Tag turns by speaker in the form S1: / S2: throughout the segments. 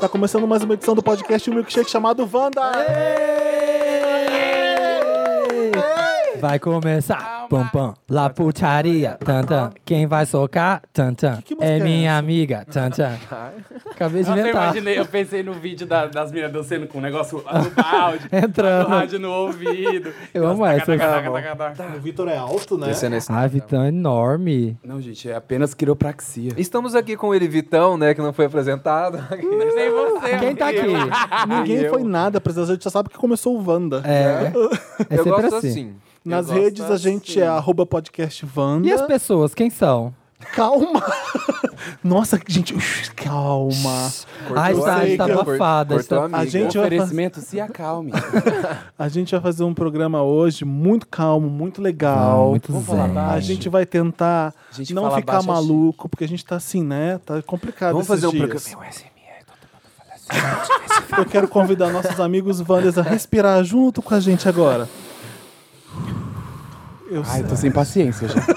S1: Tá começando mais uma edição do podcast Um Milkshake chamado Wanda!
S2: Vai começar, pam pam, la putaria, tan tan. Quem vai socar, tan tan.
S1: que música
S2: É
S1: é
S2: minha amiga, tan tan. Acabei de
S3: Nossa, eu
S2: inventar.
S3: imaginei, eu pensei no vídeo da- das meninas dançando com o negócio no áudio,
S2: Entrando.
S3: no rádio no ouvido.
S2: Eu amo
S3: Taca,
S2: essa.
S3: taca, taca, taca, taca.
S1: O Vitor é alto, né?
S4: Descendo a escada.
S2: A Vitão é enorme.
S3: Não, gente, é apenas quiropraxia.
S4: Estamos aqui com ele, Vitão, né? Que não foi apresentado.
S2: Hum.
S3: Nem você.
S2: Quem tá aqui?
S1: Ninguém
S4: eu.
S1: foi nada, pra dizer, a gente já sabe que começou o Wanda.
S2: É, é
S4: eu
S2: sempre
S4: gosto
S2: assim.
S4: assim.
S1: Nas
S4: Eu gosto
S1: redes a gente é
S4: assim.
S1: arroba podcast Wanda.
S2: E as pessoas, quem são?
S1: Calma! Nossa, gente, ush, calma.
S2: Ai,
S4: assim, Cortou
S1: tá,
S4: amiga,
S1: tá
S4: cor-
S2: abafada,
S4: cortou
S2: tá-
S4: amiga.
S1: A gente vai fa-
S3: Oferecimento, se acalme.
S1: a gente vai fazer um programa hoje muito calmo, muito legal.
S2: Ah, muito
S1: Vamos falar
S2: zen.
S1: baixo. A gente vai tentar
S3: A gente
S1: não
S3: fala
S1: ficar
S3: baixo, a gente-
S1: maluco, porque a gente tá assim, né? Tá complicado
S4: Vamos
S1: esses
S4: fazer um
S1: dias.
S4: programa. Meu SMR, todo mundo fala assim.
S1: Eu quero convidar nossos amigos Wanders a respirar junto com a gente agora. Eu
S3: Ai, eu tô sem paciência já.
S4: assim.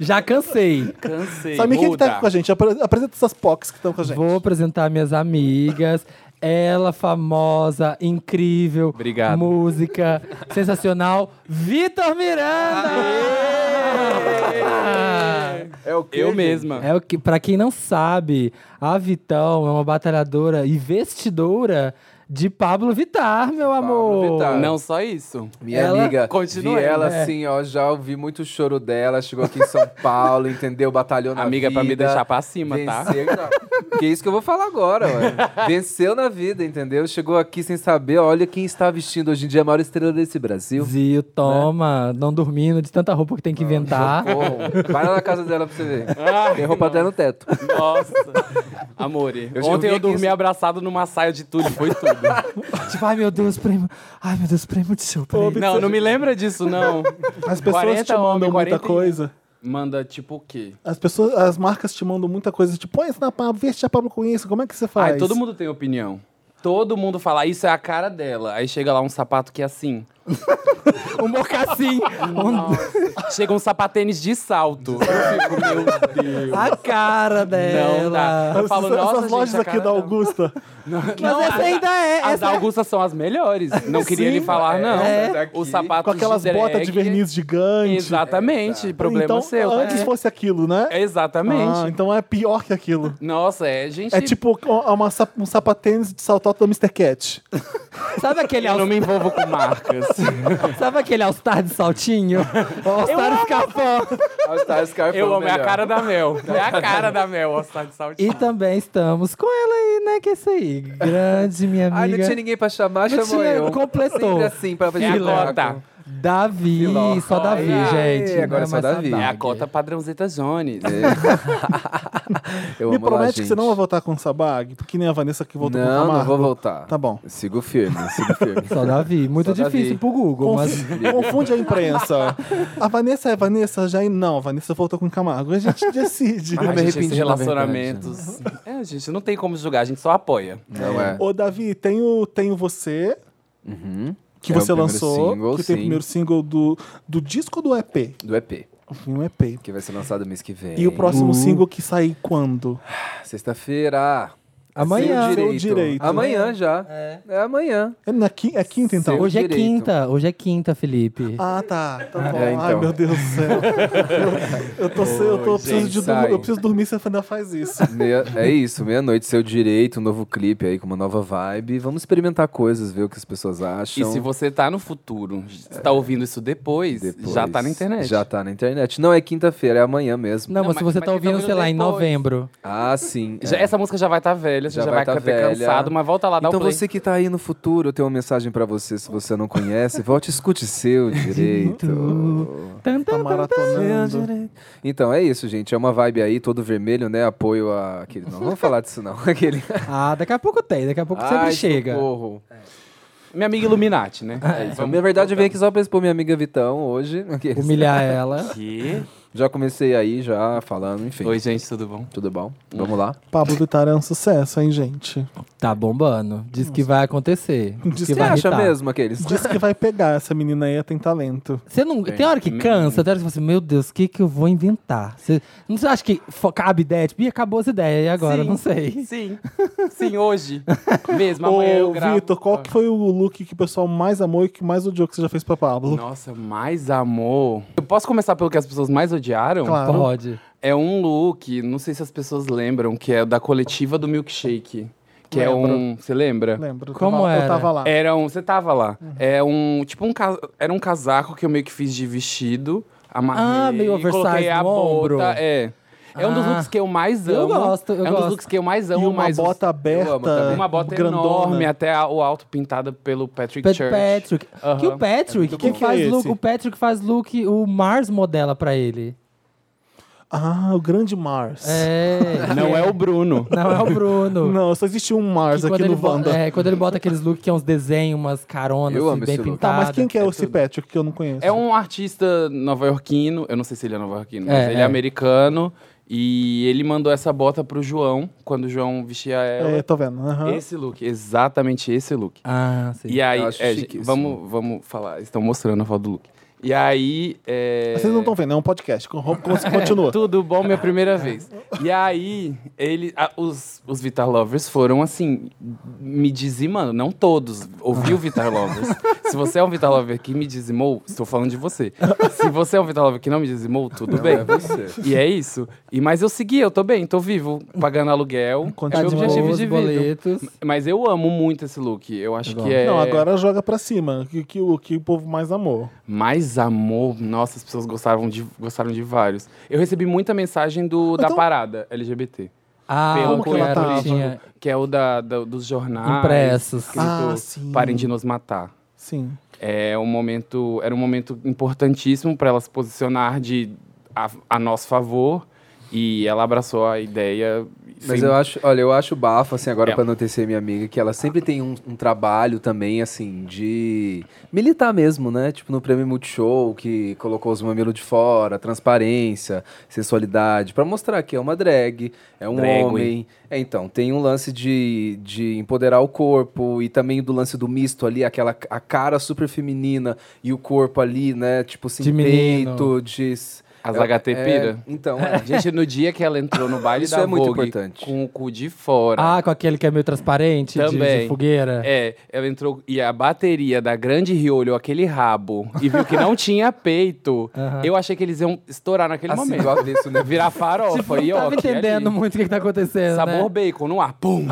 S2: Já cansei.
S3: Cansei.
S1: Sabe quem que tá
S3: muda.
S1: aqui com a gente? Apre- Apresenta essas POCs que estão com a gente.
S2: Vou apresentar minhas amigas. Ela, famosa, incrível.
S4: Obrigado.
S2: Música sensacional. Vitor Miranda!
S4: É o quê,
S3: Eu
S4: gente?
S3: mesma.
S2: É o que, pra quem não sabe, a Vitão é uma batalhadora e vestidora de Pablo Vittar, meu amor.
S4: Vittar.
S3: Não só isso.
S4: Minha
S2: Ela-
S4: amiga,
S3: Continua
S4: vi
S3: aí,
S4: ela
S2: né?
S4: assim, ó, já ouvi muito choro dela, chegou aqui em São Paulo, entendeu? Batalhou na
S3: Amiga, é
S4: vida.
S3: pra me deixar pra cima, tá?
S4: Vencer, tá? que é isso que eu vou falar agora, ué. Venceu na vida, entendeu? Chegou aqui sem saber, olha quem está vestindo hoje em dia a maior estrela desse Brasil.
S2: Zio, toma, não dormindo de tanta roupa que tem que inventar.
S4: Socorro. Vai lá na casa dela pra você ver. Tem roupa até no teto.
S3: Nossa. Amore,
S4: Eu já
S3: ontem
S4: vi
S3: eu
S4: aqui
S3: dormi
S4: isso.
S3: abraçado numa saia de tudo, foi tudo.
S2: Tipo, ai meu Deus, primo. Ai meu Deus, primo de seu primo.
S3: Não, não me lembra disso, não.
S1: As pessoas
S3: 40
S1: te mandam
S3: homem,
S1: muita
S3: 41.
S1: coisa.
S3: Manda tipo o quê?
S1: As pessoas, as marcas te mandam muita coisa. Tipo, põe isso na Pablo, veste a Pablo com isso. Como é que você faz?
S3: Ai, todo mundo tem opinião. Todo mundo fala, isso é a cara dela. Aí chega lá um sapato que é assim.
S2: Um mocassim. Um-
S3: Chega um sapatênis de salto. Eu fico, meu Deus.
S2: a cara
S3: Não dá.
S2: dela.
S3: Eu falo,
S1: essas,
S3: nossa,
S1: essas
S3: gente,
S1: lojas
S3: essa
S1: aqui
S3: cara
S1: da
S3: não.
S1: Augusta.
S3: Não,
S2: Mas essa ainda é.
S3: As
S2: Essa
S3: da Augusta são as melhores. Não queria lhe falar, não.
S4: é. Daqui.
S3: Os sapatos
S1: com aquelas
S3: de drag,
S1: botas de verniz gigante.
S3: Exatamente. Problema
S1: então,
S3: seu.
S1: Antes
S3: É.
S1: fosse aquilo, né?
S3: Exatamente.
S1: Ah, então é pior que aquilo.
S3: Nossa, é, gente.
S1: É tipo ó, uma sa- um sapatênis de salto da Mr. Cat.
S2: é. Sabe aquele,
S3: Eu
S2: all,
S3: não me envolvo com marcas.
S2: sabe aquele All Star de saltinho? O All Star escapão.
S4: All Star Scar foi
S3: Eu
S4: o
S3: amo, é a
S4: melhor.
S3: cara da Mel. É a cara da Mel, ó, tá de
S2: E
S3: saltinho.
S2: também estamos com ela aí, né? Que é isso aí. Grande, minha amiga.
S4: Ai, não tinha ninguém pra chamar,
S2: Não
S4: chamou
S2: tinha,
S4: eu.
S2: completou.
S4: Sempre assim, pra fazer
S3: É a
S4: buraco.
S3: cota.
S2: Davi,
S4: Filó.
S2: só Davi,
S3: Ai,
S2: gente.
S4: agora
S2: não
S4: é só
S2: mais
S4: Davi.
S3: É a
S2: Sabac.
S3: cota padrãozeta Jones.
S4: Eu
S1: Me
S4: amo lá,
S1: promete que você
S4: gente.
S1: não vai voltar com o Sabag? Porque nem a Vanessa que voltou com o
S4: Não,
S1: Camargo.
S4: não vou voltar.
S1: Tá bom.
S4: Sigo firme, sigo firme.
S2: Só Davi. Muito
S4: Só
S2: difícil
S4: Davi.
S2: pro Google, mas.
S1: Confunde, confunde a imprensa. A Vanessa é Vanessa, já e não. A Vanessa voltou com o Camargo. A gente decide. né,
S4: Eu
S3: Ai,
S4: me
S3: gente, esses
S4: arrependi, na
S1: Uhum.
S3: relacionamentos. É, gente, não tem como julgar, a gente só apoia.
S4: não é.
S1: Ô, Davi, tem o Tenho Você,
S4: Uhum.
S1: que
S4: É o
S1: você
S4: primeiro
S1: lançou.
S4: single,
S1: que tem o
S4: sim.
S1: primeiro single do, do disco ou do EP?
S4: Do EP,
S1: Um EP.
S4: que vai ser lançado mês que vem.
S1: E o
S4: Uh.
S1: próximo single que sair quando?
S4: Sexta-feira.
S2: Amanhã.
S4: Seu
S1: Seu direito.
S4: Amanhã já. É, amanhã.
S1: É, na qui- é quinta, então?
S4: Seu-
S2: Hoje é
S4: direito.
S2: quinta, hoje é quinta, Felipe.
S1: Ah, tá. Tá bom. Ai,
S4: É, então.
S1: meu Deus do céu. Eu, eu tô, sem- eu tô
S3: Ô,
S1: preciso de
S4: gente,
S1: dormir.
S4: sai.
S1: Eu preciso dormir se a ainda faz isso.
S4: Meia- é isso, meia-noite, seu direito, um novo clipe aí com uma nova vibe. Vamos experimentar coisas, ver o que as pessoas
S3: E
S4: acham.
S3: se você tá no futuro, está ouvindo isso depois,
S4: Depois-
S3: já tá na internet.
S4: Já tá na internet. Não é quinta-feira, é amanhã mesmo.
S2: não,
S3: não,
S2: mas se
S3: mas-
S2: você tá
S3: mas quem tá
S2: ouvindo,
S3: ouvindo
S2: sei lá, em
S3: depois?
S2: novembro.
S4: Ah, sim.
S3: Já-
S4: é.
S3: Essa música já vai estar velha, você já,
S4: Já
S3: vai
S4: vai
S3: estar
S4: tá
S3: tá
S4: velha.
S3: cansado, mas volta lá, dá
S4: Então
S3: o play.
S4: você que tá aí no futuro, eu tenho uma mensagem pra você, se você não conhece, volte e escute seu direito.
S2: Tan,
S1: Tá
S2: tan, tan.
S1: maratonando.
S4: Então é isso, gente. É uma vibe aí, todo vermelho, né? Apoio a aquele. Não, não vamos falar disso, não. Aquele.
S2: Ah, daqui a pouco tem, daqui a pouco sempre
S4: Ai,
S2: chega.
S4: socorro.
S3: É, Minha amiga Illuminati, né? É isso.
S4: Na verdade, eu vim aqui só pra expor minha amiga Vitão hoje. Aqueles.
S2: Humilhar ela.
S3: Que?
S4: Já comecei aí, já falando, enfim.
S3: Oi, gente, tudo bom?
S4: Tudo bom? Vamos lá.
S1: Pablo Vittar é um sucesso, hein, gente?
S2: Tá bombando. Diz que vai acontecer.
S1: Diz
S2: que
S1: que
S4: Você
S2: vai
S4: acha
S2: irritar.
S4: mesmo aqueles?
S1: Diz que vai pegar essa menina aí, ela tem talento.
S2: Você não, tem hora que cansa, tem hora que você fala assim, meu Deus, o que, que eu vou inventar? Você, não você acha que fo- cabe ideia? Tipo, "Ih, acabou as ideias, e agora?
S3: Sim.
S2: Não sei.
S3: Sim, sim, hoje. Mesmo, amanhã eu
S1: Ô,
S3: gravo.
S1: Vitor, qual que é foi o look que o pessoal mais amou e que mais odiou que você já fez pra Pablo?
S3: Nossa, mais amor. Eu posso começar pelo que as pessoas mais odiaram?
S1: Claro.
S2: Pode.
S3: É um look, não sei se as pessoas lembram, que é da coletiva do Milkshake. Que é
S1: Lembro.
S3: um. Você lembra?
S1: Lembro. eu
S2: Como
S1: tava-
S2: era?
S1: Eu tava lá.
S3: Era um. Você tava lá.
S2: Uhum.
S3: É um. Tipo um. ca- Era um casaco que eu meio que fiz de vestido. Amarrei.
S2: Ah, meio oversized
S3: coloquei a
S2: no
S3: bota,
S2: ombro.
S3: É. É um dos
S2: Ah.
S3: looks que eu mais amo.
S2: Eu gosto, eu
S3: É um
S2: gosto.
S3: dos looks que eu mais amo.
S1: E uma
S3: mas os-
S1: bota
S4: eu amo
S1: aberta.
S4: também.
S3: Uma bota
S1: grandona.
S3: enorme, até a- o alto pintada pelo Patrick
S2: Pat-
S3: Church.
S2: Patrick.
S3: Aham.
S2: Que o Patrick,
S1: bom.
S2: que faz
S1: Que que é
S2: look,
S1: esse?
S2: o Patrick faz look, o Mars modela pra ele.
S1: Ah, o grande Mars.
S2: É.
S3: Não é o Bruno.
S2: Não é o Bruno.
S1: Não, só existe um Mars
S2: Que quando
S1: aqui
S2: ele
S1: no
S2: bota-
S1: Wanda.
S2: É, quando ele bota aqueles looks que é uns desenhos, umas caronas
S4: Eu
S2: assim,
S4: amo
S2: bem
S4: esse look.
S2: pintadas.
S1: Tá, mas quem que é, o esse
S4: tudo.
S1: Patrick que eu não conheço?
S3: É um artista nova-iorquino, eu não sei se ele é nova-iorquino, mas
S2: É,
S3: ele é,
S2: é.
S3: americano. E ele mandou essa bota pro João, quando o João vestia
S1: É,
S3: ela.
S1: tô vendo. aham.
S3: um- Esse look, exatamente esse look.
S2: Ah, sim.
S3: E aí,
S4: Eu acho
S3: é,
S4: chiquíssimo.
S3: vamos, vamos falar, estão mostrando a foto do look. E aí. é,
S1: Vocês não estão vendo, é um podcast. Com- com- Continua.
S3: Tudo bom, minha primeira vez. E aí, ele, a- os, os Vitar Lovers foram assim, me dizimando. Não todos. Ouvi o Vitar Lovers. Se você é um Vitar Lover que me dizimou, estou falando de você. Se você é um Vitar Lover que não me dizimou, tudo
S4: Não,
S3: bem.
S4: é você.
S3: E é isso. E, mas eu segui, eu tô bem, tô vivo, pagando aluguel.
S1: Continua.
S3: É meu
S2: Tá de
S3: objetivo
S2: boa, os
S3: de vida.
S2: boletos.
S3: Mas eu amo muito esse look. Eu acho
S2: Eu
S3: que é.
S1: Não, agora joga pra cima. Que, que, o que o povo mais amou.
S3: Mais amor. Nossa, as pessoas gostaram de, gostaram de vários. Eu recebi muita mensagem do, da
S1: Então-
S3: parada LGBT.
S2: Ah,
S3: pelo
S1: como que ela
S2: era,
S1: tava?
S2: tinha-
S3: Que é o da, da- dos jornais.
S2: Impressos.
S3: escrito,
S1: Ah, sim.
S3: Parem de nos matar.
S1: Sim.
S3: É um momento, era um momento importantíssimo para ela se posicionar de a, a nosso favor. E ela abraçou a ideia.
S4: Mas
S3: sem-
S4: eu acho, olha, eu acho bafo, assim, agora
S3: É.
S4: pra enaltecer minha amiga, que ela sempre tem um, um trabalho também, assim, de militar mesmo, né? Tipo no prêmio Multishow, que colocou os mamilos de fora, transparência, sensualidade, pra mostrar que é uma drag, é um
S3: Drag,
S4: homem. É, então, tem um lance de, de empoderar o corpo e também do lance do misto ali, aquela a cara super feminina e o corpo ali, né? Tipo, assim,
S2: De menino.
S4: peito, de... s-
S3: As
S4: é-
S3: HT pira?
S4: é, Então, é.
S3: Gente, no dia que ela entrou no baile
S4: Isso
S3: da
S4: é muito
S3: Vogue
S4: importante.
S3: com o cu de fora.
S2: Ah, com aquele que é meio transparente, de- De,
S3: Também.
S2: fogueira.
S3: É, ela entrou e a bateria da Grande Rio olhou aquele rabo e viu que não tinha peito.
S2: Aham.
S3: Eu achei que eles iam estourar naquele
S4: Assim,
S3: momento.
S4: igual desse, né?
S3: Virar farofa.
S2: Tipo, não tava
S3: ioki ali.
S2: entendendo muito o que, que tá acontecendo,
S3: Sabor
S2: né? Ah,
S3: bacon no ar. Pum!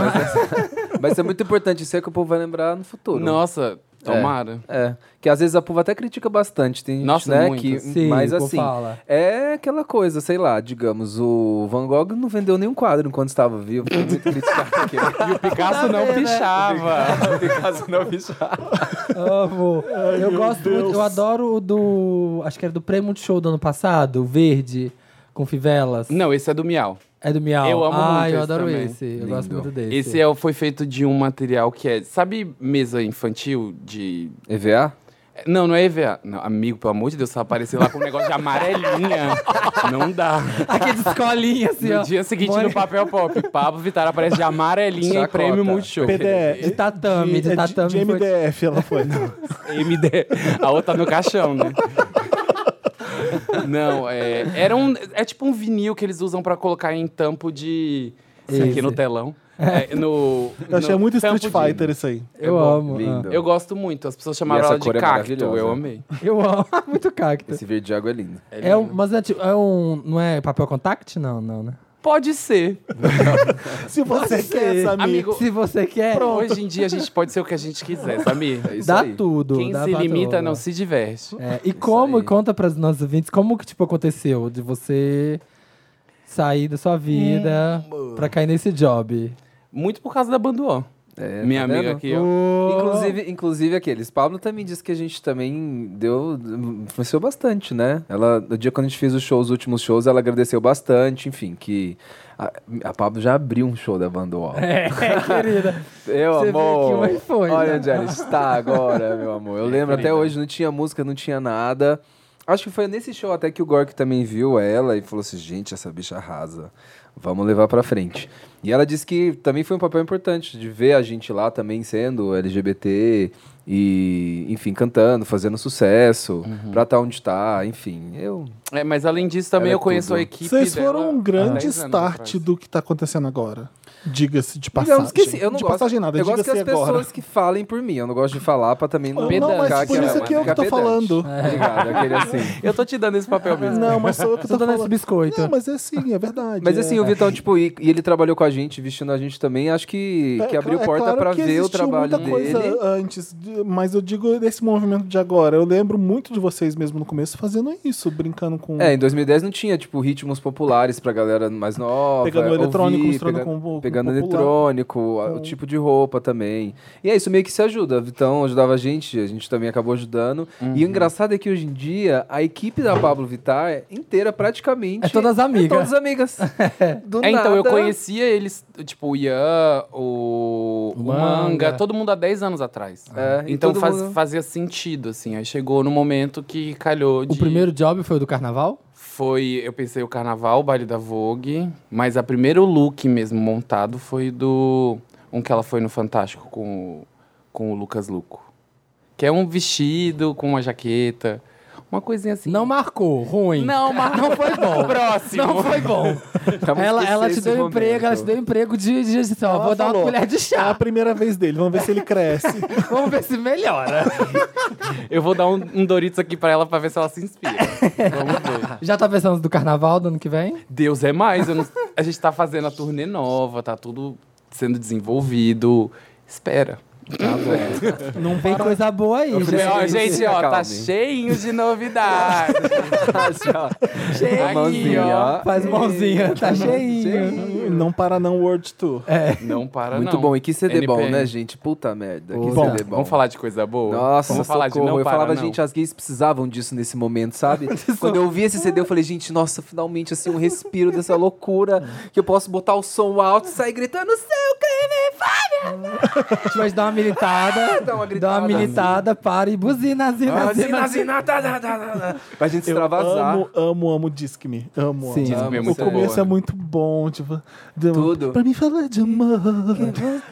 S4: Mas é muito importante, isso é que o povo vai lembrar no futuro.
S3: Nossa, tomara.
S4: É, que às vezes a povo até critica bastante, tem gente,
S3: Nossa,
S4: né,
S3: muito.
S4: que,
S2: Sim,
S4: mas
S2: pô,
S4: assim,
S2: fala.
S4: é aquela coisa, sei lá, digamos, o Van Gogh não vendeu nenhum quadro enquanto estava vivo, foi muito criticado aqui.
S3: E o Picasso
S2: Nada a
S3: não
S2: ver, né?
S3: pichava.
S4: O Picasso não bichava.
S2: Amo. eu
S1: meu
S2: gosto muito,
S1: Deus.
S2: eu adoro o do. Acho que era do Prêmio de Show do ano passado, o verde, com fivelas.
S3: Não, esse é do Miau.
S2: É do Miau.
S3: Eu amo
S2: ah,
S3: muito
S2: eu
S3: esse
S2: adoro
S3: também.
S2: esse. Eu
S4: Lindo.
S2: gosto muito desse.
S3: Esse é, foi feito de um material que é. Sabe mesa infantil de.
S4: EVA?
S2: Ah.
S3: Não, não é EVA. Não, amigo, pelo amor de Deus, se ela aparecer lá com um negócio de amarelinha, não dá.
S2: Aquele de escolinha, assim, ó.
S3: é No dia seguinte,
S2: Mônica-
S3: no papel pop, Pablo Vittar aparece de amarelinha e
S4: Chacota.
S3: prêmio Multishow.
S1: PDE.
S2: De tatame, de
S1: é
S2: tatame.
S1: de
S2: foi-
S1: MDF ela foi.
S3: MD. A outra no caixão, né? Não, é. Era um. É tipo um vinil que eles usam pra colocar em tampo de. Isso
S2: Esse.
S3: aqui no telão. É, no,
S1: Eu achei
S3: no
S1: muito
S3: tampo
S1: Street
S3: de-
S1: Fighter isso aí.
S2: Eu
S3: É bom,
S2: amo.
S4: lindo.
S2: ah.
S3: Eu gosto muito. As pessoas chamaram
S4: essa
S3: ela de
S4: cor é
S3: cacto. Eu
S4: maravilhosa.
S3: amei.
S2: Eu amo. muito cacto.
S4: Esse verde de água é lindo.
S2: É um, mas é, tipo, é um. Não é papel contact? Não, não, né?
S3: Pode ser.
S1: Se você
S2: Pode
S1: quer,
S2: ser.
S1: Samir.
S3: Amigo,
S2: Se você quer,
S3: Hoje em dia a gente pode ser o que a gente quiser, Samir.
S4: É isso
S2: dá
S4: aí.
S2: tudo.
S3: Quem
S2: dá
S3: se
S2: pra
S3: limita
S2: tudo.
S3: não se diverte.
S2: É, e como,
S4: aí.
S2: e conta para os nossos ouvintes, como que tipo, aconteceu de você sair da sua vida pra cair nesse job?
S3: Muito por causa da Banduó.
S4: É,
S3: Minha
S4: tá
S3: amiga
S4: vendo?
S3: aqui, ó.
S4: Inclusive, inclusive aqueles. Pablo também disse que a gente também deu. influenciou bastante, né? Ela, no dia quando a gente fez os shows, os últimos shows, ela agradeceu bastante, enfim, que. A, a Pablo já abriu um show da banda UOL.
S2: É, querida.
S4: Meu
S2: Você vê
S4: amor.
S2: que uma foi,
S4: olha
S2: né?
S4: onde ela está agora, meu amor. Eu lembro até hoje, não tinha música, não tinha nada. Acho que foi nesse show até que o Gork também viu ela e falou assim: gente, essa bicha arrasa. Vamos levar pra frente. E ela disse que também foi um papel importante de ver a gente lá também sendo LGBT e, enfim, cantando, fazendo sucesso,
S1: Uhum.
S4: pra estar onde tá, enfim. Eu.
S3: É, mas além disso, também
S4: Ela é
S3: eu conheço
S4: tudo.
S3: a equipe.
S1: Vocês foram
S4: né?
S3: dela
S1: um
S3: há
S1: grande
S3: 10 anos
S1: start
S3: atrás.
S1: do que tá acontecendo agora. Diga-se de passagem.
S4: Digamos que sim, eu não
S1: de
S4: gosto,
S1: passagem nada,
S4: Eu gosto que
S1: diga-se
S4: as
S1: agora.
S4: pessoas que falem por mim. Eu não gosto de falar pra também não.
S1: Não,
S3: pedantes,
S1: mas é
S4: ficar
S1: por
S4: aquela-
S1: isso que eu que
S4: ficar
S1: tô
S4: pedante. Ah,
S1: falando.
S4: Obrigado, aquele assim.
S3: Eu tô te dando esse papel mesmo.
S1: Não, mas sou eu que
S2: Só
S1: tô
S2: dando esse
S1: falando.
S2: tá biscoito.
S1: Não, mas é sim, é verdade.
S4: então. Mas
S1: é.
S4: assim, o Vitão, tipo, e, e ele trabalhou com a gente, vestindo a gente também, acho que, que
S1: É,
S4: abriu
S1: é
S4: porta
S1: claro
S4: pra
S1: que
S4: ver o
S1: existiu
S4: trabalho
S1: muita coisa hum.
S4: dele.
S1: antes, de- mas eu digo desse movimento de agora. Eu lembro muito de vocês mesmo no começo fazendo isso, brincando com.
S4: É, em 2010 não tinha, tipo, ritmos populares pra galera mais nova.
S1: Pegando o eletrônico,
S4: ouvir,
S1: misturando
S4: pega-
S1: com o- com o
S4: Pegando
S1: popular.
S4: eletrônico, a- o tipo de roupa também. E é isso, meio que se ajuda. Vitão ajudava a gente, a gente também acabou ajudando. E
S1: Uhum.
S4: o engraçado é que hoje em dia, a equipe da Pablo Vittar é inteira, praticamente.
S2: É todas amigas.
S4: É todas amigas. Do
S3: É, então, eu
S4: nada-
S3: conhecia eles, tipo, o Ian, o, o
S2: Manga.
S3: Manga. todo mundo há 10 anos atrás.
S4: É, e
S3: então
S4: todo
S3: faz-
S4: mundo-
S3: fazia sentido, assim. Aí chegou no momento que calhou de...
S2: O primeiro job foi o do carnaval?
S3: Foi, eu pensei, o carnaval, o baile da Vogue. Mas a primeiro look mesmo montado foi do... Um que ela foi no Fantástico com, o- com o Lucas Luco. Que é um vestido com uma jaqueta. Uma coisinha assim.
S2: Não marcou, ruim.
S3: Não, mas não foi bom. Próximo.
S2: Não foi bom.
S4: Vamos
S2: ela ela te
S4: esquecer
S2: deu
S4: esse
S2: emprego, ela te
S4: momento.
S2: deu emprego de, de assim, ó,
S1: Ela
S2: vou dar uma
S1: falou,
S2: colher de
S1: É a
S2: chá.
S1: primeira vez dele, vamos ver se ele cresce.
S2: Vamos ver se melhora.
S3: Eu vou dar um, um Doritos aqui pra ela pra ver se ela se inspira. Vamos ver.
S2: Já tá pensando do carnaval do ano que vem?
S3: Deus é mais. eu não- A gente tá fazendo a turnê nova, tá tudo sendo desenvolvido. Espera.
S2: Não vem coisa boa aí,
S4: Eu falei,
S2: gente.
S3: Ó,
S4: Gente,
S3: gente, ó, tá
S4: acalme.
S3: cheinho de novidade. Cheinho,
S4: A Assim, mãozinha, ó.
S2: Faz mãozinha, tá cheinho.
S1: não para não World Tour.
S3: Não para,
S4: Muito
S3: não.
S4: bom. E que CD bom,
S3: NPM.
S4: né, gente? Puta merda. Que
S2: Puta.
S4: CD bom.
S3: Vamos falar de coisa boa?
S4: Nossa,
S3: Vamos falar
S4: socorro.
S3: de não
S4: eu
S3: para,
S4: falava,
S3: não.
S4: gente, as gays precisavam disso nesse momento, sabe? Quando eu ouvi esse CD, eu falei, gente, nossa, finalmente, assim, um respiro dessa loucura que eu posso botar o som alto e sair gritando, seu crime, Fábio!
S2: A gente vai dar uma militada,
S4: Dá uma
S2: dá uma
S4: gritada.
S2: militada, para e buzina, zina,
S4: Ah,
S2: zina,
S4: zina,
S2: zina.
S4: zina, tá, tá, tá, tá, tá. Pra gente
S1: Eu
S4: extravasar.
S1: amo, amo, amo Disque-me. Amo,
S2: Sim.
S1: amo.
S3: Disque-me é
S1: o
S3: muito
S1: começo
S3: boa.
S1: é muito bom, tipo. de-
S4: Tudo.
S1: Pra mim falar de amor.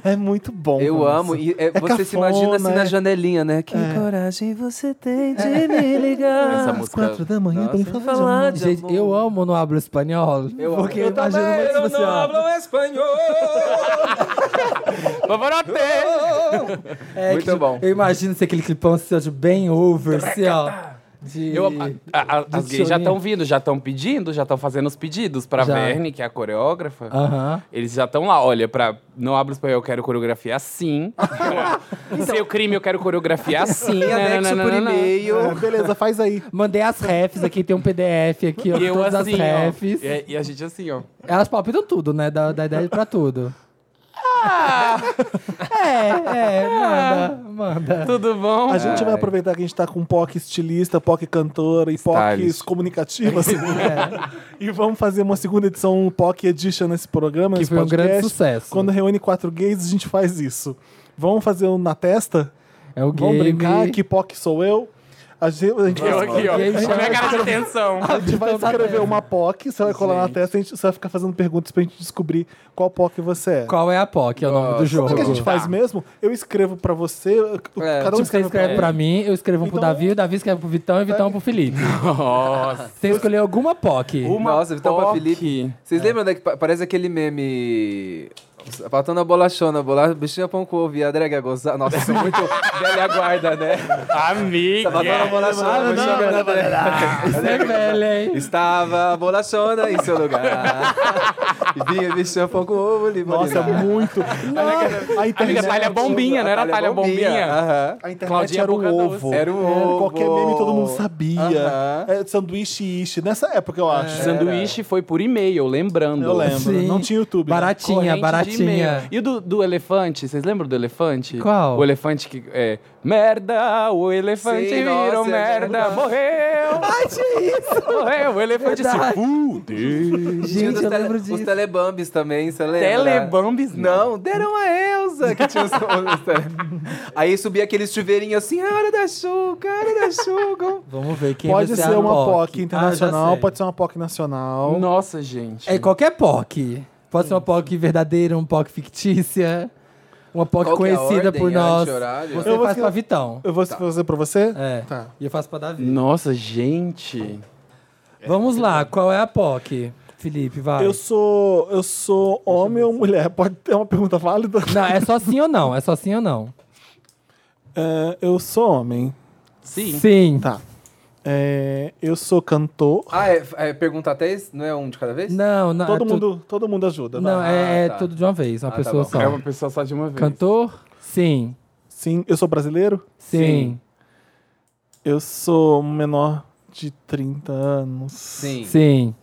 S1: É muito bom.
S4: Eu
S1: nossa.
S4: amo. E é,
S1: É
S4: você se imagina
S1: cafona,
S4: assim
S1: é.
S4: na janelinha, né? Que
S3: É.
S4: coragem você tem de me ligar.
S3: Essa
S1: Às
S3: música-
S1: quatro da manhã, pra mim
S4: Nossa.
S1: falar de amor.
S4: de
S2: Gente,
S4: amor.
S2: eu amo no hablo espanhol.
S4: Eu
S2: porque
S4: amo.
S2: eu imagino muito se
S3: assim,
S2: você, ó,
S4: espanhol.
S3: Vovorote!
S2: é
S4: Muito
S2: que-
S4: bom.
S2: Eu imagino se aquele clipão assim, ó, de bem over, assim, ó. De...
S3: Eu- a- a- a- as gays
S2: chorinho.
S3: já estão vindo, já estão pedindo, já estão fazendo os pedidos pra
S2: Já. Ah.
S3: Verne, que é a coreógrafa.
S2: Aham.
S3: Eles já estão lá, olha, pra não abro espanhol, eu quero coreografia assim. Seu crime, eu quero coreografia assim.
S4: E anexo por
S3: nananana.
S4: e-mail.
S1: É, beleza, faz aí.
S2: Mandei as refs aqui, tem um PDF aqui, ó,
S3: E eu
S2: todas
S3: assim,
S2: as
S3: ó,
S2: refs.
S3: e, e a gente assim, ó.
S2: Elas palpitam tudo, né? Da, da ideia pra tudo. É, é, manda, manda.
S3: Tudo bom?
S1: A gente vai
S4: Ai.
S1: aproveitar que a gente tá com POC estilista, POC cantora e POCs
S3: Stylist.
S1: comunicativas. E vamos fazer uma segunda edição um POC Edition nesse programa.
S2: Que
S1: nesse
S2: foi um grande
S1: podcast.
S2: sucesso.
S1: Quando reúne quatro gays, a gente faz isso. Vamos fazer um na testa?
S2: É o
S1: Vamos
S2: game.
S1: brincar? Que POC sou eu? A gente, a gente
S3: Eu
S1: vai,
S3: aqui, ó.
S2: Alguém
S3: Com
S2: chama-
S3: a cara de atenção.
S1: a gente vai escrever uma POC, você vai colar na testa e a gente você vai ficar fazendo perguntas pra gente descobrir qual POC você é.
S2: Qual é a POC? É o nome do jogo.
S1: Sabe o que a gente
S3: Tá.
S1: faz mesmo? Eu escrevo pra você,
S4: É,
S1: cada um
S2: Tipo, você
S1: escreve pra
S2: escreve pra mim, eu escrevo um pro
S1: Então-
S2: Davi, o Davi escreve pro Vitão e o Vitão pro Felipe.
S3: Nossa.
S2: Você escolheu alguma POC.
S4: Nossa, Vitão pra
S3: POC.
S4: Felipe. Vocês lembram daquele parece aquele meme. Faltando a bolachona, bolacha, bichinha pão com ovo e a drag a gozar. Nossa, sou muito velha guarda, né?
S3: Amiga.
S4: Faltando a bolachona, bichinha pão com ovo e a drag-
S2: Você é velha, hein?
S4: Estava a bolachona em seu lugar. Vinha bichinha pão com ovo, limão.
S1: Nossa, é
S4: limão.
S1: muito. a
S3: Amiga, é
S1: internet,
S3: talha bombinha, não era talha bombinha?
S4: Aham.
S1: a internet
S3: Claudinha
S1: era
S3: Boca
S1: um
S3: Doce.
S1: ovo.
S4: Era um ovo.
S1: Qualquer meme todo mundo sabia.
S4: Aham.
S1: É, sanduíche ishi. Nessa época, eu acho.
S3: É. Sanduíche foi por e-mail, lembrando.
S1: Eu lembro.
S2: Sim.
S1: Não tinha YouTube. né?
S2: Baratinha,
S3: Corrente de e-mail.
S2: baratinha.
S3: E o do, do elefante, vocês lembram do elefante?
S2: Qual?
S3: O elefante que é Merda, o elefante
S4: Sim,
S3: virou
S4: nossa,
S3: merda,
S4: é verdade.
S3: morreu! Ai, isso! é Morreu, o elefante se
S2: Verdade.
S3: fudeu!
S4: Tinha
S2: Gente,
S4: dos
S2: eu
S4: tele-
S2: lembro
S4: Os
S2: disso.
S4: Telebambis também, você lembra?
S3: Telebambis não.
S4: Não, deram a Elsa que tinha os os tele- Aí subia aquele chuveirinho assim, "Ah, hora da Xuca, hora da Xuca.
S2: Vamos ver quem
S1: Pode
S2: vai
S1: ser
S2: a
S1: uma POC,
S2: é Ah, já
S1: internacional,
S2: sei.
S1: pode ser uma POC nacional.
S3: Nossa, gente.
S2: É qualquer POC. Pode ser uma POC verdadeira, uma POC fictícia. Uma POC
S4: Qual que é a
S2: conhecida
S4: ordem?
S2: por nós.
S4: Anti-horário?
S2: Você
S1: Eu vou
S2: faz
S1: ser-
S2: pra Vitão.
S1: Eu vou fazer pra você?
S2: É.
S1: Tá.
S2: E eu faço pra Davi.
S3: Nossa, gente.
S2: Vamos lá, qual é a POC? Felipe, vai.
S1: Eu sou. Eu sou homem ou mulher? Pode ter uma pergunta válida?
S2: Não, é só sim ou não? É só sim ou não?
S1: É, eu sou homem.
S3: Sim.
S1: Tá. É, eu sou cantor.
S4: Ah, é, é pergunta até esse? Não é um de cada vez?
S2: Não, não.
S1: todo,
S2: é tu-
S1: mundo, todo mundo ajuda. vai.
S2: Não, é, é
S4: Ah, tá.
S2: tudo de uma vez, uma
S4: Ah, tá
S2: pessoa
S4: bom.
S2: só.
S3: É uma pessoa só de uma vez.
S2: Cantor? Sim.
S1: Sim, eu sou brasileiro?
S2: Sim.
S1: Eu sou um menor de 30 anos.
S4: Sim.
S2: Sim.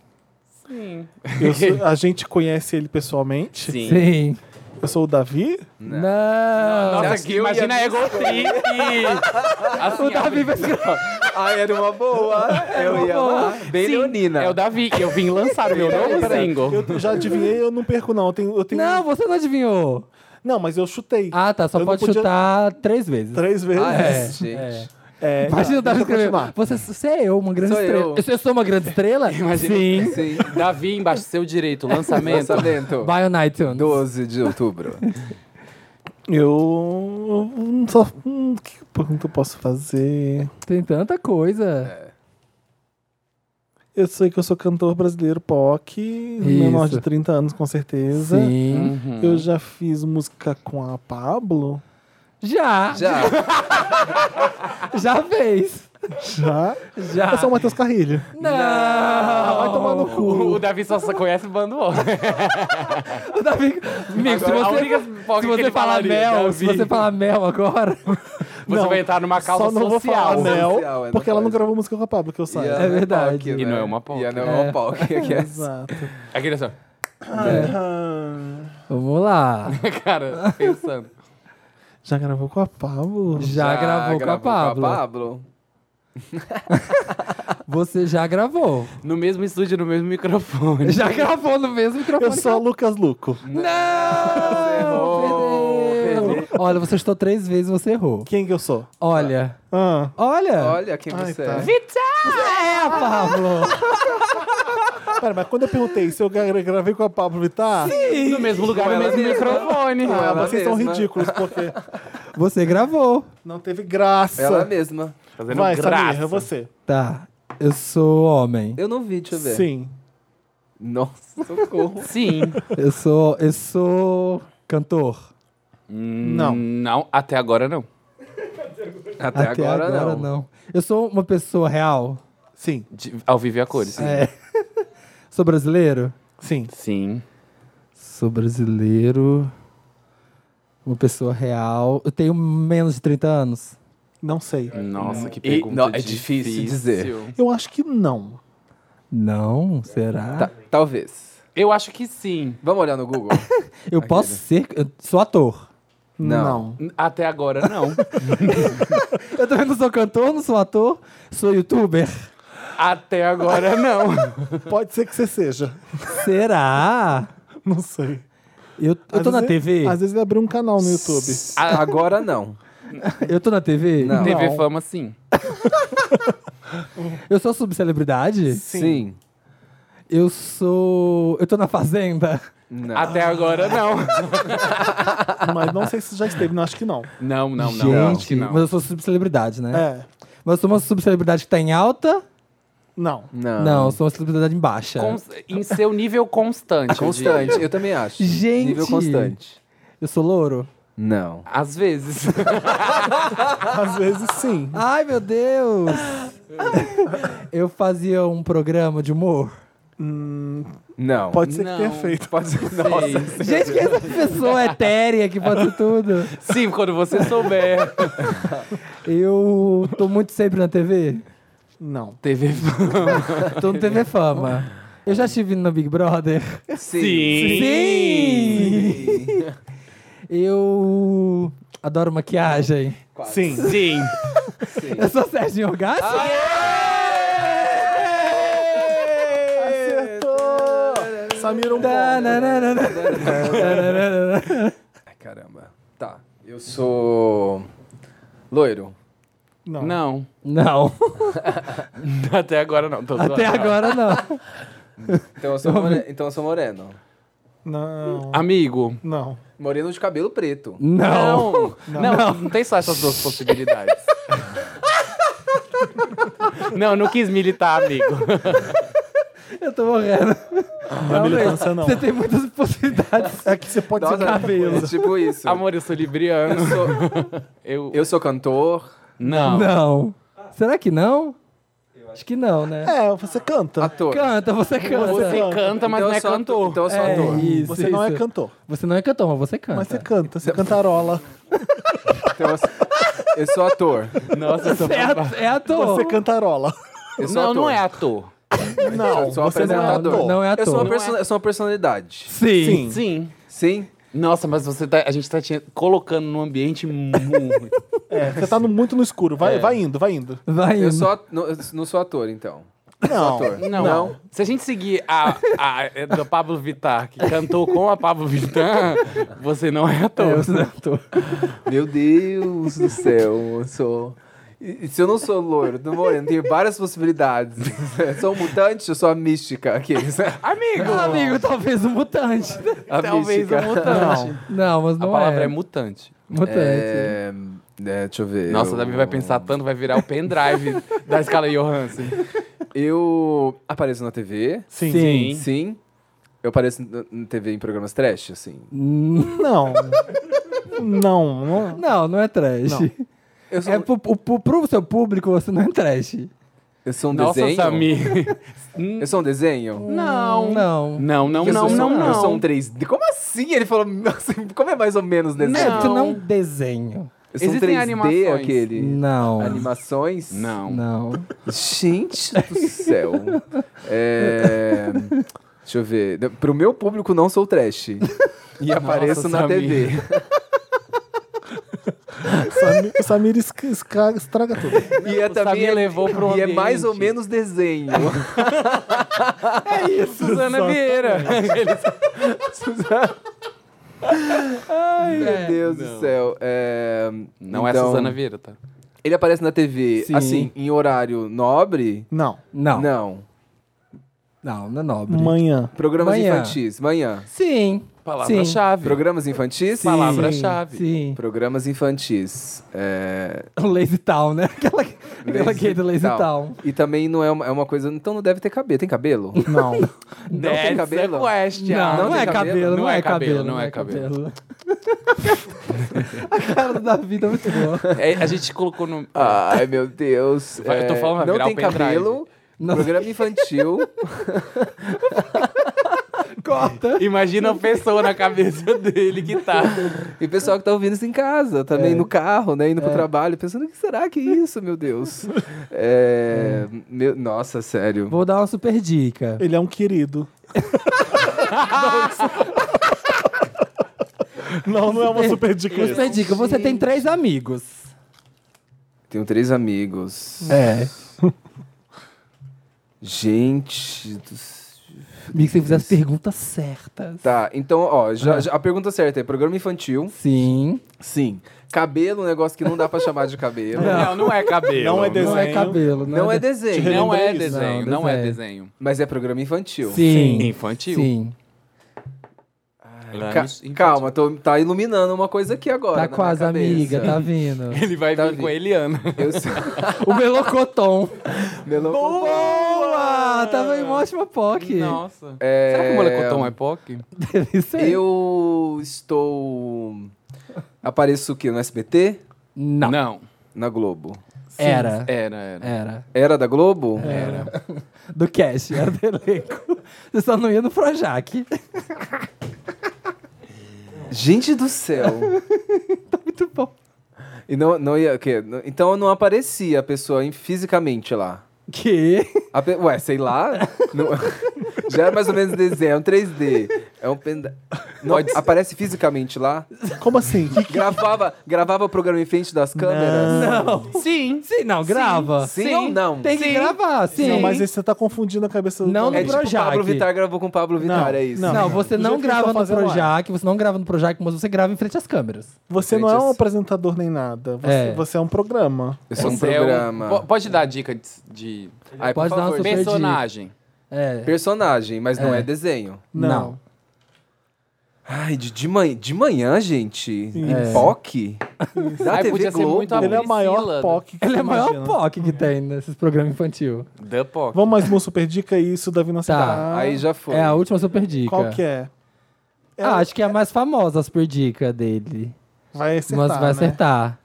S2: Sim.
S3: Sim.
S1: Eu sou- a gente conhece ele pessoalmente.
S3: Sim.
S1: Eu sou o Davi.
S2: Não.
S3: Nossa,
S4: Nossa,
S3: que
S4: eu ia
S3: imagina a
S4: me-
S3: Egotrip! assim,
S2: o Davi
S3: a-
S2: vai escrever.
S4: Ah, era uma boa. Eu ia lá. Bem
S3: Sim,
S4: leonina.
S3: É o Davi. Eu vim lançar o meu novo
S1: Peraí,
S3: single.
S1: Eu já adivinhei, eu não perco, não. Eu tenho, eu tenho...
S2: Não, você não adivinhou.
S1: Não, mas eu chutei.
S2: Ah, tá. Só
S1: Eu não
S2: pode
S1: podia-
S2: chutar três vezes.
S1: Três vezes.
S4: Ah, é.
S2: É,
S4: Gente.
S2: é.
S1: É,
S2: Imagina o
S1: tá, deixa
S2: Davi
S1: eu
S2: escrever.
S1: continuar.
S2: Você, você é eu, uma grande
S4: Sou
S2: estrela.
S4: eu.
S2: Eu. sou- eu sou uma grande estrela?
S3: Imagina-
S2: Sim.
S4: Sim.
S3: Davi embaixo, seu direito, lançamento.
S4: Lançamento.
S2: Vai on iTunes.
S4: 12 de outubro.
S1: Eu. hum, Só. hum, que pergunta eu posso fazer?
S2: Tem tanta coisa.
S1: Eu sei que eu sou cantor brasileiro POC, menor de 30 anos, com certeza. Hum.
S2: Sim.
S3: Uhum.
S1: Eu já fiz música com a Pablo.
S2: Já, já,
S4: Já.
S2: fez.
S1: Já.
S2: Já.
S1: Eu sou o Matheus Carrilho.
S2: Não.
S1: Vai tomar no
S3: O
S1: cu.
S3: Davi só só conhece bando
S2: O Davi... Amigo, se
S3: Agora, a única
S2: você, se
S3: fofoca que
S2: você
S3: ele
S2: falar
S3: falaria,
S2: mel,
S3: Davi.
S2: se você falar mel agora...
S3: Você
S1: Não,
S3: vai entrar numa causa
S1: Só não vou
S3: social.
S1: falar Mel,
S4: Social, é,
S1: porque
S4: não
S1: ela não
S4: pode.
S1: gravou música com a Pablo, que eu saiba.
S2: É verdade.
S3: E não é uma POC.
S4: E não é uma
S2: É.
S4: POC. que é-
S1: Exato.
S3: Aquele assim, só.
S2: Vamos lá.
S3: Cara, pensando.
S1: Já gravou com a Pablo?
S2: Já, gravou, com a Pablo.
S4: Pablo.
S2: Você já gravou.
S3: No mesmo estúdio, no mesmo microfone.
S2: Já gravou no mesmo
S1: Eu
S2: microfone.
S1: sou o Lucas Luco.
S2: Não!
S4: Você errou,
S2: Perdeu. Olha, você estou três vezes você errou.
S1: Quem que eu sou?
S2: Olha.
S1: Ah,
S2: Olha.
S4: Olha quem
S1: Ai,
S4: você
S1: tá.
S4: é.
S2: É, Pablo.
S1: pera, mas quando eu perguntei se eu gra- gravei com a Pablo Vittar,
S3: No mesmo lugar,
S4: Com
S3: no
S4: ela
S3: mesmo
S4: mesma.
S3: microfone.
S1: ah,
S4: ela
S1: vocês são
S4: mesma.
S1: ridículos, porque
S2: Você gravou.
S1: não teve graça.
S4: Ela mesma.
S3: Fazendo
S1: Vai,
S3: graça.
S1: Samir, é você.
S2: Tá. Eu sou homem.
S4: Eu não vi, deixa eu ver.
S1: Sim.
S4: Nossa, socorro.
S3: Sim.
S2: Eu sou. Eu sou. Cantor.
S1: Não.
S3: Hum, Não, até agora não.
S4: Até, agora, não.
S2: Eu sou uma pessoa real.
S1: Sim.
S3: De- ao vivo e a cores.
S2: É. sou brasileiro?
S1: Sim.
S3: Sim.
S2: Sou brasileiro. Uma pessoa real. Eu tenho menos de 30 anos.
S1: Não sei.
S3: Nossa, que
S4: E-
S3: pergunta
S4: não, é difícil dizer.
S1: Eu acho que não.
S2: Não, será?
S4: Tá, talvez.
S3: Eu acho que sim.
S4: Vamos olhar no Google?
S2: Eu posso ser. Eu sou ator.
S4: Não.
S1: Não.
S3: Até agora não.
S2: Eu também não sou cantor, não sou ator, sou youtuber.
S3: até agora não.
S1: Pode ser que você seja.
S2: Será?
S1: Não sei.
S2: Eu, eu
S1: Às
S2: tô na
S1: vezes-
S2: TV?
S1: Às vezes ele abriu um canal no YouTube.
S4: A- agora não.
S2: Eu tô na TV?
S4: Não.
S3: TV Fama, sim.
S2: Eu sou subcelebridade?
S4: Sim.
S2: Eu sou. Eu tô na Fazenda?
S4: Não.
S3: Até agora não.
S1: Mas não sei se já esteve. Não, acho que não.
S3: Não, não, não.
S2: Gente,
S3: acho que não.
S2: mas eu sou subcelebridade, né?
S1: É.
S2: Mas eu sou uma subcelebridade que tá em alta?
S1: Não.
S4: Não.
S2: Não, eu sou uma celebridade em baixa.
S3: Cons- em seu nível
S2: É
S3: constante. eu
S4: Constante,
S3: diria.
S4: eu também acho.
S2: Gente.
S4: Nível constante.
S2: Eu sou louro?
S4: Não.
S3: Às vezes.
S1: Às vezes sim.
S2: Ai, meu Deus! eu fazia um programa de humor.
S1: Hum,
S4: Não.
S1: pode ser
S3: Não.
S1: que tenha feito.
S4: Pode ser.
S3: Nossa.
S2: Gente, que é essa pessoa etérea que pode tudo?
S3: Sim, quando você souber.
S2: Eu tô muito sempre na TV?
S1: Não.
S3: TV Fama.
S2: Tô no TV Fama. Eu já estive no Big Brother.
S4: Sim.
S3: Sim.
S2: Sim! Eu. Adoro maquiagem.
S1: Sim.
S3: Sim.
S2: Eu sou Sérgio Orgassi.
S1: Acertou! Samira um ponto.
S2: Tananana. Tananana.
S4: Ai, caramba. Tá. Eu sou. Loiro.
S1: Não.
S3: Não.
S2: Não,
S3: Até agora não. Tô zoando.
S2: até agora não.
S4: Então eu sou, more- então eu sou moreno.
S1: Não.
S3: Amigo.
S1: Não.
S4: Moreno de cabelo preto.
S2: Não.
S3: Não. Não, não, tem só essas duas possibilidades. não, não quis militar, amigo.
S2: Eu tô morrendo.
S1: Não é militância, não.
S2: Você tem muitas possibilidades.
S1: É que você pode ser cabelo.
S4: É tipo isso.
S3: Amor, eu sou libriano.
S4: Eu sou,
S3: Eu.
S4: eu sou cantor,
S3: Não.
S2: Não. Ah. Será que não? Acho que não, né?
S1: É, você canta.
S4: ator.
S2: Canta, você canta.
S3: Você
S1: Então
S3: canta, mas
S4: Então
S3: não
S4: eu
S3: é
S4: sou ator-
S3: cantor.
S4: Então eu sou
S2: É,
S4: ator.
S2: isso,
S1: você não é
S2: isso.
S1: cantor.
S2: Você não é cantor, mas você canta.
S1: Mas você canta, você cantarola.
S4: Então eu sou, eu sou ator.
S3: Nossa, Então, eu tô
S2: É ator. É ator.
S1: Você cantarola.
S4: Eu sou
S3: Não,
S4: ator.
S3: não é ator.
S1: Não,
S4: Eu sou
S1: você não é
S4: apresentador.
S1: ator.
S2: Não é ator.
S4: Eu sou uma,
S2: Não
S4: perso- eu sou uma personalidade.
S2: Sim.
S1: Sim.
S3: Sim.
S4: Sim?
S3: Nossa, mas você tá, a gente tá te colocando num ambiente muito.
S1: É, você tá no- muito no escuro.
S3: É.
S1: Vai, vai indo, vai indo.
S2: Vai
S4: Eu
S2: indo.
S4: sou at- não, eu não sou ator, então.
S1: Não.
S4: Ator.
S3: Não. Se a gente seguir a, a, é da Pablo Vittar, que cantou com a Pablo Vittar, você não é
S2: É,
S3: ator.
S2: você não é ator.
S4: Meu Deus do céu, eu sou. E- e se eu não sou loiro, do moreno, tem várias possibilidades. Eu sou um mutante, eu sou a mística. Aqueles. né? A
S3: Amigo!
S4: Ah,
S2: Amigo, talvez um mutante.
S3: Talvez
S4: mística.
S3: um mutante.
S2: Não, mas não
S3: A palavra é,
S2: é.
S3: mutante.
S2: mutante.
S4: É, é, deixa eu ver.
S3: Nossa,
S4: eu...
S3: o Davi vai pensar tanto, vai virar o pendrive da escala Johansen.
S4: Eu apareço na TV.
S1: Sim.
S2: Sim.
S4: Sim. Eu apareço na na TV em programas trash, assim.
S2: Hum,
S1: Não. Não, não.
S2: Não, não é trash.
S4: Eu sou, um,
S2: É pro, pro, pro- pro seu público, você não é trash.
S4: eu sou um
S3: Nossa,
S4: desenho.
S3: Samir.
S4: Eu sou um desenho?
S3: Não.
S2: Não.
S3: Não, não,
S4: eu
S3: não,
S4: sou,
S3: não,
S4: eu
S3: não.
S4: sou um 3D. Como assim? Ele falou, nossa, como é mais ou menos desenho?
S2: É,
S3: Não.
S2: tu não desenho.
S4: Eu sou um
S3: Existem
S4: 3D
S3: animações.
S4: aquele.
S2: Não.
S4: Animações?
S3: Não.
S2: Não.
S4: Gente do céu. É, Deixa eu ver. De- Pro meu público, não sou trash. E apareço na
S3: Samir.
S4: TV.
S1: Samir, Samir esca- esca- estraga tudo.
S4: E é
S3: O
S4: também
S3: Samir
S4: é,
S3: levou pro
S4: E é mais ou
S3: ambiente.
S4: menos desenho.
S2: é
S3: Suzana Vieira.
S4: Meu Deus do céu. É,
S3: É, Não é
S4: então,
S3: Suzana Vieira, tá?
S4: Ele aparece na TV,
S2: Sim.
S4: assim, em horário nobre?
S1: Não.
S2: Não. Não,
S4: Não.
S2: não, é nobre.
S1: Manhã.
S4: Programas
S2: Manhã.
S4: infantis. Manhã.
S2: Sim. Sim.
S3: Palavra-chave.
S4: Programas infantis?
S2: Sim,
S3: palavra-chave.
S2: Sim.
S4: Programas infantis. É,
S2: O Lazy Town, né? Aquela, aquela gay do Lazy Town.
S4: E também não é uma, é uma coisa. Então não deve ter cabelo. Tem cabelo?
S1: Não.
S4: Não tem cabelo?
S3: Question.
S2: Não, não,
S4: não tem
S2: é
S4: cabelo?
S2: cabelo, não
S3: Não
S2: é
S3: é
S2: cabelo,
S3: cabelo, não é cabelo.
S2: A cara da vida é muito boa.
S3: É, a gente colocou no.
S4: Ai, meu Deus. é,
S3: Vai, eu tô falando, vai
S4: não
S3: virar
S4: tem
S3: o pendrive.
S4: cabelo.
S2: Não.
S4: Programa infantil.
S2: Corta.
S3: Ah, Imagina a pessoa na cabeça dele que tá.
S4: e o pessoal que tá ouvindo isso em casa, também
S2: É.
S4: no carro, né? Indo pro trabalho, pensando, o que será que é isso, meu Deus? É, meu- nossa, sério.
S2: Vou dar uma super dica.
S1: Ele é um querido. Não, não é uma super dica.
S2: Super dica, você tem três amigos.
S4: Tenho três amigos.
S2: É.
S4: Gente. do c-
S2: Amigo, se você fizer as perguntas certas.
S4: Tá, então, ó, já- já- a pergunta certa é programa infantil.
S2: Sim.
S4: Sim. Cabelo, um negócio que não dá pra chamar de cabelo. Não,
S3: Não, não é cabelo.
S1: Não é
S2: Não é
S1: Desenho.
S2: cabelo, não,
S4: é
S2: de-
S4: desenho.
S3: Não é
S1: Lembrei isso.
S3: desenho,
S2: Não,
S3: não é
S2: desenho.
S3: desenho.
S4: Mas é programa infantil.
S2: Sim.
S3: Infantil.
S2: Sim.
S3: Lames
S4: Ca-
S3: infantil.
S4: calma, tô, tá iluminando uma coisa aqui agora. na
S2: Tá
S4: minha
S2: quase
S4: cabeça.
S2: amiga, tá vindo.
S3: Ele vai
S4: Tá
S3: vir
S4: vindo.
S3: com a Eliana.
S4: Eu sou...
S2: o Melocoton.
S4: Melão-
S2: Boa! Tava em uma ótima POC.
S3: Nossa.
S4: É,
S3: Será que o molecotom é POC?
S2: Deve ser.
S4: Eu estou... Apareço o quê? No SBT?
S2: Não.
S4: Na Globo.
S2: Era.
S3: Era, É, era.
S2: Era.
S4: Era da Globo?
S2: Era. Do cast, era do elenco. Você só não ia no Projac.
S4: Gente do céu.
S2: Tá Muito bom.
S4: e não, não ia... o quê? Então não aparecia a pessoa em- fisicamente lá.
S2: Que?
S4: A pe- Ué, sei lá. Não- Já era mais ou menos desenho, é um 3D. É um penda... Não, Aparece fisicamente lá?
S1: Como assim? Que-
S4: Gravava, gravava o programa em frente das câmeras?
S2: Não.
S5: Sim.
S2: Sim, não, grava.
S4: Sim, ou não?
S2: Tem que
S5: Sim.
S2: gravar, sim.
S1: Não, mas aí você tá confundindo a cabeça do
S2: Não,
S1: Tom
S2: não
S4: É
S1: Hanks.
S4: tipo o
S2: Projac.
S4: Pablo Vittar gravou com o Pablo Vittar,
S1: Não,
S4: é isso.
S1: não.
S2: Não, você
S1: Do
S2: não
S1: jeito que eu
S2: grava
S1: tô
S2: no
S1: fazendo lá.
S2: Projac, você não grava no Projac, mas você grava em frente às câmeras.
S1: Você não é um
S3: assim.
S4: Gente,
S1: apresentador nem nada. Você você
S2: É.
S1: é, um programa.
S4: Eu sou um
S3: Você é um-
S4: programa.
S3: po- pode dar dica de, de
S4: Ai, por
S2: Pode dar uma
S4: favor.
S2: Eu sugestão. perdi.
S3: personagem.
S2: É.
S4: Personagem, mas não
S2: É.
S4: é desenho.
S1: Não.
S2: Não.
S4: Ai, de, de, manhã, de manhã, gente?
S1: É.
S4: Em POC? Da
S3: Ai,
S4: TV
S3: podia ser
S4: Globo?
S3: muito a-
S1: Ele é
S3: Priscila,
S1: o maior
S3: né?
S1: POC que
S2: Ele
S1: você
S2: é o maior
S1: imagina.
S2: POC que tem nesses programas infantil.
S3: The Pop.
S1: Vamos mais uma super dica e isso, Davi não
S2: Tá,
S4: Aí já foi.
S2: É a última super dica.
S1: Qual que é? É,
S2: Ah, acho que é a mais famosa a super dica dele.
S1: Vai acertar,
S2: mas vai
S1: né?
S2: acertar.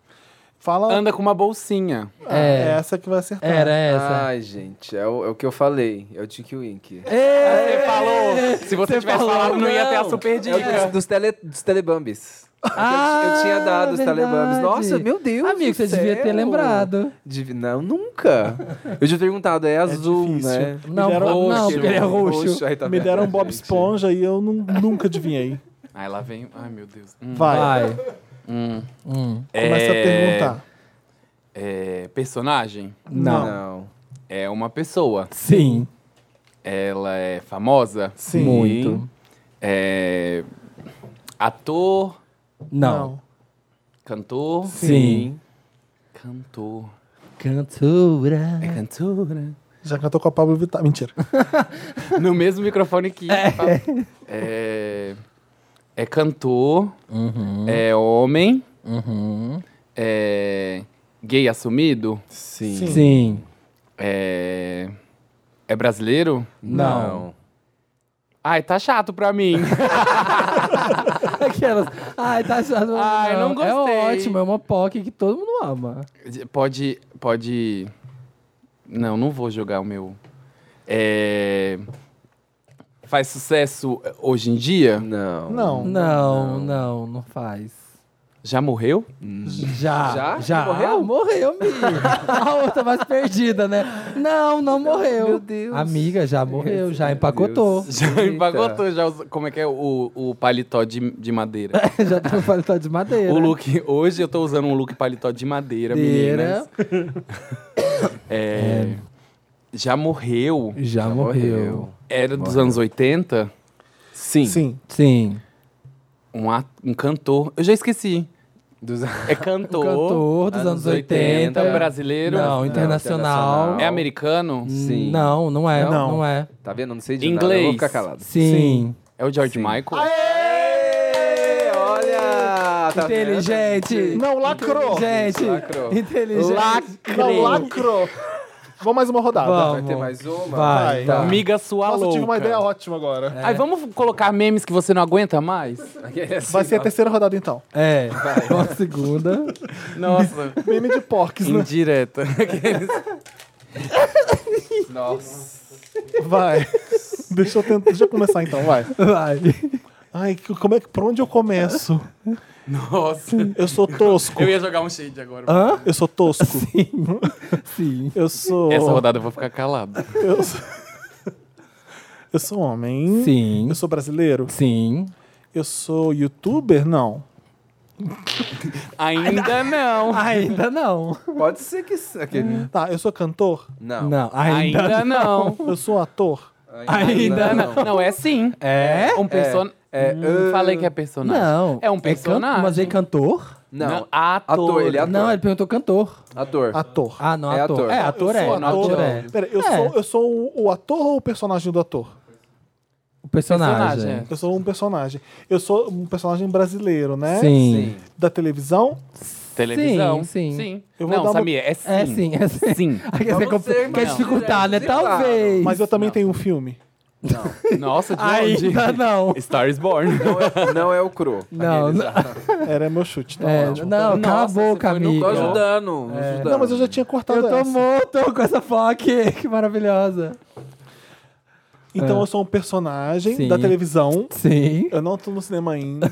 S1: Fala
S4: Ah,
S3: Anda com uma bolsinha.
S1: Ah,
S2: É.
S1: é. essa que vai acertar.
S2: Era essa.
S4: Ai, gente, é o, é o que eu falei. É o Tiki Wink.
S3: Você falou. Se você,
S2: Você
S3: tivesse
S2: falou,
S3: falado, não, ia ter a
S4: não.
S3: super
S4: É o
S3: dica.
S4: dos, dos, tele, dos Telebambis. É que eu
S2: Ah,
S4: ti- eu, tinha dado os
S2: verdade.
S4: Telebambis. Nossa, meu Deus.
S2: Amigo,
S4: do
S2: você devia ter
S4: céu.
S2: lembrado.
S4: Divi- Não, nunca. Eu tinha perguntado, é azul,
S1: difícil.
S4: né?
S2: Não,
S1: deram
S2: não,
S1: roxo,
S2: porque ele é
S1: né?
S2: roxo.
S4: Aí tá
S1: Me
S4: vendo,
S1: deram um Bob
S4: gente?
S1: Esponja e eu nun- nunca adivinhei.
S3: Aí lá vem. Ai, meu Deus. Hum.
S1: Vai,
S2: Vai.
S3: Hum.
S2: Hum.
S1: começa
S3: É,
S1: a perguntar.
S3: é, personagem
S2: Não.
S4: Não.
S3: é uma pessoa.
S2: Sim.
S3: Ela é famosa.
S1: Sim.
S2: Muito.
S3: É ator,
S2: Não.
S3: cantor,
S2: Sim.
S3: cantor.
S2: Cantora.
S3: É cantora.
S1: Já cantou com a Pablo Vittar. Mentira.
S3: No mesmo microfone que. É, é cantor,
S2: Uhum.
S3: é homem,
S4: Hum,
S2: Uhum.
S3: é gay assumido,
S4: Sim.
S1: Sim.
S2: Sim.
S3: é, é brasileiro.
S2: Não.
S3: Ai, tá chato pra mim.
S2: Aquelas. Ai, tá chato.
S3: Ai, não gostei.
S2: É ótimo, é uma POC que todo mundo ama.
S3: pode. Pode. Não, não vou jogar o meu. É, Faz sucesso hoje em dia?
S4: Não.
S1: Não.
S2: Não, não, não faz.
S3: Já morreu?
S2: Já.
S4: Já?
S2: Já.
S4: Morreu?
S2: Morreu, amiga. A outra mais perdida, né? Não, não morreu.
S4: Meu Deus.
S2: Amiga, já morreu, já
S4: Meu
S2: Ah, empacotou.
S4: Deus.
S3: Já
S4: Eita.
S3: empagotou já os- como é que é o, o paletó de, de madeira.
S2: já tá no paletó de madeira.
S3: o look, hoje eu tô usando um look paletó de madeira,
S2: Madeira.
S3: meninas. É, Já morreu.
S2: Já,
S4: Já
S2: morreu.
S4: morreu.
S3: Era dos anos 80.
S4: Sim.
S1: Sim.
S2: Sim.
S3: Um, at- um cantor. Eu já esqueci.
S4: Dos-
S3: É cantor. É
S2: Cantor dos anos 80.
S3: um brasileiro.
S2: Não, internacional.
S4: internacional.
S3: É americano?
S4: Sim.
S2: Não, não é. Não,
S4: Não?
S2: é.
S4: Tá vendo? Não sei de nada.
S3: Inglês.
S4: Eu vou ficar calado.
S2: Sim.
S3: É o George
S4: Sim.
S3: Michael?
S4: Aê! Olha! Tá
S2: Inteligente.
S1: Não, lacrou.
S2: Gente,
S4: Lacrou.
S2: inteligente.
S1: Não, lacrou. Vamos mais uma rodada.
S2: Vamos.
S4: Vai ter mais uma?
S2: Vai,
S1: Vai,
S2: tá.
S1: vai.
S3: Amiga sua
S1: Nossa, eu
S3: louca.
S1: tive uma
S4: Tá
S1: ideia ótima agora.
S3: Aí vamos colocar memes que você não aguenta mais?
S1: Vai ser a terceira rodada, então.
S2: É, uma segunda.
S3: Nossa.
S1: Meme de porcs, né?
S3: Indireta.
S4: Nossa.
S1: Vai. Deixa eu tentar. Deixa eu começar, então, vai.
S2: Vai.
S1: Ai, que- como é que. Por onde eu começo?
S3: Nossa.
S1: Eu sou tosco.
S3: Eu ia jogar um shade agora.
S2: Hã?
S1: Eu sou tosco.
S2: Sim.
S1: Eu sou.
S3: Essa rodada eu vou ficar calado.
S1: Eu sou, eu sou homem.
S2: Sim.
S1: Eu sou brasileiro?
S2: Sim.
S1: Eu sou youtuber? Não.
S3: Ainda não.
S2: Ainda não.
S4: Pode ser que... s- Aquele...
S1: Tá, eu sou cantor?
S4: Não.
S2: Não, ainda,
S3: Ainda não.
S1: Eu sou ator?
S2: Ainda
S3: Não, não, é sim.
S2: É?
S3: Um personagem.
S4: É,
S3: Hum,
S4: ah,
S3: falei que é personagem.
S2: Não.
S3: É um
S2: can-
S3: personagem.
S2: Mas é cantor?
S4: Não.
S3: Não, ator.
S4: ele é ator.
S2: Não, ele perguntou cantor.
S4: Ator.
S1: Ator.
S2: Ah, não,
S4: É
S2: ator.
S4: ator.
S2: É,
S1: eu
S2: ator é.
S1: sou
S2: não, ator é.
S1: Pera, eu,
S2: É.
S1: Sou, eu sou o, o ator ou o personagem do ator?
S2: O personagem.
S3: Personagem,
S1: Eu sou um personagem. Eu sou um personagem brasileiro, né?
S2: Sim.
S1: Da televisão?
S3: Televisão.
S2: Sim, sim.
S1: Eu vou
S3: não,
S1: dar uma-
S3: Samir, é sim.
S2: É sim, é sim.
S3: Sim.
S2: Aí quer dizer,
S4: Vamos
S2: comp-
S4: ser,
S2: quer
S4: não.
S2: dificultar, né?
S4: é Claro.
S2: Talvez.
S1: Mas eu também tenho um filme.
S3: Nossa, de onde?
S2: Ainda não.
S3: Star is Born.
S4: Não é, não é o Cro.
S2: Não, não.
S1: Era meu chute. Tá
S2: É,
S1: ótimo.
S2: não,
S3: Nossa,
S2: cala a
S3: você
S2: boca,
S3: foi no
S2: amigo.
S4: Tô
S3: gosto
S2: Eu
S4: ajudando.
S3: É.
S4: ajudando.
S1: Não, mas eu já tinha cortado
S2: tô
S1: essa.
S2: morto com essa foque. Que maravilhosa.
S1: Então eu sou um personagem
S2: É. Sim.
S1: da televisão.
S2: Sim.
S1: Eu não tô no cinema ainda.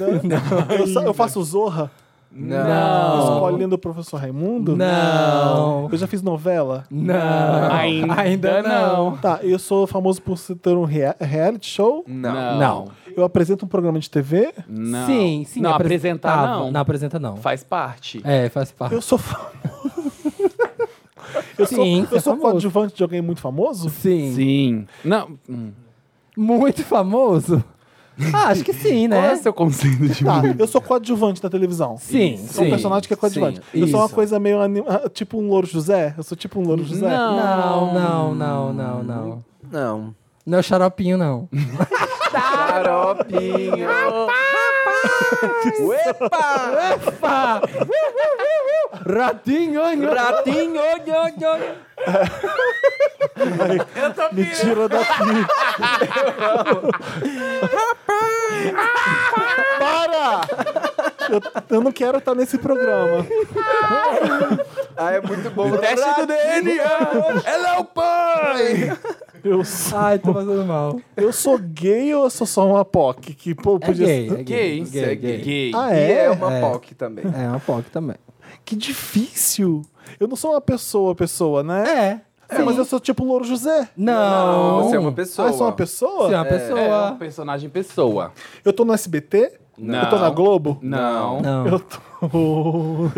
S1: eu, sa- eu faço Zorra.
S2: Não.
S1: Escolinha do professor Raimundo?
S2: Não.
S1: Eu já fiz novela?
S2: Não.
S3: Ainda não.
S1: Tá, eu sou famoso por ter um rea- reality show.
S4: Não.
S2: Não.
S1: Eu apresento um programa de TV.
S3: Não.
S2: Sim, sim.
S3: Não,
S2: apresentava.
S3: apresentar não.
S2: Não apresenta, não.
S3: Faz parte.
S2: É, faz parte.
S1: Eu sou famoso. Eu sou,
S2: Sim, você é
S1: eu sou
S2: famoso.
S1: coadjuvante de alguém muito famoso?
S2: Sim.
S3: Sim. Não. hum.
S2: Muito famoso? Ah, acho que sim,
S3: Qual é
S2: né?
S3: o seu conceito de
S1: Tá,
S3: mim?
S1: eu sou coadjuvante da televisão.
S2: Sim,
S1: Eu Sou um
S2: sim,
S1: personagem que é coadjuvante.
S4: sim,
S1: eu sou uma
S4: isso.
S1: coisa meio anim- ah, tipo um Louro José. Eu sou tipo um Louro José.
S3: Não.
S2: Não, não, não, não, não.
S4: Não.
S2: Não é o xaropinho, não.
S4: Xaropinho. Epa!
S2: Pá! Uh, uh, uh, uh. Ratinho, nho, nho.
S4: Ratinho,
S1: Me tira daqui. Para! Eu, eu não quero estar nesse programa.
S4: Ah, é muito bom.
S3: O teste do DNA! Ela é o pai!
S1: Eu, sou-
S2: Ai, tô passando mal.
S1: eu sou gay ou eu sou só uma POC? Que, pô,
S2: É
S1: podia
S2: gay,
S1: ser-
S2: é
S3: Gay,
S2: gay.
S3: isso é gay.
S1: Ah,
S4: E
S1: é?
S4: é uma
S2: É.
S4: POC também.
S2: É, uma POC também.
S1: Que difícil. Eu não sou uma pessoa, pessoa, né?
S2: É.
S1: É, mas eu sou tipo o Louro José.
S2: Não.
S4: Você é uma pessoa.
S1: Ah, eu sou uma pessoa?
S2: Você é uma pessoa.
S3: É um personagem pessoa.
S1: Eu tô no SBT?
S3: Não.
S1: Eu tô na Globo?
S3: Não.
S2: Não.
S1: Eu tô.
S3: Vamos,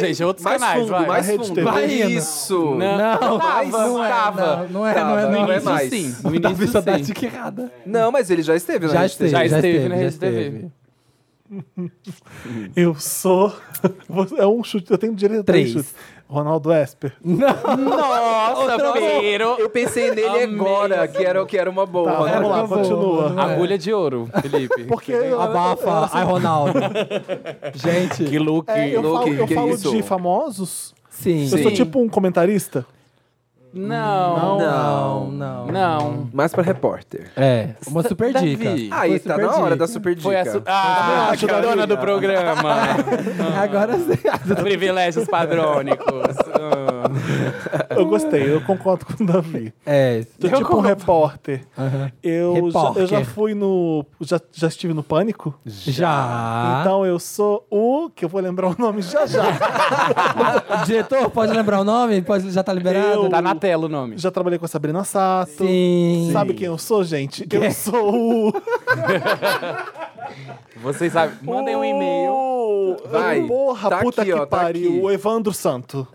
S3: gente, outros
S4: mais
S3: canais,
S4: fundo,
S3: vai.
S4: mais
S1: Rede
S4: fundo.
S1: TV.
S4: Vai
S2: Não.
S4: Isso.
S3: Não.
S2: Não,
S4: Mas
S2: não é,
S4: tava.
S2: não, não é, não é,
S4: Tava,
S2: não
S4: não é
S3: Isso
S4: mais.
S3: sim. No início sim.
S2: que errada.
S4: Não, mas ele já esteve na
S2: Já
S4: Rede
S2: esteve,
S4: TV.
S2: já
S3: Já esteve
S2: esteve, né?
S3: na
S2: já
S3: Rede TV.
S2: esteve.
S1: Eu sou. É um chute, eu tenho direito a três
S2: Três.
S1: chutes. Ronaldo Esper.
S2: Não.
S3: Nossa, Pero!
S4: Eu pensei nele
S3: Amei
S4: agora,
S3: essa
S4: que era, que era uma boa.
S1: Tá,
S4: né?
S1: vamos lá,
S2: acabou.
S1: continua.
S2: Ah,
S3: Agulha de ouro, Felipe.
S1: Porque eu,
S2: Abafa. Ai, Ronaldo. Gente.
S3: Que look.
S1: é, eu
S4: Lu,
S1: falo,
S4: que-
S1: eu
S4: que
S1: falo
S4: isso?
S1: de famosos.
S2: Sim.
S1: Eu sou
S3: Sim.
S1: tipo um comentarista.
S3: Não.
S2: Não, não.
S3: Não.
S4: Mais pra repórter.
S2: É, uma super
S3: Davi.
S2: dica.
S3: Ah,
S2: Foi
S4: Aí, tá
S2: super
S4: na hora
S2: dica.
S4: da super dica.
S3: Foi a su... Ah,
S1: acho,
S3: a dona
S1: Davi.
S3: do programa.
S2: Agora sim.
S3: Privilégios padrônicos. Ah.
S1: Eu gostei, eu concordo com o Davi.
S2: É.
S1: Tô tipo um repórter.
S2: aham.
S1: Eu, já, eu já
S2: Repórter.
S1: fui no. Já, já estive no Pânico.
S2: Já.
S1: Então eu sou o. Que eu vou lembrar o nome já já.
S2: Diretor, pode lembrar o nome? Pode, já tá liberado?
S1: Eu-
S3: Tá na tela o nome.
S1: já trabalhei com a Sabrina Sato.
S2: Sim.
S1: Sabe quem eu sou, gente? Eu sou o.
S3: Vocês sabem. Mandem um e-mail.
S1: Oh,
S4: Vai.
S1: Porra,
S4: Tá
S1: puta
S4: aqui,
S1: que
S4: ó, tá
S1: pariu.
S4: aqui.
S1: O Evandro Santo.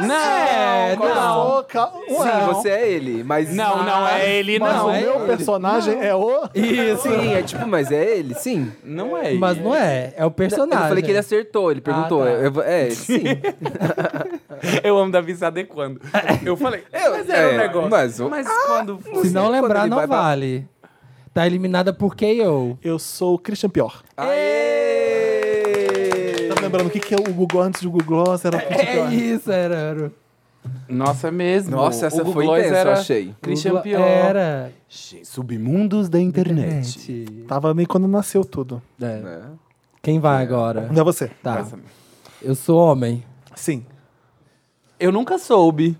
S2: É,
S1: Eu
S2: não.
S1: sou ca-
S4: Sim,
S1: Ué,
S4: você é ele, mas...
S3: Não, não é ele,
S1: Mas
S3: não.
S1: o
S2: é
S1: meu
S2: ele.
S1: personagem é o.
S4: Isso. Sim, é tipo, mas é ele, sim.
S3: Não é ele.
S2: Mas não é, é o
S4: Eu
S2: personagem.
S4: falei que ele acertou, ele perguntou.
S2: tá.
S4: eu- eu- é, sim.
S3: Eu amo Davi se adequando. Eu falei,
S4: Eu-
S3: mas era
S4: é,
S3: um negócio.
S4: mas Ah. o-
S3: quando...
S2: Se não
S4: Quando
S2: lembrar,
S4: ele
S2: não
S4: vai pra-
S2: vale. Tá eliminada por KO.
S1: Eu sou o Christian Pior.
S4: Aê!
S1: Tá lembrando o que, que é o Google antes do Google Gloss? Era o Christian
S2: É
S1: Pior.
S2: isso, era. era.
S3: Nossa, é mesmo.
S4: Nossa, essa
S3: O Google
S4: foi
S3: Glass
S4: intensa,
S3: era
S4: eu achei.
S3: Christian Pior.
S2: Era.
S3: Gente, Submundos da internet.
S2: Gente.
S1: Tava nem quando nasceu tudo.
S2: É.
S4: Né?
S2: Quem vai agora?
S1: Não é você?
S2: Tá.
S3: Essa-
S2: Eu sou homem.
S1: Sim.
S3: Eu nunca soube.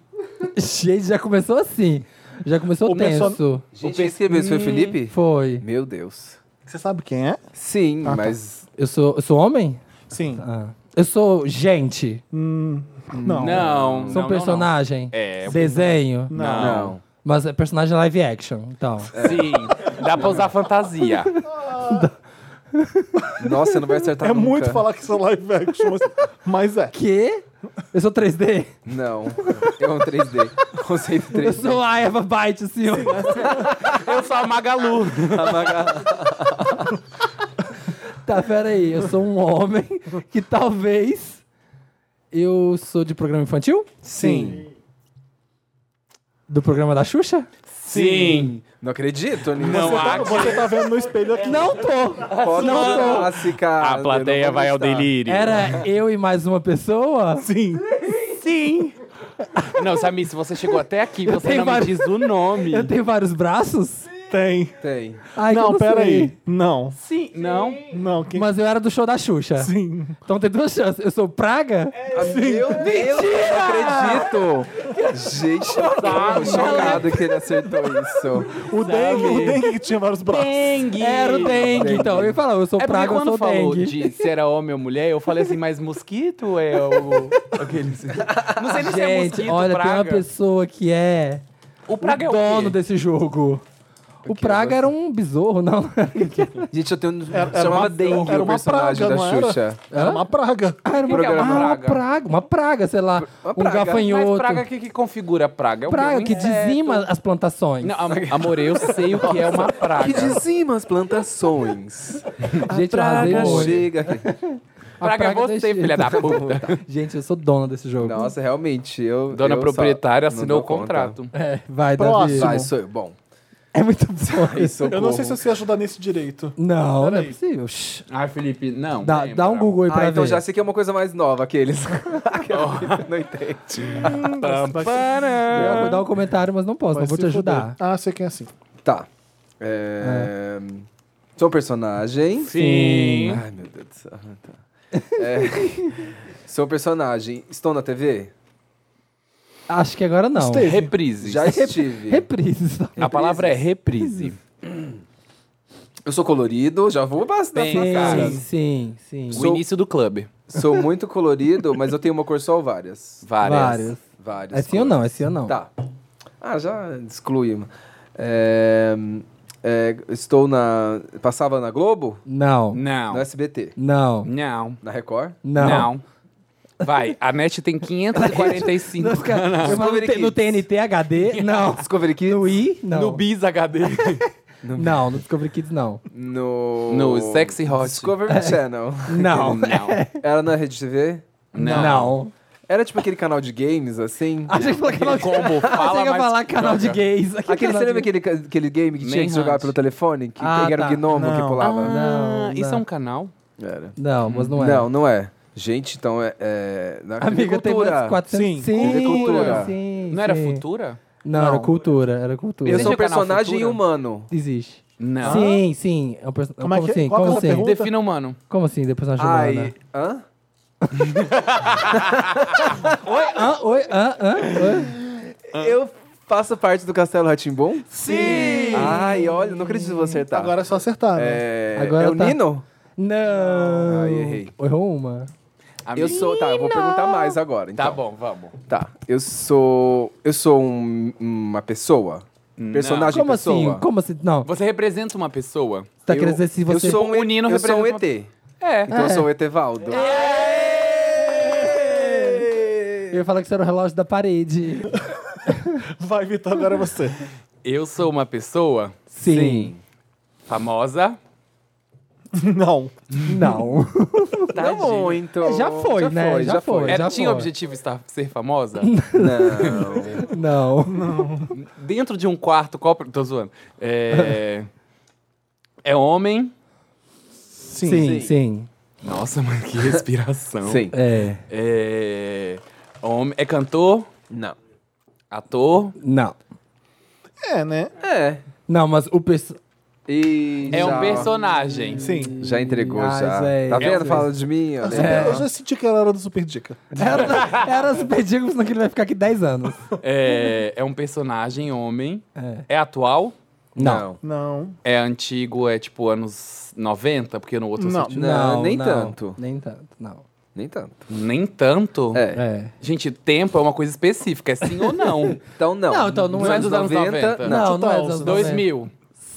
S2: Gente, já começou assim. Já começou
S1: Começou-
S2: tenso.
S4: Gente, quem escreveu isso foi o Felipe?
S2: Foi.
S4: Meu Deus.
S1: Você sabe quem é?
S4: Sim,
S1: Ah, tá.
S4: mas...
S2: Eu sou, eu sou homem?
S1: Sim.
S2: Ah. Eu sou gente.
S1: Não.
S3: Não.
S2: Sou
S3: não,
S2: um personagem.
S3: É.
S2: Desenho.
S3: Não. não. não.
S4: Não. É.
S2: Mas é personagem live action. Então.
S3: Sim, dá pra usar fantasia.
S4: Nossa, você não vai acertar
S1: É
S4: nunca.
S1: muito falar que são live action, mas, mas é.
S2: Que? Eu sou 3D?
S4: Não. É um 3D. Conceito
S2: Eu
S4: 3D.
S2: sou a Eva Byte, senhor.
S3: Eu sou a Magalu.
S2: Tá, peraí. Eu sou um homem que talvez. Eu sou de programa infantil?
S1: Sim.
S2: Do programa da Xuxa?
S3: Sim.
S4: Não acredito nisso.
S3: Não
S1: Você tá,
S3: há.
S1: você tá vendo no espelho aqui.
S2: Não tô!
S4: Foto
S2: Não tô!
S4: clássica.
S3: A plateia
S4: Ah, eu não vou
S3: vai ao
S4: gostar.
S3: delírio.
S2: Era eu e mais uma pessoa?
S1: Sim.
S3: Sim. Não, Samir, se você chegou até aqui, você
S2: tenho
S3: não me
S2: vários-
S3: diz o nome.
S2: Eu tenho vários braços?
S1: Tem.
S4: Tem.
S2: Ai, que eu
S1: não,
S2: não
S1: peraí.
S2: sei.
S1: Não.
S3: Sim, não.
S1: Não, quem.
S2: Mas eu era do show da Xuxa.
S1: Sim.
S2: Então tem duas chances. Eu sou Praga?
S4: Meu Deus, eu não acredito! Gente, chocado, chocado que ele acertou isso.
S1: O dengue, o dengue que tinha vários braços.
S3: Dengue!
S2: Era o Dengue. Então, eu falo, eu sou
S3: É porque
S2: Praga, eu
S3: quando
S2: sou
S3: falou
S2: Dengue.
S3: de se era homem ou mulher, eu falei assim, mas mosquito é o... Aqueles... Não sei nem se é
S2: Gente,
S3: mosquito,
S2: olha,
S3: praga.
S2: tem uma pessoa que é
S3: O praga
S2: o
S3: é o
S2: dono
S3: quê?
S2: desse jogo. O
S4: que
S2: Praga
S4: é
S2: era um besourro, não?
S4: Gente, eu tenho. um
S1: Era- era
S4: chamava
S1: uma-
S4: dengue
S1: era
S4: o
S1: uma
S4: personagem
S1: praga,
S4: da
S1: não era?
S4: Xuxa.
S1: Era uma praga.
S2: Ah, era uma,
S3: que é uma
S2: ah, uma
S3: praga?
S2: praga, uma praga, sei lá.
S4: Uma
S2: Um
S4: praga.
S2: gafanhoto.
S3: Mas praga, é o que, que configura a praga? É o quê?
S2: Praga
S3: Um
S2: que
S3: inseto?
S2: dizima as plantações.
S3: Não, am- amor, eu sei o que é uma praga.
S4: Que dizima as plantações.
S2: Gente, eu arrasei
S4: praga
S2: muito.
S4: chega aqui.
S2: é A
S3: Praga é
S2: praga
S3: você,
S2: da-
S3: filha da puta.
S2: Gente, eu sou dona desse jogo.
S4: Nossa, realmente, eu.
S3: Dona
S4: eu
S3: proprietária
S4: só não
S3: assinou o
S4: dou conta.
S3: contrato.
S2: É, vai,
S1: Próximo.
S2: Davi.
S4: Vai, sou eu. Bom.
S2: É muito bom isso.
S1: Eu não sei se eu sei ajudar nesse direito.
S2: Não, não é
S1: Peraí.
S2: possível. Shhh.
S3: Ai, Felipe, não.
S2: Dá,
S3: lembra.
S2: dá um Google aí pra
S4: Ah,
S2: ver.
S4: então já sei que é uma coisa mais nova, aqueles.
S3: Oh.
S4: não
S1: Hum,
S4: entende.
S2: Eu vou dar um comentário, mas não posso,
S1: Vai
S2: não vou
S1: se
S2: te ajudar.
S1: fuder. Ah, sei quem é assim.
S4: Tá. É... Sou um personagem.
S3: Sim.
S4: Ai, meu Deus do céu. Ah, tá. É, Sou um personagem. Estou na TV?
S2: Acho que agora não.
S1: Esteve.
S3: Reprise.
S4: Já é estive.
S2: Reprise. só.
S3: A palavra é reprise.
S4: Eu sou colorido, já vou bastante na
S3: Sim.
S4: cara.
S2: Sim, sim, sim.
S3: O início do clube.
S4: Sou muito colorido, mas eu tenho uma cor só ou várias?
S3: Várias.
S2: Vários.
S4: Várias.
S2: É sim ou
S4: cores.
S2: não? É sim ou não?
S4: Tá. Ah, já exclui. É, é, estou na. Passava na Globo?
S2: Não.
S3: Não.
S4: No SBT.
S2: Não.
S3: Não.
S4: Na Record?
S2: Não.
S3: Vai, a NET tem 545
S2: Nos ca-
S3: canais.
S2: Eu falo no,
S4: Discovery
S2: T- no
S4: Kids.
S2: TNT HD? Não.
S4: Discovery Kids?
S2: No I? Não.
S3: No Bis HD.
S2: Não, no Discovery Kids não.
S4: No.
S3: No Sexy Hot.
S4: Discovery Channel.
S2: Não.
S4: Era na Rede TV?
S3: Não.
S2: Não.
S4: Era tipo aquele canal de games, assim?
S2: Achei que falou canal de
S3: combo fala,
S2: Achei que ia
S3: mas
S2: falar canal de
S3: joga.
S2: gays.
S4: Aquele,
S2: canal
S4: você lembra
S2: de-
S4: aquele, ca- aquele game que tinha que
S3: Manhunt.
S4: jogar pelo telefone? Que
S2: Ah,
S4: era
S2: tá.
S4: o gnomo que
S1: Não.
S4: pulava?
S2: Não,
S3: Ah, isso é
S2: não.
S3: um canal?
S4: Era.
S2: Não, mas não é.
S4: Não, não é. Gente, então é. é na
S2: Amiga, tem
S4: cultura.
S2: mais 400...
S1: Sim.
S2: sim,
S4: Cultura.
S2: sim,
S3: Não era
S2: sim.
S3: Futura?
S2: Não, era cultura, era cultura.
S4: Eu
S3: Existe
S4: sou um
S3: o canal
S4: personagem
S3: Futura?
S4: humano.
S2: Existe.
S3: Não.
S2: Sim, sim. É um perso-
S1: Como é que-
S2: assim?
S1: qual que é
S2: Como
S1: essa
S2: assim?
S1: pergunta?
S3: Defina humano.
S2: Como assim? De personagem humana?
S4: Ai. Hã?
S2: Ah, oi, ah, ah,
S4: Eu faço parte do Castelo Ratimbom?
S1: Sim!
S4: Ai, olha, não acredito que você acertar.
S1: Agora é só acertar, né?
S4: é,
S2: Agora
S4: é o
S2: tá.
S4: Nino?
S2: ah. Não.
S4: Ai, errei.
S2: Errou uma.
S4: Eu sou. Tá, eu vou perguntar mais agora.
S3: Tá
S4: Então.
S3: bom, vamos.
S4: Tá. Eu sou. Eu sou um- uma pessoa? Personagem
S2: Como
S4: pessoa?
S2: assim? Como assim? Não.
S3: Você representa uma pessoa?
S2: Você tá
S4: Eu-
S2: querendo dizer se você...
S4: Eu sou um,
S3: O Nino
S4: eu sou um ET.
S3: representa É.
S4: Então eu sou o Etevaldo.
S2: Eu ia falar que você era o relógio da parede.
S1: Vai, Vitor, agora é você.
S3: Eu sou uma pessoa
S2: Sim.
S3: famosa.
S1: Não.
S2: Não.
S4: Não muito.
S2: É, já foi, né? Já foi.
S3: Era,
S2: já
S3: É, tinha o objetivo estar, ser famosa?
S4: Não.
S2: Não.
S3: Dentro de um quarto, qual... Tô zoando. É... é homem.
S1: Sim.
S2: Sim, sim.
S4: sim.
S3: Nossa, mas que respiração.
S4: Sim.
S2: É.
S3: É... Homem... é cantor,
S4: Não.
S3: ator.
S2: Não.
S1: É, né?
S4: É.
S2: Não, mas o... Perso...
S4: E
S3: É um
S4: já-
S3: personagem.
S1: Sim.
S4: Já entregou,
S2: Ai, É.
S4: já.
S2: gente.
S4: Tá vendo?
S3: É.
S4: Fala de mim. olha.
S1: Eu já senti que era hora do Super Dica.
S2: Era, era super digo, senão que ele vai ficar aqui 10 anos.
S3: É... é um personagem homem.
S2: É.
S3: É atual.
S2: Não.
S1: Não.
S3: É antigo, é tipo anos 90, porque no outro eu tipo,
S1: Não.
S3: senti-
S4: Não, nem tanto.
S2: Nem tanto, não.
S4: Nem tanto.
S3: nem tanto.
S4: É.
S2: É.
S3: Gente, tempo é uma coisa específica, é sim ou não.
S4: Então não.
S2: Não, então não
S3: Não é dos anos 90.
S4: Não.
S2: Não, não é dos anos 90.
S3: 2000.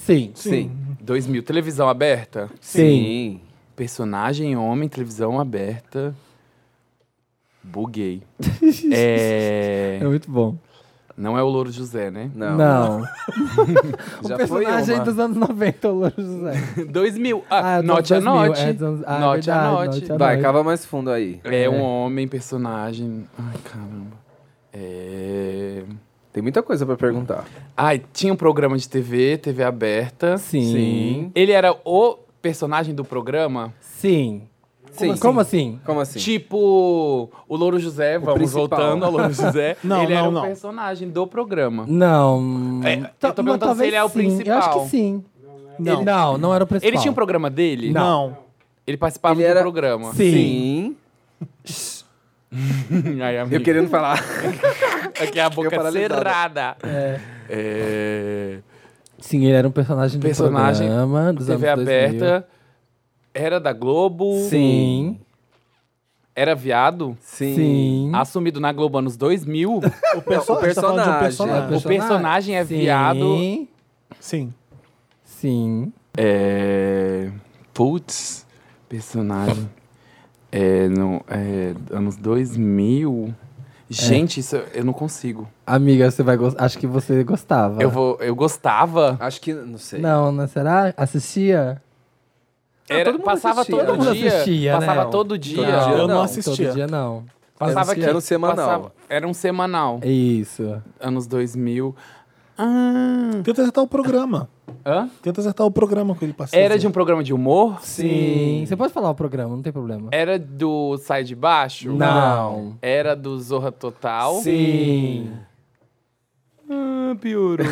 S2: Sim.
S4: Sim.
S3: 2000, televisão aberta?
S2: Sim.
S3: Personagem homem, televisão aberta. Buguei. é...
S2: É muito bom.
S3: Não é o Louro José, né?
S4: Não.
S2: Não.
S4: Já
S2: o
S4: foi uma.
S2: personagem dos anos 90, o Louro José.
S3: 2000.
S2: Ah, é
S3: Ah,
S2: dos
S3: note a
S2: 2000,
S3: note.
S2: é dos anos- ah, é
S3: note a
S2: verdade,
S3: note.
S2: note a-
S4: Vai, cava mais fundo aí.
S3: É um homem, personagem. Ai, caramba. É...
S4: Tem muita coisa pra perguntar.
S3: Ai, tinha um programa de TV, TV aberta.
S2: Sim.
S4: Sim.
S3: Ele era o personagem do programa?
S2: Sim.
S4: Sim.
S2: Como assim?
S4: Como assim?
S3: Tipo, o Louro José, vamos
S4: principal.
S3: voltando ao Louro José.
S1: Não,
S3: ele era
S1: não,
S3: um
S1: não.
S3: personagem do programa.
S2: Não.
S3: É, eu tô
S2: Ta-
S3: perguntando
S2: talvez
S3: se ele é o
S2: sim. Eu acho
S3: principal.
S2: que sim.
S1: Não.
S2: Ele- Não, não era o principal.
S3: Ele tinha um programa dele?
S1: Não.
S3: Ele participava
S4: Ele
S3: do
S4: era-
S3: programa.
S2: Sim.
S4: Sim.
S3: Ai, amiga,
S4: Eu querendo falar.
S3: Aqui a
S4: eu
S3: boca
S4: paralisada.
S3: cerrada. É.
S2: Sim, ele era um personagem do
S3: Personagem,
S2: programa dos
S3: TV
S2: anos 2000.
S3: aberta. Era da Globo.
S2: Sim.
S3: Era viado.
S4: Sim.
S2: Sim.
S3: Assumido na Globo anos 2000.
S1: O, perso
S4: o
S1: a gente tá falando de um
S4: personagem.
S1: personagem.
S3: o personagem é viado.
S2: Sim.
S1: Sim.
S2: Sim.
S3: É. Putz, personagem. É, não, é, anos 2000. Gente, isso eu- eu não consigo.
S2: Amiga, você vai gostar. Acho que você gostava.
S3: Eu, vou, eu gostava.
S4: Acho que, não sei.
S2: Não, não será? Assistia?
S3: Era,
S4: todo mundo
S3: passava
S4: assistia.
S3: todo,
S4: Todo mundo
S3: dia.
S2: assistia, né?
S3: passava
S2: Não.
S3: todo dia. um
S4: dia.
S1: Eu não,
S4: não,
S1: assistia.
S2: Todo dia não.
S3: Passava
S4: Era
S3: que
S4: um semanal.
S3: passava- era um semanal.
S2: Isso.
S3: Anos 2000. Ah,
S1: Tenta acertar o programa.
S3: hã?
S1: Tenta acertar o programa que ele passou.
S3: Era de um programa de humor?
S2: Sim. Você pode falar o programa, não tem problema.
S3: Era do Sai de Baixo?
S2: Não.
S3: Era do Zorra Total?
S2: Sim.
S3: Ah, piorou.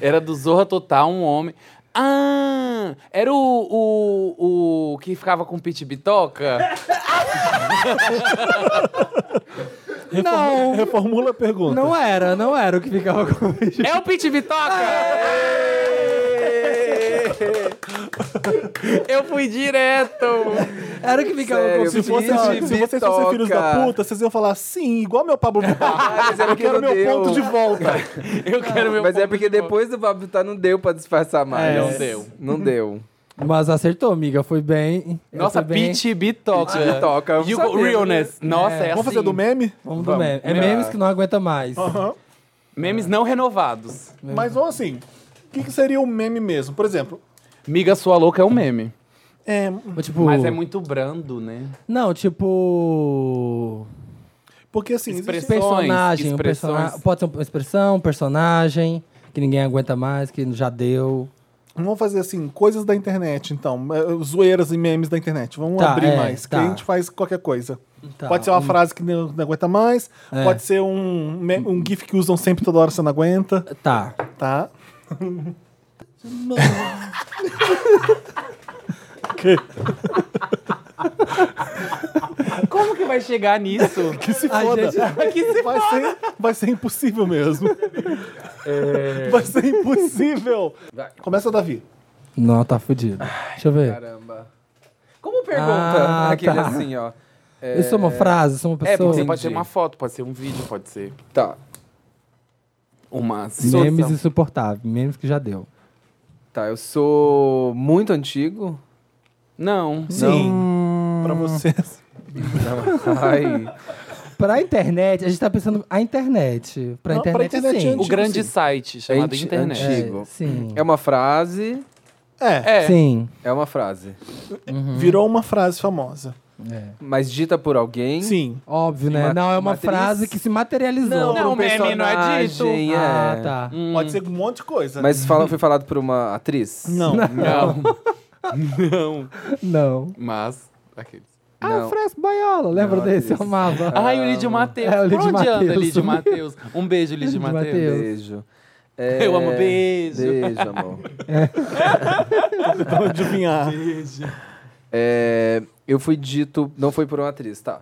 S3: era do Zorra Total, um homem. Ah, era o, o, o que ficava com Pit Bitoca?
S2: Não.
S1: Reformula a pergunta.
S2: Não era, não era o que ficava com o bicho.
S3: é o Pit Bitoca! Eu fui direto!
S2: Era o que ficava
S4: Sério,
S2: com o
S1: Se,
S4: eu
S2: bicho.
S1: fosse, assim,
S4: Pit
S1: se vocês fossem filhos da
S4: Bitoca.
S1: puta, vocês iam falar sim, igual meu Pablo
S4: Ah,
S1: Vittar.
S4: mas é
S1: Eu
S4: porque
S1: quero meu
S4: não deu.
S1: ponto de volta.
S3: Eu quero meu
S4: Mas é
S3: um ponto
S4: porque
S3: de volta.
S4: depois do Bob Vittar não deu pra disfarçar mais.
S3: É. Não deu.
S4: Não deu.
S2: Mas acertou, amiga. Foi bem. Eu
S3: Nossa,
S2: fui bem.
S3: Pit Bitoca.
S4: Pit Bitoca, eu
S3: You
S4: sabia,
S3: go realness. Nossa, é assim.
S1: Vamos fazer do meme? Uhum.
S2: Vamos do
S4: Vamos.
S2: meme. É memes que não aguenta mais.
S1: Aham.
S3: Memes não renovados.
S1: Mas vamos assim. O que, que seria um meme mesmo? Por exemplo,
S3: Miga Sua Louca é um meme.
S1: é,
S4: Uh.
S2: Tipo,
S3: Mas é muito brando, né?
S2: Não, tipo.
S1: porque assim, existe-
S3: Expressão. Expressões,
S2: Personagem. um
S3: expressões.
S2: persona- Pode ser uma expressão, um personagem, que ninguém aguenta mais, que já deu.
S1: vamos fazer assim, coisas da internet, então. eh, Zoeiras e memes da internet. Vamos
S2: Tá,
S1: abrir
S2: é,
S1: mais,
S2: tá.
S1: que a gente faz qualquer coisa.
S2: Tá,
S1: pode ser uma
S2: um-
S1: frase que não, não aguenta mais,
S2: É.
S1: pode ser um, me- um gif que usam sempre toda hora você não aguenta,
S2: Tá.
S1: tá?
S3: Como que vai chegar nisso?
S1: Que se
S2: Ai,
S1: foda.
S2: gente.
S1: Que se vai, Ser, vai ser impossível mesmo. Vai ser impossível. Começa, Davi.
S2: Não, tá fudido. Deixa eu ver.
S4: Caramba. Como pergunta
S2: Ah,
S4: aquele
S2: tá.
S4: assim, ó? É,
S2: Isso é uma frase, isso é uma
S3: É, porque
S2: pessoa.
S3: você pode
S4: Entendi.
S3: ser uma foto, pode ser um vídeo, pode ser
S4: Tá,
S3: uma
S2: Memes
S3: situação.
S2: insuportáveis, memes que já deu.
S4: tá. Eu sou muito antigo.
S3: Não.
S1: Sim. Pra vocês.
S4: Ai.
S2: Pra internet, a gente tá pensando a internet. Pra
S1: Não, pra
S2: internet,
S1: internet
S2: sim.
S1: é
S3: O
S1: Tipo
S3: grande
S1: assim.
S3: site chamado
S4: Gente,
S3: internet.
S4: antigo.
S2: É, sim.
S4: É uma frase.
S1: É,
S3: É.
S2: Sim.
S4: É uma frase.
S1: virou uma frase famosa.
S2: É.
S4: Mas dita por alguém.
S1: Sim.
S2: Óbvio, né?
S4: Ma-
S2: não, é uma
S4: matriz?
S2: frase que se materializou.
S3: Não,
S4: Por um
S3: meme não é dito.
S4: personagem, é.
S2: Ah, tá.
S3: Hum,
S1: Pode ser um monte de coisa.
S4: Mas fala- foi falado por uma atriz?
S1: Não.
S3: Não. não.
S2: Não.
S3: Mas. Aqueles.
S2: Ah,
S4: Não.
S2: o Fresco Baiola, lembra
S4: Não,
S2: desse? Eu
S4: isso.
S2: amava.
S3: Ai, o Lidio Matheus.
S2: É, o Lídio
S3: Pra onde anda,
S2: Mateus.
S3: Lídio Matheus? Um beijo, Lídio
S2: Lídio
S3: Matheus.
S2: Mateus.
S4: Beijo. É,
S3: Eu amo beijo.
S4: Beijo, amor.
S1: Vou adivinhar.
S4: É, eu fui dito. Não foi por uma atriz, tá.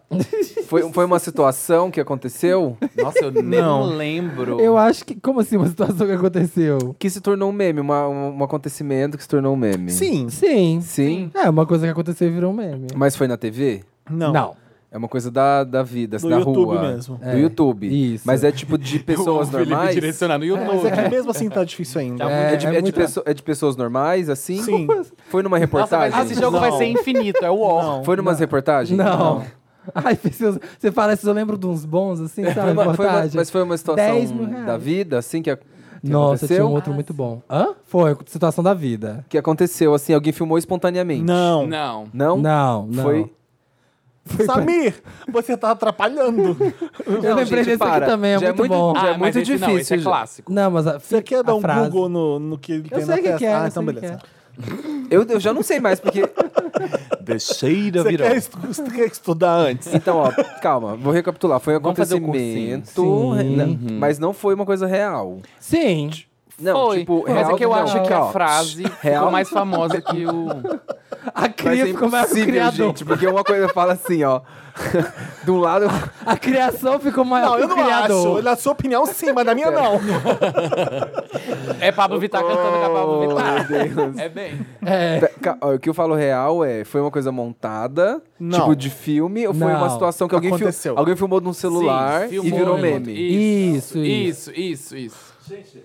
S4: Foi, foi uma situação que aconteceu
S3: Nossa, eu nem
S1: Não.
S3: lembro.
S2: Eu acho que. Como assim? Uma situação que aconteceu?
S4: que se tornou um meme, uma- um, um acontecimento que se tornou um meme.
S1: Sim.
S2: Sim.
S4: Sim.
S2: É, uma coisa que aconteceu e virou um meme.
S4: Mas foi na TV?
S1: Não.
S4: É uma coisa da, da vida, assim,
S1: Do
S4: da
S1: YouTube
S4: rua.
S1: mesmo.
S4: Do
S2: É,
S4: YouTube.
S2: isso.
S4: Mas é tipo de pessoas
S3: o Felipe
S4: normais.
S3: direcionado no
S1: Mas
S3: YouTube.
S1: é que mesmo assim tá difícil ainda.
S3: Tá.
S4: É, de,
S2: É,
S4: é de
S2: muito-
S4: pesso- é de pessoas normais, assim?
S1: Sim.
S4: Foi numa
S3: Nossa,
S4: reportagem?
S3: mas esse jogo
S1: Não.
S3: vai ser infinito, é o ó.
S1: Não.
S4: Foi numas reportagens?
S2: Não. Ai, pessoas. Você fala isso, eu lembro de uns bons, assim,
S4: Foi
S2: sabe?
S4: uma- foi uma-
S2: reportagem.
S4: mas foi uma situação
S2: 10 mil reais.
S4: da vida, assim, que, a- que
S2: Nossa,
S4: aconteceu?
S2: tinha um outro muito bom. Hã? Foi, situação da vida.
S4: Que aconteceu, assim, alguém filmou espontaneamente.
S1: Não.
S3: Não.
S2: Não,
S4: Não?
S2: não.
S4: Então, Foi...
S1: Samir, você tá atrapalhando.
S2: Eu lembrei desse aqui também, é
S4: já
S2: muito, bom.
S4: já é
S3: Ah, mas
S4: muito
S3: esse
S4: difícil.
S3: Não, esse é
S4: já.
S3: clássico.
S2: Não, mas a,
S1: Você quer dar
S2: a
S1: um
S2: frase...
S1: Google no, no que ele
S2: Eu
S1: tem na
S2: sei que
S1: testa?
S2: quer,
S1: ah,
S2: eu
S1: então
S2: sei que
S1: beleza.
S2: quer.
S4: Eu, eu já não sei mais, porque
S3: Deixei da
S1: Você
S3: virou.
S1: quer, estu- você quer estudar antes?
S4: Então, ó, calma, vou recapitular. Foi um
S3: Vamos fazer o Uhum.
S4: acontecimento,
S2: cursinho. Sim.
S4: né, mas não foi uma coisa real.
S2: Sim.
S4: Não,
S3: Foi.
S4: tipo,
S3: mas
S4: real
S3: é que eu
S4: não.
S3: acho que a
S4: Ó,
S3: frase
S4: real?
S3: ficou mais famosa que o.
S2: A
S4: Mas
S2: cria
S4: é
S2: ficou mais
S4: impossível,
S2: criador.
S4: gente, porque uma coisa fala assim, ó. De um lado,
S2: A criação ficou maior
S1: Não,
S2: que
S1: eu
S2: o
S1: não
S2: criador.
S1: acho. Na sua opinião, sim, mas na minha, não.
S3: É Pablo Vittar cantando com a Pablo Vittar.
S4: Oh, meu Deus.
S3: É bem.
S2: É.
S4: Pe- ca- ó, o que eu falo real é, foi uma coisa montada,
S1: Não.
S4: tipo de filme, ou foi
S2: Não.
S4: uma situação que alguém, fil-
S1: Aconteceu.
S4: alguém filmou num celular
S3: Sim,
S4: e
S3: filmou
S4: virou
S3: e
S4: meme.
S2: Isso,
S3: Isso, isso, isso.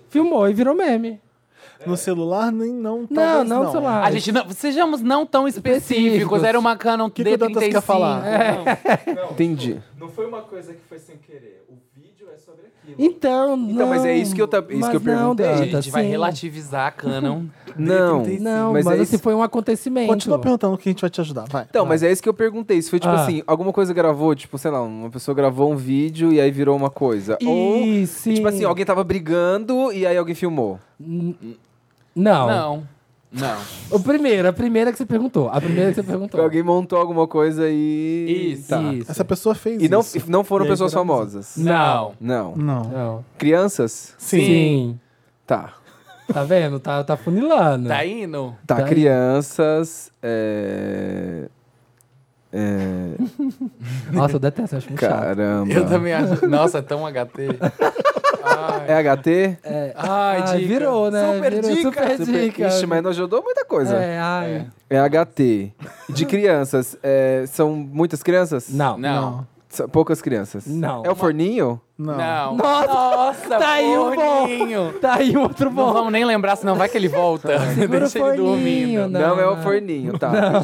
S2: Filmou e virou meme.
S1: No celular, nem não. Ah,
S2: Não,
S1: talvez
S2: não, sei lá.
S3: A gente não. Sejamos não tão específicos.
S2: Específicos.
S3: Era uma Canon
S1: que o Dantas
S3: D35.
S1: quer falar?
S3: É.
S4: Entendi.
S5: Não foi uma coisa que foi sem querer. O vídeo é sobre aquilo.
S2: Então, não.
S4: Então, mas é isso que eu tab- isso
S2: mas
S4: que eu
S2: não,
S4: perguntei.
S3: A
S2: Dantas,
S3: gente vai
S2: sim.
S3: relativizar a Canon.
S4: Não,
S2: Não,
S4: mas,
S2: mas,
S4: é
S2: assim,
S4: isso.
S2: foi um acontecimento.
S1: Continua perguntando que a gente vai te ajudar. Vai.
S4: Então, mas é isso que eu perguntei. Se foi tipo
S2: Ah.
S4: assim, alguma coisa gravou, tipo, sei lá, uma pessoa gravou um vídeo e aí virou uma coisa. Ou,
S2: E, sim.
S4: tipo assim, alguém tava brigando e aí alguém filmou.
S2: Não.
S3: Não. Não.
S2: O primeiro, a primeira que você perguntou. A primeira que você perguntou.
S4: Alguém montou alguma coisa e.
S3: Isso.
S4: Tá.
S2: Tá. Isso.
S1: Essa pessoa fez
S4: E não,
S1: isso.
S4: não foram
S1: E aí
S4: pessoas
S1: virou-
S4: famosas.
S2: Não.
S4: Não.
S1: Não.
S2: Não.
S4: Crianças?
S1: Sim.
S4: Tá.
S2: Tá vendo? Tá, tá funilando.
S3: Tá indo?
S4: Tá,
S2: Tá aí.
S4: crianças. É... é,
S2: Nossa, eu detesto, eu acho muito chato.
S4: Caramba.
S3: Eu também acho. Nossa, é tão HT. Ai,
S4: É HT?
S2: É.
S3: Ai,
S2: Ah,
S3: dica.
S2: virou, né?
S3: Super
S2: Virou,
S3: dica.
S2: Super
S4: Super...
S2: dica.
S4: Ixi, mas não ajudou muita coisa. É,
S2: É, ai.
S4: HT. De crianças, é, são muitas crianças?
S2: Não.
S3: Não.
S4: São poucas crianças?
S2: Não.
S4: É o forninho?
S1: Não.
S3: Não.
S2: Nossa,
S3: Nossa,
S2: tá aí o bom.
S3: forninho.
S2: Tá aí outro
S3: Não
S2: bom.
S3: vamos nem lembrar, senão vai que ele volta.
S2: Segura o
S3: Deixa ele
S2: forninho,
S3: dormindo.
S2: não.
S4: é o forninho, tá.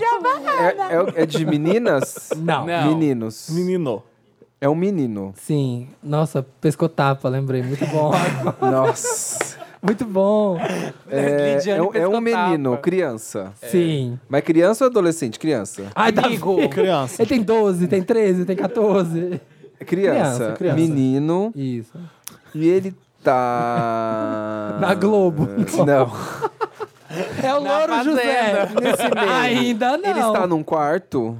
S4: É, é o- é de meninas?
S2: Não.
S3: Não.
S4: Meninos.
S1: Menino.
S4: É um menino.
S2: Sim. Nossa, pescotapa, lembrei. Muito bom.
S4: Nossa.
S2: muito bom.
S4: É,
S3: Lidiane
S4: é um- é um
S3: pescotapa.
S4: menino, criança.
S2: Sim.
S4: Mas criança ou adolescente? Criança.
S2: Ai, tá
S3: Amigo.
S2: vendo?
S1: Criança.
S2: Ele tem 12, tem 13, tem 14.
S4: Criança,
S2: Criança, criança.
S4: menino,
S2: Isso.
S4: e ele tá.
S2: Na Globo.
S4: Não.
S2: É o
S3: Na
S2: Louro José.
S3: Fazenda.
S2: Ainda não.
S4: Ele está num quarto.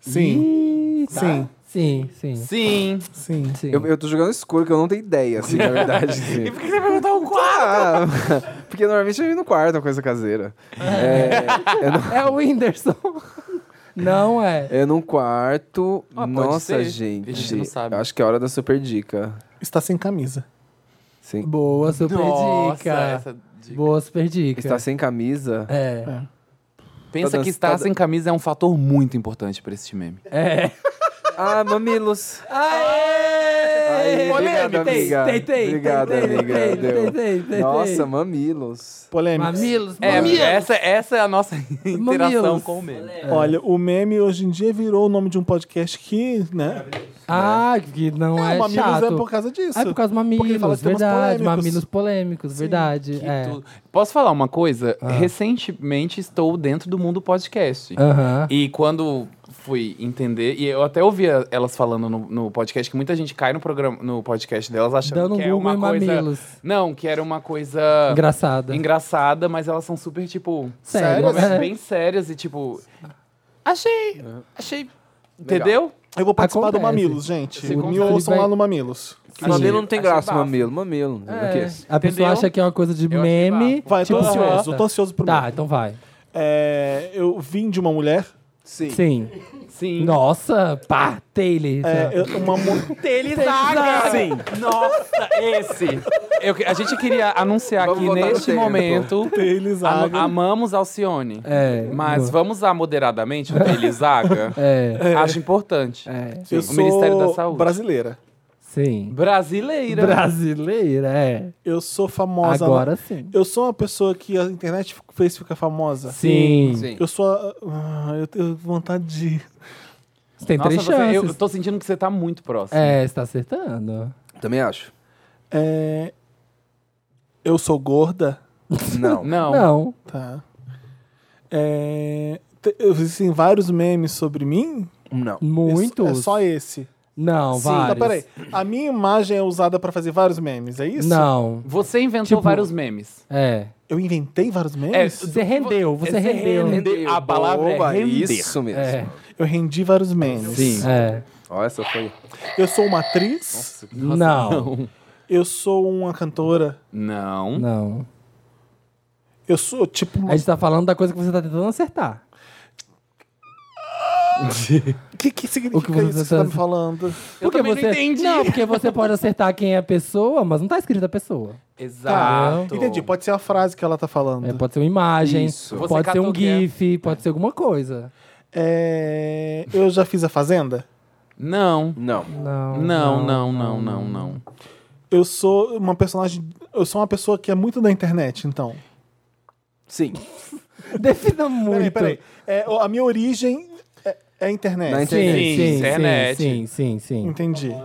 S1: Sim.
S2: Ih, tá.
S1: Sim.
S2: Sim, sim.
S3: Sim.
S1: Sim.
S2: Sim.
S4: Eu, eu tô jogando escuro, que eu não tenho ideia, assim, na verdade. assim.
S3: Por que você perguntou um quarto?
S4: Ah, porque normalmente eu vim no quarto, é uma coisa caseira. É, é, num-
S2: É o Whindersson. Não é.
S4: é num quarto.
S3: Ah, pode
S4: Nossa,
S3: ser.
S4: gente.
S3: A gente não sabe.
S4: Acho que é hora da super dica.
S1: Está sem camisa.
S4: Sim.
S2: Boa super
S3: Nossa,
S2: dica.
S3: essa dica.
S2: Boa super dica.
S4: Está sem camisa?
S2: É.
S3: Pensa que
S4: Tá dançando-
S3: estar
S4: tá
S3: sem camisa é um fator muito importante pra este meme.
S2: É.
S4: Ah, mamilos.
S2: Aê!
S4: Aí, obrigado, amiga.
S2: Tentei,
S4: Obrigado,
S2: tentei,
S4: amiga.
S2: tentei,
S4: Deu.
S2: tentei, tentei.
S4: Nossa, mamilos.
S1: Polêmica.
S2: Mamilos,
S3: É,
S2: mamilos.
S3: essa, essa é a nossa interação
S2: Mamilos.
S3: com o meme.
S1: Olha, o meme hoje em dia virou o nome de um podcast que, né?
S2: Ah, que não,
S1: Não,
S2: é
S1: Mamilos
S2: chato.
S1: é por causa disso.
S2: Ah, é por causa dos mamilos,
S1: Porque ele fala de temas
S2: verdade.
S1: polêmicos.
S2: Mamilos polêmicos, verdade.
S3: Que
S2: é. Ah.
S3: tudo. Posso falar uma coisa? Recentemente estou dentro do mundo podcast.
S2: Aham.
S3: E quando fui entender, e eu até ouvia elas falando no, no podcast, que muita gente cai no programa, no podcast delas achando
S2: Dando um
S3: que é
S2: Google
S3: uma
S2: em
S3: coisa. Ah,
S2: mamilos.
S3: Não, que era uma coisa
S2: Engraçada.
S3: engraçada, mas elas são super, tipo,
S2: Sérias.
S3: sérias,
S2: É.
S3: bem sérias e tipo. Achei. Achei. Entendeu?
S1: Eu vou participar do
S2: Acontece.
S1: Mamilos, gente.
S3: Esse
S1: Me
S3: conteúdo
S1: ouçam
S2: vai-
S1: lá no Mamilos.
S4: Que mamilo não tem
S3: Achei
S4: graça,
S3: bafo.
S4: mamilo. Mamilo.
S2: É.
S4: Não esquece.
S2: A pessoa
S3: Entendeu?
S2: acha que é uma coisa de
S3: Eu achei
S2: meme.
S3: bafo.
S1: Vai, então, tô
S2: tipo,
S1: ansioso.
S2: aham.
S1: Tô ansioso pro
S2: Tá,
S1: meme.
S2: então vai.
S1: É, eu vim de uma mulher.
S4: Sim.
S2: Sim.
S3: Sim.
S2: Nossa, pá, Taylor.
S1: É, eu- uma mu-
S3: Ele
S2: Zaga.
S3: Sim. Nossa, esse. Eu que- a gente queria anunciar
S4: Vamos
S3: que
S4: voltar no
S3: neste
S4: tempo.
S3: momento
S1: Taylor Zaga.
S3: am- amamos Alcione.
S2: É,
S3: Mas
S2: boa.
S3: vamos usar moderadamente o Taylor Zaga?
S2: É,
S3: Acho importante.
S2: é.
S3: Sim,
S1: eu
S3: o
S1: sou
S3: Ministério da Saúde.
S1: brasileira.
S2: Sim.
S3: Brasileira.
S2: Brasileira, é.
S1: Eu sou famosa.
S2: Agora sim.
S1: Eu sou uma pessoa que a internet f- fez ficar famosa.
S2: Sim.
S4: Sim.
S1: Eu sou. a- ah, eu tenho vontade de.
S2: Você tem
S3: Nossa,
S2: três
S3: você-
S2: chances.
S3: eu tô sentindo que você tá muito próximo.
S2: É, você tá acertando.
S4: Também acho.
S1: É, eu sou gorda.
S4: Não.
S3: Não.
S2: Não.
S1: Tá. É, te- eu- existem vários memes sobre mim.
S4: Não.
S1: É só-
S2: Muitos.
S1: É só esse.
S2: Não, vários.
S1: Tá, peraí. A minha imagem é usada pra fazer vários memes, é isso?
S2: Não,
S3: Você inventou
S2: Tipo-
S3: vários memes.
S2: é.
S1: Eu inventei vários
S3: É,
S1: memes?
S2: Você rendeu, você rendeu.
S3: rendeu. A palavra
S4: Boa,
S3: é render.
S4: Isso mesmo.
S2: É,
S1: Eu rendi vários memes.
S3: Sim.
S2: é.
S4: Ó, essa foi.
S1: Eu sou uma atriz,
S2: Não,
S1: eu sou uma cantora,
S3: Não.
S2: não.
S1: eu sou tipo uma...
S2: A gente tá falando da coisa que você tá tentando acertar.
S1: O que, que significa
S2: O que você
S1: isso que
S2: tá-
S1: você tá me falando?
S3: Eu também não
S2: você...
S3: entendi.
S2: Não, porque você pode acertar quem é a pessoa, mas não tá escrita a pessoa.
S3: Exato.
S1: Entendi, pode ser a frase que ela tá falando.
S2: É, pode ser uma imagem,
S4: Isso.
S3: Você
S2: pode ser um
S3: catou quem é.
S2: gif, pode ser alguma coisa.
S1: É, Eu já fiz a Fazenda?
S3: Não.
S4: Não.
S2: Não,
S3: Não, não, não, não, não.
S1: Eu sou uma personagem... Eu sou uma pessoa que é muito da internet, então.
S4: Sim.
S2: Defina
S1: Peraí,
S2: muito.
S1: peraí. É, a minha origem é, é a internet.
S4: Na
S2: Sim,
S4: internet.
S2: sim, sim,
S3: internet.
S2: sim, sim, sim.
S1: Entendi.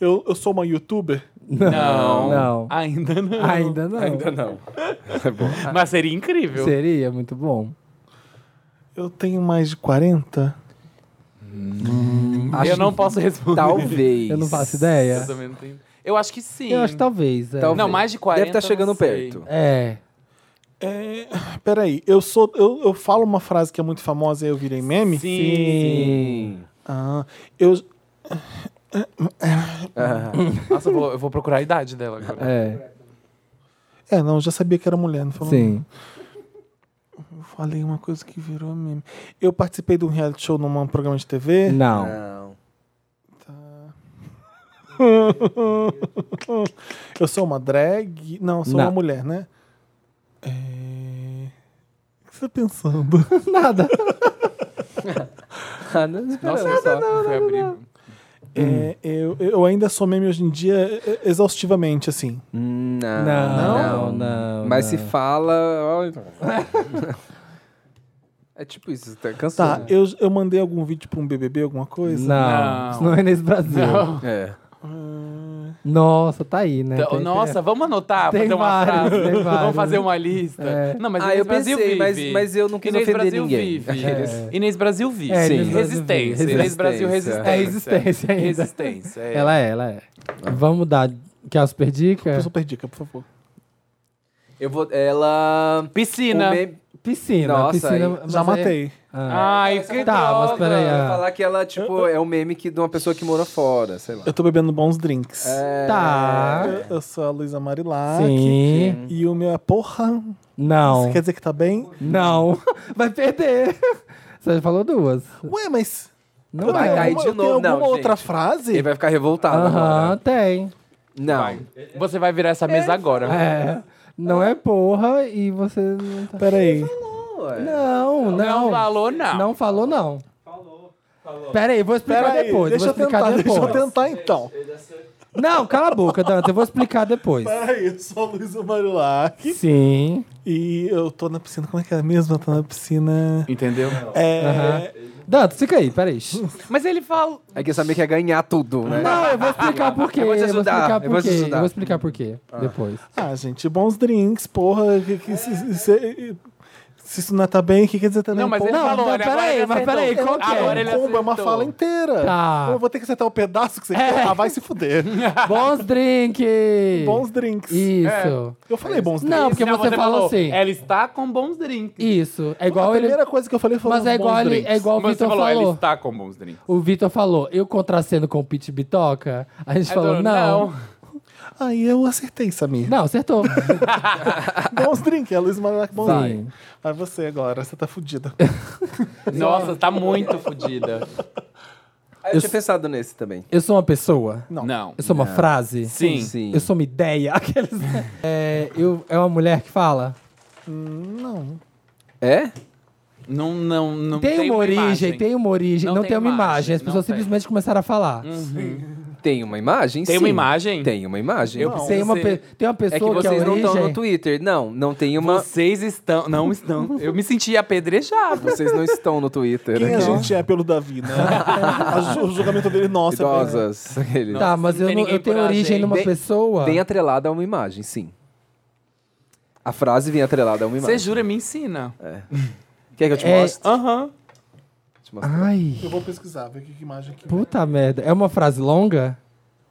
S1: Eu, eu sou uma youtuber?
S3: Não.
S2: Não.
S3: Ainda não.
S2: Ainda não. Ah.
S4: Ainda não. É bom.
S3: Mas seria incrível.
S2: Seria muito bom.
S1: Eu tenho mais de 40?
S3: Eu não posso responder.
S4: Talvez.
S2: Eu não faço tá ideia.
S3: Eu também não tenho. Eu acho que sim.
S2: Eu acho que talvez. É.
S4: Talvez.
S3: Não, mais de 40.
S4: Deve estar chegando
S3: não sei.
S4: perto.
S2: É.
S1: É, peraí, eu sou. Eu, eu falo uma frase que é muito famosa e eu virei meme?
S3: Sim.
S4: Sim.
S1: Ah, eu.
S4: Ah,
S3: Nossa, eu vou, eu vou procurar a idade dela agora.
S2: É.
S1: É, não, eu já sabia que era mulher, não falou?
S2: Sim.
S1: Eu falei uma coisa que virou meme. Eu participei de um reality show num programa de TV.
S2: Não.
S4: não.
S1: eu sou uma drag. Não, eu sou
S2: Não.
S1: uma mulher, né? É, O que você tá pensando?
S2: Nada.
S4: Ah, não, espera,
S3: Nossa,
S4: só.
S3: não, foi abrir.
S1: É, eu, eu ainda sou meme hoje em dia eh, exaustivamente, assim.
S4: Hum, Não,
S2: Não,
S4: não.
S2: não, não.
S4: Mas se fala. ó, então. é tipo isso, você tá
S1: Tá,
S4: cansado.
S1: eu, eu mandei algum vídeo pra um BBB, alguma coisa?
S2: Não.
S3: Não.
S2: Isso não é nesse Brasil.
S3: Não.
S4: É.
S2: Nossa, tá aí, né?
S3: Então,
S2: Tem-
S3: nossa, vamos anotar,
S2: Tem
S3: fazer uma
S2: vários,
S3: frase.
S2: tem vários.
S3: Vamos fazer uma lista.
S2: É.
S3: Não, mas
S4: Ah,
S3: Inês
S4: eu
S3: Brasil
S4: pensei, mas-
S3: vive.
S4: mas eu não quis
S3: Inês
S4: ofender
S3: Brasil
S4: ninguém.
S3: Vive.
S2: É.
S3: Inês Brasil vive.
S2: É, Inês
S3: Sim.
S2: Brasil
S3: Resistência.
S2: vive.
S3: Inês Brasil
S4: Resistência.
S3: resistência.
S2: É resistência ainda.
S3: Resistência. é.
S2: Ela é, ela é. Vamos mudar. Quer super dica?
S1: Super dica, por favor.
S4: Eu vou. Ela.
S3: Piscina.
S4: O meme-
S2: Piscina.
S4: Nossa,
S2: piscina
S4: aí-
S2: mas é-
S1: Já
S2: aí-
S1: matei.
S2: Ah.
S3: Ai, que
S2: Tá, mas
S3: droga.
S2: peraí,
S4: Eu
S2: ah.
S4: ia falar que ela, tipo, é um meme que, de uma pessoa que mora fora, sei lá.
S1: Eu tô bebendo bons drinks.
S4: É,
S2: Tá.
S1: Eu, eu sou a Luísa Marilac.
S2: Sim.
S1: E o meu é porra.
S2: Não.
S1: Você quer dizer que tá bem?
S2: Não. Vai perder. Você já falou duas.
S1: Ué, mas.
S2: Não
S1: eu
S4: vai
S1: tenho
S2: é.
S4: cair
S1: alguma-
S4: de
S1: eu tenho
S4: novo, não,
S1: alguma
S4: gente.
S1: outra frase?
S4: Ele vai ficar revoltado
S2: Aham,
S4: agora.
S2: tem.
S4: Não.
S3: Você vai virar essa mesa agora.
S2: É. Não é porra e você. não tá-
S1: Peraí.
S2: Não, não.
S3: Não falou, não.
S2: Não falou, não. Pera aí, vou explicar
S1: Peraí,
S2: depois.
S1: deixa
S2: vou
S1: eu
S2: explicar
S1: tentar,
S2: depois.
S1: deixa eu tentar então.
S2: Não, cala a boca, Dante. Eu vou explicar depois.
S1: Peraí, eu sou a Luísa Marilac.
S2: Sim.
S1: E eu tô na piscina. Como é que é mesmo? Eu tô na piscina.
S3: Entendeu?
S1: É.
S2: Dante, fica aí, peraí.
S3: Mas ele fala.
S4: É que sabia que ia ganhar tudo, né?
S2: Não, eu vou explicar por quê.
S4: Eu vou te ajudar,
S2: explicar
S4: eu
S2: por
S4: vou te
S2: quê.
S4: ajudar.
S2: Eu vou explicar por quê depois.
S1: Ah, gente, bons drinks, porra. que- que se, se- se isso não tá bem, o que quer dizer também?
S3: Não, mas ele
S2: Não,
S3: falou.
S2: não,
S3: olha,
S2: peraí,
S3: agora ele
S2: mas
S3: acertou.
S2: peraí, qual que é?
S3: Agora ele
S1: é um combo, é uma
S3: acertou.
S1: fala inteira.
S2: Tá.
S1: Eu vou ter que acertar o pedaço que você quer. Ah, vai se fuder.
S2: Bons drinks.
S1: bons drinks.
S2: Isso.
S1: Eu falei bons drinks.
S2: Não, porque
S3: Não,
S2: você, falou assim.
S3: Ela está com bons drinks.
S2: Isso. É
S1: a
S2: igual ele.
S1: primeira coisa que eu falei foi
S2: Mas é
S1: bons
S2: igual, ele,
S1: drinks.
S2: é igual o
S3: Mas você
S2: Vitor
S3: falou,
S2: falou.
S3: ela está com bons drinks.
S2: O Vitor falou, eu contracendo com o Pete Bitoca? A gente
S3: Aí
S2: falou,
S3: falou,
S2: não. não.
S3: É não.
S1: Aí eu acertei, Samir.
S2: acertou.
S1: bons drinks, é Luiz Marilac bons
S2: Vai.
S1: drinks. Mas você agora, você tá fudida.
S3: Nossa, tá muito fodida.
S4: Ah, Eu, tinha pensado nesse também.
S2: Eu sou uma pessoa?
S1: Não.
S3: Não.
S2: Eu sou uma frase?
S3: Sim.
S4: Sim.
S2: Eu sou uma ideia? Aqueles... é, eu, é uma mulher que fala?
S1: Não.
S4: É?
S3: Não, não, não.
S2: Tem, uma origem,
S3: imagem.
S2: tem uma origem. Não, tem uma imagem. As
S3: não
S2: pessoas
S3: tem.
S2: simplesmente começaram a falar.
S4: Tem uma imagem?
S3: Tem
S4: Sim.
S3: uma imagem?
S4: Tem uma imagem.
S3: Eu
S1: Não.
S2: Tem, uma, pe- tem uma
S4: É que
S2: pessoa que,
S4: vocês
S2: a
S4: não estão
S2: origem...
S4: no Twitter. Não, não tem uma.
S3: Vocês estão. Não estão. Eu me senti apedrejado.
S4: Vocês não estão no Twitter.
S1: Quem a
S4: Então,
S1: gente é pelo Davi, né? A ju- o julgamento dele, nossa. é
S4: Idosas. Aquele.
S2: Tá, mas
S3: Não
S2: eu,
S3: tem
S2: não,
S3: ninguém
S2: eu tenho
S3: por a
S2: origem
S3: gente.
S2: numa
S4: Bem-
S2: pessoa?
S4: Vem atrelada a uma imagem, sim. A frase vem atrelada a uma
S3: Você
S4: imagem.
S3: jura, me ensina.
S4: Quer que eu te
S2: É- Ah.
S4: mostre?
S3: Aham.
S4: Deixa te mostrar.
S2: Ai,
S1: Eu vou pesquisar, ver que que imagem que
S2: puta merda. É uma frase longa?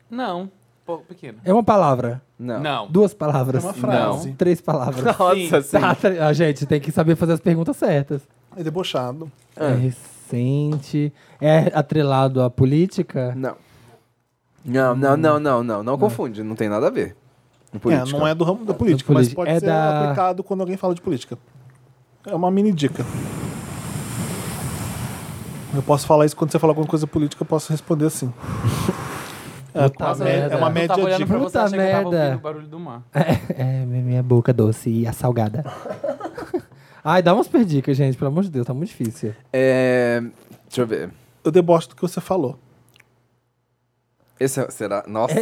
S3: Não. Pouco pequeno.
S2: É uma palavra?
S4: Não.
S3: Não.
S2: Duas palavras?
S1: É uma frase.
S2: Não. Três palavras.
S3: Nossa, sim.
S2: Tá, tre- ah, gente, tem que saber fazer as perguntas certas.
S1: é debochado.
S2: É recente. É atrelado à política?
S4: Não. Não, não, não, não, não. Não confunde, não tem nada a ver. Com
S1: É,
S4: política.
S1: não é do ramo da política,
S2: Do
S1: mas
S2: politi-
S1: pode
S2: é
S1: ser
S2: da-
S1: aplicado quando alguém fala de política. É uma mini dica. Eu posso falar isso quando você falar alguma coisa política, eu posso responder assim. É,
S2: Puta
S1: uma mé-
S2: merda.
S1: é uma
S2: Eu
S3: Eu tava
S1: média
S3: olhando tá pra
S1: dica.
S2: Puta
S3: você, achei que eu tava
S2: merda.
S3: ouvindo o barulho do mar.
S2: É, é, minha boca doce e a salgada. Ai, dá umas perdicas, gente. Pelo amor de Deus, tá muito difícil.
S4: É, Deixa eu ver.
S1: Eu debocho do que você falou.
S4: Esse é- será? Nossa.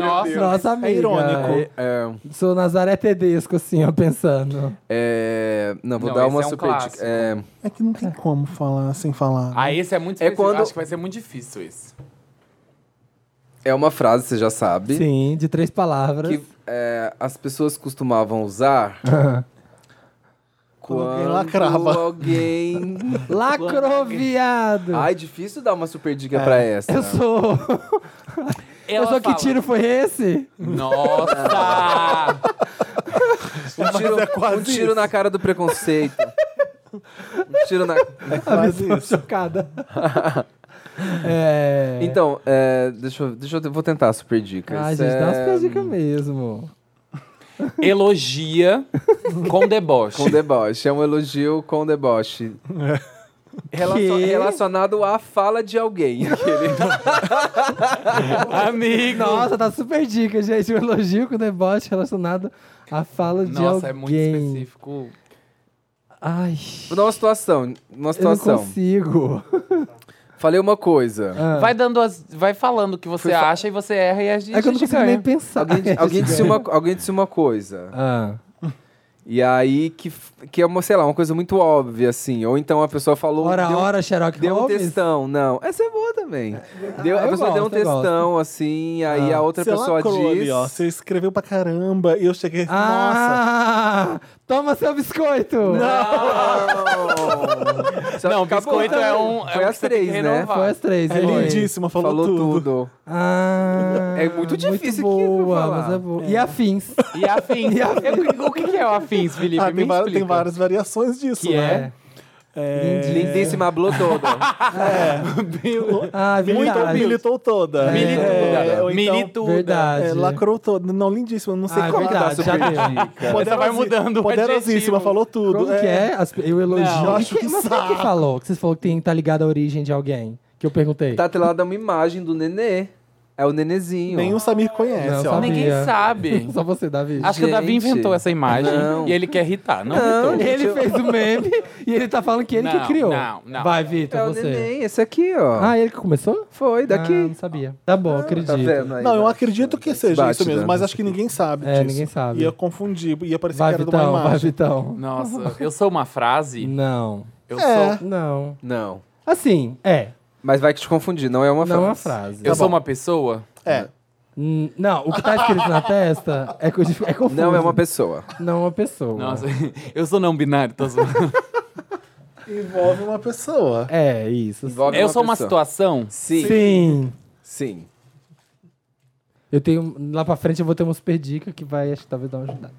S3: Nossa.
S2: Nossa, amiga.
S1: irônico.
S4: É,
S2: Sou Nazaré Tedesco, assim, ó, pensando.
S4: é, Não, vou
S3: Não,
S4: dar
S3: esse
S4: uma
S3: é um
S4: super dica.
S3: clássico.
S4: É,
S1: É que não tem como falar sem falar.
S3: Ah, esse é muito
S4: É
S3: específico.
S4: quando-
S3: Acho que vai ser muito difícil esse.
S4: é uma frase, você já sabe.
S2: Sim, de três palavras.
S4: Que é, as pessoas costumavam usar
S1: Quando
S4: quando
S1: alguém lacrava.
S4: alguém-
S2: Lacroviado!
S4: Ai, difícil dar uma super dica pra essa.
S2: É, eu sou. eu
S3: Ela
S2: sou
S3: fala,
S2: que tiro foi esse?
S3: Nossa!
S4: Um tiro, um tiro na cara do preconceito. um tiro na.
S2: É.
S1: Faz
S2: Tô
S1: É isso.
S2: chocada. é...
S4: Então, é, deixa eu, deixa eu vou tentar a super dica.
S2: Ai,
S4: Isso
S2: Ah, gente, dá umas
S4: é-
S2: perdicas mesmo.
S3: Elogia com deboche.
S4: Com deboche. É um elogio com deboche. Relacion-
S2: É. Que?
S4: Relacionado à fala de alguém.
S3: Amigo!
S2: Nossa, tá super dica, gente. Um elogio com deboche relacionado à fala de alguém.
S3: Nossa, é muito específico.
S2: Ai,
S4: Vou dar uma situação. Uma
S2: eu não
S4: situação.
S2: consigo.
S4: Falei uma coisa.
S2: Ah.
S3: Vai dando as. Vai falando o que você acha e você erra e a gente.
S2: é que eu não
S3: a gente
S2: consigo
S3: ganha.
S2: nem pensar.
S4: Alguém disse, uma, alguém disse uma coisa.
S2: Ah,
S4: E aí que, f- que é uma, sei lá, uma coisa muito óbvia, assim. Ou então a pessoa falou.
S2: ora,
S4: deu,
S2: ora, Sherlock
S4: deu um
S2: Holmes.
S4: textão. Não. Essa é boa também. Deu, a
S2: Ah, eu
S4: pessoa deu um
S2: gosto, eu gosto.
S4: textão, assim, aí
S2: Ah.
S4: a outra
S1: Você
S4: pessoa
S1: lacrou
S4: diz.
S1: ali, ó. Você escreveu pra caramba e eu cheguei assim, nossa.
S2: Ah, toma seu biscoito.
S4: Não! Só
S3: Não,
S4: acabou. tá
S3: biscoito é um. é
S4: Foi
S3: um que
S4: às
S3: você tem que
S4: três, né?
S3: renovar.
S2: Foi as três.
S1: É
S2: hein?
S1: lindíssima, falou,
S4: Falou
S1: tudo.
S4: tudo.
S2: Ah,
S4: É muito difícil aqui pra
S2: boa,
S4: falar.
S2: mas é boa. E afins.
S3: E afins. Eu- o que que é o afins, Felipe?
S1: Ah,
S3: Me
S1: tem, várias, tem
S3: explica.
S1: várias variações disso,
S3: Que
S1: né?
S3: é.
S4: Lindíssima, blou todo.
S2: Ah,
S1: Muito ou
S2: verdade.
S1: militou toda.
S3: Milituda.
S1: É, ou então-
S3: Milituda.
S2: Verdade.
S1: É, lacrou toda. Não, lindíssima. Não sei
S2: Ah, é
S1: qual
S2: verdade,
S1: é.
S2: já deu.
S3: Essa vai mudando o
S1: Poderosíssima,
S3: adjetivo.
S1: falou tudo.
S2: Como que é? As- Eu elogio.
S1: Não, eu
S2: E
S1: acho
S2: quem-
S1: um
S2: mas quem que
S1: saco.
S2: falou? Que vocês falaram que tem, tá ligado à origem de alguém? Que eu perguntei.
S4: Tá atrelada uma imagem do nenê. É o nenezinho.
S2: um
S1: Nem o Samir conhece,
S2: Não,
S1: ó.
S2: sabe-
S3: Ninguém
S2: Sabia.
S3: sabe.
S2: Só você, Davi.
S3: Acho que o Davi
S4: Gente.
S3: inventou essa imagem
S4: Não.
S3: e ele quer irritar. Não, irritou.
S2: Ele fez o meme e ele tá falando que ele que
S3: Não,
S2: criou.
S3: não, não.
S2: Vai, Vitor,
S4: É o
S2: você.
S4: neném, esse aqui, ó.
S2: Ah, ele que começou?
S4: Foi,
S2: Ah,
S4: daqui.
S2: não sabia. Tá bom, acredito.
S4: tá vendo aí?
S1: Não, eu acredito que seja
S4: Bate,
S1: isso mesmo,
S4: né?
S1: mas acho que ninguém sabe
S2: É,
S1: disso.
S2: ninguém sabe.
S1: Ia confundir, ia parecer
S2: Vai,
S4: é
S1: que era de uma
S2: Vitão, vai,
S1: imagem.
S2: Vitão.
S3: Nossa, eu sou uma frase.
S2: Não.
S3: Eu
S1: É.
S3: sou.
S2: Não.
S4: Não.
S2: Assim, é.
S4: Mas vai que te confundir, não é uma frase.
S2: Não é uma frase.
S3: Eu sou uma pessoa.
S1: É.
S2: Hum, Não, o que tá escrito na testa é, co- é confuso.
S4: Não é uma pessoa.
S2: Não é uma pessoa.
S3: Nossa, eu sou não binário, tô zoando.
S1: Envolve uma pessoa.
S2: É, isso.
S4: Envolve
S3: Eu sou uma
S4: pessoa.
S3: situação.
S4: Sim. Sim.
S2: Sim.
S4: Sim.
S2: Eu tenho. Lá pra frente eu vou ter uma super dica que vai, acho que talvez dar uma ajudada.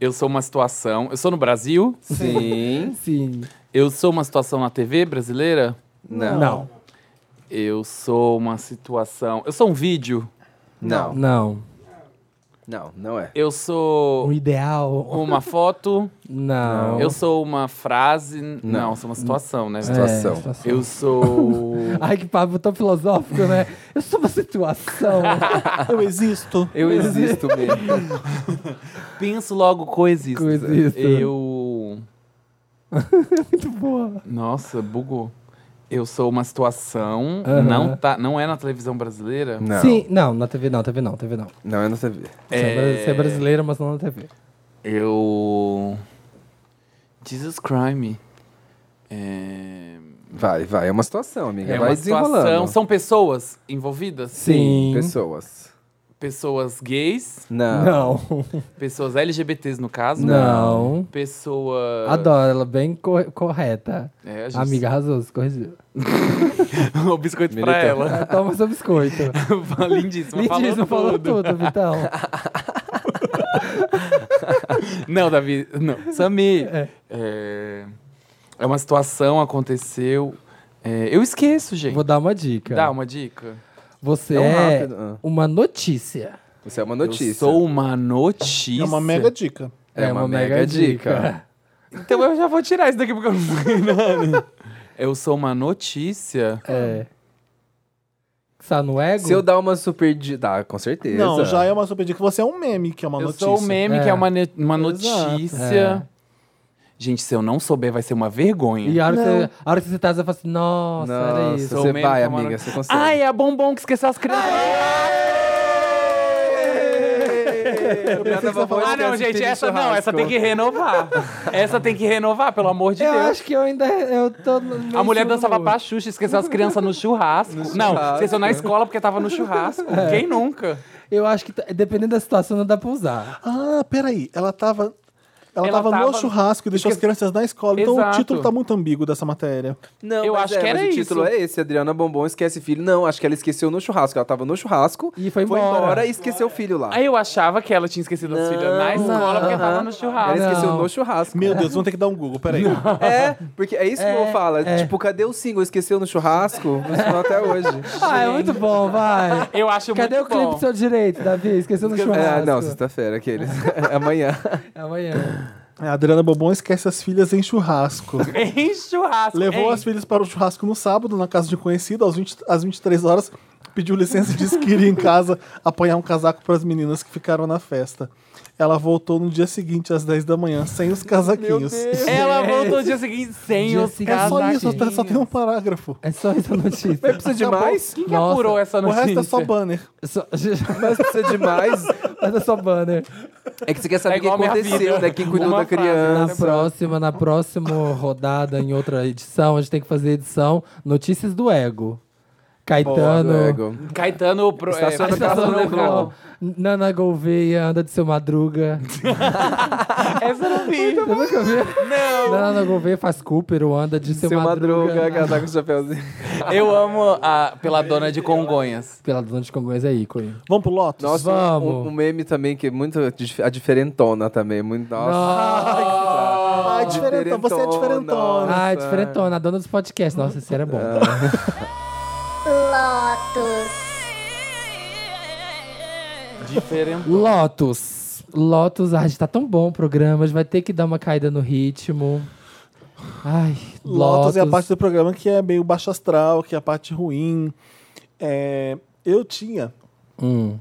S3: Eu sou uma situação. Eu sou no Brasil?
S2: Sim.
S3: Eu sou uma situação na TV brasileira?
S4: Não. Não.
S2: Não.
S3: Eu sou uma situação. Eu sou um vídeo.
S4: Não, não,
S2: Não.
S4: não, é.
S3: Eu
S2: O
S3: sou
S2: ideal.
S3: uma foto.
S2: Não. É,
S3: Eu sou uma frase. Não, eu sou uma situação, né?
S4: Situação.
S3: Eu sou.
S2: Ai, que papo tão filosófico, né? Eu sou uma situação.
S1: Eu existo.
S4: Eu existo mesmo.
S3: Penso logo coisas.
S2: Coisista.
S3: Eu.
S2: Muito boa.
S3: Nossa, bugou. Eu sou uma situação.
S2: Aham.
S3: Não, tá, não é na televisão brasileira?
S4: Não.
S2: Sim, não, na TV não, TV não, TV não. Você
S4: Não é na TV.
S2: é
S3: É.
S2: bra- Você é brasileira, mas não na TV.
S3: Eu. Jesus Crime. É,
S4: Vai, vai. É uma situação, amiga.
S3: é
S4: vai
S3: uma
S4: desenrolando.
S3: situação. São pessoas envolvidas?
S2: Sim.
S4: Pessoas.
S3: pessoas gays,
S4: Não.
S2: Não.
S3: pessoas LGBTs no caso.
S2: Não.
S4: Ah.
S3: Pessoa.
S2: Adoro, ela bem cor- correta.
S3: É, a gente-
S2: Amiga arrasou, se corrigiu.
S3: o biscoito pra
S4: Militante.
S3: ela.
S2: Ah, Toma seu biscoito.
S3: Lindíssima,
S2: Lindíssimo,
S3: falou,
S2: falou
S3: tudo.
S2: tudo, Vitão.
S3: Não, Davi, não. Sami,
S2: É.
S3: é. É, uma situação, aconteceu. É, eu esqueço, gente.
S2: Vou dar uma dica.
S3: Dá uma dica.
S2: Você
S4: É um
S2: é
S4: rápido. ah.
S2: uma notícia.
S4: Isso é uma notícia.
S3: Eu sou uma notícia.
S1: É uma mega dica.
S4: É uma mega dica.
S3: Então eu já vou tirar isso daqui porque eu não sei nada. Eu sou uma notícia.
S2: É. Está no ego?
S4: Se eu dar uma super dica. Dá, com certeza.
S1: Não, já é uma super dica. Você é um meme, que é uma
S3: eu
S1: notícia.
S3: sou o meme,
S2: É.
S3: que é uma, ne- uma
S1: Exato.
S3: notícia. Gente, se eu não souber, vai ser uma vergonha.
S2: E a hora, que
S1: Não.
S2: você, a hora que você tá, você fala assim, nossa, era
S4: Nossa,
S2: isso.
S3: Sou
S4: você
S3: meme,
S4: vai,
S3: tá uma-
S4: amiga, você consegue.
S3: Ah, é a bombom que esqueceu as crianças.
S4: é,
S3: é,
S1: Eu pensei que você ia falar-
S3: Ah, não, gente, essa não, essa tem que renovar. Essa tem que renovar, pelo amor de
S2: Eu
S3: Deus.
S2: acho que eu ainda. Eu tô no meio
S3: A mulher
S2: segundo.
S3: dançava pra Xuxa, esqueceu as crianças no churrasco. Não,
S4: churrasco.
S3: esqueceu na escola porque tava no churrasco. Quem nunca?
S2: Eu acho que, t- dependendo da situação, não dá pra usar.
S1: Ah, peraí. Ela tava. Ela,
S3: Ela
S1: tava, no
S3: tava-
S1: churrasco e deixou as
S3: Esquece-
S1: crianças na escola. Então
S3: Exato.
S1: o título tá muito ambíguo dessa matéria.
S4: Não,
S3: Eu
S4: mas
S3: acho
S4: é,
S3: que era
S4: mas
S3: isso.
S4: O título é esse: Adriana Bombom esquece filho. Não, acho que ela esqueceu no churrasco. Ela tava no churrasco.
S2: E foi
S4: Foi
S2: embora.
S4: embora e esqueceu o filho lá.
S3: Aí eu achava que ela tinha esquecido as filhas na escola porque tava no
S4: Ela
S3: churrasco.
S2: Não.
S4: esqueceu no churrasco.
S1: Meu Deus, vamos ter que dar um Google, peraí.
S4: É, porque é isso que o
S2: É,
S4: Mo fala.
S2: é.
S4: Tipo, cadê o single? Esqueceu no churrasco? Funcionou até hoje.
S2: Ah, é muito bom, vai.
S3: Eu acho
S2: Cadê o
S3: muito
S2: clipe
S3: bom.
S2: do seu direito, Davi? Esqueceu no churrasco.
S4: É, não, sexta-feira, aqueles. Amanhã.
S2: É amanhã.
S1: A Adriana Bobon esquece as filhas em churrasco.
S3: Em churrasco.
S1: Levou
S3: hein?
S1: as filhas para o churrasco no sábado, na casa de um conhecido, às, 20, às 23 horas, pediu licença e disse que iria em casa apanhar um casaco para as meninas que ficaram na festa. Ela voltou no dia seguinte, às 10 da manhã, sem os casaquinhos.
S3: Ela voltou no dia seguinte sem
S2: Dia
S3: os
S2: seguinte.
S1: É só
S3: casaquinhos.
S1: isso, tá- só tem um parágrafo.
S2: É só essa notícia.
S4: Mas precisa de
S1: Acabou.
S4: mais?
S3: Quem que
S2: Nossa.
S3: apurou essa
S1: O
S3: notícia?
S1: resto é só banner.
S2: Só-
S4: Mas precisa de mais?
S2: Mas é só banner.
S4: É que você quer saber
S3: É
S4: o que
S3: igual a minha
S4: aconteceu,
S3: vida.
S4: né? Quem cuidou
S3: Uma
S4: da
S3: frase,
S2: Na
S4: criança.
S2: próxima, na próxima rodada, em outra edição, a gente tem que fazer edição Notícias do Ego. Caetano.
S4: Do ego.
S3: Caetano... Pro, é,
S4: Estaciona
S3: Caetano
S4: o carro no
S3: Leblon.
S4: Leblon.
S2: Nana Gouveia, anda de seu madruga.
S3: Essa eu não vi.
S2: Você nunca viu?
S3: Não.
S2: Nana Gouveia faz Cooper, ou anda de seu,
S4: Seu
S2: madruga.
S4: madruga, casar com o chapéuzinho.
S3: Eu amo a pela dona de Congonhas.
S2: Pela dona de Congonhas é ícone.
S1: Vamos pro Lotus?
S4: Nossa,
S2: Vamos.
S4: um, um meme também que é muito. dif- A diferentona também. Muito, nossa.
S1: Ai, Ah, diferentona, você é diferentona.
S2: Ah, é
S4: Nossa.
S2: diferentona, a dona dos podcasts. Nossa, esse era bom.
S6: Lotus.
S3: Diferente.
S2: Lotus. Lotus, ai, gente, tá tão bom o programa, a gente vai ter que dar uma caída no ritmo. Ai,
S1: Lotus
S2: Lotus
S1: é a parte do programa que é meio baixo astral, que é a parte ruim. É, eu tinha
S2: Hum,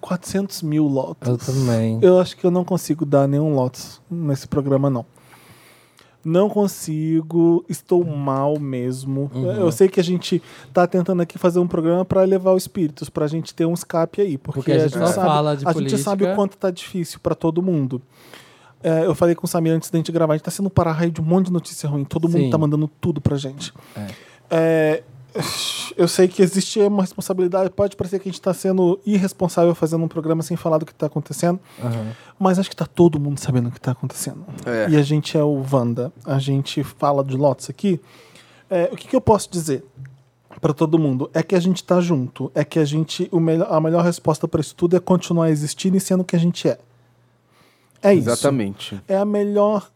S1: 400 mil Lotus.
S2: eu também.
S1: Eu acho que eu não consigo dar nenhum Lotus nesse programa, não. Não consigo, estou mal mesmo.
S2: Uhum.
S1: Eu sei que a gente tá tentando aqui fazer um programa para elevar os espíritos, pra gente ter um escape aí. Porque,
S2: Porque a gente não
S1: sabe,
S2: fala de
S1: A
S2: política.
S1: gente sabe o quanto tá difícil para todo mundo. É, eu falei com o Samir antes da gente gravar, a gente tá sendo um para-raio de um monte de notícia ruim. Todo
S2: Sim.
S1: mundo tá mandando tudo pra gente. É, eu sei que existe uma responsabilidade, pode parecer que a gente tá sendo irresponsável fazendo um programa sem falar do que tá acontecendo.
S2: Aham.
S1: Mas acho que tá todo mundo sabendo o que tá acontecendo.
S4: É.
S1: E a gente é o Wanda. A gente fala de Lotus aqui. É, o que, que eu posso dizer para todo mundo? É que a gente tá junto. É que a gente. o melhor- a melhor resposta para isso tudo é continuar existindo e sendo o que a gente é. É isso.
S4: Exatamente.
S1: É a melhor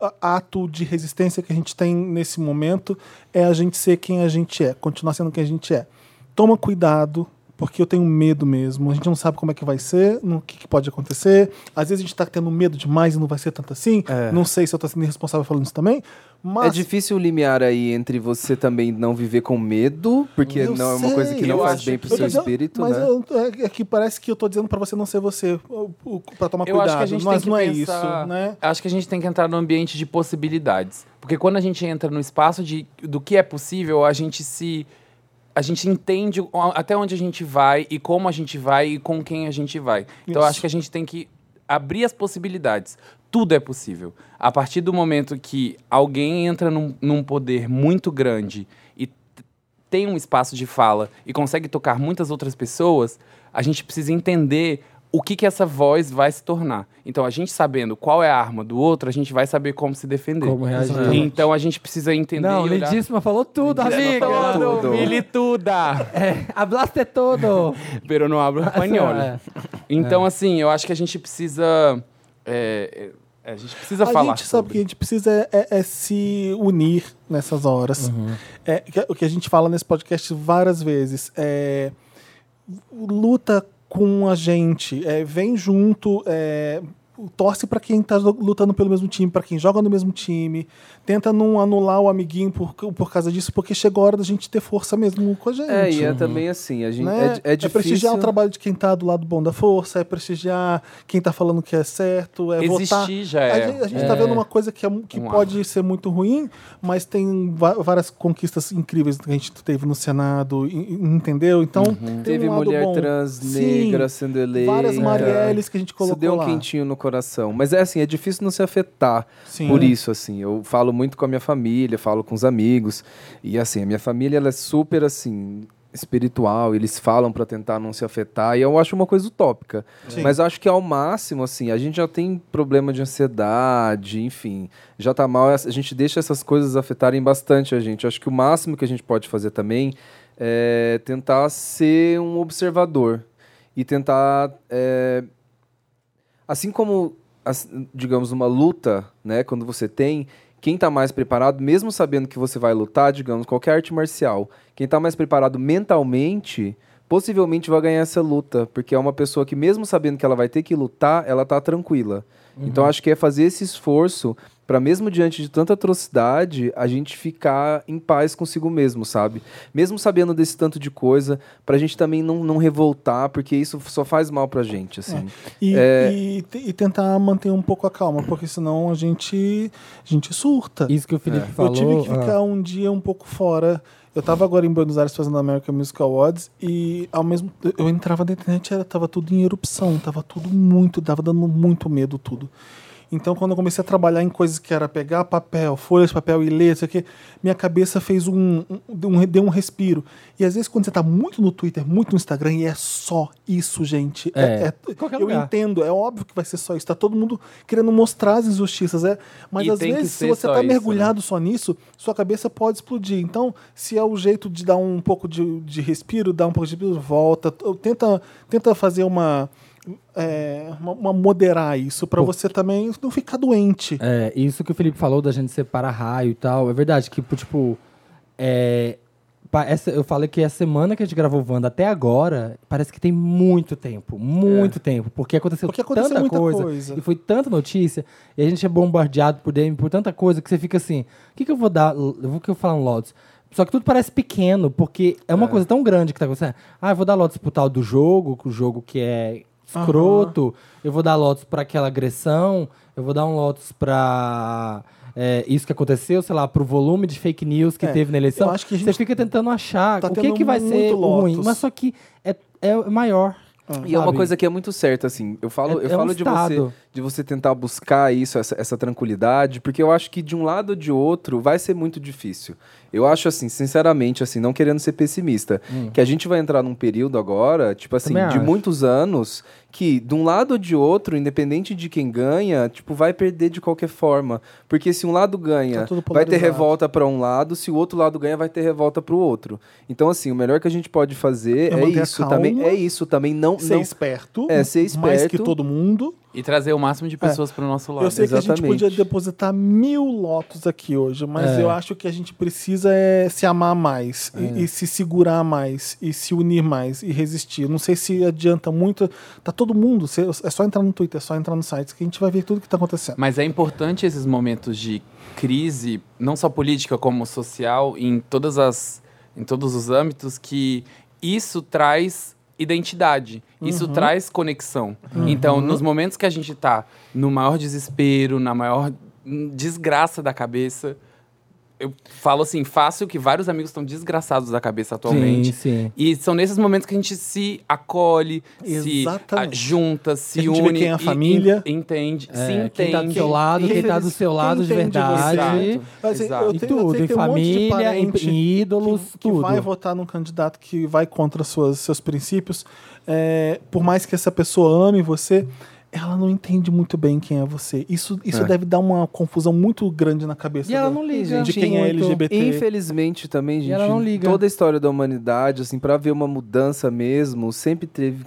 S1: a- ato de resistência que a gente tem nesse momento é a gente ser quem a gente é, continuar sendo quem a gente é. Toma cuidado, porque eu tenho medo mesmo. A gente não sabe como é que vai ser, no que, que pode acontecer. Às vezes a gente tá tendo medo demais e não vai ser tanto assim. Não sei se eu tô sendo irresponsável falando isso também, mas
S4: É difícil o limiar aí entre você também não viver com medo, porque
S1: Eu
S4: não é uma
S1: sei.
S4: coisa que não
S3: Eu
S4: faz
S3: acho
S4: bem
S3: que-
S4: pro
S1: Eu tô
S4: seu
S1: dizendo-
S4: espírito,
S1: mas
S4: né?
S1: eu- é que parece que eu tô dizendo pra você não ser você, o- o- pra tomar
S3: Eu
S1: cuidado.
S3: acho que a gente
S1: mas
S3: tem que
S1: não
S3: pensar-
S1: é isso, né?
S3: Acho que a gente tem que entrar no ambiente de possibilidades. Porque quando a gente entra no espaço de, do que é possível, a gente se. A gente entende o- até onde a gente vai e como a gente vai e com quem a gente vai. Então
S1: Isso.
S3: acho que a gente tem que abrir as possibilidades. Tudo é possível. A partir do momento que alguém entra num, num poder muito grande e t- tem um espaço de fala e consegue tocar muitas outras pessoas, a gente precisa entender o que, que essa voz vai se tornar. Então, a gente sabendo qual é a arma do outro, a gente vai saber como se defender.
S2: Como reagir.
S1: Exatamente.
S3: Então, a gente precisa entender
S2: Não,
S3: e olhar...
S2: lindíssima falou tudo, amiga.
S3: Todo,
S4: Tudo.
S3: milituda!
S2: É, hablaste todo.
S3: Pero não abro espanhol.
S2: É.
S3: Então, assim, eu acho que a gente precisa... é, é, a gente precisa
S1: a
S3: falar
S1: gente sabe
S3: sobre.
S1: que a gente precisa é, é- é se unir nessas horas.
S4: Uhum.
S1: É, que- o que a gente fala nesse podcast várias vezes é luta com a gente, é, vem junto, é, torce para quem tá lutando pelo mesmo time, para quem joga no mesmo time, tenta não anular o amiguinho por, por causa disso, porque chegou a hora da gente ter força mesmo com a gente.
S4: É, e é também assim, a gente
S1: né?
S4: é, é difícil.
S1: prestigiar o trabalho de quem tá do lado bom da força, é prestigiar quem tá falando que é certo, é
S3: Existir
S1: votar.
S3: já
S1: A
S3: é.
S1: gente, a gente tá vendo uma coisa que, é, que
S3: Um
S1: pode ser muito ruim, mas tem va- várias conquistas incríveis que a gente teve no Senado, e- e- entendeu? Então, tem
S4: Uhum. Teve
S1: um lado
S4: mulher
S1: bom.
S4: trans
S1: Sim,
S4: negra sendo eleita.
S1: Várias Marielles que a gente
S4: Isso
S1: colocou
S4: deu um
S1: lá.
S4: quentinho no coração. Mas é assim, é difícil não se afetar
S1: Sim.
S4: por isso, assim. Eu falo muito com a minha família, falo com os amigos. E assim, a minha família ela é super assim espiritual, eles falam pra tentar não se afetar, e eu acho uma coisa utópica.
S1: Sim.
S4: Mas eu acho que ao máximo assim, a gente já tem problema de ansiedade, enfim, já tá mal, a gente deixa essas coisas afetarem bastante a gente. Eu acho que o máximo que a gente pode fazer também é tentar ser um observador e tentar é, assim como as- digamos uma luta, né, quando você tem quem está mais preparado, mesmo sabendo que você vai lutar, digamos, qualquer arte marcial, quem está mais preparado mentalmente, possivelmente vai ganhar essa luta, porque é uma pessoa que mesmo sabendo que ela vai ter que lutar, ela tá tranquila.
S2: Uhum.
S4: Então acho que é fazer esse esforço para mesmo diante de tanta atrocidade, a gente ficar em paz consigo mesmo, sabe? Mesmo sabendo desse tanto de coisa, pra gente também não, não revoltar, porque isso só faz mal pra gente, assim.
S2: É.
S1: E, e te- e tentar manter um pouco a calma, porque senão a gente, a gente surta.
S2: Isso que o Felipe falou.
S1: Eu tive que
S2: ah.
S1: ficar um dia um pouco fora. Eu tava agora em Buenos Aires fazendo a American Music Awards e ao mesmo eu entrava na internet era tava tudo em erupção, tava tudo muito, tava dando muito medo tudo. Então quando eu comecei a trabalhar em coisas que era pegar papel, folhas de papel e ler, isso aqui, minha cabeça fez um, um- deu um deu um respiro. E às vezes quando você tá muito no Twitter, muito no Instagram e é só isso, gente.
S2: É. Qualquer
S1: eu
S2: lugar.
S1: entendo, é óbvio que vai ser só isso. Tá todo mundo querendo mostrar as injustiças, é, mas
S3: E
S1: às
S3: tem que
S1: vezes se
S3: ser
S1: você
S3: só
S1: tá
S3: isso,
S1: mergulhado focado só nisso, sua cabeça pode explodir. Então, se é o jeito de dar um pouco de, de respiro, dar um pouco de respiro, volta. t- Tenta, tenta fazer uma, é, uma, uma moderar isso para você também não ficar doente.
S2: É, isso que o Felipe falou da gente separar raio e tal, é verdade que, tipo, é, pa- essa- eu falei que a semana que a gente gravou Wanda até agora, parece que tem muito tempo, muito tempo, porque aconteceu,
S1: É. Porque aconteceu
S2: tanta
S1: muita
S2: coisa,
S1: coisa.
S2: e foi tanta notícia, e a gente é bombardeado por DM, por tanta coisa, que você fica assim, o que que eu vou dar, eu vou que eu falar um Lotus? Só que tudo parece pequeno, porque é uma coisa tão grande que tá acontecendo. Ah, eu vou dar Lotus pro tal do jogo, que o jogo que é escroto, eu vou dar lotus pra aquela agressão, eu vou dar um lotus pra é, isso que aconteceu, sei lá, pro volume de fake news que
S1: É,
S2: teve na eleição.
S1: eu acho que a
S2: Você
S1: gente
S2: fica tentando achar
S1: tá
S2: o que,
S1: tendo
S2: que vai ser
S1: muito
S2: o ruim,
S1: lotus.
S2: mas só que é, é maior.
S4: E é uma
S2: sabe?
S4: coisa que é muito certa, assim. Eu falo,
S2: É-
S4: eu
S2: é um
S4: falo de,
S2: estado.
S4: você, de você tentar buscar isso, essa, essa tranquilidade, porque eu acho que de um lado ou de outro vai ser muito difícil. Eu acho, assim, sinceramente, assim, não querendo ser pessimista,
S1: Hum.
S4: que a gente vai entrar num período agora, tipo assim,
S2: Também
S4: de
S2: acho.
S4: muitos anos, que de um lado ou de outro, independente de quem ganha, tipo, vai perder de qualquer forma. Porque se um lado ganha,
S1: Tá tudo
S4: vai ter
S1: polarizado.
S4: revolta para um lado, se o outro lado ganha, vai ter revolta para o outro. Então, assim, o melhor que a gente pode fazer
S1: É
S4: é,
S1: manter a
S4: isso também.
S1: calma.
S4: É isso também, não,
S1: Ser
S4: não
S1: esperto,
S4: É, ser
S1: mais que
S4: esperto.
S1: todo mundo.
S3: E trazer o máximo de pessoas pro nosso lado.
S1: É. eu sei que a gente
S4: exatamente.
S1: podia depositar mil lotos aqui hoje, mas
S2: É.
S1: eu acho que a gente precisa é se amar mais e- e, se segurar mais e se unir mais e resistir. Não sei se adianta muito. Tá todo mundo. cê- É só entrar no Twitter, é só entrar no site que a gente vai ver tudo que tá acontecendo.
S3: Mas é importante esses momentos de crise, não só política, como social, em, todas as, em todos os âmbitos, que isso traz identidade, isso traz conexão. Então, nos momentos que a gente tá no maior desespero, na maior hum, desgraça da cabeça, eu falo assim, fácil que vários amigos estão desgraçados da cabeça atualmente.
S2: Sim, sim.
S3: E são nesses momentos que a gente se acolhe, se
S1: Exatamente.
S3: ah, junta, se
S1: A gente vê
S3: une.
S1: quem é a
S3: e- e
S1: família.
S3: entende, se
S2: É, quem tá do
S3: entende.
S2: seu lado, quem tá do seu lado de
S1: entende você.
S2: verdade.
S3: Exato.
S1: Mas, assim,
S3: Exato.
S1: eu
S2: Em
S1: tenho- eu
S2: tudo,
S1: sei
S2: em
S1: que tem um monte de
S2: família, em,
S1: parente
S2: em ídolos,
S1: que, que
S2: tudo.
S1: vai votar num candidato que vai contra suas, seus princípios, é, por mais que essa pessoa ame você, ela não entende muito bem quem é você. Isso, isso deve dar uma confusão muito grande na cabeça
S2: E ela
S1: da-
S2: não liga.
S1: de quem é
S2: muito.
S1: LGBT.
S4: Infelizmente também, gente,
S2: ela não liga.
S4: toda a história da humanidade, assim, para ver uma mudança mesmo, sempre teve,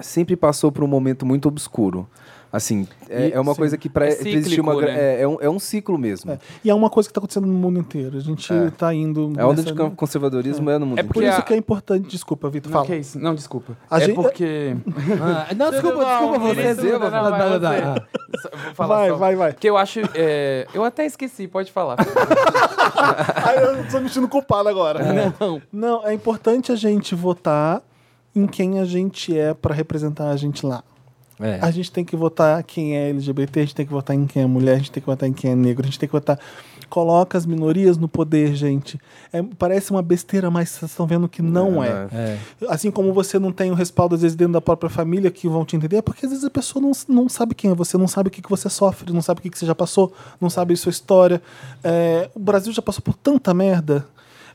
S4: sempre passou por um momento muito obscuro. Assim, é,
S1: E-
S4: é uma
S1: sim.
S4: coisa que para
S3: É
S4: existir uma
S3: cíclico,
S4: gra-
S3: né?
S4: é, é um, é um ciclo mesmo.
S1: É.
S4: É,
S1: E é uma coisa que está acontecendo no mundo inteiro. A gente
S4: É.
S1: está indo.
S4: a onda
S1: nessa-
S4: de con- conservadorismo é, no mundo.
S3: É
S1: Por
S3: porque
S4: inteiro.
S1: isso
S3: a-
S1: que é importante. Desculpa, Vitor,
S3: Não,
S1: fala.
S3: que é isso? Não, desculpa.
S1: A
S3: é
S1: gente-
S3: porque.
S2: Ah, não, desculpa, desculpa,
S3: não,
S2: você.
S3: não, não,
S2: desculpa,
S3: não,
S2: blá, blá,
S3: vai,
S2: blá,
S3: você.
S2: blá.
S3: Só- Vou falar
S1: Vai,
S3: só.
S1: vai, vai.
S3: Porque eu acho. é, eu até esqueci, pode falar.
S1: Ai, eu tô me sentindo culpado agora.
S3: Não.
S1: Não, é importante a gente votar em quem a gente é para representar a gente lá.
S2: É.
S1: A gente tem que votar quem é LGBT, a gente tem que votar em quem é mulher, a gente tem que votar em quem é negro, a gente tem que votar. Coloca as minorias no poder, gente. É, parece uma besteira, mas vocês estão vendo que não é.
S2: É.
S1: Assim como você não tem o respaldo, às vezes, dentro da própria família que vão te entender, é porque às vezes a pessoa não, não sabe quem é você, não sabe o que, que você sofre, não sabe o que, que você já passou, não sabe a sua história. É, o Brasil já passou por tanta merda.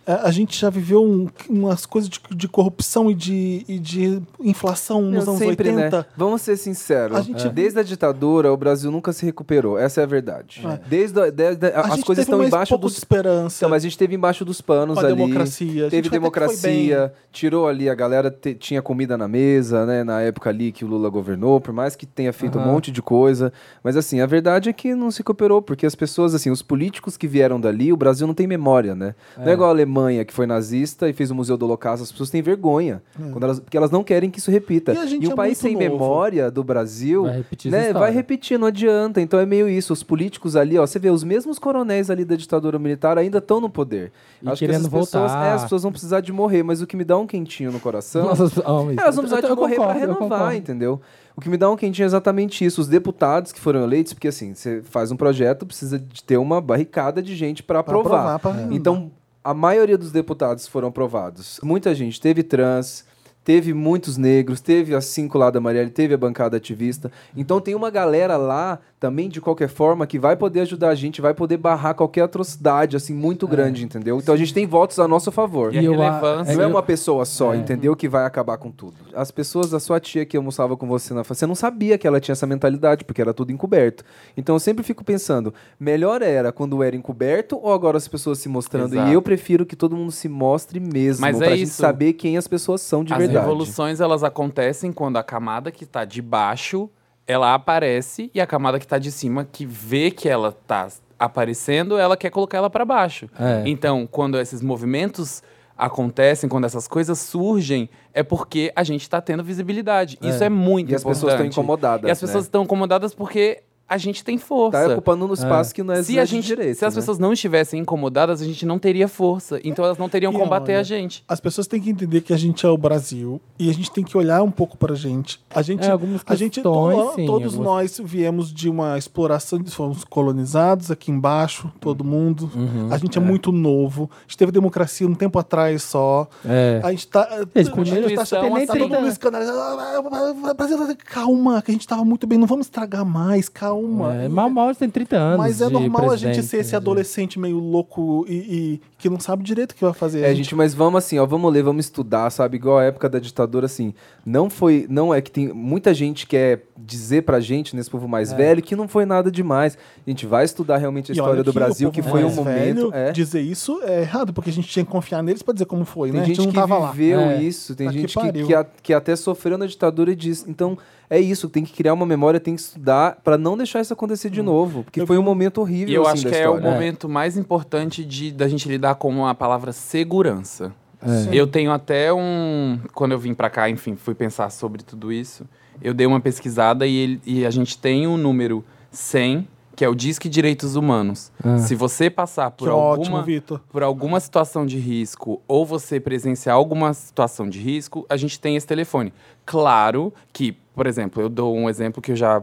S1: É, a gente já viveu um- umas coisas de, de corrupção e de, e de inflação
S4: Não,
S1: nos anos
S4: sempre,
S1: 80.
S4: né? Vamos ser sinceros. é.
S1: A gente-
S4: Desde a ditadura, o Brasil nunca se recuperou. Essa é a verdade.
S1: É.
S4: Desde, a- desde a-
S1: A
S4: as
S1: gente
S4: coisas
S1: teve
S4: estão
S1: um
S4: embaixo
S1: pouco
S4: dos
S1: de esperança.
S4: Então, mas a gente teve embaixo dos panos
S1: Com a
S4: ali.
S1: democracia. A gente
S4: Teve
S1: vai ter que foi
S4: democracia, tirou ali, a galera te- tinha comida na mesa, né? Na época ali que o Lula governou, por mais que tenha feito um monte de coisa. Mas assim, a verdade é que não se cooperou, porque as pessoas, assim, os políticos que vieram dali, o Brasil não tem memória, né? Não é igual a Alemanha, que foi nazista e fez o Museu do Holocausto, as pessoas têm vergonha. Quando elas, porque elas não querem que isso repita.
S1: É. E a gente
S4: um
S1: é
S4: país
S1: muito
S4: sem
S1: novo.
S4: memória do Brasil,
S2: Vai repetir essa
S4: né? Vai
S2: história.
S4: repetir, não adianta. Então é meio isso. Os políticos ali, ó, você vê, os mesmos coronéis ali da ditadura militar ainda estão no poder.
S2: E querendo
S4: pessoas,
S2: voltar.
S4: é, as pessoas vão precisar de morrer, mas o que me dá um quentinho no coração. é,
S2: Nossa, amo isso.
S4: elas vão
S2: Eu-
S4: precisar de
S2: eu
S4: morrer
S2: concordo,
S4: para
S2: eu concordo.
S4: renovar, entendeu? O que me dá um quentinho é exatamente isso. Os deputados que foram eleitos, porque assim, você faz um projeto, precisa de ter uma barricada de gente para
S1: Pra
S4: aprovar.
S1: pra remendar.
S4: Então, a maioria dos deputados foram aprovados. Muita gente teve trans, teve muitos negros, teve as cinco lá da Marielle, teve a bancada ativista. Então tem uma galera lá também, de qualquer forma, que vai poder ajudar a gente, vai poder barrar qualquer atrocidade, assim, muito grande, entendeu? Então a gente tem votos a nosso favor.
S3: E, a
S2: E eu-
S3: relevância.
S4: Não é
S2: eu-
S4: uma pessoa só, entendeu? Que vai acabar com tudo. As pessoas, a sua tia que almoçava com você na fa- você não sabia que ela tinha essa mentalidade, porque era tudo encoberto. Então eu sempre fico pensando, melhor era quando era encoberto ou agora as pessoas se mostrando?
S3: Exato.
S4: E eu prefiro que todo mundo se mostre mesmo,
S3: Mas
S4: pra
S3: é
S4: gente
S3: isso.
S4: saber quem as pessoas são de
S3: As
S4: verdade.
S3: revoluções elas acontecem quando a camada que tá de baixo ela aparece e a camada que tá de cima que vê que ela tá aparecendo, ela quer colocar ela para baixo.
S2: É.
S3: Então, quando esses movimentos acontecem, quando essas coisas surgem, é porque a gente tá tendo visibilidade. Isso é muito
S4: E as
S3: importante.
S4: pessoas estão incomodadas.
S3: E as pessoas
S4: né?
S3: estão incomodadas porque a gente tem força.
S4: Tá ocupando um espaço que não é
S3: se
S4: não é
S3: a
S4: de
S3: gente,
S4: direito,
S3: se as
S4: né?
S3: pessoas não estivessem incomodadas, a gente não teria força. Então elas não teriam
S1: E
S3: combater
S1: olha,
S3: a gente.
S1: As pessoas têm que entender que a gente é o Brasil e a gente tem que olhar um pouco pra gente. A gente,
S2: É, algumas
S1: a gente to-
S2: questões, sim,
S1: todos
S2: algumas-
S1: nós viemos de uma exploração, fomos colonizados aqui embaixo, todo mundo.
S2: Uhum.
S1: a gente é. muito novo. A gente teve democracia um tempo atrás só.
S2: É.
S1: A gente tá.
S2: Gente, primeiro-
S1: a gente tá
S3: Instituição,
S1: chamando
S2: tem nem
S1: tá todo
S2: 30.
S1: mundo escandalizado. Ah, ah, ah, Brasil, Calma, que a gente tava muito bem. Não vamos estragar mais, calma.
S2: É, mal, mal, tem 30 anos.
S1: Mas é
S2: de
S1: normal a gente
S2: presidente,
S1: ser esse
S2: né?
S1: adolescente meio louco e, e que não sabe direito o que vai fazer.
S4: É, gente, mas vamos assim, ó, vamos ler, vamos estudar, sabe? Igual a época da ditadura, assim, não foi, não é que tem muita gente quer dizer pra gente, nesse povo mais velho, que não foi nada demais. A gente vai estudar realmente a
S1: É. E olha
S4: história do
S1: que
S4: Brasil,
S1: o
S4: que
S1: povo
S4: foi um
S1: mais
S4: momento,
S1: velho
S4: é.
S1: Dizer isso é errado, porque a gente tinha que confiar neles pra dizer como foi,
S4: Tem
S1: né? a
S4: gente
S1: gente não
S4: que
S1: tava lá.
S4: viveu
S2: É.
S4: isso, tem
S1: Tá que
S4: gente que,
S1: pariu.
S4: que a- que até sofreu na ditadura e diz. Então, é isso, tem que criar uma memória, tem que estudar pra não deixar isso acontecer de novo. Porque
S1: Eu
S4: foi um
S1: vi um-
S4: momento horrível.
S3: E eu
S4: assim,
S3: acho
S4: da
S3: que é o
S4: história.
S3: momento mais importante de da gente lidar com a palavra segurança.
S2: É.
S3: Eu tenho até um, quando eu vim pra cá, enfim, fui pensar sobre tudo isso. Eu dei uma pesquisada e, ele- e a gente tem o número 100, que é o Disque Direitos Humanos.
S2: Ah.
S3: Se você passar
S1: Que é
S3: por
S1: ótimo,
S3: alguma
S1: Vitor.
S3: por alguma situação de risco ou você presenciar alguma situação de risco, a gente tem esse telefone. Claro que, por exemplo, eu dou um exemplo que eu já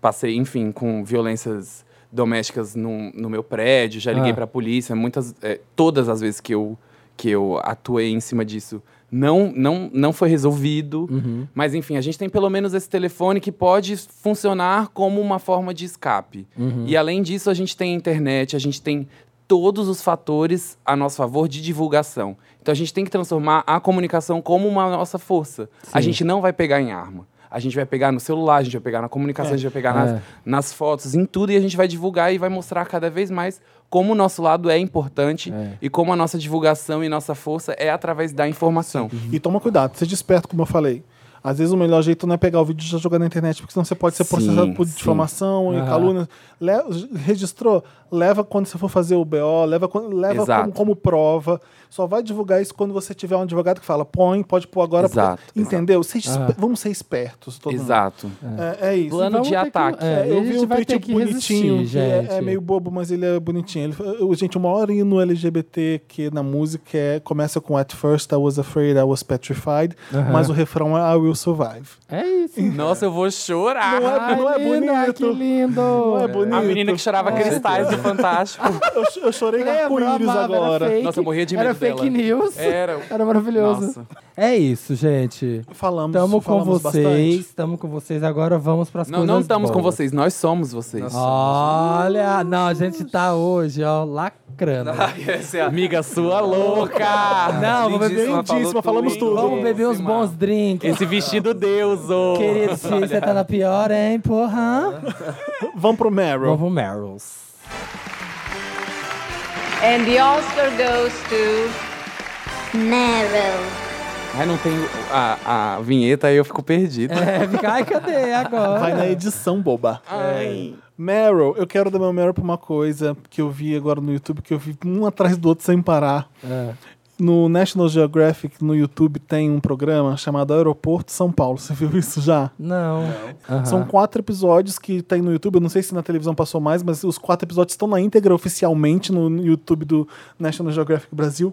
S3: passei, enfim, com violências domésticas no, no meu prédio, já liguei
S2: Ah.
S3: pra polícia, muitas, é, todas as vezes que eu, que eu atuei em cima disso, não, não, não foi resolvido.
S2: Uhum.
S3: Mas enfim, a gente tem pelo menos esse telefone que pode funcionar como uma forma de escape. E além disso, a gente tem a internet, a gente tem todos os fatores a nosso favor de divulgação. Então a gente tem que transformar a comunicação como uma nossa força. A gente não vai pegar em arma. A gente vai pegar no celular, a gente vai pegar na comunicação, a gente vai pegar
S2: É.
S3: nas, nas fotos, em tudo, e a gente vai divulgar e vai mostrar cada vez mais como o nosso lado é importante e como a nossa divulgação e nossa força é através da informação.
S1: E toma cuidado, seja esperto, como eu falei. Às vezes o melhor jeito não é pegar o vídeo e já jogar na internet, porque senão você pode ser
S3: Sim,
S1: processado por
S3: sim.
S1: difamação e
S2: Aham.
S1: calúnia. Le- registrou? Leva quando você for fazer o BO, leva, quando- leva
S3: Exato.
S1: como, como prova. Só vai divulgar isso quando você tiver um advogado que fala, põe, pode pôr agora.
S3: Exato,
S1: porque, entendeu? Seja espe-
S2: Aham.
S1: Vamos ser espertos. Todo mundo.
S3: Exato.
S1: É, é isso.
S3: Plano
S2: Vamos
S3: de
S2: ter que-
S3: ataque.
S2: é,
S1: É, eu
S2: a
S1: vi
S2: gente
S1: um
S2: vai
S1: tweet
S2: ter que
S1: bonitinho, que
S2: resistir,
S1: é-
S2: gente.
S1: É, meio bobo, mas ele é bonitinho. Ele, fa- eu- gente, o maior hino LGBT que na música é, começa com At First I Was Afraid, I Was Petrified,
S2: Aham.
S1: mas o refrão é I Will Survive.
S2: É isso.
S3: Nossa, eu vou chorar.
S1: Não é- não é
S2: linda,
S1: bonito.
S2: Que lindo.
S1: Não é bonito.
S3: A menina que chorava cristais do Fantástico.
S1: Eu, ch- eu chorei com arco-íris
S2: amava, era
S1: agora.
S2: fake.
S3: Nossa, eu morria de
S2: Era
S3: medo
S2: fake
S3: dela.
S2: news.
S3: Era.
S2: Era maravilhoso.
S3: Nossa.
S2: É isso, gente.
S1: Falamos,
S2: Estamos com
S1: falamos
S2: vocês.
S1: bastante.
S2: Estamos com vocês. Agora vamos para as
S3: Não,
S2: coisas
S3: não estamos com
S2: boas.
S3: vocês, nós somos vocês.
S2: Olha, não, a gente tá hoje, ó, lacrando.
S3: Amiga sua louca!
S2: Não, vamos beber,
S4: Lindíssima,
S1: lindíssima, é falamos tudo.
S2: vamos beber uns bons drinks.
S3: Esse vestido Deus, ô!
S2: Querido, se você tá na pior, hein, porra?
S1: Vamos pro Meryl.
S2: Vamos, Meryl's.
S6: And the Oscar goes to.
S7: Meryl.
S3: Ai, não tem a, a vinheta aí eu fico perdido.
S2: É, fica, ai, cadê agora?
S1: Vai na edição, boba. Ah. É. Meryl, eu quero dar meu Meryl pra uma coisa que eu vi agora no YouTube, que eu vi um atrás do outro sem parar.
S2: É.
S1: No National Geographic, no YouTube, tem um programa chamado Aeroporto São Paulo. Você viu isso já?
S2: Não. Aham.
S1: São quatro episódios que tem no YouTube. Eu não sei se na televisão passou mais, mas os quatro episódios estão na íntegra oficialmente no YouTube do National Geographic Brasil.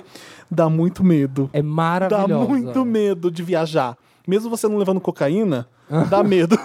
S1: Dá muito medo.
S2: É
S1: Dá
S2: maravilhoso.
S1: muito medo de viajar. Mesmo você não levando cocaína, dá medo.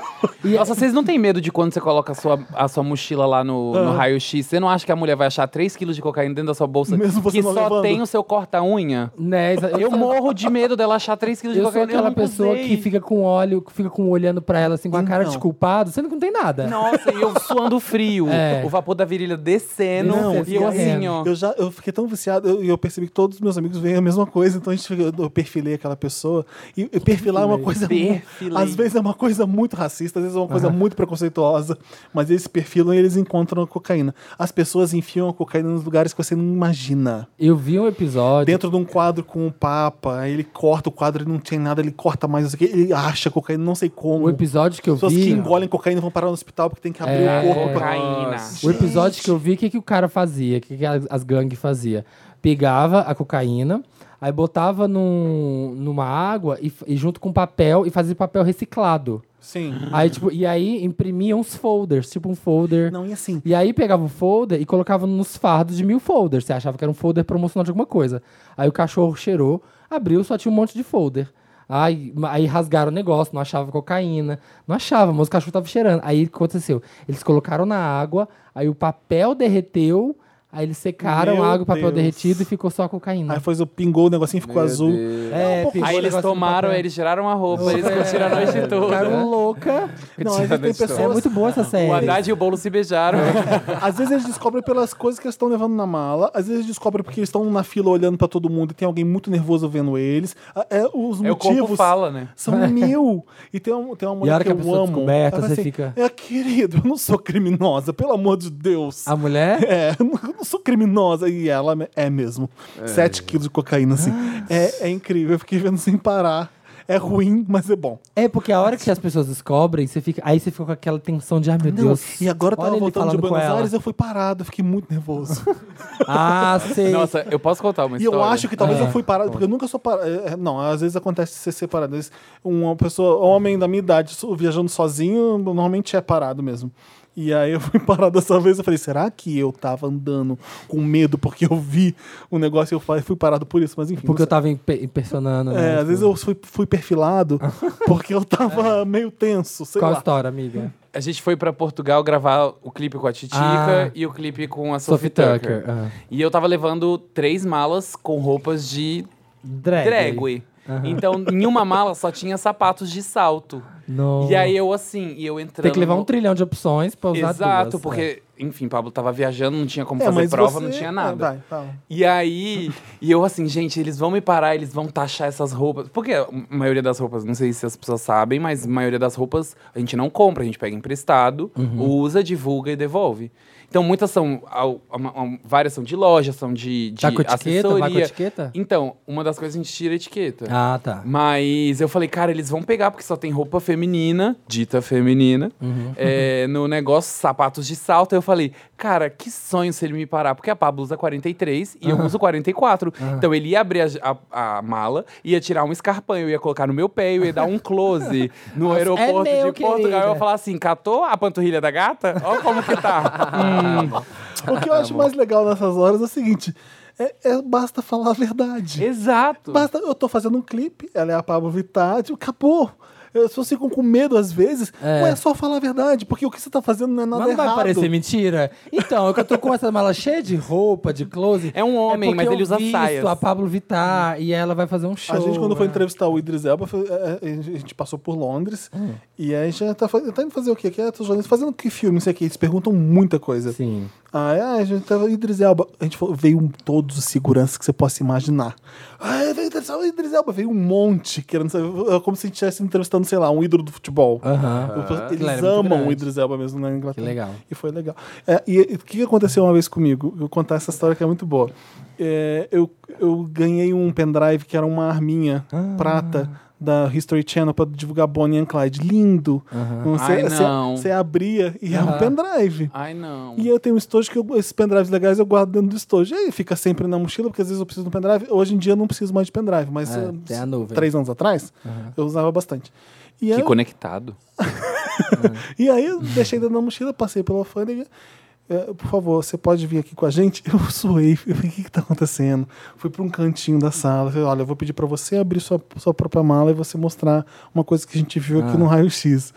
S2: é-
S3: Nossa, vocês não têm medo de quando você coloca a sua, a sua mochila lá no, no
S1: Ah.
S3: raio-x? Você não acha que a mulher vai achar 3kg de cocaína dentro da sua bolsa
S1: Mesmo você
S3: que
S1: não
S3: só
S1: levando?
S3: tem o seu corta-unha?
S2: Né, exa-
S3: Eu morro de medo dela achar 3kg de
S2: Eu sou
S3: cocaína.
S2: aquela
S3: não
S2: pessoa
S3: usei.
S2: que fica com óleo, que fica com olhando pra ela assim, com a cara de
S1: Então.
S2: culpado, sendo que não tem nada.
S3: Nossa, e eu suando frio.
S2: É.
S3: O vapor da virilha descendo.
S2: Não,
S3: e eu assim, ó.
S1: Eu já eu fiquei tão viciado eu- e eu, percebi que todos os meus amigos veem a mesma coisa, então a gente fica- eu, eu perfilei aquela pessoa. E, e perfilar é uma coisa. mu-
S3: Perfilei.
S1: Às vezes é uma coisa muito racista, às vezes é uma coisa muito preconceituosa, mas eles perfilam e eles encontram a cocaína. As pessoas enfiam a cocaína nos lugares que você não imagina.
S2: Eu vi um episódio.
S1: Dentro de um quadro com o Papa, aí ele corta o quadro e não tem nada, ele corta mais, não sei o quê, ele acha cocaína, não sei como.
S2: O episódio que eu
S1: Pessoas
S2: vi.
S1: que engolem cocaína vão parar no hospital porque tem que abrir
S2: É.
S1: o corpo pra.
S3: Cocaína.
S2: O episódio que eu vi, o que, que o cara fazia? O que, que as, as gangues faziam? Pegava a cocaína, aí botava num, numa água e, f- e junto com papel e fazia papel reciclado.
S1: Sim.
S2: Aí, tipo, e aí imprimia uns folders, tipo um folder.
S1: Não, e assim,
S2: E aí pegava o folder e colocava nos fardos de mil folders. Você achava que era um folder promocional de alguma coisa. Aí o cachorro cheirou, abriu, só tinha um monte de folder. Aí, ma- aí rasgaram o negócio, não achava cocaína. Não achava, mas o cachorro tava cheirando. Aí o que aconteceu? Eles colocaram na água, aí o papel derreteu, aí eles secaram
S1: Meu
S2: a água, o papel
S1: Deus.
S2: derretido e ficou só a cocaína.
S1: Aí foi, pingou o negocinho, ficou azul.
S2: É, pingou
S3: Aí
S2: o
S3: eles
S2: negócio no
S3: tomaram,
S2: papel.
S3: eles tiraram a roupa, eles curtiram a noite
S2: Ficaram
S3: toda.
S2: louca.
S1: Não, às vezes tem pessoas.
S2: É muito boa essa série.
S3: O Haddad e o bolo se beijaram.
S1: Às vezes eles descobrem pelas coisas que eles estão levando na mala, às vezes eles descobrem porque eles estão na fila olhando pra todo mundo e tem alguém muito nervoso vendo eles. Ah, é, os
S3: É o
S1: motivos
S3: corpo fala, né?
S1: são mil. E tem, um, tem uma mulher
S2: a hora que a
S1: eu
S2: pessoa é
S1: amo.
S2: descoberta,
S1: ela
S2: você
S1: assim,
S2: fica-
S1: É, querido, eu não sou criminosa, pelo amor de Deus.
S2: A mulher?
S1: É, eu não sou criminosa. E ela é mesmo. Sete quilos de cocaína, assim. É, é incrível, eu fiquei vendo sem parar. É ruim, mas é bom.
S2: É, porque a hora que as pessoas descobrem, você fica, aí você fica com aquela tensão de, ai meu
S1: Não,
S2: Deus.
S1: e agora eu
S2: olha
S1: tava
S2: ele
S1: voltando de
S2: falando com
S1: Buenos
S2: ela.
S1: Aires, eu fui parado, eu fiquei muito nervoso.
S2: Ah, sei.
S3: Nossa, eu posso contar uma
S1: E
S3: história?
S1: eu acho que talvez
S2: É.
S1: eu fui parado, porque eu nunca sou parado. é, é, Não, às vezes acontece ser separado. Às vezes, um, Uma pessoa, homem da minha idade, so- viajando sozinho, normalmente é parado mesmo. E aí eu fui parado dessa vez, eu falei, será que eu tava andando com medo porque eu vi o negócio e eu fa- fui parado por isso? Mas enfim.
S2: porque
S1: não sei.
S2: eu tava impe- impersonando, né?
S1: É,
S2: É.
S1: às vezes eu fui, fui perfilado porque eu tava meio tenso, sei
S2: Qual a
S1: lá.
S2: história, amiga?
S3: A gente foi pra Portugal gravar o clipe com a Titica
S2: Ah.
S3: e o clipe com a
S2: Sophie
S3: Sophie,
S2: Tucker.
S3: Tucker.
S2: ah.
S3: E eu tava levando três malas com roupas de
S2: Drag.
S3: drag. Então, em uma mala só tinha sapatos de salto.
S2: No-
S3: E aí eu assim, e eu entrando.
S2: Tem que levar um
S3: no-
S2: trilhão de opções pra usar
S3: Exato,
S2: duas, né?
S3: porque, enfim, Pablo tava viajando, não tinha como
S1: É,
S3: fazer
S1: mas
S3: prova,
S1: você-
S3: não tinha
S1: é,
S3: nada.
S1: vai, fala.
S3: E aí, e eu assim, gente, eles vão me parar, eles vão taxar essas roupas. Porque a maioria das roupas, não sei se as pessoas sabem, mas a maioria das roupas a gente não compra, a gente pega emprestado,
S2: Uhum.
S3: usa, divulga e devolve. Então muitas são, ao- a- a- várias são de loja, são de, de
S2: Tá com etiqueta? Vai com
S3: assessoria.
S2: etiqueta?
S3: Então, uma das coisas a gente tira a etiqueta.
S2: Ah, tá.
S3: Mas eu falei, cara, eles vão pegar, porque só tem roupa feminina, dita feminina, é, no negócio, sapatos de salto. Eu falei, cara, que sonho se ele me parar, porque a Pablo usa 43 e eu uso 44. Então ele ia abrir a, a- a mala, ia tirar um escarpanho, ia colocar no meu pé, eu ia dar um close no aeroporto
S2: meu,
S3: de Portugal. Eu
S2: querida.
S3: ia falar assim: catou a panturrilha da gata? Olha como que tá. Hum.
S1: O que eu acho mais legal nessas horas é o seguinte: é, é- basta falar a verdade.
S3: Exato.
S1: Basta, eu tô fazendo um clipe, ela é a Pablo Vittar, tipo, acabou. Eu- As pessoas ficam com medo às vezes,
S2: É.
S1: é. é só falar a verdade, porque o que você tá fazendo não é nada
S2: Mas não vai
S1: errado.
S2: parecer mentira? Então, é que eu tô com essa mala cheia de roupa, de clothes.
S3: É um homem,
S2: porque
S3: mas
S2: eu
S3: ele usa
S2: visto
S3: saias.
S2: a Pablo Vittar e ela vai fazer um show.
S1: A gente, quando foi
S2: né?
S1: entrevistar o Idris Elba, foi- é, é, a gente passou por Londres
S2: Hum.
S1: e aí a gente tá, fa- tá indo fazer o quê? Que é, tô jornalista fazendo que filme, não sei o quê. Eles perguntam muita coisa.
S2: Sim.
S1: Ah, é, a gente tava Idris Elba. A gente falou, veio um, todos os seguranças que você possa imaginar. Ah, veio Idris Elba, Idris Elba. Veio um monte, querendo saber. é Como se a gente estivesse entrevistando, sei lá, um ídolo do futebol.
S2: Aham.
S1: Eu-
S2: Ele
S1: Tipo, Eles
S2: era muito
S1: amam
S2: grande.
S1: o Idris Elba mesmo na Inglaterra.
S2: Que legal.
S1: E foi legal. É, e e o que que aconteceu uma vez comigo? Eu Vou contar essa história que é muito boa. É, eu, eu ganhei um pendrive que era uma arminha
S2: Ah.
S1: prata da History Channel para divulgar Bonnie and Clyde. Lindo. Então,
S3: Ai, não.
S1: Você abria e era um pendrive.
S3: Ai, não.
S1: E eu tenho um estojo que eu- esses pendrives legais eu guardo dentro do estojo. E aí fica sempre na mochila, porque às vezes eu preciso de um pendrive. Hoje em dia eu não preciso mais de pendrive, mas
S2: É,
S1: eh,
S2: tem a nuvem.
S1: três anos atrás eu usava bastante. E aí
S3: Que
S1: eu-
S3: conectado.
S1: e aí eu deixei dentro da mochila, passei pela alfândega. É, por favor, você pode vir aqui com a gente? Eu suei, eu falei, o que que tá acontecendo? Fui para um cantinho da sala, falei, olha, eu vou pedir para você abrir sua, sua própria mala e você mostrar uma coisa que a gente viu aqui no raio-x.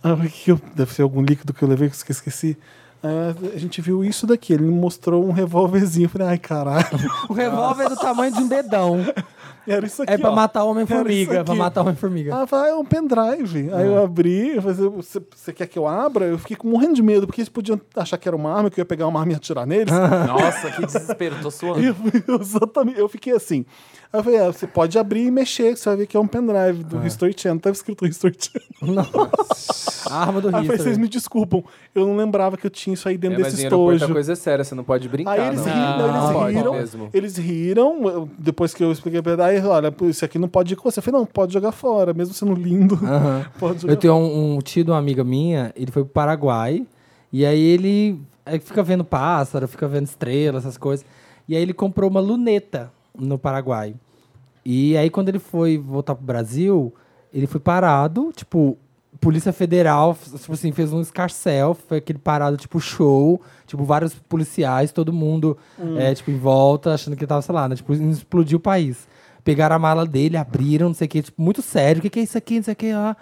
S1: Aí eu falei, "Que que eu- deve ser algum líquido que eu levei que eu esqueci. Aí a gente viu isso daqui, ele me mostrou um revólverzinho. Eu falei, ai caralho,
S2: O revólver é do tamanho de um dedão.
S1: era isso aqui.
S2: É pra
S1: ó.
S2: matar
S1: Era isso
S2: homem-formiga. é
S1: aqui.
S2: Pra matar homem-formiga.
S1: Ela falou, ah, é um pendrive. Aí eu abri, eu falei, você, você quer que eu abra? Eu fiquei com- morrendo de medo, porque eles podiam achar que era uma arma, que eu ia pegar uma arma e atirar neles.
S3: Nossa, que desespero, tô
S1: E
S3: suando.
S1: eu, fui- eu exatamente, eu fiquei assim. Aí eu falei, ah, você pode abrir e mexer, que você vai ver que é um pendrive do History Channel. Tava escrito History Channel.
S2: A arma do
S1: Aí eu falei, vocês
S2: Hitler.
S1: me desculpam, eu não lembrava que eu tinha isso aí
S4: É,
S1: dentro
S4: mas
S1: desse
S4: em aeroporto a
S1: estojo.
S4: coisa é séria, você não pode brincar.
S1: Aí eles
S4: não.
S1: riram, eles
S4: Não pode
S1: riram,
S4: mesmo.
S1: eles riram, eu- depois que eu expliquei pra ele, "Ah, olha, isso aqui não pode ir com você. Eu falei, não, pode jogar fora, mesmo sendo lindo. Pode jogar
S2: Eu tenho um, um tio de uma amiga minha, ele foi pro Paraguai, e aí ele aí fica vendo pássaro, fica vendo estrela, essas coisas. E aí ele comprou uma luneta no Paraguai. E aí quando ele foi voltar pro Brasil, ele foi parado, tipo, Polícia Federal, f- tipo assim, fez um escarcel, foi aquele parado, tipo, show, tipo, vários policiais, todo mundo, é, tipo, em volta, achando que ele tava, sei lá, né, tipo, explodiu o país. Pegaram a mala dele, abriram, não sei o que, tipo, muito sério, o que que é isso aqui, não sei o que, ah.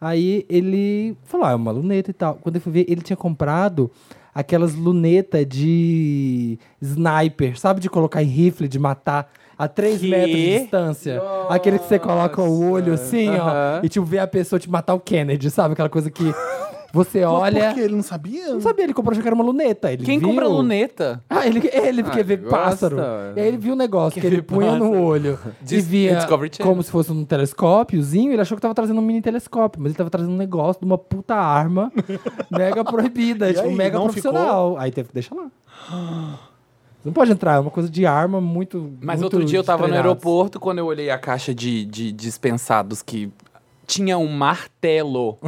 S2: Aí ele falou, ah, é uma luneta e tal. Quando eu fui ver, ele tinha comprado aquelas lunetas de sniper, sabe? De colocar em rifle, de matar a 3
S3: Que?
S2: metros de distância. Aquele que você coloca o olho assim, ó,
S4: Aham.
S2: e tipo, ver a pessoa te matar o Kennedy, sabe? Aquela coisa que você
S1: Mas
S2: olha.
S1: Por que ele não sabia? né?
S2: Não sabia, ele comprou, achou que era uma luneta. Ele
S3: Quem
S2: viu...
S3: compra luneta?
S2: Ah, ele, ele porque
S4: Ah,
S2: vê
S4: ele
S2: pássaro.
S4: gosta.
S2: E aí ele viu um negócio que, ele
S3: vê
S2: punha no
S3: pássaro.
S2: olho e
S3: Dis-
S2: via
S3: Discovery Channel.
S2: como se fosse um telescópiozinho. Ele achou que tava trazendo um mini telescópio, mas ele tava trazendo um negócio de uma puta arma mega proibida,
S1: E
S2: tipo,
S1: aí,
S2: mega
S1: não
S2: profissional. Aí teve que deixar lá. Não pode entrar, é uma coisa de arma muito.
S3: Mas
S2: muito
S3: outro dia eu tava no
S2: estrenados.
S3: aeroporto, quando eu olhei a caixa de, de dispensados que tinha um martelo.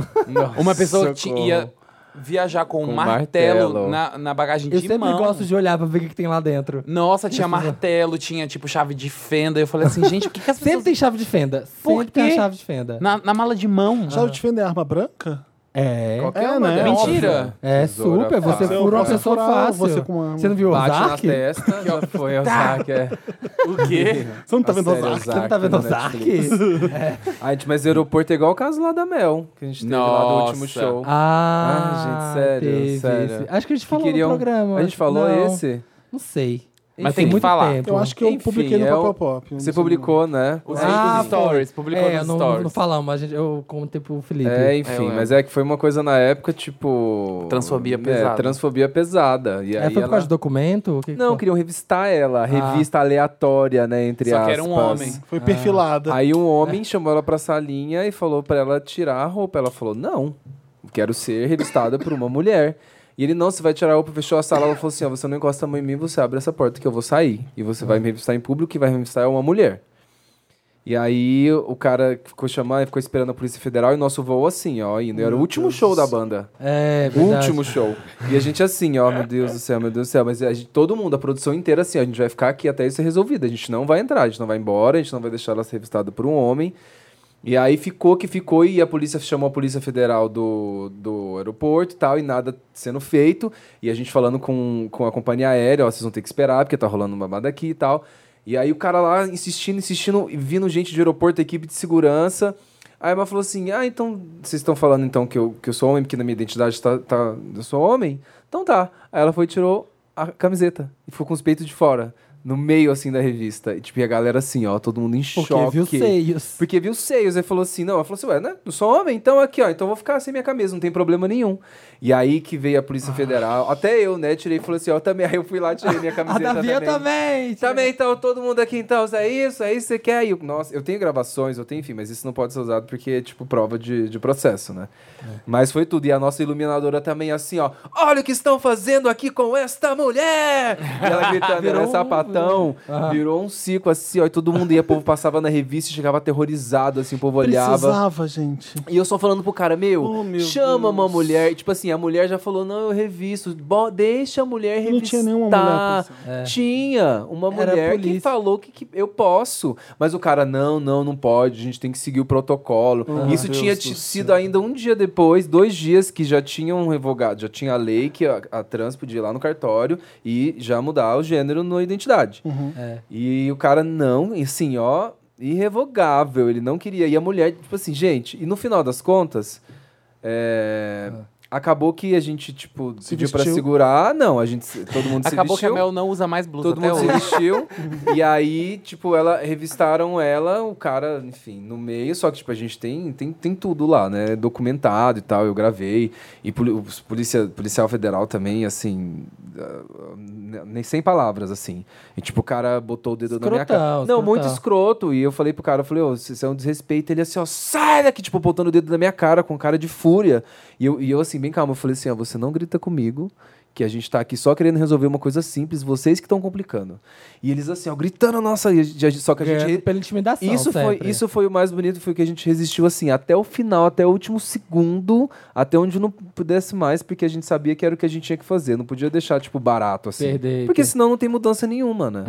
S3: Uma pessoa ti-
S4: socorro.
S3: ia viajar com, um
S4: Com
S3: martelo,
S4: martelo.
S3: Na, na bagagem
S2: Eu
S3: de
S2: sempre
S3: mão.
S2: gosto de olhar pra ver o que que tem lá dentro.
S3: Nossa, tinha martelo, tinha tipo chave de fenda. Eu falei assim, gente, o que, que as pessoas...
S2: Sempre tem chave de fenda.
S3: Por
S2: Sempre tem a
S3: quê?
S2: chave de fenda.
S3: Na, na mala de mão.
S1: Chave de fenda é arma branca?
S2: É.
S4: Qualquer
S1: É,
S4: uma
S1: né?
S4: delas.
S3: Mentira!
S2: É
S4: Tesoura
S1: Ah,
S2: super, você
S4: fácil.
S2: furou uma
S1: Você
S2: pessoa
S1: furar,
S2: fácil.
S1: você com uma-
S2: Você não viu o
S3: Bate
S2: Ozark?
S3: na testa, já
S4: Tá.
S3: foi Ozark. É. O quê?
S1: Você não tá
S4: A
S1: vendo
S4: série
S1: Ozark?
S2: Você não tá vendo
S4: no
S2: Ozark?
S4: Netflix. A gente, mas aeroporto é igual o caso lá da Mel, que a gente teve lá do último
S3: Nossa.
S4: show.
S2: Ah,
S4: Ai, gente, sério,
S2: teve
S4: sério.
S2: esse. Acho que a gente
S4: Que
S2: falou
S4: queriam-
S2: no programa.
S3: Ah,
S4: A gente falou
S2: Não,
S4: esse?
S2: Não sei.
S3: Mas
S2: Enfim,
S3: tem que
S2: muito
S3: falar.
S2: tempo.
S1: Eu acho que eu
S4: Enfim,
S1: publiquei no
S4: é o-
S1: Papel Pop.
S4: Você publicou, né?
S3: Os
S2: Ah,
S3: os stories,
S2: foi.
S3: publicou
S2: é,
S3: nos
S2: não,
S3: stories.
S2: Não falamos, a gente, eu contei pro Felipe.
S4: É,
S3: É,
S4: enfim,
S3: ué.
S4: mas é que foi uma coisa na época, tipo.
S3: Transfobia
S4: é,
S3: pesada.
S4: transfobia pesada. E
S2: É,
S4: aí
S2: foi por
S4: ela...
S2: causa né? do documento? O que que
S4: Não,
S2: foi?
S4: queriam revistar ela, a revista aleatória, né? Entre
S3: Ah. Só
S4: aspas.
S3: que era um homem.
S1: Foi perfilada.
S4: Aí um homem chamou ela pra salinha e falou pra ela tirar a roupa. Ela falou: Não, quero ser revistada por uma mulher. E ele, não, você vai tirar a roupa, fechou a sala. Ela falou assim: ó, Você não encosta a mão em mim, você abre essa porta que eu vou sair. E você vai me revistar em público, que vai me revistar é uma mulher. E aí o cara ficou chamando, ficou esperando a Polícia Federal e nosso voo assim, ó, indo. Era o último show da banda.
S2: É,
S4: O
S2: verdade.
S4: último show. E a gente assim, ó, meu Deus do céu, meu Deus do céu. Mas a gente, todo mundo, a produção inteira assim, ó, a gente vai ficar aqui até isso ser resolvido. A gente não vai entrar, a gente não vai embora, a gente não vai deixar ela ser revistada por um homem. E aí ficou que ficou e a polícia chamou a Polícia Federal do, do aeroporto e tal, e nada sendo feito. E a gente falando com, com a companhia aérea, ó, vocês vão ter que esperar, porque tá rolando uma babada aqui e tal. E aí o cara lá insistindo, insistindo, e vindo gente de aeroporto, equipe de segurança. Aí ela falou assim: Ah, então vocês estão falando então que eu, que eu sou homem, porque na minha identidade tá, tá- eu sou homem? Então tá. Aí ela foi e tirou a camiseta e ficou com os peitos de fora, no meio assim da revista. E tipo, e a galera assim, ó, todo mundo em
S2: Porque
S4: choque.
S2: viu seios.
S4: Porque viu os seios, aí falou assim, não, ela falou assim, ué, né? Não sou homem, então aqui, ó, então eu vou ficar sem minha camisa, não tem problema nenhum. E aí que veio a Polícia Federal, até eu, né, tirei e falei assim, ó, também, aí eu fui lá, tirei minha
S2: Ah. A
S4: camiseta
S2: Davi eu também.
S4: Também, então, todo mundo aqui, então, isso é isso, é isso, você quer? E eu- nossa, eu tenho gravações, eu tenho, enfim, mas isso não pode ser usado porque é, tipo, prova de, de processo, né?
S1: É.
S4: Mas foi tudo, e a nossa iluminadora também, assim, ó, olha o que estão fazendo aqui com esta mulher! E ela gritando,
S2: Virou
S4: era
S2: um-
S4: sapatão, virou um ciclo, assim, ó, e todo mundo ia, o povo passava na revista e chegava aterrorizado, assim, o povo olhava.
S1: Precisava, gente.
S4: E eu só falando pro cara, meu,
S1: Oh, meu
S4: chama
S1: Deus.
S4: uma mulher. Tipo assim, a mulher já falou, não, eu revisto. Bo- deixa a mulher revistar.
S1: Não tinha nenhuma mulher
S4: Tinha uma
S2: Era a
S4: mulher que
S2: polícia.
S4: falou que, que eu posso. Mas o cara, não, não, não pode. A gente tem que seguir o protocolo. Isso
S1: Deus
S4: tinha
S1: do
S4: ti-
S1: céu.
S4: sido ainda um dia depois, dois dias que já tinham revogado. Já tinha a lei que a, a trans podia ir lá no cartório e já mudar o gênero na identidade.
S2: É.
S4: E o cara, não, e assim, ó, irrevogável, ele não queria. E a mulher, tipo assim, gente, e no final das contas, é, acabou que a gente, tipo,
S1: Se
S4: pediu pra
S1: vestiu.
S4: segurar. Não, a gente, se- todo mundo
S3: Acabou
S4: se vestiu.
S3: que a Mel não usa mais blusa
S4: Todo
S3: até
S4: mundo se
S3: hoje.
S4: vestiu. e aí, tipo, ela revistaram ela, o cara, enfim, no meio. Só que, tipo, a gente tem, tem, tem tudo lá, né? Documentado e tal, eu gravei. E poli- os polícia, policial federal também, assim. ah, ah, Nem sem palavras, assim. E, tipo, o cara botou o dedo na minha
S2: Escrotão,
S4: cara. Não, muito
S2: escrotão.
S4: escroto. E eu falei pro cara, eu falei, ô, isso isso é um desrespeito. Ele assim, ó, sai daqui, tipo, botando o dedo na minha cara, com cara de fúria. E eu, e eu assim, bem calmo, eu falei assim, ó, você não grita comigo, que a gente tá aqui só querendo resolver uma coisa simples, vocês que estão complicando. E eles assim, ó, gritando, nossa, e a gente- só que a
S3: É,
S4: gente...
S2: Ganhando pela intimidação
S4: Tá Isso foi,
S2: sempre.
S4: isso foi o mais bonito, foi que a gente resistiu assim, até o final, até o último segundo, até onde não pudesse mais, porque a gente sabia que era o que a gente tinha que fazer, não podia deixar, tipo, barato assim.
S2: Perder.
S4: Porque senão não tem mudança nenhuma, né?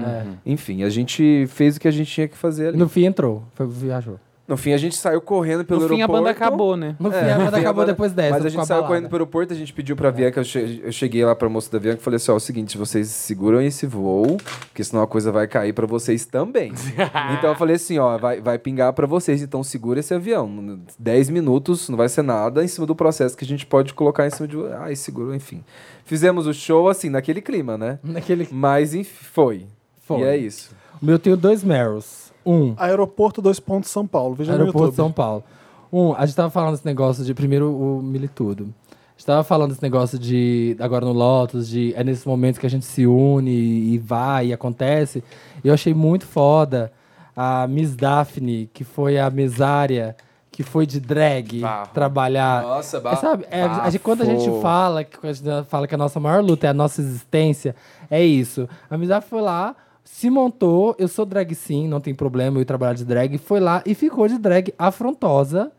S3: É.
S4: Enfim, a gente fez o que a gente tinha que fazer ali.
S2: No fim entrou. Foi, viajou.
S4: No fim, a gente saiu correndo pelo
S3: No fim, a
S4: aeroporto.
S3: banda acabou, né?
S2: No fim
S4: É,
S2: a banda
S4: no fim, a
S2: acabou
S4: banda-
S2: depois dessa.
S4: Mas a
S2: ficou
S4: gente saiu
S2: abalada.
S4: correndo pro aeroporto, a gente pediu pra Bianca, eu che- eu cheguei lá pra moça da Bianca e falei assim, ó, é o seguinte, vocês seguram esse voo, porque senão a coisa vai cair pra vocês também. então eu falei assim, ó, vai, vai pingar pra vocês, então segura esse avião. 10 minutos, não vai ser nada, em cima do processo que a gente pode colocar em cima de... vo- Ai, segurou, enfim. Fizemos o show, assim, naquele clima, né?
S2: Naquele...
S4: Mas, enfim, foi.
S2: Foi.
S4: E é isso.
S2: O meu tenho dois Meryl's. Um,
S1: Aeroporto 2 pontos São Paulo. Veja no
S2: Aeroporto
S1: YouTube.
S2: de São Paulo. Um, a gente tava falando desse negócio de. Primeiro, o Militudo. A gente tava falando desse negócio de. Agora no Lotus, de. É nesses momentos que a gente se une e vai e acontece. E eu achei muito foda a Miss Daphne, que foi a mesária, que foi de drag
S3: Barro.
S2: trabalhar.
S4: Nossa,
S2: É, sabe, é, a gente- quando a gente
S4: bafo.
S2: fala, que- quando a gente fala que a nossa maior luta é a nossa existência, é isso. A amizade foi lá, se montou, eu sou drag sim, não tem problema eu trabalhar de drag, foi lá e ficou de drag afrontosa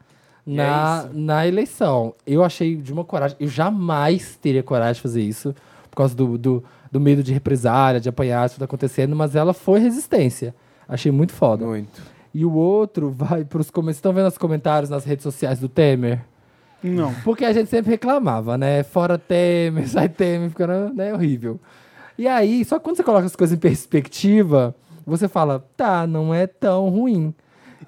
S2: na, na eleição. Eu achei de uma coragem, eu jamais teria coragem de fazer isso, por causa do, do, do medo de represália, de apanhar, isso tudo acontecendo, mas ela foi resistência. Achei muito foda.
S4: Muito.
S2: E o outro vai pros comentários. Estão vendo os comentários nas redes sociais do Temer?
S1: Não.
S2: Porque a gente sempre reclamava, né? Fora Temer, sai Temer, ficando né, horrível. E aí, só que quando você coloca as coisas em perspectiva, você fala, tá, não é tão ruim.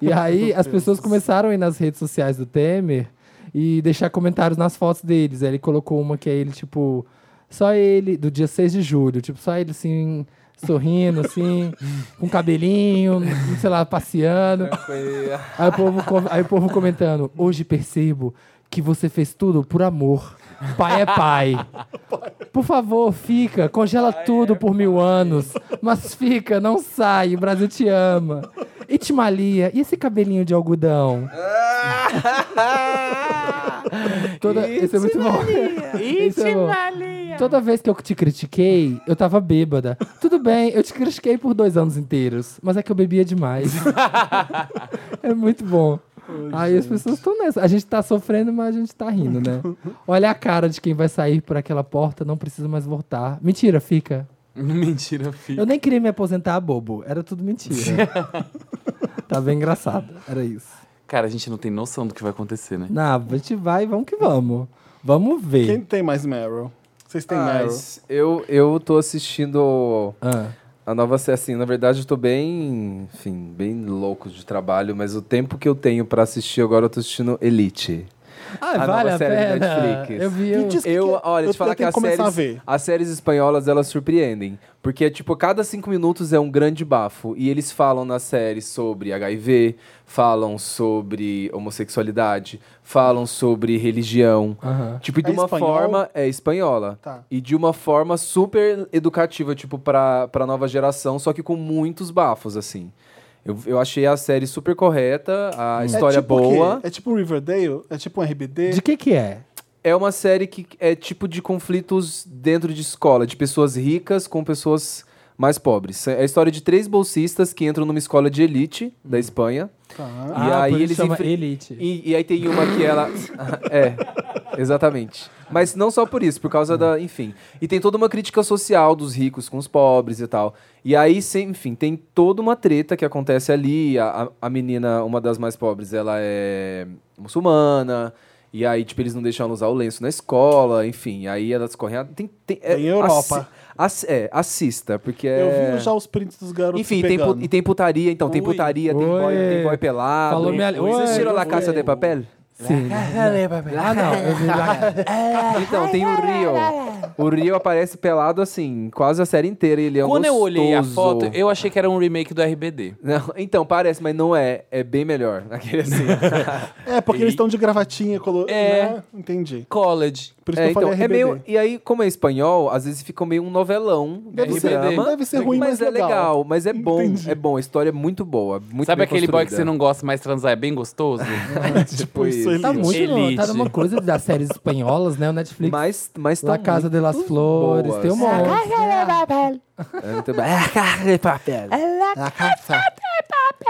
S2: E aí as pessoas começaram a ir nas redes sociais do Temer e deixar comentários nas fotos deles. Aí ele colocou uma que é ele, tipo, só ele, do dia 6 de julho, tipo, só ele assim, sorrindo, assim, com cabelinho, sei lá, passeando. Aí o, povo, com- aí o povo comentando, hoje percebo que você fez tudo por amor. Pai é pai. Por favor, fica, congela tudo por mil anos. Mas fica, não sai, o Brasil te ama. E Timalia, e esse cabelinho de algodão? Toda, esse é muito bom. Esse é bom. Toda vez que eu te critiquei, eu tava bêbada. Tudo bem, eu te critiquei por dois anos inteiros, mas é que eu bebia demais. é muito bom. Aí as pessoas estão nessa. A gente tá sofrendo, mas a gente tá rindo, né? Olha a cara de quem vai sair por aquela porta, não precisa mais voltar. Mentira, fica.
S3: Mentira, filho.
S2: Eu nem queria me aposentar, bobo. Era tudo mentira. tá bem engraçado. Era isso.
S3: Cara, a gente não tem noção do que vai acontecer, né?
S2: Na, a gente vai, vamos que vamos. Vamos ver.
S1: Quem tem mais Meryl? Vocês têm
S4: Ah,
S1: Meryl?
S4: Mas eu, eu tô assistindo
S2: Ah,
S4: a nova série. Assim, na verdade, eu tô bem, enfim, bem louco de trabalho, mas o tempo que eu tenho pra assistir agora, eu tô assistindo Elite.
S2: Ah,
S4: A
S2: vale
S4: nova
S2: a
S4: série do
S2: pena.
S4: Netflix.
S2: Eu vi.
S1: Me
S2: o-
S1: diz- Isso
S4: Eu,
S1: que- é?
S4: olha,
S1: eu-
S4: te falar
S1: eu
S4: que
S1: tenho
S4: as
S1: que começar a
S4: séries,
S1: ver.
S4: as séries espanholas, elas surpreendem. Porque, é tipo, cada cinco minutos é um grande bafo. E eles falam na série sobre HIV, falam sobre homossexualidade, falam sobre religião.
S2: Aham.
S4: Tipo, e de
S1: É
S4: uma
S1: espanhol?
S4: forma... É espanhola.
S1: Tá.
S4: E de uma forma super educativa, tipo, pra, pra nova geração, só que com muitos bafos, assim. Eu, eu achei a série super correta, a história
S1: é tipo o quê?
S4: boa.
S1: É tipo Riverdale? É tipo um RBD?
S2: De que que é?
S4: É uma série que é tipo de conflitos dentro de escola, de pessoas ricas com pessoas mais pobres. É a história de três bolsistas que entram numa escola de elite
S1: Hum.
S4: da Espanha.
S1: Tá.
S2: Ah,
S4: aí
S2: por isso
S4: eles
S2: chama
S4: enfre-
S2: Elite.
S4: E, e aí tem uma que ela. é, exatamente. Mas não só por isso, por causa da. Enfim. E tem toda uma crítica social dos ricos com os pobres e tal. E aí, se- enfim, tem toda uma treta que acontece ali. A, a- a menina, uma das mais pobres, ela é muçulmana. E aí, tipo, eles não deixam ela usar o lenço na escola, enfim. E aí elas correm. a- Tem, tem, é,
S1: Tem Europa.
S4: assi- assi- é, assista, porque é.
S1: Eu vi já os prints dos garotos
S4: Enfim, tem,
S1: pegando.
S4: pu- e tem putaria, então tem
S1: Ui.
S4: putaria, tem boy,
S2: Oi.
S4: tem boy pelado.
S2: Falou minha-
S4: Vocês
S2: Oi,
S4: tiram La
S2: oi.
S4: Caça de Papel?
S2: Sim. Ah, não. Eu vi lá.
S4: Então, tem o Rio. O Rio aparece pelado assim, quase a série inteira. e Ele é um
S3: Quando eu olhei a
S4: gostoso.
S3: foto, eu achei que era um remake do RBD.
S4: Não, então, parece, mas não é. É bem melhor. Aquele assim.
S1: É, porque eles estão de gravatinha colorida.
S3: É.
S1: Né? Entendi.
S3: College.
S1: Por isso
S4: é,
S1: que eu
S4: então,
S1: falei
S4: é
S1: RBD.
S4: meio. E aí, como é espanhol, às vezes fica meio um novelão.
S1: Deve
S4: de
S1: ser-
S4: drama,
S1: deve ser ruim, mas
S4: é
S1: legal.
S4: Mas é bom.
S1: Entendi.
S4: É bom. A história é muito boa. Muito
S3: Sabe
S4: bem
S3: aquele boy que
S4: construída.
S3: você não gosta mais transar é bem gostoso?
S4: tipo
S1: isso,
S4: isso.
S2: Tá muito no, tá
S3: Elite.
S2: numa coisa das séries espanholas, né? O Netflix.
S4: Mas, mas tá
S2: La Casa de las
S4: muito
S2: Flores,
S4: boa,
S2: tem um
S4: assim.
S2: monte.
S4: É muito bom. La Casa de Papel.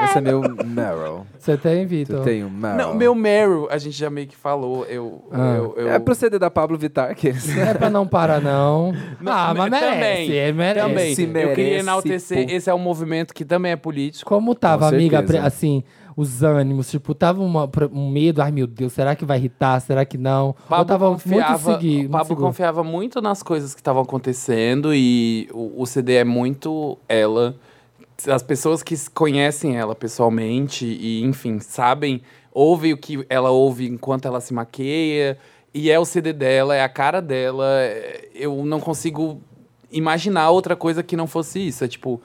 S4: Esse é meu Meryl.
S2: Você tem,
S4: Tu
S2: Vitor?
S4: tem um Meryl.
S3: Não, meu Meryl, a gente já meio que falou. Eu.
S2: Ah.
S3: eu, eu-
S4: É pra CD da Pablo Vittar, que eles...
S2: Não é pra não parar, não. ah, mas merece.
S3: também,
S2: ele merece.
S3: Também.
S4: Esse
S3: eu
S4: merece,
S3: queria enaltecer.
S4: pô.
S3: Esse é um movimento que também é político.
S2: Como tava,
S4: Com
S2: amiga,
S4: certeza.
S2: pre- assim, os ânimos? Tipo, tava uma- pra- um medo, ai meu Deus, será que vai irritar? Será que não? Ou tava muito segui- muito
S3: Pablo
S2: seguro.
S3: confiava muito nas coisas que estavam acontecendo e o, o CD é muito ela. As pessoas que s- conhecem ela pessoalmente e, enfim, sabem, ouvem o que ela ouve enquanto ela se maqueia. E é o CD dela, é a cara dela. é- Eu não consigo imaginar outra coisa que não fosse isso. É tipo,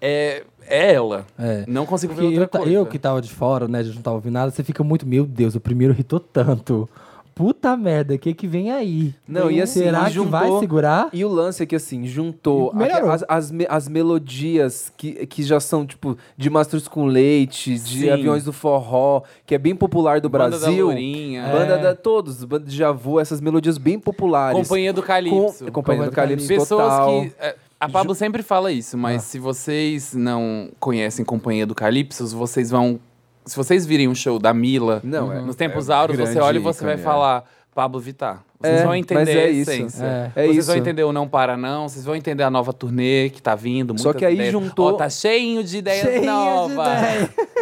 S3: é, é ela.
S2: É.
S3: Não consigo ver
S2: Porque eu,
S3: outra
S2: ta-
S3: coisa.
S2: eu que tava de fora, né? A gente não tava ouvindo nada, você fica muito, meu Deus, o primeiro irritou tanto. Puta merda, o que que vem aí?
S4: Não, e assim,
S2: Será que
S4: juntou-
S2: vai segurar?
S4: E o lance é que, assim, juntou
S2: Melhorou.
S4: aque- as, as, me- as melodias que, que já são, tipo, de Mastros com Leite, de
S3: Sim.
S4: Aviões do Forró, que é bem popular do
S3: Banda da
S4: Brasil.
S3: Lourinha.
S4: Banda
S2: É.
S4: da todos, banda de Javu, essas melodias bem populares.
S3: Companhia do Calypso.
S2: é,
S4: Com- Companhia do Calypso
S3: Pessoas
S4: total. Ah.
S3: que. é, A Pablo sempre fala isso, mas se vocês não conhecem Companhia do Calypso, vocês vão. Se vocês virem um show da Mila
S4: Não, é-
S3: nos tempos
S4: é um
S3: áureos,
S4: grande
S3: você olha e você vai
S4: ícone, é.
S3: falar. Pablo Vittar. Vocês vão entender
S4: mas
S3: a
S4: é isso.
S3: essência.
S2: É.
S4: É
S3: Vocês
S4: isso.
S3: vão entender o Não Para Não, vocês vão entender a nova turnê que tá vindo.
S4: Só
S3: muitas
S4: que aí
S3: ideias.
S4: juntou-
S3: Ó, tá cheinho de ideias novas.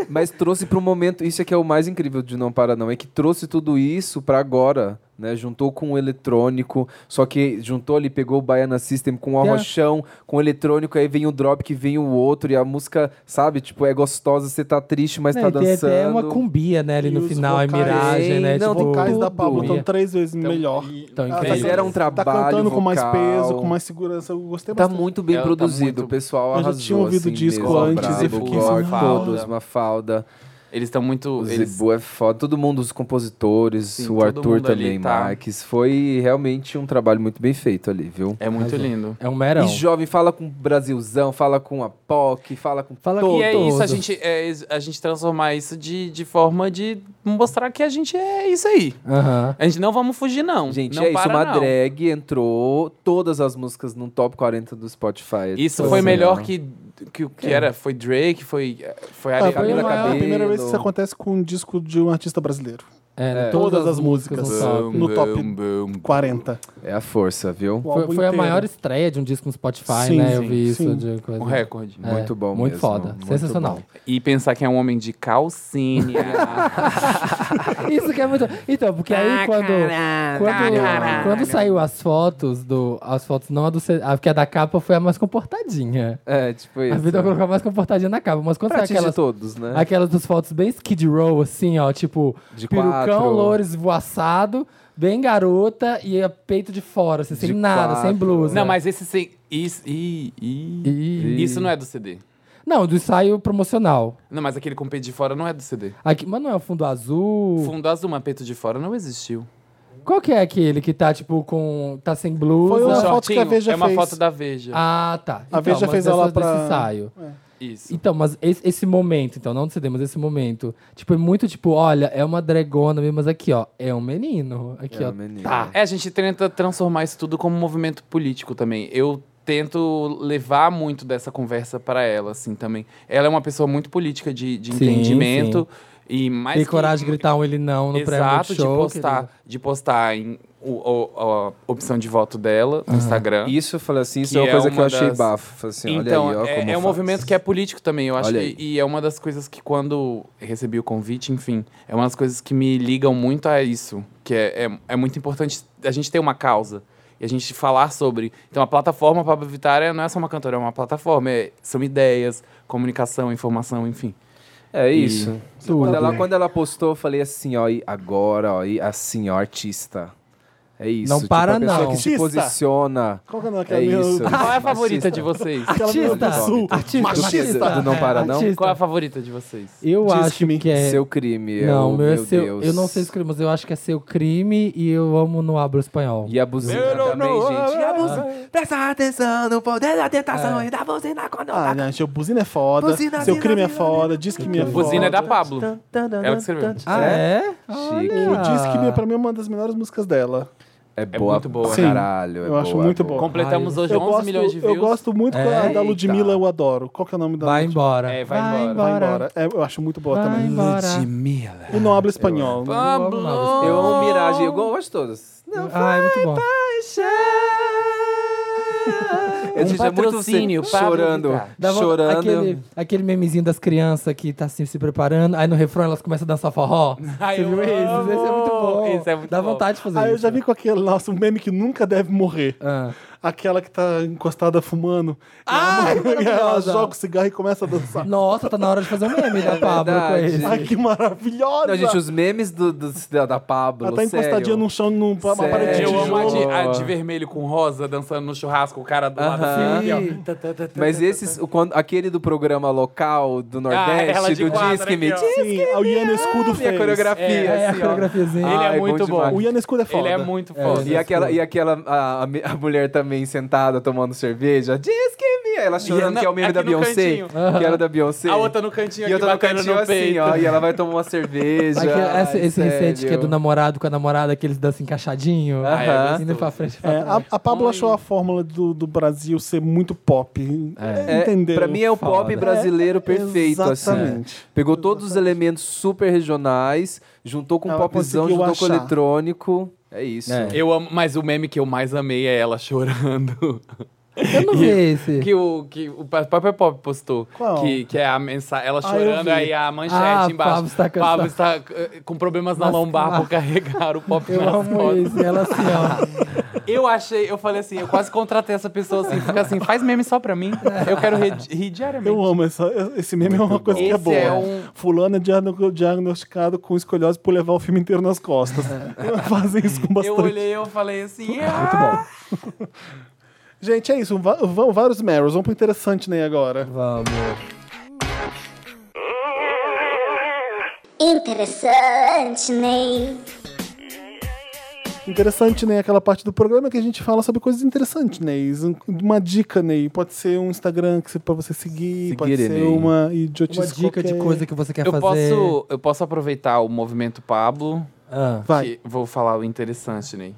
S4: Mas trouxe para um momento, isso é que é o mais incrível de Não Para Não, é que trouxe tudo isso para agora, né? Juntou com o eletrônico, só que juntou ali, pegou o Baiana System com o
S2: É.
S4: arrochão, com o eletrônico, aí vem o drop que vem o outro, e a música, sabe, tipo, é gostosa, você tá triste, mas tá
S2: Não, e tem
S4: dançando.
S2: até uma cumbia, né, ali
S1: E
S2: no
S1: os
S2: final, é
S1: vocais-
S2: miragem, né?
S4: Não,
S1: Os
S4: tem
S1: vocais
S4: tudo.
S1: da Pablo estão
S2: Cumbia.
S1: três vezes melhor.
S2: Então,
S1: Ela
S2: incrível.
S4: fizeram um
S1: Ah, Tá
S4: trabalho
S1: cantando com mais
S4: vocal.
S1: peso, com mais segurança. Eu gostei
S4: Tá
S1: bastante.
S4: muito bem
S3: Ela tá
S4: produzido,
S3: muito-
S4: o pessoal
S1: Eu já
S4: arrasou.
S1: tinha ouvido o
S4: assim
S1: disco
S4: mesmo.
S1: antes
S4: Brabo,
S1: e fiquei
S4: Gorg,
S1: assim,
S4: todos,
S3: "Ah".
S4: uma falda.
S3: Eles estão muito.
S4: O
S3: Eles...
S4: Zebu é foda, todo mundo, os compositores,
S3: Sim,
S4: o
S3: todo
S4: Arthur
S3: mundo ali
S4: também,
S3: tá.
S4: Marques. Foi realmente um trabalho muito bem feito ali, viu?
S3: É muito lindo.
S2: É um merão.
S4: E jovem, fala com o Brasilzão, fala com a POC, fala com
S2: Fala
S4: todo.
S2: com-
S3: E é isso, a
S2: Todos.
S3: gente, é is- a gente transformar isso de, de forma de mostrar que a gente é isso aí.
S2: Aham.
S3: A gente não vamos fugir, não.
S4: Gente,
S3: não
S4: é isso,
S3: para,
S4: uma
S3: não.
S4: drag entrou todas as músicas no top 40 do Spotify.
S3: Isso
S4: Assim,
S3: foi melhor
S4: ó.
S3: que que o que era. Foi Drake, foi, foi
S1: É. Ah, foi
S3: Ariana
S4: Camila
S1: uma- é a
S4: Cabello.
S1: primeira vez que isso acontece com um disco de um artista brasileiro.
S2: É,
S1: Todas as músicas.
S2: no top.
S1: No top 40.
S4: É a força, viu?
S1: O
S2: Foi,
S1: álbum
S2: foi a
S1: inteiro.
S2: maior estreia de um disco no Spotify,
S1: Sim,
S2: né? Eu
S1: sim,
S2: vi isso
S1: sim.
S2: de coisa.
S3: Um recorde.
S2: É,
S4: Muito bom
S2: Muito
S4: mesmo,
S2: foda.
S4: muito
S2: Sensacional.
S4: bom.
S3: E pensar que é um homem de calcinha.
S2: Isso que é muito. Então, porque aí quando. Quando, quando saiu as fotos do. As fotos, não a do. C- A que a da capa foi a mais comportadinha.
S4: É, tipo isso.
S2: A vida colocou a mais comportadinha na capa. Mas quando
S4: pra
S2: saiu
S4: atingir
S2: aquelas.
S4: todos, né?
S2: Aquelas dos fotos bem skid row, assim, ó, tipo,
S4: De
S2: perucão,
S4: quatro.
S2: loures voaçado, bem garota e é peito de fora, assim, sem
S4: De
S2: nada, sem
S4: quatro.
S2: blusa.
S3: não, mas esse sim. Isso, e- e-
S2: E-
S3: isso não é do CD.
S2: Não, do ensaio promocional.
S3: Não, mas aquele com peito de fora não é do CD.
S2: Aqui, mas não é o fundo
S1: Uh.
S2: azul.
S3: Fundo azul, mas peito de fora não existiu.
S2: Qual que é aquele que tá, tipo com tá sem blusa?
S1: Foi uma
S3: O
S1: foto que a
S3: shortinho
S1: Veja
S3: é uma
S1: fez.
S3: foto da Veja.
S2: Ah, tá.
S1: A Veja
S2: mas
S1: fez ela
S2: dessa-
S1: pra-
S2: desse ensaio.
S3: Isso.
S2: Então, mas esse, esse momento, então, não do CD, mas esse momento, tipo, é muito tipo, olha, é uma dragona mesmo, mas aqui, ó, é um menino. Aqui,
S4: É
S2: ó.
S4: um menino.
S2: Tá.
S3: É, a gente tenta transformar isso tudo como um movimento político também. Eu tento levar muito dessa conversa para ela, assim, também. Ela é uma pessoa muito política de, de
S2: Sim,
S3: entendimento. E mais
S2: Tem
S3: que-
S2: coragem de gritar um ele não no prêmio
S3: Exato,
S2: do
S3: de
S2: show.
S3: postar, de postar em o, o- a opção de voto dela no Instagram.
S4: Isso, eu falei assim, isso
S3: Que
S4: é uma
S3: é
S4: coisa que eu
S3: uma
S4: achei
S3: das-
S4: bafo. Falei assim,
S3: então,
S4: olha aí, ó,
S3: é,
S4: como
S3: é um
S4: faz.
S3: movimento que é político também, eu acho.
S4: Olha
S3: que- e é uma das coisas que, quando recebi o convite, enfim, é uma das coisas que me ligam muito a isso. Que é, é, é muito importante a gente ter uma causa e a gente falar sobre. Então, a plataforma Pablo Vittar é- não é só uma cantora, é uma plataforma. é- são ideias, comunicação, informação, enfim.
S4: É isso.
S2: Tudo.
S4: Quando, ela, quando ela postou, eu falei assim, ó, e agora, ó, e assim, ó, artista. É isso.
S2: Não para,
S4: a pessoa
S2: não.
S4: que se
S1: Artista.
S4: posiciona.
S1: Qual que é o nome
S4: É
S1: daquela minha-
S4: isso.
S3: Qual é a
S4: Machista.
S3: favorita de vocês?
S1: Aquela minha
S2: Artista.
S1: do sul.
S2: Artista. Machista.
S4: Do não para, não?
S2: Artista.
S3: Qual é a favorita de vocês?
S2: Eu
S1: Diz
S2: acho
S1: que me-
S2: que é.
S4: Seu crime.
S2: Não,
S4: eu,
S2: meu,
S4: meu,
S2: é seu.
S4: Deus.
S2: Eu não sei escrever, mas eu acho que é seu crime e eu amo no Abro Espanhol.
S4: E a buzina também, gente. E a buzina. Presta atenção no poder da tentação e da buzina quando
S1: Ah,
S4: dá-
S1: gente, o Buzina é foda.
S4: Buzina,
S1: seu
S4: buzina,
S1: crime é
S4: buzina,
S1: foda. Diz que me é foda.
S3: Buzina é da Pablo. Ela que escreveu.
S2: Ah, é?
S4: Chique.
S1: O
S2: Olha.
S1: Diz que me é pra mim é uma das melhores músicas dela.
S4: É boa,
S3: muito boa.
S4: pra
S1: Sim,
S4: caralho. é
S1: eu acho
S4: boa,
S1: muito
S4: é boa.
S1: boa.
S3: Completamos hoje
S1: eu
S3: 11
S1: gosto,
S3: milhões de views.
S1: eu gosto muito com a
S2: Eita.
S1: da Ludmilla, eu adoro. Qual que é o nome da
S2: Vai
S1: Lud-
S2: embora.
S3: É, vai embora.
S1: Vai embora. É, eu acho muito boa
S2: Vai
S1: também.
S2: embora.
S3: Ludmilla.
S1: O Nobre Espanhol.
S3: Pablo!
S4: Eu amo Mirage, eu gosto de todas. Não
S2: Ah, é muito bom.
S4: Eu
S3: Um
S4: tinha muito você
S3: patrocínio, Pablo
S4: chorando,
S3: Vittar.
S2: Dá vontade-
S4: chorando.
S2: Aquele, aquele memezinho das crianças que tá assim, se preparando. Aí no refrão elas começam a dançar forró.
S3: Ai,
S2: Você
S3: eu
S2: viu isso?
S3: amo!
S2: Esse é muito bom.
S3: Esse é muito
S2: Dá
S3: bom.
S2: vontade de fazer
S1: Ah,
S2: isso.
S1: eu já vi com aquele nosso meme que nunca deve morrer.
S2: Ah.
S1: Aquela que tá encostada fumando. Ah,
S4: é
S1: ela, ela
S2: maravilhosa.
S1: joga o cigarro e começa a dançar.
S2: Nossa, tá na hora de fazer um meme da Pablo com
S4: verdade.
S2: esse.
S1: Ai, que maravilhosa!
S4: Não, gente, os memes do, do- da, da Pablo,
S1: ela tá
S4: sério.
S1: encostadinha num chão, num uma
S4: Sério.
S1: parede de
S3: Eu amo a É de,
S1: tijolo.
S3: a de vermelho com rosa dançando no churrasco, o cara do lado
S4: Aham.
S3: assim, aqui,
S4: Sim.
S3: ó. Tá, tá, tá, tá,
S4: Mas
S3: tá,
S4: esses, o- quando, aquele do programa local do
S1: Ah,
S3: ela
S4: Nordeste,
S3: de
S4: do
S3: quadra
S1: né,
S4: Disque
S3: aqui,
S4: Me
S3: ó.
S4: Diz,
S1: Sim, o Ian Escudo
S4: minha
S1: fez.
S4: coreografia,
S2: É, a
S4: assim, ó.
S2: coreografiazinha.
S3: Ele é
S4: Ai,
S3: muito bom.
S4: demais.
S1: O Ian Escudo é foda.
S3: Ele é muito foda.
S4: E aquela, e aquela a, a me- a mulher também sentada tomando cerveja, diz que me. Ela chorando
S3: Não,
S4: que é o meme
S3: aqui
S4: da
S3: no
S4: Beyoncé.
S3: cantinho.
S4: Que era da Beyoncé.
S3: A outra no cantinho
S4: e
S3: aqui
S4: outra no
S3: batendo
S4: cantinho
S3: no
S4: assim,
S3: peito.
S4: ó. E ela vai tomar uma cerveja.
S3: é
S2: Aqui, essa-
S4: Ai,
S2: esse recente que é
S4: sério.
S2: do namorado com a namorada, que eles dançam encaixadinho.
S4: Ah, é
S2: Aham. Indo pra frente. pra
S1: É,
S2: trás.
S1: a, a Pablo achou a fórmula do, do Brasil ser muito pop. É,
S4: É,
S1: entendeu? É,
S4: Pra mim é o pop
S2: Foda.
S4: brasileiro perfeito, assim.
S1: Exatamente.
S4: Pegou todos os elementos super regionais, juntou com um
S1: Ela
S4: popzão,
S1: conseguiu
S4: juntou com
S1: achar.
S4: eletrônico. É isso.
S2: É.
S3: Eu amo, mas o meme que eu mais amei é ela chorando.
S2: Eu não vi esse.
S3: Que o, que o Papa Pop postou.
S1: Qual?
S3: Que, que é a mensagem. Ela
S1: Ah, eu
S3: chorando,
S1: vi.
S3: aí a manchete
S2: Ah,
S3: embaixo.
S2: Pablo está cansado.
S3: Pablo está, eh, com problemas na
S2: Mas-
S3: lombar por carregar o pop
S2: Eu
S3: nas
S2: amo
S3: costas.
S2: isso. E Ela assim, ó.
S3: Eu achei, eu falei assim, eu quase contratei essa pessoa assim, fica assim, faz meme só pra mim. Eu quero rir, rir diariamente.
S1: Eu amo essa, esse meme, é uma coisa que é
S3: Esse
S1: boa.
S3: é um-
S1: Fulano é diagno- diagnosticado com escolhose por levar o filme inteiro nas costas. Fazem isso com
S3: É. Eu
S1: bastante.
S3: olhei e eu falei assim, "Ah!"
S2: Muito bom.
S1: Gente, é isso. Va- Vão vários Meryls. Vamos pro interessante, Ney, agora.
S2: Vamos.
S7: Interessante, Ney.
S1: Interessante, Ney, é aquela parte do programa que a gente fala sobre coisas interessantes, Ney. Um- Uma dica, Ney. Pode ser um Instagram que você, pra você seguir, pode
S4: Seguir,
S1: ser
S4: Ney.
S1: uma idiotice
S2: Uma dica de
S1: qualquer.
S2: coisa que você quer
S3: eu
S2: fazer.
S3: posso, eu posso aproveitar o movimento Pablo,
S2: Ah,
S1: Vai.
S3: que vou falar o interessante, né?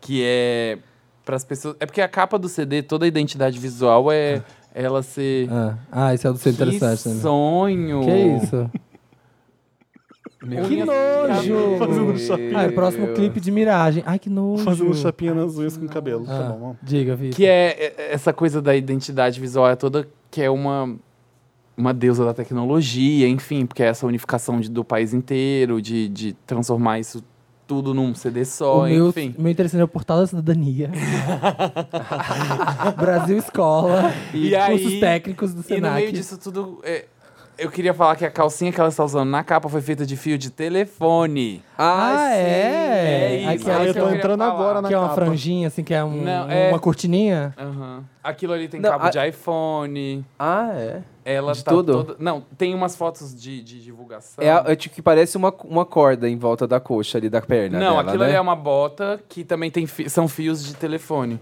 S3: Que é para as pessoas, é porque a capa do CD, toda a identidade visual é ela ser
S2: ah. ah, esse é o do seu interessante.
S3: que
S2: Né?
S3: sonho.
S2: Que isso?
S4: Meu
S3: Que
S4: Deus.
S2: nojo!
S1: Fazendo chapinha.
S2: Ah, é o próximo clipe de miragem. Ai, que nojo.
S1: Fazendo chapinha nas unhas com o cabelo. Tá
S2: Ah,
S1: bom, vamos.
S2: Diga, Vitor.
S3: Que é é, essa coisa da identidade visual é toda que é uma uma deusa da tecnologia, enfim, porque é essa unificação de- do país inteiro, de, de transformar isso tudo num CD
S2: O
S3: só,
S2: meu,
S3: enfim.
S2: meu interessante é o Portal da Cidadania. Brasil Escola.
S3: E
S2: E, cursos
S3: aí-
S2: técnicos do
S3: E no
S2: Senac.
S3: meio disso tudo, é, eu queria falar que a calcinha que ela está usando na capa foi feita de fio de telefone.
S2: Ah, é?
S4: sim.
S3: é
S2: Aquela
S3: isso.
S1: Ah,
S3: é
S1: eu
S3: que
S1: tô
S3: queria
S1: entrando
S3: falar.
S1: agora na
S2: que é uma
S1: capa.
S2: franjinha, assim, que é, um-
S3: Não, é-
S2: uma cortininha.
S3: Aham. Aquilo ali tem
S4: Não,
S3: cabo
S4: a-
S3: de iPhone.
S4: Ah, é.
S3: Ela
S4: De
S3: tá
S4: tudo?
S3: toda. Não, tem umas fotos de, de divulgação.
S4: É, a- é tipo que parece uma, uma corda em volta da coxa ali, da perna
S3: Não,
S4: dela,
S3: aquilo
S4: né?
S3: ali é uma bota que também tem fi- são fios de telefone.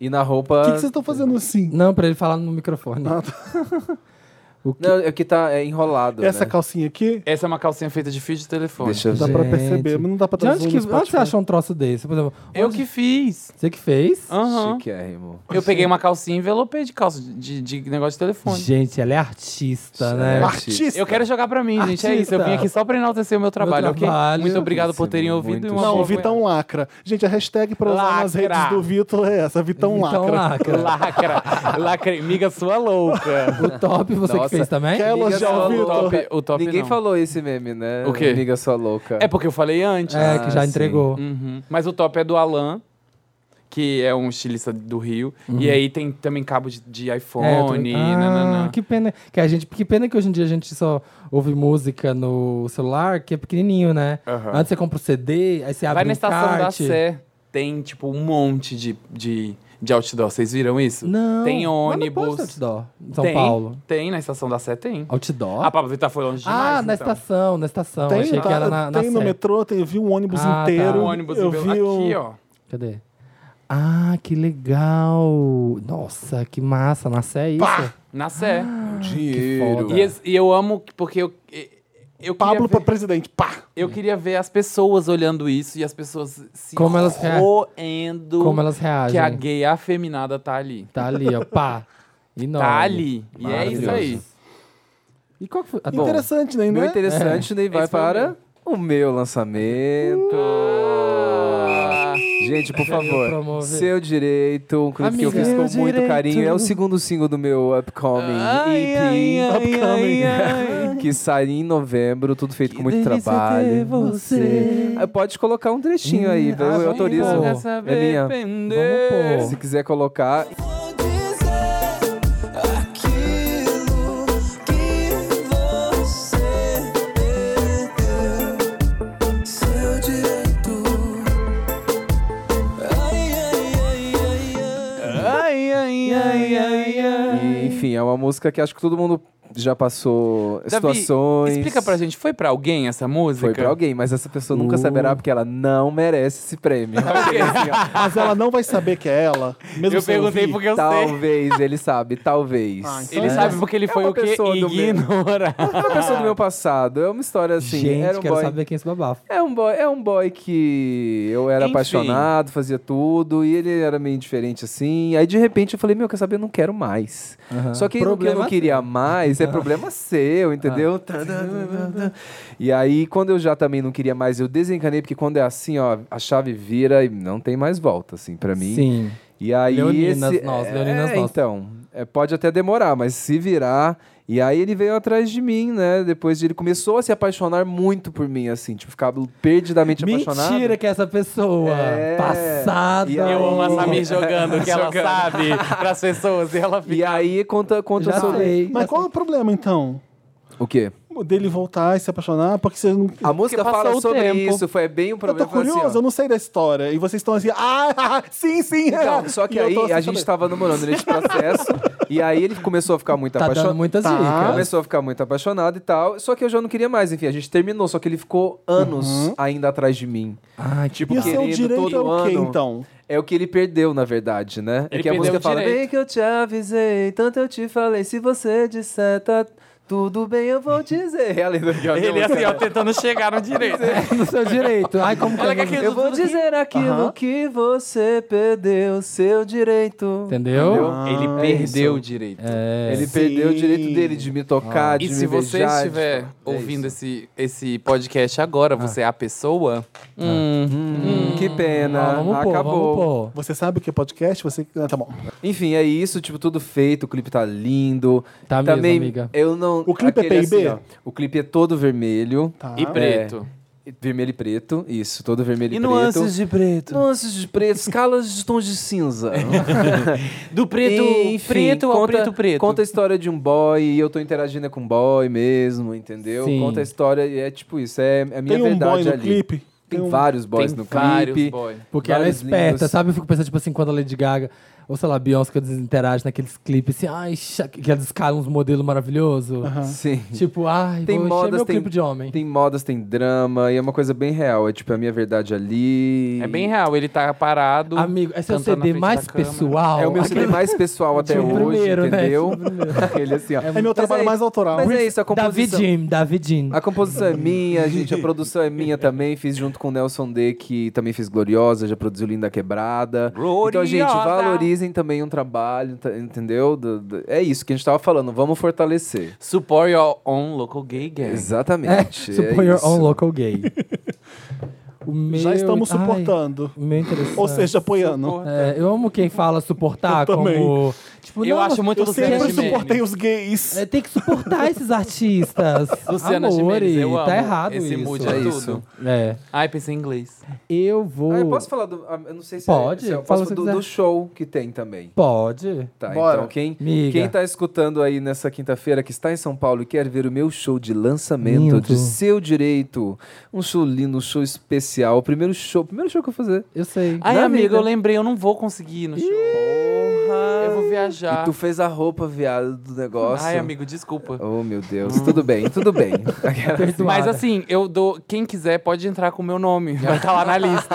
S4: E na
S1: O
S4: roupa...
S1: que que vocês estão fazendo assim?
S2: Não, pra ele falar no microfone. O que...
S4: Não, é que tá é enrolado,
S1: Essa
S4: né? tá
S1: calcinha aqui,
S3: Essa é uma calcinha feita de fio de telefone.
S4: Deixa eu
S1: dá
S4: ver.
S1: pra
S2: Gente.
S1: perceber, mas não dá pra
S2: De
S1: trazer
S2: onde,
S1: um
S2: que,
S1: no
S2: onde você
S1: Spotify.
S2: achou um troço desse? Por exemplo,
S3: Eu
S2: onde-
S3: que fiz.
S2: Você que fez?
S3: Aham.
S4: Chiquérrimo.
S3: Eu peguei uma calcinha e envelopei de calça de, de de negócio de telefone.
S2: Gente, ela é
S4: Tá,
S2: artista, né?
S1: É
S4: Certo.
S1: Artista.
S3: Eu quero jogar pra mim, gente. É isso. Eu vim aqui só pra enaltecer o meu trabalho, ok?
S2: trabalho.
S3: Muito obrigado por
S4: Isso,
S3: terem ouvido.
S4: muito
S3: e uma
S1: Não,
S3: boa
S1: o Vitor é um lacra. Gente, a hashtag pra usar nas
S3: Lacra.
S1: redes do Vitor é essa, Vitor é um
S2: Então,
S1: lacra.
S2: lacra.
S3: Lacra. Lacra. Miga sua louca.
S2: O top você que
S4: Nossa,
S2: fez também?
S1: Quer
S4: Liga
S1: elogiar
S4: só
S1: o
S4: no
S1: Vitor?
S3: top- o top
S4: Ninguém
S3: não.
S4: falou esse meme, né?
S3: O quê?
S4: Amiga sua louca.
S3: É porque eu falei antes.
S2: É, que
S4: Ah,
S2: já
S4: sim.
S2: entregou.
S3: Uhum. Mas o top é do Alan, que é um estilista do Rio. E aí tem também cabo de, de
S2: Uhum. É, eu tô-
S3: iPhone.
S2: Ah,
S3: nananã.
S2: Que pena que a gente, que pena que hoje em dia a gente só ouve música no celular, que é pequenininho, né?
S3: Aham.
S2: Antes você compra o CD, aí você abre
S3: Vai
S2: um
S3: na estação da
S2: kart.
S3: Sé. Tem, tipo, um monte de, de, de outdoor. Vocês viram isso?
S2: Não.
S3: Tem
S2: mas não pode
S3: ônibus.
S2: ter outdoor. Em São
S3: tem,
S2: Paulo.
S3: Tem, na estação da Sé tem.
S2: Outdoor?
S3: Ah, Pablo Vittar foi longe demais.
S2: Ah, na
S3: então.
S2: estação, na estação.
S1: Tem,
S2: Achei
S1: tá,
S2: que era na, na
S1: tem no
S2: Sé.
S1: metrô, tem, eu vi um ônibus
S2: Ah, tá.
S1: inteiro.
S3: Um ônibus
S1: eu
S3: em
S1: vi
S3: Belo-
S1: um-
S3: Aqui, ó.
S2: Cadê? Ah, que legal. Nossa, que massa. Na Sé é isso?
S3: Na Sé.
S2: Ah.
S4: Dinheiro.
S3: E, es- e eu amo que- porque eu. e- Eu
S1: Um né? Pablo
S3: queria
S1: pra
S3: ver,
S1: presidente, pá!
S3: eu queria ver as pessoas olhando isso e as pessoas se
S2: Como elas rea-
S3: roendo
S2: Como elas reagem.
S3: que a gay afeminada tá ali.
S2: Tá ali, ó. Pá. Enorme.
S3: Tá ali. E é isso aí.
S2: Maravilhoso. E qual que foi? Ah, bom.
S1: Interessante, né?
S4: Meu
S1: né?
S4: interessante, Ney, vai
S3: É. Esse foi o
S4: para o meu lançamento.
S3: Uh!
S4: Gente, por
S2: Eu
S4: favor,
S2: promover.
S4: seu direito, um clipe que eu
S2: Amiga.
S4: fiz com
S2: Seu
S4: muito
S2: direito.
S4: carinho. É o segundo single do meu upcoming
S3: Ah,
S4: EP, que sai em novembro, tudo feito com muito trabalho. Ah, Pode colocar um
S3: Hum,
S4: trechinho aí,
S3: tá
S4: viu? eu autorizo.
S2: vamos pôr.
S4: É minha.
S2: Vamos
S4: Se
S2: pôr.
S4: quiser colocar,
S8: Vou dizer aquilo que você perdeu, seu direito. Ai, ai, ai, ai, ai.
S4: e, enfim, é uma música que acho que todo mundo já passou
S3: Davi,
S4: situações.
S3: Explica pra gente, foi pra alguém essa música?
S4: Foi pra alguém, mas essa pessoa nunca saberá porque ela não merece esse prêmio.
S1: Mas ela não vai saber que é ela. Mesmo
S3: Eu
S1: sem
S3: perguntei
S1: ouvir.
S3: porque eu sei.
S4: talvez, ele sabe, talvez.
S1: Ah, então
S3: Ele
S1: É.
S3: sabe porque ele
S4: É
S3: foi
S4: uma
S3: o quê?
S4: pessoa do meu-
S3: Ignora.
S4: É uma pessoa do meu passado, é uma história assim. era
S2: Gente,
S4: um
S2: quero
S4: boy,
S2: saber quem é esse babafo.
S4: É um boy, é um boy que eu era
S3: Enfim.
S4: apaixonado, fazia tudo e ele era meio indiferente assim. Aí de repente eu falei, meu, quer saber, eu não quero mais. Só que aí no
S2: Ah,
S4: que eu
S2: Problema
S4: não queria mais, é problema seu, entendeu? E aí, quando eu já também não queria mais, eu desencanei, porque quando é assim, ó, a chave vira e não tem mais volta, assim, pra mim.
S2: Sim.
S4: E aí
S2: Leoninas
S4: esse...
S2: nós,
S4: é,
S2: leoninas nós.
S4: Então, é, pode até demorar, mas se virar. E aí ele veio atrás de mim, né? Depois de ele começou a se apaixonar muito por mim, assim, tipo, ficava perdidamente apaixonado.
S2: Mentira que é essa pessoa
S4: É.
S2: passada.
S4: E aí-
S3: Eu amo a Samir
S4: Samir
S3: jogando o que ela sabe pras pessoas e ela fica.
S4: E aí conta, conta
S2: Já
S4: sobre
S2: sei.
S1: Mas qual é o problema, então?
S4: o quê?
S1: Dele voltar e se apaixonar? Porque vocês não.
S4: A música
S3: passou
S4: fala
S3: o
S4: sobre
S3: tempo.
S4: isso, foi bem um
S1: Eu
S4: problema.
S1: tô
S4: foi assim,
S1: curioso,
S4: ó.
S1: eu não sei da história. E vocês estão assim, ah, sim, sim.
S4: Então, só que
S1: E eu
S4: aí
S1: tô assim,
S4: a gente
S1: sabe?
S4: tava namorando nesse processo, e aí ele começou a ficar muito
S2: Tá
S4: apaixonado.
S2: dando muitas
S1: Tá.
S2: dicas.
S4: Começou a ficar muito apaixonado e tal. Só que eu já não queria mais, enfim, a gente terminou, só que ele ficou anos ainda atrás de mim.
S2: Ai, que
S4: Tipo,
S1: E o seu
S4: querendo
S1: direito
S4: todo
S1: é o quê,
S4: ano.
S1: então?
S4: É o que ele perdeu, na verdade, né?
S3: Ele
S4: é que a
S3: perdeu
S4: música
S3: o
S4: fala:
S3: direito.
S4: Bem que eu te avisei, tanto eu te falei. Se você disser, tá tudo bem, eu vou dizer. É a letra que eu-
S3: Ele assim, ó, tentando chegar no direito.
S2: no seu direito. Ai, como que
S3: Olha
S2: eu
S3: que
S2: não-
S3: aqui-
S4: é Eu vou dizer aquilo
S1: Aham.
S4: que você perdeu, seu direito.
S2: Entendeu?
S3: Ele
S1: Ah,
S3: perdeu
S1: isso.
S3: o direito.
S2: É.
S4: Ele
S1: Sim.
S4: perdeu o direito dele de me tocar, de
S3: Ah. E
S4: me
S3: se você
S4: beijar, de-
S3: estiver
S4: É
S3: ouvindo
S4: isso. Ah.
S3: esse, esse podcast agora, você é a pessoa.
S4: Hum, que pena,
S2: Ah, vamos pôr,
S4: acabou.
S2: vamos pôr.
S1: Você sabe o que é podcast? Você. Ah, tá bom.
S4: Enfim, é isso, tipo, tudo feito, o clipe tá lindo.
S2: Tá mesmo,
S4: Também,
S2: amiga.
S4: eu não...
S1: O clipe é
S4: aquele
S1: PIB?
S4: ó, o clipe é todo vermelho.
S1: Tá.
S3: E
S4: é.
S3: preto.
S4: Vermelho e preto, isso, todo vermelho e,
S3: E
S4: preto.
S3: nuances de preto.
S4: Nuances de preto, escalas de tons de cinza.
S3: Do preto
S4: Enfim,
S3: preto ao
S4: conta-
S3: preto preto.
S4: Conta a história de um boy e eu tô interagindo com um boy mesmo, entendeu?
S2: Sim.
S4: Conta a história e é tipo isso, é a minha
S1: Tem um
S4: verdade
S1: boy no
S4: ali.
S1: clipe?
S4: Tem,
S1: um-
S4: vários boys
S3: Tem
S4: no
S3: vários
S4: clipe.
S3: boy.
S2: Porque ela é
S4: vários
S2: esperta,
S4: lindos.
S2: sabe? Eu fico pensando, tipo assim, quando a Lady Gaga ou, sei lá, Beyoncé, que eles interagem naqueles clipes, assim, ai, cha- que elas escalam uns modelos maravilhosos.
S4: Sim.
S2: Tipo, ai,
S4: Tem
S2: vou encher
S4: modas,
S2: meu
S4: tem,
S2: clipe de homem.
S4: tem modas, tem drama, e é uma coisa bem real. É tipo a minha verdade ali.
S3: É bem real, ele tá parado.
S2: Amigo, esse é o
S3: cantando na
S2: CD
S3: frente
S2: mais
S3: da câmera.
S2: pessoal.
S4: É o meu
S2: Aquele-
S4: CD mais pessoal até
S2: Tinha o
S4: hoje,
S2: primeiro, né?
S4: entendeu?
S2: Tinha o
S4: Aquele assim, ó.
S1: É meu
S4: Mas
S1: trabalho
S4: é-
S1: mais autoral.
S4: Mas é isso, a
S2: David
S4: composição.
S2: Jim, David Jim.
S4: A composição é minha, gente, a produção é minha também. Fiz junto com o Nelson D, que também fez Gloriosa, já produziu Linda Quebrada. Então, gente,
S3: Gloriosa!
S4: valorizem também um trabalho, tá- entendeu? Do- do- é isso que a gente tava falando, vamos fortalecer.
S3: Support your own local gay
S2: É.
S3: gang.
S4: Exatamente. é
S2: Support your
S4: isso.
S2: own local gay. O
S1: Já
S2: meu-
S1: estamos
S2: ai,
S1: suportando.
S2: o meu é interessante.
S1: Ou seja, apoiando.
S2: É, eu amo quem fala suportar
S1: Eu também.
S2: como. Tipo,
S3: Eu
S2: não,
S3: acho muito
S1: Eu
S3: Luciana
S1: sempre
S3: Gimenez.
S1: suportei os gays.
S2: É, tem que suportar esses artistas.
S3: Luciana
S2: Amore,
S3: Gimenez, eu amo.
S2: tá errado
S3: Esse
S2: isso.
S3: mood é
S4: É
S3: tudo.
S4: isso.
S2: É.
S3: Ai, pensei em inglês.
S2: Eu vou.
S4: Ah, eu posso falar do. ah, Eu não sei se
S2: Pode,
S4: é, se eu
S2: fala
S4: posso
S2: se
S4: do,
S2: quiser.
S4: do show que tem também.
S2: Pode.
S4: Tá,
S1: Bora.
S4: então quem,
S2: Miga.
S4: quem tá escutando aí nessa quinta-feira que está em São Paulo e quer ver o meu show de lançamento
S2: Lindo.
S4: de seu direito, um show lindo, um show especial, o primeiro show, o primeiro show que eu vou fazer.
S2: Eu sei.
S3: Ai,
S4: Na
S3: amiga,
S4: vida.
S3: eu lembrei, eu não vou conseguir ir no show. Porra! Eu vou viajar.
S4: E tu fez a roupa, viado, do negócio.
S3: Ai, amigo, desculpa.
S4: Oh, meu Deus. Tudo bem, tudo bem.
S3: Mas
S2: Perdoada.
S3: assim, eu dou. Quem quiser pode entrar com o meu nome. Vai estar lá na lista.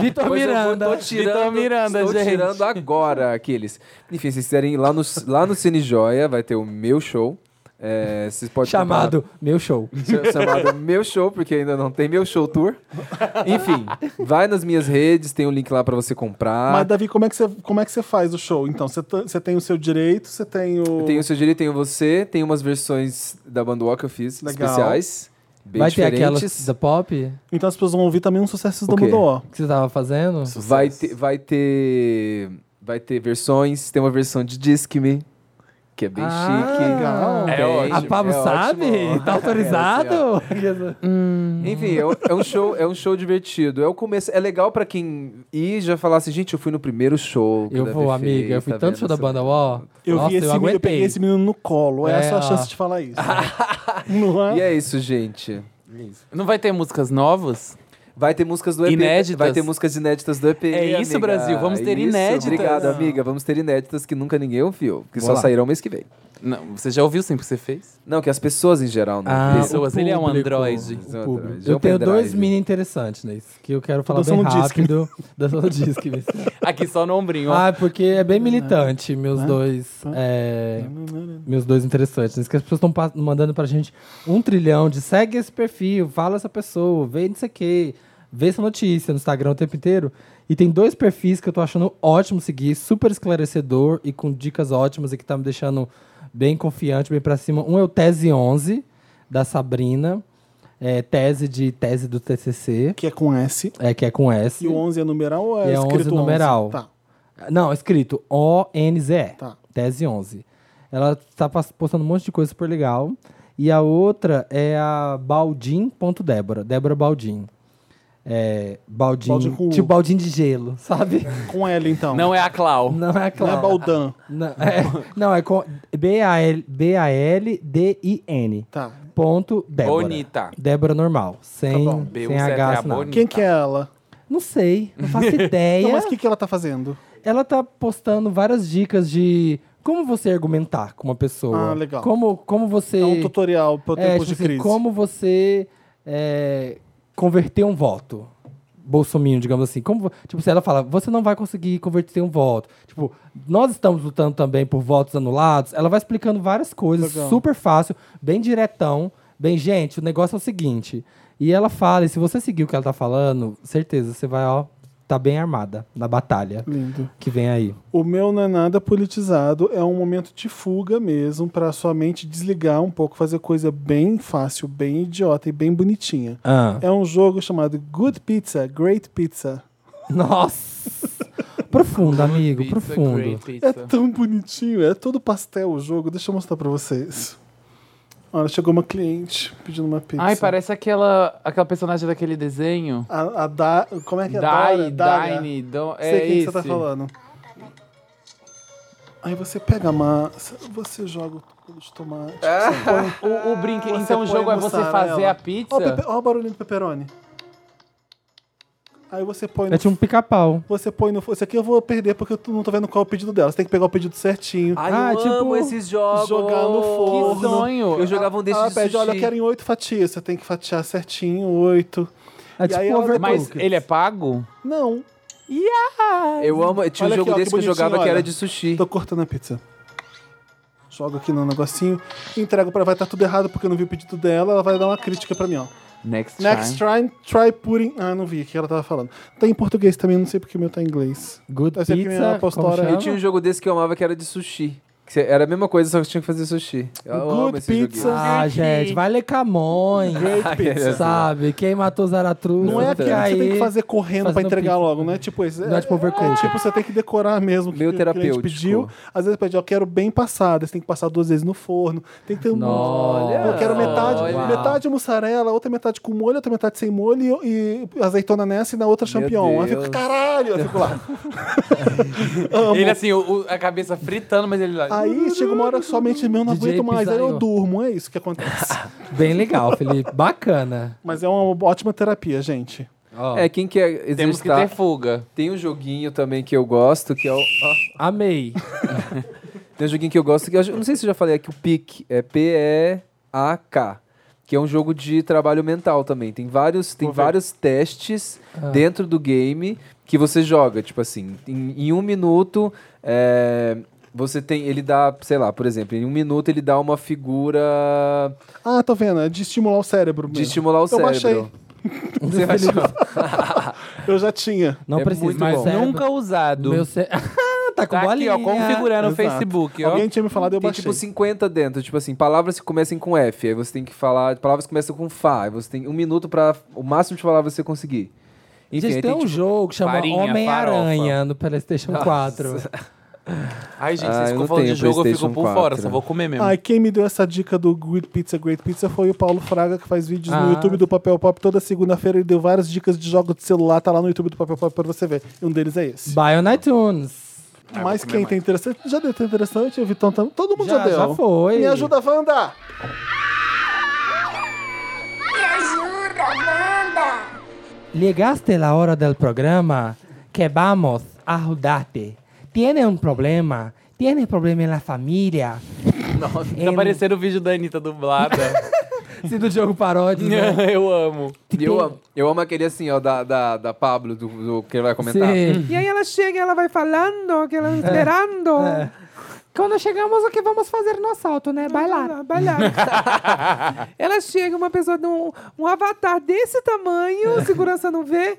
S2: Vitor
S4: Pois eu vou-
S2: Miranda.
S4: tô tirando,
S3: Vitor Miranda,
S4: estou
S3: gente.
S4: tirando agora aqueles. Enfim, se vocês quiserem ir lá no, lá no Cine Joia, vai ter o meu show. É, vocês podem comprar-
S2: Chamado Meu Show.
S4: chamado Meu Show, porque ainda não tem Meu Show Tour. Enfim, vai nas minhas redes, tem um link lá pra você comprar.
S1: Mas, Davi, como é, que você, como é que você faz o show? Então, você tá- você tem o seu direito, você tem o.
S4: Tem o seu direito, tem o você, tem umas versões da Bandwalk que eu fiz,
S1: Legal.
S4: especiais, bem
S2: Vai ter aquelas
S4: diferentes.
S2: da pop que
S1: Então as pessoas vão ouvir também uns sucessos
S4: O
S1: da
S4: quê?
S1: Mudoó.
S2: você tava fazendo?
S4: Vai ter, vai ter. Vai ter versões, tem uma versão de Disque-me, que é bem chique.
S1: legal.
S3: É
S4: Tem,
S3: ótimo,
S2: Ah, A Pablo
S4: é Um ótimo. É, assim,
S2: sabe? Tá autorizado?
S4: Enfim, é um, é um show, é um show divertido. É o começo, é legal pra quem ir já falar assim, gente, eu fui no primeiro show. que o
S2: eu
S4: Davi
S2: vou,
S4: fez,
S2: amiga. Eu fui
S4: tá
S2: tanto
S4: vendo
S2: show da
S4: essa-
S2: banda ó.
S1: Eu
S2: Nossa,
S1: vi esse
S2: eu
S1: menino, eu peguei
S2: aguentei.
S1: esse menino no colo. É,
S2: É,
S1: a sua
S2: ó.
S1: chance de falar isso. Não é?
S4: E é isso, gente.
S3: Não vai ter músicas novas?
S4: Vai ter músicas do EP.
S3: Inéditas?
S4: Vai ter músicas inéditas do EP.
S3: É isso,
S4: amiga. É
S3: Brasil, vamos ter
S4: Isso.
S3: inéditas.
S4: Obrigado, amiga. Vamos ter inéditas que nunca ninguém ouviu. Que só
S2: Boa.
S4: sairão mês que vem.
S3: Não, você já ouviu sim o que você fez?
S4: Não, que as pessoas em geral não
S2: Ah,
S4: ouviram.
S3: Pessoas,
S2: o
S3: ele é um
S2: público,
S3: androide.
S2: o
S4: Exato,
S2: público.
S4: androide. É
S2: Eu
S4: um
S2: tenho
S4: pendrive.
S2: dois mini interessantes nisso, que eu quero falar
S1: Dançando um
S2: bem
S1: disco.
S2: rápido. Dançando um disco. isso.
S3: Aqui só no ombrinho. ó.
S2: Ah, porque é bem militante, meus dois. é, meus dois interessantes. Isso que as pessoas estão mandando pra gente um trilhão de segue esse perfil, fala essa pessoa, vê não sei o quê, vê essa notícia no Instagram o tempo inteiro. E tem dois perfis que eu tô achando ótimo seguir, super esclarecedor e com dicas ótimas e que tá me deixando bem confiante, bem pra cima. Um é o Tese 11, da Sabrina. É, tese de tese do TCC,
S1: Que é com S.
S2: é, que é com S.
S1: E o 11 é numeral ou é,
S2: E é 11
S1: escrito 11?
S2: numeral.
S1: Tá.
S2: Não, escrito O-N-Z-E.
S1: Tá.
S2: Tese 11. Ela tá pas- postando um monte de coisa super legal. E a outra é a Baldim.débora. Débora Baldim. É, Baldim,
S1: Baldim com U.
S2: tipo Baldim de gelo, sabe?
S1: Com L, então.
S3: Não é a Clau.
S2: Não é
S1: Não
S2: claro.
S1: é Baldan.
S2: Não, é, não, é com B-A-L- B-A-L-D-I-N.
S1: Tá.
S2: Ponto Débora.
S3: Bonita.
S2: Débora normal. Sem,
S1: bom.
S2: sem H.
S3: B-U-Z-T-A,
S2: assinar.
S3: bonita.
S1: Quem que é ela?
S2: Não sei, não faço ideia.
S1: Não, mas o que, que ela tá fazendo?
S2: ela tá postando várias dicas de como você argumentar com uma pessoa.
S1: Ah, legal.
S2: Como, como você.
S1: É um tutorial para
S2: É,
S1: tempos
S2: tipo
S1: de
S2: assim,
S1: crise.
S2: Como você é, converter um voto. Bolsominho, digamos assim. Como, vo- tipo, se ela fala, você não vai conseguir converter um voto. Tipo, nós estamos lutando também por votos anulados. Ela vai explicando várias coisas,
S1: Legal.
S2: super fácil, bem diretão. Bem, gente, o negócio é o seguinte. E ela fala, e se você seguir o que ela tá falando, certeza, você vai, ó, tá bem armada na batalha
S1: Lindo.
S2: que vem aí.
S1: O meu não é nada politizado, é um momento de fuga mesmo, para sua mente desligar um pouco, fazer coisa bem fácil, bem idiota e bem bonitinha.
S2: Ah.
S1: É um jogo chamado Good Pizza, Great Pizza.
S2: Nossa! profundo, amigo,
S3: Pizza,
S2: profundo.
S3: great
S1: É
S3: pizza.
S1: tão bonitinho, é todo pastel o jogo. Deixa eu mostrar pra vocês. Olha, chegou uma cliente pedindo uma pizza.
S3: Ai, parece aquela, aquela personagem daquele desenho.
S1: A, a da, como é que é?
S3: Dai,
S1: Dara, Dara.
S3: Dine, Don-
S1: Sei
S3: é
S1: quem que
S3: isso.
S1: você tá falando. Aí você pega a massa, você joga o tubo de tomate. você põe-
S3: O, o brinque...
S1: Você
S3: Então o
S1: põe
S3: jogo é você
S1: mussarela.
S3: fazer a pizza?
S1: Ó, o pepe- ó o barulhinho do pepperoni. Aí você põe no.
S2: É tipo um pica-pau.
S1: Você põe no. Isso aqui eu vou perder porque eu t- não tô vendo qual é o pedido dela. Você tem que pegar o pedido certinho.
S4: Ai,
S2: Ah,
S4: eu
S2: tipo,
S4: amo esses jogos.
S1: é jogar no forno. Ah,
S4: Que
S3: sonho.
S4: Eu jogava um desses
S1: ela
S4: de
S1: pede, olha, eu
S4: sushi.
S1: quero em oito fatias. Você tem que fatiar certinho, oito.
S2: É
S1: E
S2: tipo
S1: aí
S2: um
S1: ela-
S2: overcooked.
S3: Mas ele é pago?
S1: Não.
S4: Eu amo. Tinha um
S1: Olha
S4: jogo
S1: aqui, ó,
S4: desse
S1: que
S4: que, eu jogava
S1: bonitinho,
S4: que era
S1: olha.
S4: de sushi.
S1: Tô cortando a pizza. Joga aqui no negocinho. Entrega pra ela. Vai estar tudo errado porque eu não vi o pedido dela. Ela vai dar uma crítica pra mim, ó.
S3: Next,
S1: Next
S3: time.
S1: try, try pudding. Ah, não vi o que ela tava falando. Tem em português também, não sei porque o meu tá em inglês.
S2: Good
S1: Essa aqui é a minha
S2: pizza, como
S1: postora.
S2: chama?
S4: Eu tinha um jogo desse que eu amava que era de sushi. Que cê- era a mesma coisa, só que tinha que fazer sushi. Eu
S1: Good
S4: amo esse
S1: pizza.
S4: joguinho.
S2: Ah, gente, vai ler Camões,
S1: Great pizza.
S2: sabe? Quem matou Zaratustra.
S1: Não é aquele que
S2: aí,
S1: você tem que fazer correndo pra
S2: fazendo
S1: entregar
S2: pizza.
S1: logo, não é tipo esse.
S2: Não é tipo overcooked.
S1: É tipo, você tem que decorar mesmo o que
S4: Meio
S1: o cliente
S4: terapêutico.
S1: pediu. Às vezes pede, ó, quero bem passado. Você tem que passar duas vezes no forno. Tem que ter um
S2: Olha!
S1: Eu quero metade,
S2: Olha!
S1: metade mussarela, outra metade com molho, outra metade sem molho e, e azeitona nessa e na outra champignon. Aí eu fico,
S4: Deus.
S1: caralho, eu fico lá.
S3: Ele assim, o- o- a cabeça fritando, mas ele lá...
S1: Aí chega uma hora que somente meu não
S2: DJ
S1: aguento mais, aí eu
S2: Pizzaiolo.
S1: durmo, é isso que acontece.
S2: Bem legal, Felipe. Bacana.
S1: Mas é uma ótima terapia, gente.
S2: Ó,
S4: É, quem quer
S3: Temos que
S4: exercitar.
S3: ter fuga.
S4: Tem um joguinho também que eu gosto, que é o. ó,
S2: Amei.
S4: Tem um joguinho que eu gosto, que eu já- não sei se eu já falei aqui, o PIC. É P-E-A-K. Que é um jogo de trabalho mental também. Tem vários, tem
S1: Vou ver. Ah.
S4: vários testes dentro do game que você joga. Tipo assim, em, em um minuto, é, você tem. Ele dá, sei lá, por exemplo, em um minuto ele dá uma figura
S1: Ah, tô vendo, é de estimular o cérebro
S4: de
S1: mesmo.
S4: estimular o
S1: Eu baixei.
S4: cérebro. Você baixou.
S1: Eu já tinha.
S2: Não
S4: É
S2: precisa
S4: muito
S2: mais
S4: bom.
S2: cérebro.
S1: é
S3: Nunca usado.
S2: Meu cé- tá com
S3: Tá aqui,
S2: bolinha.
S3: ó, configurando o
S1: Exato.
S3: Facebook, ó.
S1: Alguém tinha me falado, eu
S4: Tem
S1: baixei.
S4: tipo 50 dentro, tipo assim, palavras que comecem com F, aí você tem que falar, palavras que começam com Fá, aí você tem um minuto pra o máximo de palavras que você conseguir. Enfim,
S2: Gente,
S4: aí
S2: tem um
S4: tipo,
S2: jogo que chama
S3: farinha,
S2: Homem-Aranha no PlayStation 4.
S3: Ai, gente,
S4: Ah, eu
S3: vocês ficam
S4: não
S3: falando de
S4: tenho
S3: jogo, eu fico
S4: PlayStation
S3: por fora.
S4: 4.
S3: Só vou comer mesmo.
S1: Ai, quem me deu essa dica do Great Pizza, Great Pizza foi o Paulo Fraga, que faz vídeos
S2: Ah.
S1: no YouTube do Papel Pop. Toda segunda-feira ele deu várias dicas de jogos de celular, tá lá no YouTube do Papel Pop pra você ver. E um deles é esse.
S2: Buy on iTunes.
S1: Mas quem tem interessante, já deu tem interessante, o Vitão também. Todo mundo já,
S2: Já-
S1: deu.
S2: já foi.
S1: Me ajuda, Wanda!
S7: Me ajuda, Wanda!
S2: Llegaste la hora del programa que vamos a ajudarte. Tiene un problema. Tiene problema en la familia.
S3: Nossa,
S2: Em-
S3: tá parecendo o vídeo da Anitta dublada.
S2: Se do jogo paródia,
S4: É.
S2: né?
S3: eu amo.
S4: eu, amo- eu amo aquele assim, ó, da, da, da Pablo, do, do que ele vai comentar.
S2: Sim.
S4: E aí ela chega e ela vai falando, que
S2: É.
S4: ela esperando.
S2: Quando chegamos, o que vamos fazer no assalto, né? Bailar.
S4: Ela chega, uma pessoa de um, um avatar desse tamanho, segurança não
S2: é
S4: vê.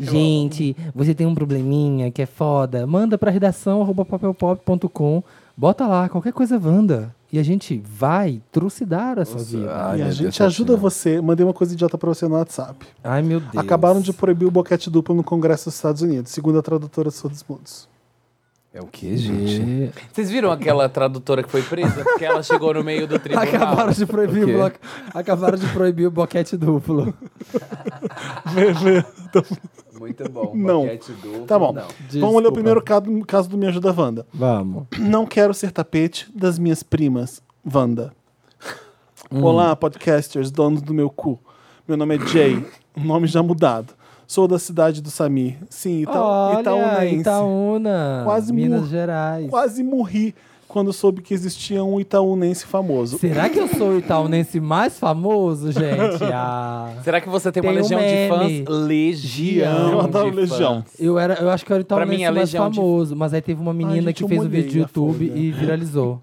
S2: Gente, você tem um probleminha que é foda. Manda pra redação arroba papelpop.com. Bota lá, qualquer coisa Wanda. E a gente vai trucidar a sua vida.
S4: Ai,
S1: e a
S4: meu
S1: gente
S4: Deus,
S1: ajuda
S4: Tatiana.
S1: você. Mandei uma coisa idiota pra você no WhatsApp.
S2: Ai, meu Deus.
S1: Acabaram de proibir o boquete duplo no Congresso dos Estados Unidos, segundo a tradutora Surdos Mudos.
S4: É o que, gente?
S3: Vocês viram aquela tradutora que foi presa? Porque ela chegou no meio do tribunal.
S2: Acabaram de proibir
S4: O
S2: o,
S4: quê?
S2: bloco. Acabaram de proibir o boquete duplo.
S4: Muito bom.
S1: Não.
S4: Boquete duplo,
S1: Tá bom.
S4: não.
S1: Vamos olhar o primeiro caso, caso do Me Ajuda Wanda.
S2: Vamos.
S1: Não quero ser tapete das minhas primas, Wanda.
S2: Hum.
S1: Olá, podcasters, donos do meu cu. Meu nome é Jay, um nome já mudado. Sou da cidade do Samir. Sim, Ita
S2: Olha,
S1: Itaúnense.
S2: Itaúna.
S1: Quase
S2: Minas
S1: mor-
S2: Gerais.
S1: Quase morri quando soube que existia um Itaúnense famoso.
S2: Será que eu sou o itaunense mais famoso, gente? Ah.
S3: Será que você tem, uma
S2: Tem um
S3: legião
S2: meme.
S3: de fãs? Legião.
S1: Eu adoro
S3: de
S1: Legião.
S3: fãs.
S2: Eu, era, eu acho que eu era o
S3: Pra
S2: itaunense
S3: mim, é
S2: mais
S3: Legião de-
S2: famoso, mas aí teve uma menina
S1: Ah, gente,
S2: que
S1: eu
S2: fez um
S1: molhei
S2: vídeo de
S1: a
S2: YouTube
S1: folha.
S2: e viralizou.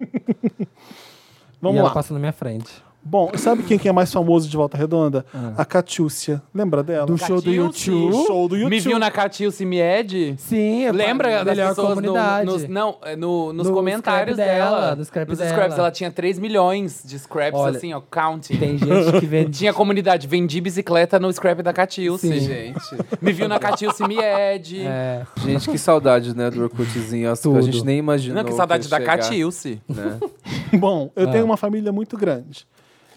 S1: Vamos
S2: e
S1: lá.
S2: ela passou na minha frente.
S1: Bom, sabe quem que é mais famoso de Volta Redonda? A Catiúcia. Lembra dela?
S2: Ah. Do show do
S3: Catiúcia.
S2: YouTube?
S1: show do
S3: Me
S1: YouTube.
S3: viu na Catilce e me Ed?
S2: Sim, eu
S3: Lembra das
S2: melhor
S3: pessoas no,
S2: comunidade.
S3: nos, não, é, no- nos
S2: No
S3: comentários
S2: scrap dela,
S3: dela,
S2: no scrap
S3: nos
S2: dela.
S3: scraps, ela tinha 3 milhões de scraps,
S2: Olha,
S3: assim, ó, counting.
S2: Tem gente que vende.
S3: Tinha comunidade, vendi bicicleta no scrap da
S2: Sim.
S3: Catilce, gente. Me viu na Catilce e me Ed.
S2: É.
S4: Gente, que saudade, né, do Orkutzinho. Acho que
S2: Tudo.
S4: A gente nem imaginou.
S3: Não, que saudade
S4: ia
S3: da
S4: chegar,
S3: Catilce.
S4: Né?
S1: Bom, eu
S2: Ah.
S1: tenho uma família muito grande.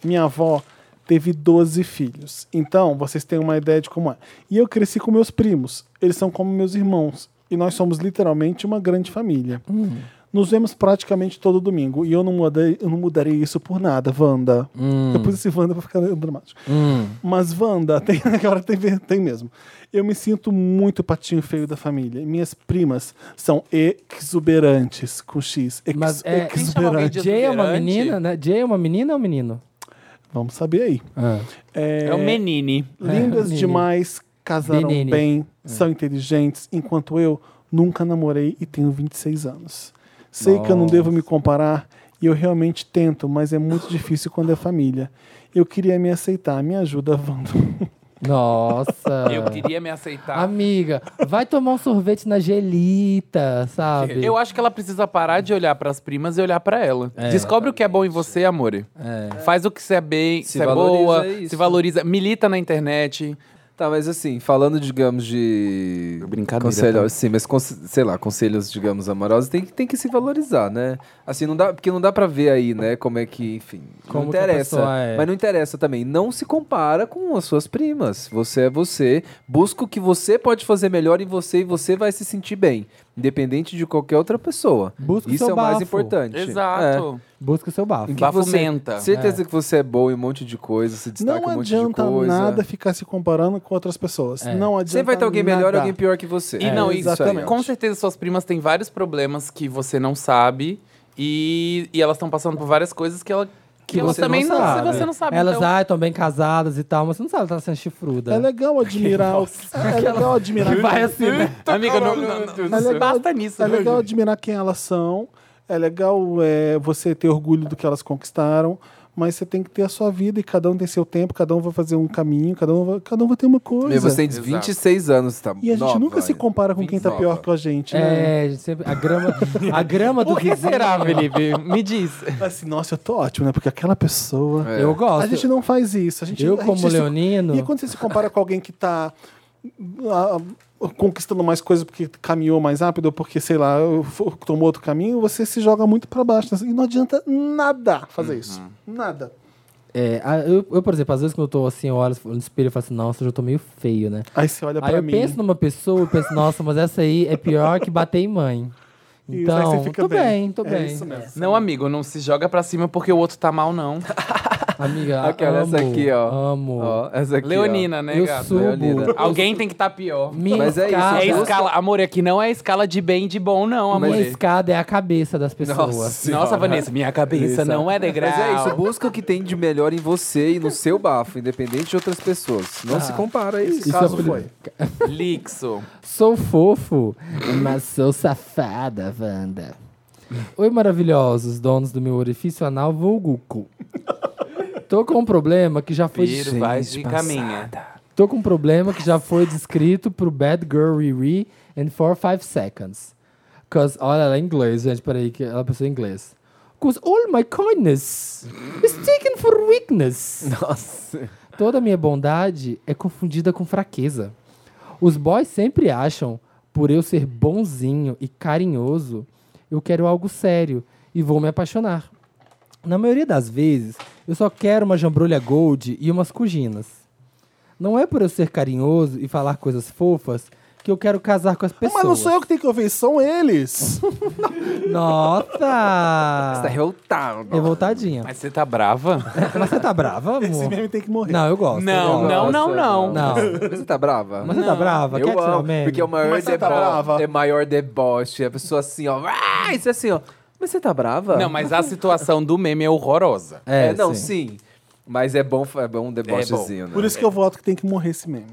S1: Minha avó teve 12 filhos. Então, vocês têm uma ideia de como é. E eu cresci com meus primos. Eles são como meus irmãos. E nós somos literalmente uma grande família.
S2: Hum.
S1: Nos vemos praticamente todo domingo. E eu não, mudei, eu não mudaria isso por nada, Wanda.
S2: Hum.
S1: Eu pus esse Wanda pra ficar dramático. Mas, Wanda, tem, agora tem, ver- tem mesmo. Eu me sinto muito patinho feio da família. Minhas primas são exuberantes, com X. Ex,
S2: Mas é- Quem
S3: chama alguém
S1: exuberantes.
S3: de
S2: Jay é uma
S3: exuberante?
S2: menina, né? Jay é uma menina ou um menino?
S1: Vamos saber aí.
S4: Ah.
S1: É,
S4: um
S2: um
S3: É o Menini.
S1: lindas
S2: Nini.
S1: demais, casaram
S2: Menine.
S1: bem,
S4: É.
S1: são inteligentes, enquanto eu nunca namorei e tenho 26 anos. Sei que eu não devo me comparar e eu realmente tento, mas é muito difícil quando é família. Eu queria me aceitar, me ajuda, Wanda.
S2: Nossa.
S3: Eu queria me aceitar.
S2: Amiga, vai tomar um sorvete na gelita, sabe?
S3: Eu acho que ela precisa parar de olhar pras primas e olhar pra ela. Descobre o que é bom em você, amore. Faz o que você é bem,
S4: Se
S3: se é
S4: valoriza,
S3: boa,
S4: é isso.
S3: se valoriza, milita na internet.
S4: Tá, mas assim, falando, digamos, de.
S3: Brincadeira,
S4: Conselho,
S3: tá?
S4: sim, mas, conse- sei lá, conselhos, digamos, amorosos, tem, que- tem que se valorizar, né? Assim, não dá, porque não dá pra ver aí, né, como é que, enfim.
S2: Como
S4: não
S2: que a
S4: interessa.
S2: pessoa é.
S4: Mas não interessa também. Não se compara com as suas primas. Você é você. Busca o que você pode fazer melhor em você e você vai se sentir bem. Independente de qualquer outra pessoa.
S2: Busca o
S4: Isso
S2: seu
S4: é o mais
S2: bafo.
S4: importante. É.
S3: Exato.
S2: Busca o seu bafo.
S4: Em que
S3: Bafo
S4: você-
S3: menta.
S4: Certeza que você é bom em um monte de coisa, se destaca
S1: Não
S4: em um monte de
S1: adianta
S4: coisa. É.
S1: nada ficar se comparando com outras pessoas. Não adianta
S4: Sempre vai ter alguém melhor e
S1: nada.
S4: alguém pior que você. É
S3: E não, isso,
S1: exatamente.
S3: com certeza suas primas têm vários problemas que você não sabe e, e elas estão passando por várias coisas que ela que, elas
S2: você
S3: também
S2: não sabe.
S3: você não sabe.
S2: Elas,
S3: então,
S2: ah, estão bem casadas e tal, mas você não sabe, tá sendo chifruda.
S1: É legal admirar. o- é legal admirar.
S2: Que vai assim, né?
S3: amiga, não, não, não,
S1: É legal-
S3: basta nisso.
S1: É legal admirar quem elas são. É legal é, você ter orgulho do que elas conquistaram. Mas você tem que ter a sua vida e cada um tem seu tempo, cada um vai fazer um caminho, cada um vai, cada um vai ter uma coisa.
S4: E você tem
S3: Exato.
S4: 26 anos, tá?
S1: E a gente
S4: nova
S1: nunca se
S4: ainda.
S1: compara com quem tá
S4: Nova.
S1: pior que a gente, né?
S2: É, gente, sempre, a grama, a grama do
S3: O que
S2: vizinho-
S3: será, Felipe? Me diz.
S1: Assim, nossa, eu tô ótimo, né? Porque aquela pessoa.
S4: É.
S2: Eu gosto.
S1: A gente não faz isso. A gente,
S2: Eu,
S1: a gente
S2: como
S1: se-
S2: leonino-
S1: E quando você se compara com alguém que tá ah, conquistando mais coisas porque caminhou mais rápido, ou porque, sei lá, fo- tomou outro caminho, você se joga muito pra baixo. né? E não adianta nada fazer isso. Nada.
S2: É, a- eu, eu, por exemplo, às vezes quando eu tô assim, eu olho no espelho e falo assim, nossa, hoje eu tô meio feio, né?
S1: Aí você olha
S2: Aí
S1: pra
S2: eu
S1: mim.
S2: penso numa pessoa e penso, nossa, mas essa aí é pior que bater em mãe.
S1: e aí
S2: Então,
S1: você fica
S2: tô bem, tô
S1: É
S2: bem.
S1: isso mesmo.
S3: Não, amigo, não se joga pra cima porque o outro tá mal, não.
S2: Amiga,
S4: Aquela,
S2: amo,
S4: essa aqui, ó.
S2: Amo.
S4: Ó, essa aqui, ó.
S3: Leonina, né,
S2: eu
S3: gato?
S2: subo.
S4: Leonina.
S3: Alguém tem que tá pior.
S2: Minha
S4: Mas é isso,
S2: escada,
S3: É
S4: Nossa.
S3: escala, amor, aqui não é escala de bem e de bom, não, amor.
S2: minha
S4: Mas-
S2: escada é a cabeça das pessoas.
S3: Nossa, Vanessa, minha cabeça
S4: Isso.
S3: não é degrau.
S4: Mas é isso, busca o que tem de melhor em você e no seu bafo, independente de outras pessoas. Não se compara a isso.
S1: Esse caso foi.
S3: Lixo.
S2: Sou fofo, mas sou safada, Wanda. Oi, maravilhosos, donos do meu orifício anal vulgo cu. Tô com um problema que já foi...
S3: Piro, vai de caminha.
S2: Tô com um problema que já foi descrito pro Bad Girl Riri in 4 5 Seconds. Cause, olha, ela é inglês, gente, peraí, que ela pensou em inglês. Cause all my kindness is taken for weakness.
S4: Nossa.
S2: Toda minha bondade é confundida com fraqueza. Os boys sempre acham, por eu ser bonzinho e carinhoso, eu quero algo sério e vou me apaixonar. Na maioria das vezes, eu só quero uma jambrolha gold e umas cuginas. Não é por eu ser carinhoso e falar coisas fofas que eu quero casar com as pessoas.
S1: Mas não sou eu que tenho que ouvir, são eles.
S4: Você tá
S2: Nossa!
S4: revoltado.
S2: Revoltadinha.
S3: Mas você tá brava?
S2: Mas você tá brava,
S1: Esse
S2: amor?
S1: meme tem que morrer.
S2: Não, eu gosto.
S3: Não,
S2: eu
S3: não, não, não.
S2: Não.
S4: é Você tá brava?
S2: Mas você tá brava? Quer
S4: eu
S2: tirar o
S4: amo,
S2: meme?
S4: porque é o maior
S1: Mas você tá
S4: deboche.
S1: brava?
S4: É maior deboche. A pessoa assim, ó. "Ah", Isso é assim, ó. Mas você tá brava?
S3: Não, mas a situação do meme é horrorosa.
S4: É, não, sim. Mas é bom, é bom um debochezinho, né?
S1: Por isso que eu voto que tem que morrer esse meme.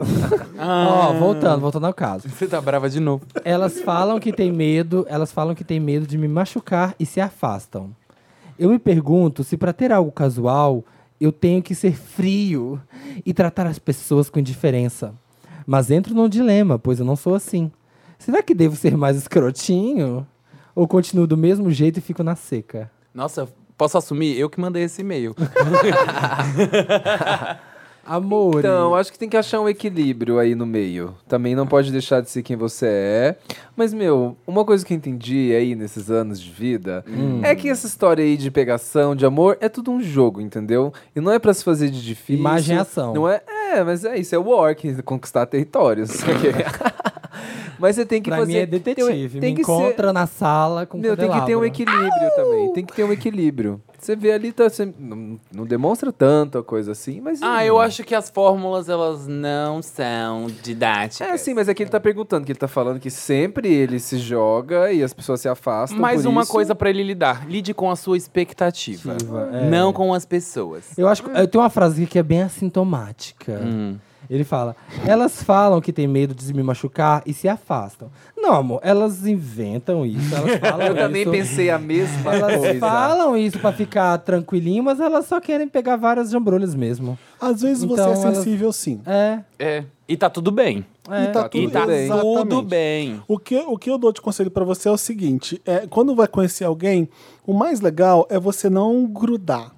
S2: Ó, voltando, voltando ao caso.
S3: Você tá brava de novo.
S2: Elas falam que tem medo, elas falam que tem medo de me machucar e se afastam. Eu me pergunto se para ter algo casual, eu tenho que ser frio e tratar as pessoas com indiferença. Mas entro num dilema, pois eu não sou assim. Será que devo ser mais escrotinho? Ou continuo do mesmo jeito e fico na seca?
S3: Nossa, posso assumir? Eu que mandei esse e-mail.
S2: Amor.
S4: Então, acho que tem que achar um equilíbrio aí no meio. Também não pode deixar de ser quem você é. Mas, meu, uma coisa que eu entendi aí nesses anos de vida
S2: Hum.
S4: é que essa história aí de pegação, de amor, é tudo um jogo, entendeu? E não é pra se fazer de difícil.
S2: Imagem e ação.
S4: Não é? É, mas é isso, é o work, conquistar territórios. mas você tem que
S2: pra
S4: fazer.
S2: mim é
S4: tem-
S2: detetive.
S4: Tem
S2: me
S4: que ser-
S2: encontra na sala com
S4: meu, tem que ter um
S2: candelabro.
S4: equilíbrio também. Tem que ter um equilíbrio. Você vê ali, tá, você não, não demonstra tanto a coisa assim, mas.
S3: ah,
S4: hum.
S3: eu acho que as fórmulas, elas não são didáticas.
S4: É, sim, mas é que ele tá perguntando, que ele tá falando que sempre ele se joga e as pessoas se afastam.
S3: Mais
S4: por
S3: uma
S4: isso.
S3: coisa pra ele lidar. Lide com a sua expectativa. Não com as pessoas.
S2: Eu acho que eu tenho uma frase aqui que é bem assintomática.
S3: Hum.
S2: Ele fala: Elas falam que tem medo de me machucar e se afastam. Não, amor, elas inventam isso. Elas falam
S4: Eu também
S2: isso.
S4: pensei a mesma
S2: Elas
S4: coisa.
S2: falam isso pra ficar tranquilinho, mas elas só querem pegar várias jambrolhas mesmo.
S1: Às vezes
S2: Então,
S1: você é
S2: elas-
S1: sensível, sim.
S2: É.
S3: É. E tá tudo bem.
S1: E tá tudo
S3: e tá
S1: bem.
S3: tudo
S1: Exatamente.
S3: bem.
S1: O que, o que eu dou de conselho pra você é o seguinte: é, quando vai conhecer alguém, o mais legal é você não grudar.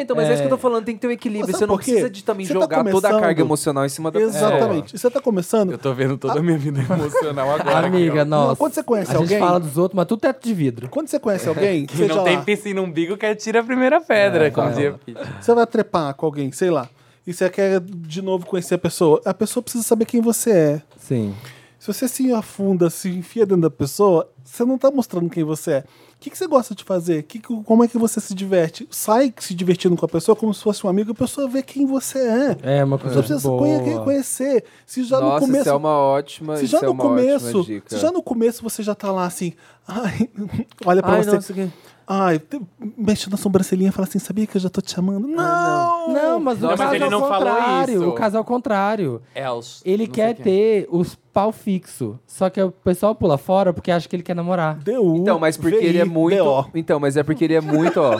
S4: Então, mas é. isso que eu tô falando, tem que ter um equilíbrio.
S1: Sabe
S4: Você não
S1: por quê?
S4: precisa de também
S1: Você tá
S4: jogar toda a
S1: começando-
S4: carga emocional em cima da
S1: Exatamente. Você tá começando.
S3: É. Eu tô vendo toda a minha vida emocional agora.
S2: Amiga,
S3: Gabriel.
S2: nossa.
S1: quando você conhece
S2: a gente
S1: alguém-
S2: fala dos outros, mas tudo teto de vidro.
S1: Quando você conhece alguém,
S3: Que
S1: seja
S3: não tem
S1: lá,
S3: piscina umbigo que atira a primeira pedra, como
S2: vai.
S3: dizia Pete.
S1: você vai trepar com alguém, sei lá, e você quer de novo conhecer a pessoa, a pessoa precisa saber quem você é.
S2: Sim.
S1: Se você se afunda, se enfia dentro da pessoa, você não tá mostrando quem você é. O que, que você gosta de fazer? Que que- como é que você se diverte? Sai se divertindo com a pessoa como se fosse um amigo, a pessoa vê quem você é.
S2: É uma coisa
S1: Você precisa
S2: boa.
S1: conhe- conhecer. Se já
S4: Nossa,
S1: no começo.
S4: isso é uma ótima,
S1: Se
S4: isso
S1: já
S4: é
S1: no
S4: uma ótima
S1: começo,
S4: dica.
S1: se já no começo você já tá lá assim, ai, olha pra
S4: Ai,
S1: você.
S4: não, isso aqui.
S1: Ai, te- mexe na sobrancelhinha e fala assim, sabia que eu já tô te chamando?
S4: Ah,
S1: Não!
S2: Não, mas
S3: Não,
S2: o
S3: mas
S2: caso
S3: ele
S2: ao
S3: não falou
S2: contrário.
S3: isso.
S2: O caso ao contrário.
S3: Els,
S2: Ele
S3: não
S2: quer
S3: sei quem.
S2: ter os pau fixo. Só que o pessoal pula fora porque acha que ele quer namorar.
S1: Deu um
S4: Então, mas porque ele é muito. Então, mas é porque ele é muito, ó.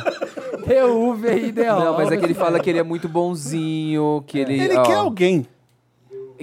S1: um
S2: D-U-V-I-D-O.
S4: Não, mas é que ele fala que ele é muito bonzinho, que ele.
S1: Ele
S4: ó,
S1: quer alguém.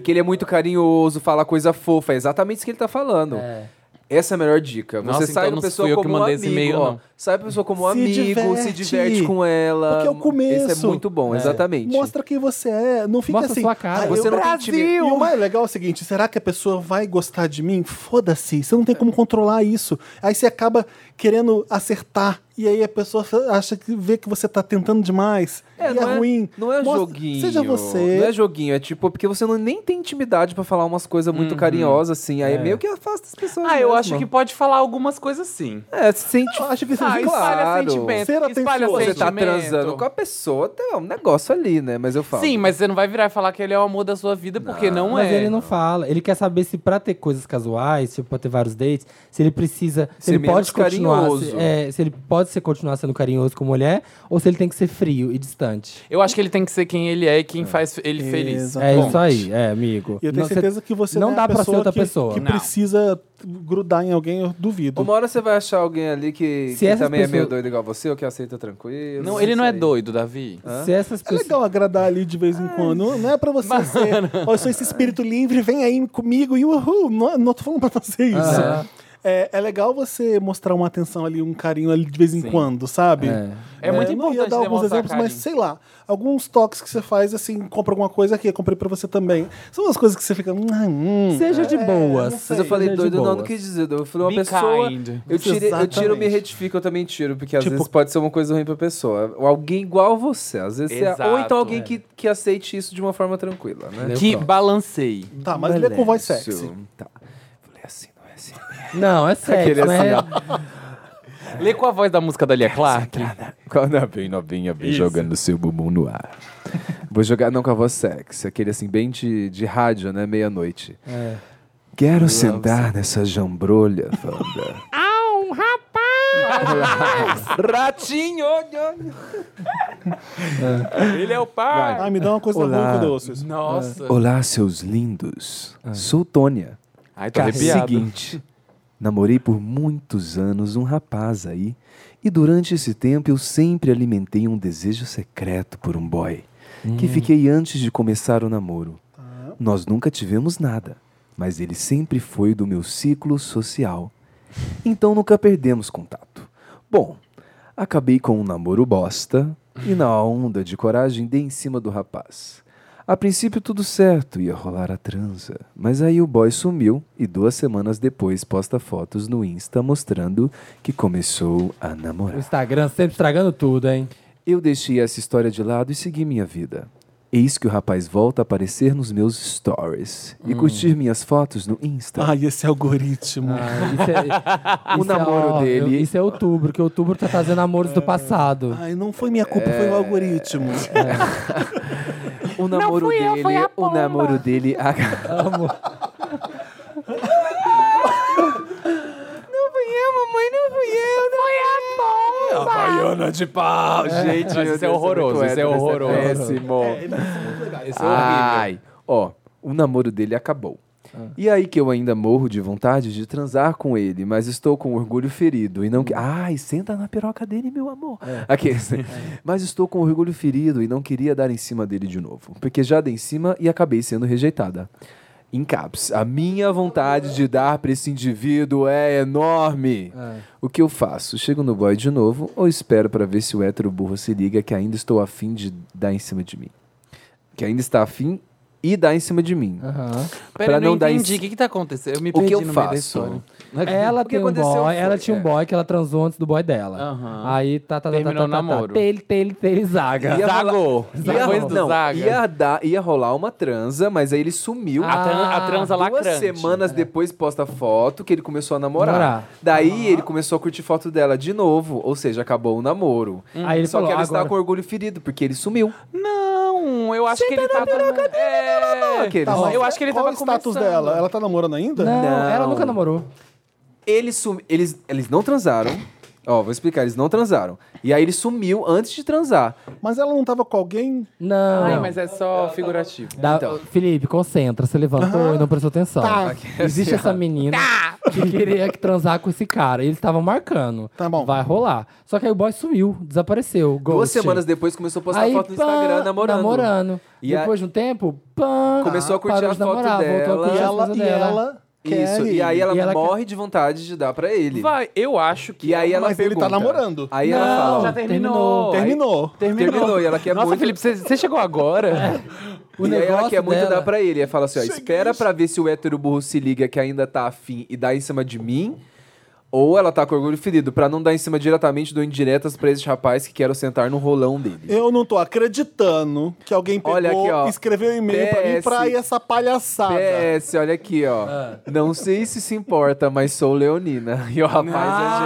S4: que ele é muito carinhoso, fala coisa fofa. É exatamente isso que ele tá falando.
S2: É.
S4: Essa é a melhor dica. Você
S3: Nossa, então
S4: sai
S3: não
S4: da
S3: fui
S4: pessoa
S3: eu que
S4: como um
S3: mandei esse
S4: amigo,
S3: e-mail,
S4: ó.
S3: não.
S4: Sai da pessoa como
S1: Se
S4: um amigo, se
S1: diverte.
S4: diverte com ela.
S1: Porque é o começo.
S4: Esse é muito bom, exatamente.
S1: Mostra quem você é. Não fica
S2: Mostra
S1: assim.
S2: sua cara.
S1: "Ai,
S4: Você
S1: eu-
S4: não tem
S1: Brasil!"
S4: time-
S1: E o mais legal é o seguinte: será que a pessoa vai gostar de mim? Foda-se. Você não tem como controlar isso. Aí você acaba querendo acertar. E aí a pessoa acha que vê que você tá tentando demais. e
S4: É,
S1: é,
S4: não é,
S1: ruim.
S4: Não é
S1: Mostra-
S4: joguinho.
S1: Seja você.
S4: Não é joguinho, é tipo, porque você não, nem tem intimidade pra falar umas coisas muito carinhosas, assim.
S1: É.
S4: Aí meio que afasta as pessoas.
S3: Uhum. Ah, eu
S4: mesmo.
S3: acho que pode falar algumas coisas sim.
S4: É, se sente.
S1: Eu acho que você
S3: Ah,
S1: fica-
S3: espalha
S4: claro.
S3: sentimento.
S1: Ser
S3: espalha
S1: atencioso.
S4: Você tá
S3: sentimento.
S4: transando com a pessoa, tem um negócio ali, né? Mas eu falo.
S3: Sim, mas você não vai virar e falar que ele é o amor da sua vida, porque não,
S2: Mas
S3: é.
S2: ele não fala. Ele quer saber se pra ter coisas casuais, se pra ter vários dates, se ele precisa. Se
S4: Ser
S2: ele pode
S4: menos
S2: continuar. Se,
S4: carinhoso.
S2: é, se ele pode ser, continuar sendo carinhoso com mulher, ou se ele tem que ser frio e distante.
S3: Eu acho que ele tem que ser quem ele é e quem faz ele feliz.
S4: Tá
S1: Exato.
S2: É
S1: Bom.
S2: isso aí, é, amigo.
S1: E eu tenho
S2: Não, cê-
S1: certeza que você
S2: não
S1: é
S2: dá
S1: a
S2: pra ser
S1: pessoa
S2: outra
S1: que,
S2: pessoa.
S1: que
S3: Não.
S1: precisa grudar em alguém, eu duvido.
S4: Uma hora você vai achar alguém ali que,
S2: Se
S4: que
S2: essas
S4: também é meio
S2: pessoas-
S4: doido igual você, ou que aceita tranquilo.
S3: Não, ele não é
S4: sei.
S3: doido, Davi.
S2: Se essas
S1: É
S2: pessoas.
S1: legal agradar ali de vez em quando. Não é pra você ser. é, Ó, eu sou esse espírito livre, vem aí comigo e uhul. Não, não tô falando pra fazer isso.
S2: Aham.
S1: é, é legal você mostrar uma atenção ali, um carinho ali de vez em
S3: Sim.
S1: quando, sabe?
S4: É.
S3: É muito
S1: eu não ia
S3: importante
S1: dar alguns
S3: demonstrar
S1: exemplos, mas
S3: carinho.
S1: sei lá. Alguns toques que você faz, assim, compra alguma coisa aqui, eu comprei pra você também. São as coisas que você fica. "Hum, hum".
S2: Seja de boas.
S4: Mas eu falei
S2: Seja de
S4: doido, não,
S2: boas.
S4: não quis dizer. doido. Eu falei uma
S3: é Be
S4: pessoa.
S3: kind.
S4: Eu, tire, eu tiro, eu me
S1: Exatamente.
S4: retifico, eu também tiro, porque às
S1: Tipo-
S4: vezes pode ser uma coisa ruim pra pessoa. Alguém igual a você, às vezes você- Ou
S3: Exato,
S4: então alguém
S3: é.
S4: que, que aceite isso de uma forma tranquila, né?
S3: Que balancei.
S1: Tá, mas ele é com voz sexy.
S4: Tá. Falei assim, não é assim.
S2: Não, é sério. né?
S3: Lê com a voz da música da Lia Clark.
S4: Quando a bem novinha vem jogando seu bumbum no ar. Vou jogar não com a voz sexy, aquele assim, bem de, de rádio, né? Meia-noite.
S3: É.
S4: Quero sentar nessa jambrolha, Wanda.
S3: Ratinho! Ele é o pai.
S1: Ah, me dá uma coisa
S4: Olá.
S1: da boca doces.
S3: Nossa.
S4: Olá, seus lindos. Sou Tônia.
S3: Ai, Ah. tô
S4: Cara,
S3: arrepiado.
S4: seguinte. Namorei por muitos anos um rapaz aí. E durante esse tempo eu sempre alimentei um desejo secreto por um boy.
S3: Hum.
S4: Que fiquei antes de começar o namoro. Nós nunca tivemos nada. Mas ele sempre foi do meu ciclo social. Então nunca perdemos contato. Bom, acabei com um namoro bosta e na onda de coragem dei em cima do rapaz. A princípio tudo certo, ia rolar a transa. Mas aí o boy sumiu e duas semanas depois posta fotos no Insta mostrando que começou a
S2: O
S4: namorar.
S2: Instagram sempre estragando tudo, hein?
S4: Eu deixei essa história de lado e segui minha vida. Eis que o rapaz volta a aparecer nos meus stories
S3: Hum.
S4: e curtir minhas fotos no Insta.
S1: Ai, esse algoritmo.
S2: Ah, isso é-
S4: O
S2: isso é-
S4: namoro
S2: ó,
S4: dele. É.
S2: eu- Isso é outubro, que outubro tá trazendo namoros do passado.
S1: Ai, não foi minha culpa, foi o algoritmo.
S4: O namoro dele, o namoro dele acabou.
S2: Amo.
S3: Havaiana de pau, gente.
S4: meu
S3: Isso é
S4: Deus,
S3: horroroso, isso
S4: muito
S3: é
S4: hétero,
S3: horroroso.
S4: isso é péssimo.
S3: Isso é horrível.
S4: Ai, ó, o namoro dele acabou. E aí que eu ainda morro de vontade de transar com ele, mas estou com orgulho ferido e não que... Ai, senta na piroca dele, meu amor. Aqui, assim. Mas estou com orgulho ferido e não queria dar em cima dele de novo, porque já dei em cima e acabei sendo rejeitada. Em caps, a minha vontade de dar pra esse indivíduo é enorme. O que eu faço? Chego no boy de novo ou espero pra ver se o hétero burro se liga que ainda estou afim de dar em cima de mim? que ainda está afim e dá em cima de mim.
S2: Aham.
S3: Pera,
S4: pra
S3: eu não
S4: não dar em
S3: entendi.
S4: si-
S3: O que que tá acontecendo? Eu me
S4: O
S3: perdi
S4: que eu
S3: no meio da
S4: faço?
S3: história.
S2: Ela
S4: O que
S2: tem um
S4: aconteceu
S2: boy,
S4: foi-
S2: ela tinha um
S4: é.
S2: boy que ela transou antes do boy dela.
S3: Aham.
S2: Aí tá, tá, tá,
S3: Terminou
S2: tá, tá,
S3: o namoro.
S2: Tá, tele, tele, tele, zaga.
S4: E a-
S3: Zagou.
S4: Ia,
S3: É. Depois do
S4: não,
S3: Zaga.
S4: ia, dar, ia rolar uma transa, mas aí ele sumiu. Ah,
S3: A, tran- a transa
S4: Duas
S3: lacrante.
S4: semanas depois posta foto que ele começou a namorar.
S2: É. Namorar.
S4: Daí ele começou a curtir foto dela de novo, ou seja, acabou o namoro.
S2: Uhum. Aí ele
S4: Só
S2: falou, "Ah,
S4: que ela
S2: agora-
S4: está com orgulho ferido, porque ele sumiu.
S3: Não, eu acho que ele tava... É...
S4: Aqueles.
S1: Tá, mas
S3: Eu acho que ele
S1: qual
S3: tava
S1: o status
S3: começando.
S1: dela? Ela tá namorando ainda?
S2: Não,
S4: Não.
S2: ela nunca namorou.
S4: Ele sumi- eles, eles não transaram. Ó, vou explicar, eles não transaram. E aí ele sumiu antes de transar.
S1: Mas ela não tava com alguém?
S2: Não.
S3: Ai, mas é só figurativo.
S2: Dá-
S4: então.
S2: Felipe, concentra, você levantou e não prestou atenção.
S1: Tá.
S2: Existe essa menina
S4: Tá.
S2: que queria que transar com esse cara. Eles estavam marcando.
S1: Tá bom.
S2: Vai rolar. Só que aí o boy sumiu, desapareceu.
S4: Duas
S2: ghosting.
S4: semanas depois começou a postar
S2: Aí,
S4: foto no
S2: pã,
S4: Instagram namorando.
S2: namorando.
S4: E
S2: Depois de um tempo, pã,
S4: Começou a curtir
S2: parou
S4: a
S2: de
S4: foto
S2: namorar, voltou
S4: dela.
S1: E
S2: a curtir a
S1: ela,
S2: esposa
S1: e
S2: dela.
S1: ela quer
S4: Isso, e
S1: ele.
S4: aí ela
S2: E ela
S4: morre de vontade de dar pra ele.
S3: Vai, eu acho que...
S4: E aí ela
S1: Mas ele tá
S4: pergunta.
S1: namorando.
S4: Aí
S2: Não,
S4: ela fala.
S3: Já
S2: terminou.
S3: terminou.
S1: Terminou.
S4: Terminou. e ela quer
S3: Nossa,
S4: muito.
S3: Felipe, você- você chegou agora?
S2: O
S4: e aí ela
S2: negócio
S4: quer muito
S2: dela-
S4: dar pra ele. Ela fala assim: ó, espera pra ver se o hétero burro se liga que ainda tá afim e dá em cima de mim. Ou ela tá com orgulho ferido, pra não dar em cima diretamente, dou indiretas pra esse rapaz que quero sentar no rolão dele.
S1: Eu não tô acreditando que alguém pegou,
S4: Olha aqui, ó.
S1: escreveu um e-mail pra mim
S4: PS.
S1: pra ir essa palhaçada.
S4: PS, olha aqui, ó. Não sei se se importa, mas sou leonina. E o rapaz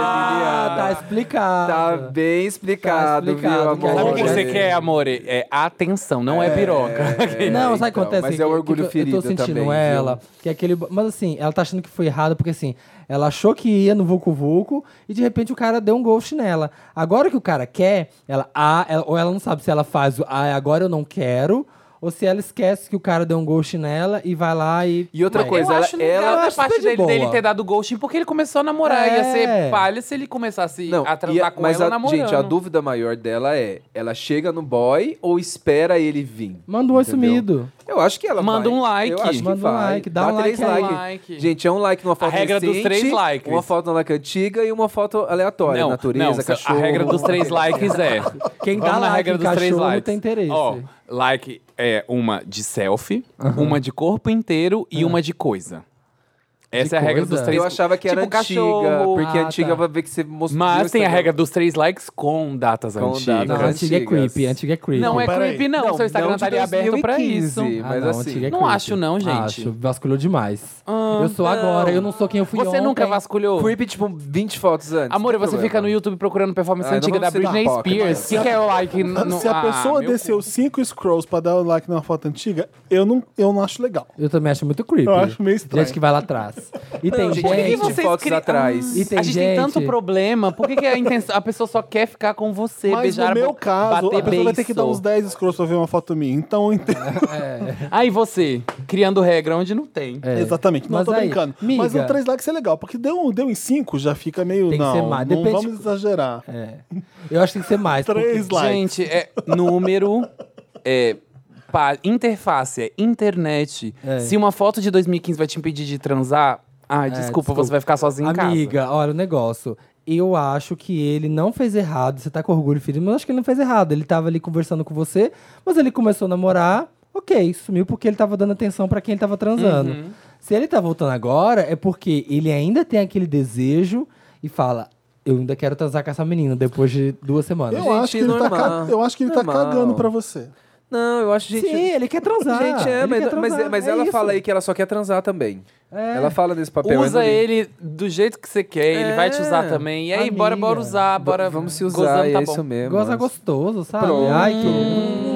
S2: Ah,
S4: é
S2: tá
S4: geminiano.
S2: explicado.
S4: Tá bem explicado,
S2: Tá explicado,
S4: viu,
S2: que
S4: amor?
S2: a
S3: Sabe o que
S2: Olha.
S3: você quer, amore? É atenção, não é, piroca.
S2: não, sabe o que
S4: então,
S2: acontece? assim,
S4: mas é o
S2: Que-
S4: orgulho
S2: que eu-
S4: ferido
S2: Eu tô sentindo
S4: também, viu?
S2: ela. Que aquele, bo- mas assim, ela tá achando que foi errado, porque assim, ela achou que ia no Vucu Vucu e de repente o cara deu um ghost nela. Agora que o cara quer, ela, ah, ela- ou ela não sabe se ela faz o ah, agora eu não quero, ou se ela esquece que o cara deu um ghost nela e vai lá e.
S4: E outra
S2: Mas-
S4: coisa,
S3: eu
S4: ela,
S3: acho legal
S4: ela, é tá
S2: Eu
S3: a
S2: acho super
S3: parte
S2: de
S3: dele, dele
S2: boa.
S3: ter dado ghosting, porque ele começou a namorar.
S2: É.
S3: Ia ser palha se ele começasse
S4: Não,
S3: a
S4: e
S3: tratar
S4: a-
S3: com
S4: mas
S3: ela
S4: a,
S3: namorando.
S4: gente, a dúvida maior dela é: ela chega no boy ou espera ele vir?
S2: Manda um oi
S4: Entendeu?
S2: sumido.
S4: Eu acho que ela
S3: Manda
S4: vai.
S3: um like.
S4: Eu acho que
S2: Manda um
S4: vai.
S2: like, dá um like
S4: três
S2: aí.
S4: likes.
S3: Like.
S4: Gente, é um like numa foto
S3: regra dos
S4: recente,
S3: três likes.
S4: uma foto na like antiga e uma foto aleatória, natureza,
S3: não, se-
S4: cachorro.
S3: A regra dos três likes é.
S2: Quem dá
S3: Vamos na
S2: like
S3: regra
S2: em
S3: dos três
S2: cachorro
S3: likes.
S2: tem interesse.
S3: Ó, like é uma de selfie, uma de corpo inteiro e uma de coisa. Essa é a regra
S2: coisa?
S3: dos três
S4: Eu achava que era
S3: tipo
S4: antiga,
S3: cachorro.
S4: porque
S2: Ah,
S4: antiga
S2: tá.
S4: vai ver que você mostrou.
S3: Mas tem a regra dos três likes com datas
S4: Com datas
S3: antigas.
S2: Não,
S4: Antigas.
S2: antiga é creepy, antiga é creepy.
S3: Não é
S1: Peraí.
S3: creepy, não. Seu Instagram estaria aberto pra isso.
S4: Mas
S2: não,
S4: assim,
S2: antiga é
S3: não
S2: creepy.
S3: acho não, gente.
S2: Acho, vasculhou demais.
S3: Ah,
S2: eu sou
S3: não.
S2: agora, eu não sou quem eu fui
S3: Você
S2: ontem.
S3: nunca vasculhou?
S4: creepy, tipo, 20 fotos antes.
S3: Amor,
S4: não tem
S3: você fica
S4: problema.
S3: no
S1: né?
S3: YouTube procurando performance
S4: Ah, não
S3: antiga da
S4: vamos citar
S3: Britney
S4: a Pocket,
S3: Spears.
S4: mas-
S3: O que, que é o like? no-
S1: Se a
S3: Ah,
S1: pessoa
S3: meu
S1: desceu cinco scrolls pra dar o like numa foto antiga, eu não, eu não acho legal.
S2: Eu também acho muito creepy.
S1: Eu acho meio estranho.
S2: Gente que vai lá atrás. E tem
S4: gente, ninguém
S2: gente...
S4: vai-
S3: vocês
S4: fotos
S3: cri-
S4: atrás.
S2: E tem
S3: a gente, tem tanto
S2: gente-
S3: problema. Por que, que a, intenção- a pessoa só quer ficar com você,
S1: Mas
S3: beijar
S1: no
S3: a
S1: meu
S3: boca,
S1: caso, a
S3: bater
S1: pessoa vai ter que dar
S3: beiço?
S1: uns 10 scrolls pra ver uma foto minha. Então, eu entendo.
S3: Aí você, criando regra onde não tem.
S2: É.
S1: Exatamente. Não,
S2: Mas
S1: tô
S2: aí,
S1: brincando.
S2: miga-
S1: Mas um 3 likes é legal, porque deu, deu em 5 já fica meio.
S2: Tem que
S1: não,
S2: ser mais.
S1: não
S2: Depende-
S1: vamos exagerar.
S2: É. Eu acho que tem que ser mais. porque-
S1: Três likes.
S3: Gente, é número, é pá- interface, é internet.
S1: É.
S3: Se uma foto de 2015 vai te impedir de transar, ai, desculpa,
S2: desculpa.
S3: você vai ficar sozinho em casa.
S2: Amiga, olha o negócio. Eu acho que ele não fez errado. Você tá com orgulho, filho, mas eu acho que ele não fez errado. Ele tava ali conversando com você, mas ele começou a namorar. Ok, sumiu porque ele tava dando atenção pra quem ele tava transando.
S4: Uhum.
S2: Se ele tá voltando agora, é porque ele ainda tem aquele desejo e fala: Eu ainda quero transar com essa menina depois de duas semanas.
S1: Eu,
S4: Gente,
S1: acho que ele tá,
S4: normal.
S1: ca- eu acho que ele tá
S4: Normal.
S1: cagando pra você.
S4: Não, eu acho, gente.
S2: Sim, ele quer transar.
S4: Gente, é,
S2: ele
S4: mas,
S2: quer
S4: mas-
S2: transar,
S4: mas
S2: é
S4: ela
S2: isso.
S4: fala aí que ela só quer transar também.
S2: É.
S4: Ela fala nesse papel.
S3: Usa
S4: aí no livro.
S3: ele do jeito que você quer, ele
S4: É.
S3: vai te usar também. E aí,
S2: Amiga,
S3: bora, bora usar, bora.
S4: Vamos se
S3: gozando,
S4: usar, e
S3: tá
S4: é
S3: bom.
S4: isso mesmo.
S2: Goza
S4: acho.
S2: gostoso, sabe?
S4: Pronto.
S2: Ai, que.
S4: Hum.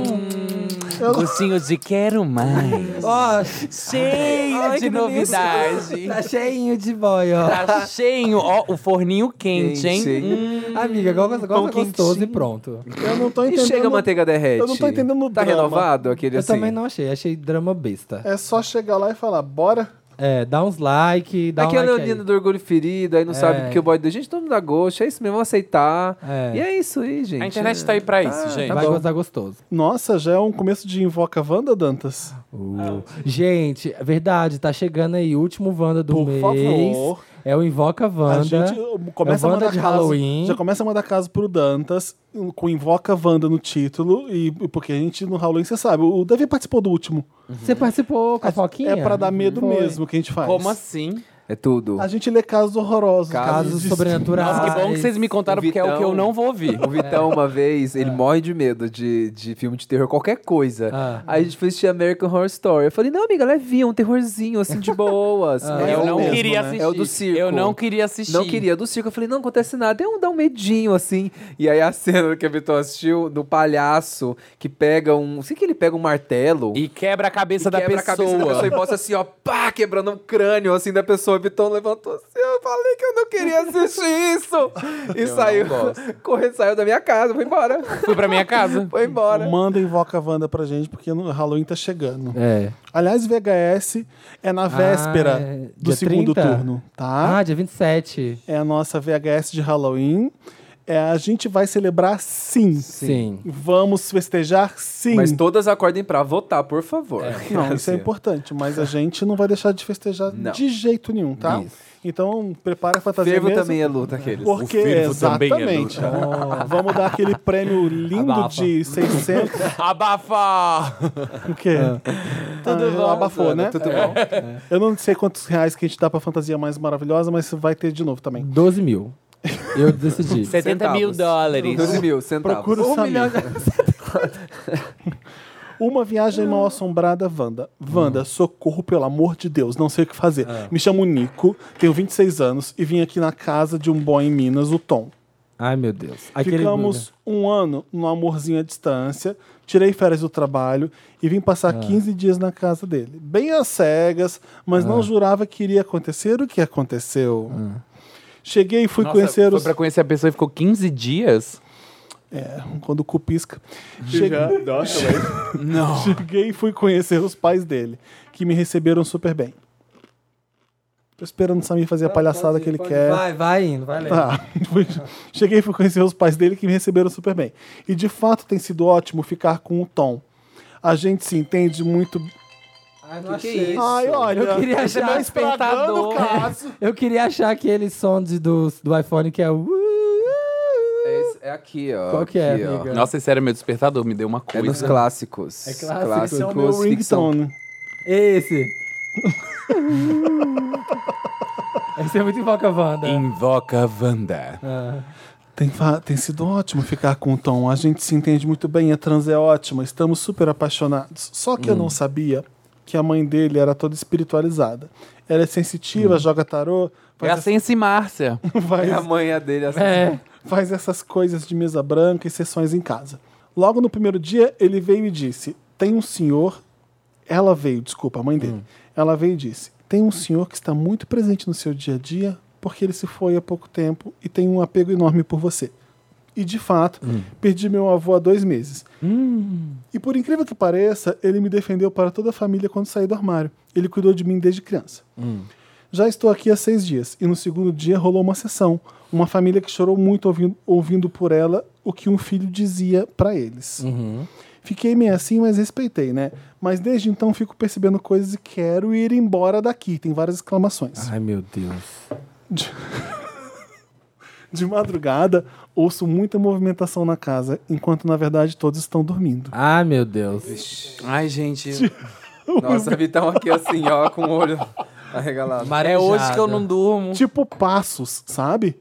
S3: Gostinho de quero mais.
S2: Ó,
S3: Cheio
S2: Ai,
S3: de
S2: que delícia.
S3: novidade.
S2: tá cheinho de boy, ó.
S3: Tá cheio, ó, o forninho quente, hein? Hum,
S4: Gente,
S2: Amiga, gosta,
S4: Pão
S2: gosta gostoso
S4: quentinho.
S2: e pronto.
S1: Eu não tô
S4: e
S1: entendendo.
S4: chega a manteiga derrete.
S1: Eu não tô entendendo o
S4: Tá
S1: drama.
S4: renovado aquele
S2: Eu
S4: assim?
S2: também não achei, achei drama besta.
S1: É só chegar lá e falar, bora.
S2: É, dá uns like, dá
S4: Aqui é a
S2: um like aí.
S4: Leonina do Orgulho Ferido, aí não
S2: É.
S4: sabe porque o boy deu. Gente, todo mundo dá gosto, é isso mesmo, vamos aceitar.
S2: É.
S4: E é isso aí, gente.
S3: A internet tá aí pra isso, gente.
S2: Vai
S4: bom.
S2: gozar gostoso.
S1: Nossa, já é um começo de Invoca Wanda, Dantas.
S2: Uh, Gente, é verdade, tá chegando aí o último Wanda do
S1: Por
S2: mês.
S1: favor.
S2: É o Invoca Wanda.
S1: A gente uh, começa
S2: é
S1: a
S2: o
S1: mandar
S2: Wanda
S1: caso,
S2: de Halloween.
S1: Já começa a mandar caso pro Dantas, um, com Invoca Wanda no título, e e porque a gente no Halloween, você sabe, o Davi participou do último.
S2: Você participou com a Foquinha?
S1: É pra dar medo
S2: Foi.
S1: mesmo que a gente faz.
S3: Como assim?
S4: É tudo.
S1: A gente lê casos horrorosos.
S2: Casos
S1: de-
S2: sobrenaturais.
S3: Nossa, que bom que vocês me contaram, porque é o que eu
S4: Vitão.
S3: não vou ouvir.
S4: O Vitão,
S2: É.
S4: uma vez, ele morre de medo de, de filme de terror, qualquer coisa.
S2: Ah.
S4: Aí a gente foi assistir American Horror Story. Eu falei, não, amiga, levinha, um terrorzinho, assim, de boas.
S2: Ah.
S4: É
S3: Eu
S4: o
S3: não
S1: mesmo,
S3: queria
S1: né?
S3: assistir.
S4: É o do circo.
S3: Eu não queria assistir.
S4: Não queria do circo. Eu falei, não acontece nada. Eu dá um medinho, assim. E aí a cena que a Vitão assistiu do palhaço que pega um. Sei que ele pega um martelo.
S3: E quebra a cabeça, da,
S4: quebra
S3: pessoa.
S4: a cabeça da pessoa e mostra assim, ó, pá, quebrando um crânio assim da pessoa. O Vitão levantou assim, eu falei que eu não queria assistir isso. E saiu, correndo, saiu da minha casa, foi embora.
S3: Fui pra minha casa.
S4: Foi embora.
S1: Manda Invoca Wanda pra gente, porque no Halloween tá chegando.
S2: É.
S1: Aliás, VHS é na véspera
S2: é.
S1: do
S2: Dia
S1: segundo
S2: 30?
S1: turno, tá?
S2: Ah, dia 27.
S1: É a nossa VHS de Halloween. É, a gente vai celebrar sim.
S2: Sim.
S1: Vamos festejar sim.
S4: Mas todas acordem pra votar, por favor.
S1: Não, isso é
S4: Assim.
S1: importante, mas a gente não vai deixar de festejar
S4: Não.
S1: de jeito nenhum, tá? Então, prepara a fantasia
S4: Fervo
S1: mesmo.
S4: também é luta, aqueles.
S1: Porque,
S3: fervo também é
S1: exatamente. Vamos dar aquele prêmio lindo
S2: Abafa.
S1: de 600.
S3: Abafa!
S1: O quê? Tudo
S4: bom,
S1: Abafou,
S4: Zana,
S1: né?
S4: tudo bom?
S1: Eu não sei quantos reais que a gente dá pra fantasia mais maravilhosa, mas vai ter de novo também.
S2: 12 mil. Eu decidi.
S3: 70 mil
S4: Centavos.
S3: dólares.
S4: 12 mil centavos.
S1: Procura o Samir. Uma viagem mal assombrada, Wanda. Wanda, socorro, pelo amor de Deus, não sei o que fazer. Me chamo Nico, tenho 26 anos e vim aqui na casa de um boy em Minas, o Tom.
S2: Ai, meu Deus.
S1: Ficamos um ano no amorzinho à distância, tirei férias do trabalho e vim passar 15 dias na casa dele. Bem às cegas, mas não jurava que iria acontecer o que aconteceu. Cheguei e fui
S3: Nossa,
S1: conhecer
S3: foi
S1: os.
S3: pra conhecer a pessoa e ficou 15 dias?
S1: É, quando o cu pisca. Cheguei... Cheguei e fui conhecer os pais dele, que me receberam super bem. Tô esperando o Samir
S3: Ah,
S1: fazer a palhaçada que ele quer.
S2: Vai, vai indo, vai lendo.
S1: Tá. Fui- Cheguei e fui conhecer os pais dele que me receberam super bem. E de fato tem sido ótimo ficar com o Tom. A gente se entende muito.
S4: que, que é isso?
S1: Ai, olha,
S2: Eu queria
S1: você
S2: achar
S1: tá estragando o
S2: espectador.
S1: caso.
S2: Eu queria achar aquele som de- do, do iPhone que é. o-
S4: É, esse- é aqui, ó.
S2: Qual que é,
S4: aqui, ó.
S2: amiga?
S3: Nossa, esse era meu despertador, me deu uma
S4: É nos
S3: coisa.
S4: clássicos.
S2: É clássico.
S1: Esse é o meu
S4: ficção.
S1: ringtone.
S2: Esse. Esse é muito invoca Wanda.
S3: Invoca Wanda.
S2: Ah,
S1: Tem, fa- tem sido ótimo ficar com o Tom. A gente se entende muito bem, a trans é ótima, estamos super apaixonados. Só que eu não sabia que a mãe dele era toda espiritualizada. Ela é sensitiva, joga tarô,
S3: É a
S1: faz,
S3: Sense Márcia.
S1: faz-
S4: É a manha dele, assim.
S2: é.
S1: faz essas coisas de mesa branca e sessões em casa. Logo no primeiro dia, ele veio e disse: Tem um senhor. Ela veio, desculpa, a mãe dele. Ela veio e disse: Tem um senhor que está muito presente no seu dia a dia porque ele se foi há pouco tempo e tem um apego enorme por você. E de fato, perdi meu avô há dois meses. E por incrível que pareça, ele me defendeu para toda a família quando saí do armário. Ele cuidou de mim desde criança.
S2: Hum.
S1: Já estou aqui há seis dias e no segundo dia rolou uma sessão. Uma família que chorou muito ouvindo, ouvindo por ela o que um filho dizia para eles.
S2: Uhum.
S1: Fiquei meio assim, mas respeitei, né? Mas desde então fico percebendo coisas e quero ir embora daqui. Tem várias exclamações.
S2: Ai, meu Deus.
S1: De madrugada, ouço muita movimentação na casa, enquanto na verdade todos estão dormindo.
S2: Ai, Ah, meu Deus.
S3: Ai, gente.
S4: Nossa, Vitão aqui assim, ó, com o olho arregalado.
S3: É hoje que eu não durmo.
S1: Tipo passos, sabe?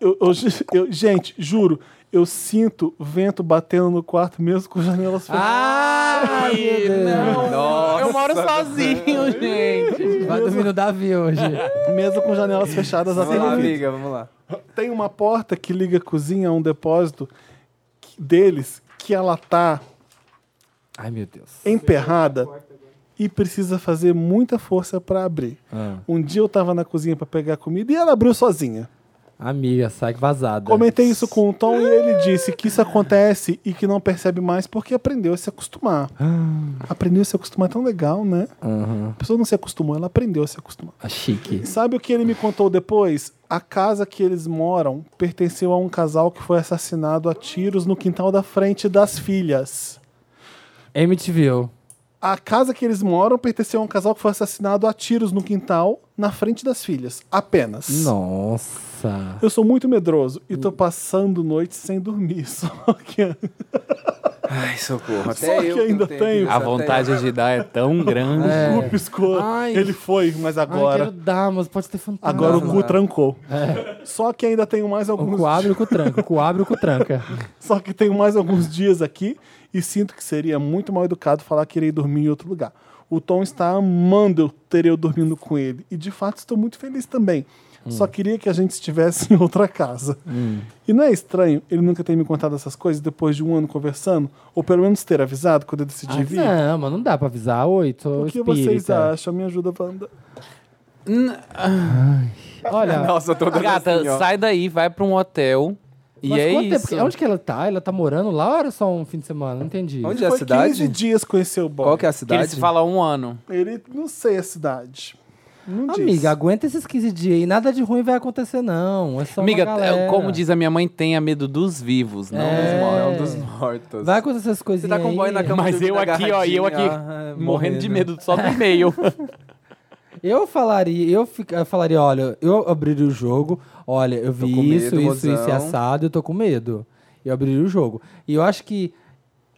S1: Eu- eu ju- eu- gente, juro, eu sinto vento batendo no quarto mesmo com as janelas fechadas.
S2: Ai, meu Deus.
S4: Nossa.
S3: Eu moro sozinho, gente.
S2: Vai dormir no Davi hoje.
S1: Mesmo com janelas fechadas até
S4: Vamos Ah! lá,
S1: no vidro.
S4: amiga, vamos lá.
S1: Tem uma porta que liga a cozinha a um depósito que- deles que ela tá
S2: Ai, meu Deus.
S1: emperrada e precisa fazer muita força pra abrir.
S2: Ah.
S1: Um dia eu tava na cozinha pra pegar comida e ela abriu sozinha.
S2: Amiga, sai vazada.
S1: Comentei isso com o Tom e ele disse que isso acontece e que não percebe mais porque aprendeu a se acostumar. Aprendeu a se acostumar é tão legal, né? A pessoa não se acostumou, ela aprendeu a se acostumar.
S2: Ah, Chique.
S1: Sabe o que ele me contou depois? A casa que eles moram pertenceu a um casal que foi assassinado a tiros no quintal da frente das filhas.
S2: MTV.
S1: A casa que eles moram pertenceu a um casal que foi assassinado a tiros no quintal na frente das filhas. Apenas.
S2: Nossa.
S1: Eu sou muito medroso e tô passando noites sem dormir. Só que
S4: Ai, socorro. Até
S1: Só
S4: eu
S1: que ainda
S4: não
S1: tenho.
S4: isso,
S3: A
S4: até eu.
S3: vontade de dar é tão grande.
S1: o cu piscou.
S2: É. Ai.
S1: Ele foi, mas
S2: Ai,
S1: agora.
S2: quero dar, mas pode ter fantasma.
S1: Agora o cu trancou. Só que ainda tenho mais
S2: O
S1: alguns.
S2: cu abre, o cu tranca. O cu abre, o cu tranca.
S1: Só que tenho mais alguns dias aqui e sinto que seria muito mal educado falar que irei dormir em outro lugar. O Tom está amando eu ter eu dormindo com ele. E de fato estou muito feliz também.
S2: Hum.
S1: Só queria que a gente estivesse em outra casa. E não é estranho ele nunca ter me contado essas coisas depois de um ano conversando? Ou pelo menos ter avisado quando eu decidi vir?
S2: Ah, Não, mas não dá pra avisar. Oi, tô
S1: O que
S2: espírita.
S1: vocês acham? Me ajuda, Wanda.
S2: Olha,
S4: Nossa, eu tô dando
S3: Gata,
S4: assim, ó.
S3: sai daí, vai pra um hotel. E
S2: mas
S3: é
S2: quanto tempo
S3: isso.
S2: que- onde que ela tá? Ela tá morando lá ou era só um fim de semana? Não entendi.
S4: Onde é a
S1: Foi
S4: cidade?
S1: 15 dias conhecer o
S4: Qual
S1: Bob.
S4: que é a
S3: Que
S4: cidade?
S3: ele se fala há um ano.
S1: Ele não sei a cidade. Não
S2: Amiga,
S1: diz.
S2: aguenta esses 15 dias e nada de ruim vai acontecer, não. É só uma
S3: Amiga,
S2: galera.
S3: como diz a minha mãe, tenha medo dos vivos, não
S2: É.
S3: dos
S4: É
S3: mortos.
S4: um dos mortos.
S2: Vai acontecer essas
S4: Você
S2: coisinhas
S4: tá com o boy
S2: aí.
S4: na cama.
S3: Mas
S4: dormindo
S3: eu aqui, ó, e eu aqui,
S4: agarradinho, ah,
S3: morrendo de
S4: morrendo.
S3: medo só do e-mail.
S2: Eu falaria, eu, fica- eu falaria, olha, eu abriria o jogo, olha, eu vi
S4: com
S2: isso,
S4: medo,
S2: isso, isso e
S4: mozão.
S2: assado, eu tô com medo. Eu abriria o jogo. E eu acho que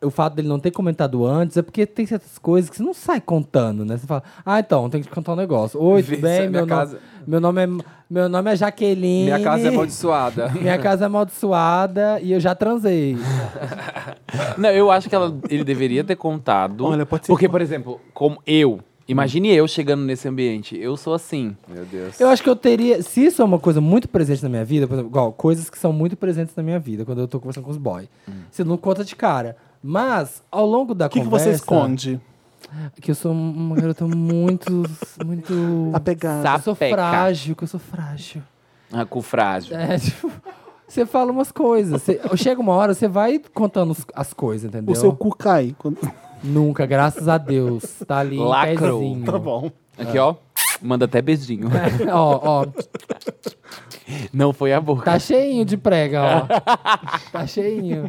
S2: o fato dele não ter comentado antes é porque tem certas coisas que você não sai contando, né? Você fala, ah, então, tem que te contar um negócio. Oi,
S4: Vê
S2: tudo
S4: se a
S2: bem?
S4: minha
S2: Meu, no-
S4: casa-
S2: meu, nome é, meu nome é Jaqueline.
S4: Minha casa é amaldiçoada.
S2: Minha casa é amaldiçoada e eu já transei.
S3: não, eu acho que ela- ele deveria ter contado.
S1: Olha, pode ser
S3: Porque,
S1: que-
S3: por exemplo, como eu, imagine eu chegando nesse ambiente. Eu sou assim.
S4: Meu Deus.
S2: Eu acho que eu teria. Se isso é uma coisa muito presente na minha vida, por exemplo, igual, coisas que são muito presentes na minha vida quando eu tô conversando com os boys. Você não conta de cara. Mas, ao longo da
S1: Hum. O que, que
S2: conversa.
S1: você esconde?
S2: Que eu sou uma garota muito. muito.
S1: Apegada.
S2: Eu sou
S3: Sapeca.
S2: frágil, que eu sou frágil.
S3: Ah, com frágil.
S2: É, tipo. Você fala umas coisas. Você- chega uma hora, você vai contando os- as coisas, entendeu?
S1: O seu cu cai. quando-
S2: Nunca, graças a Deus. Tá ali. em
S3: Lacrou.
S2: pezinho.
S1: Tá bom.
S3: Aqui, ó. Manda até beijinho.
S2: ó, ó.
S3: Não foi a boca.
S2: Tá cheinho de prega, ó. tá cheinho.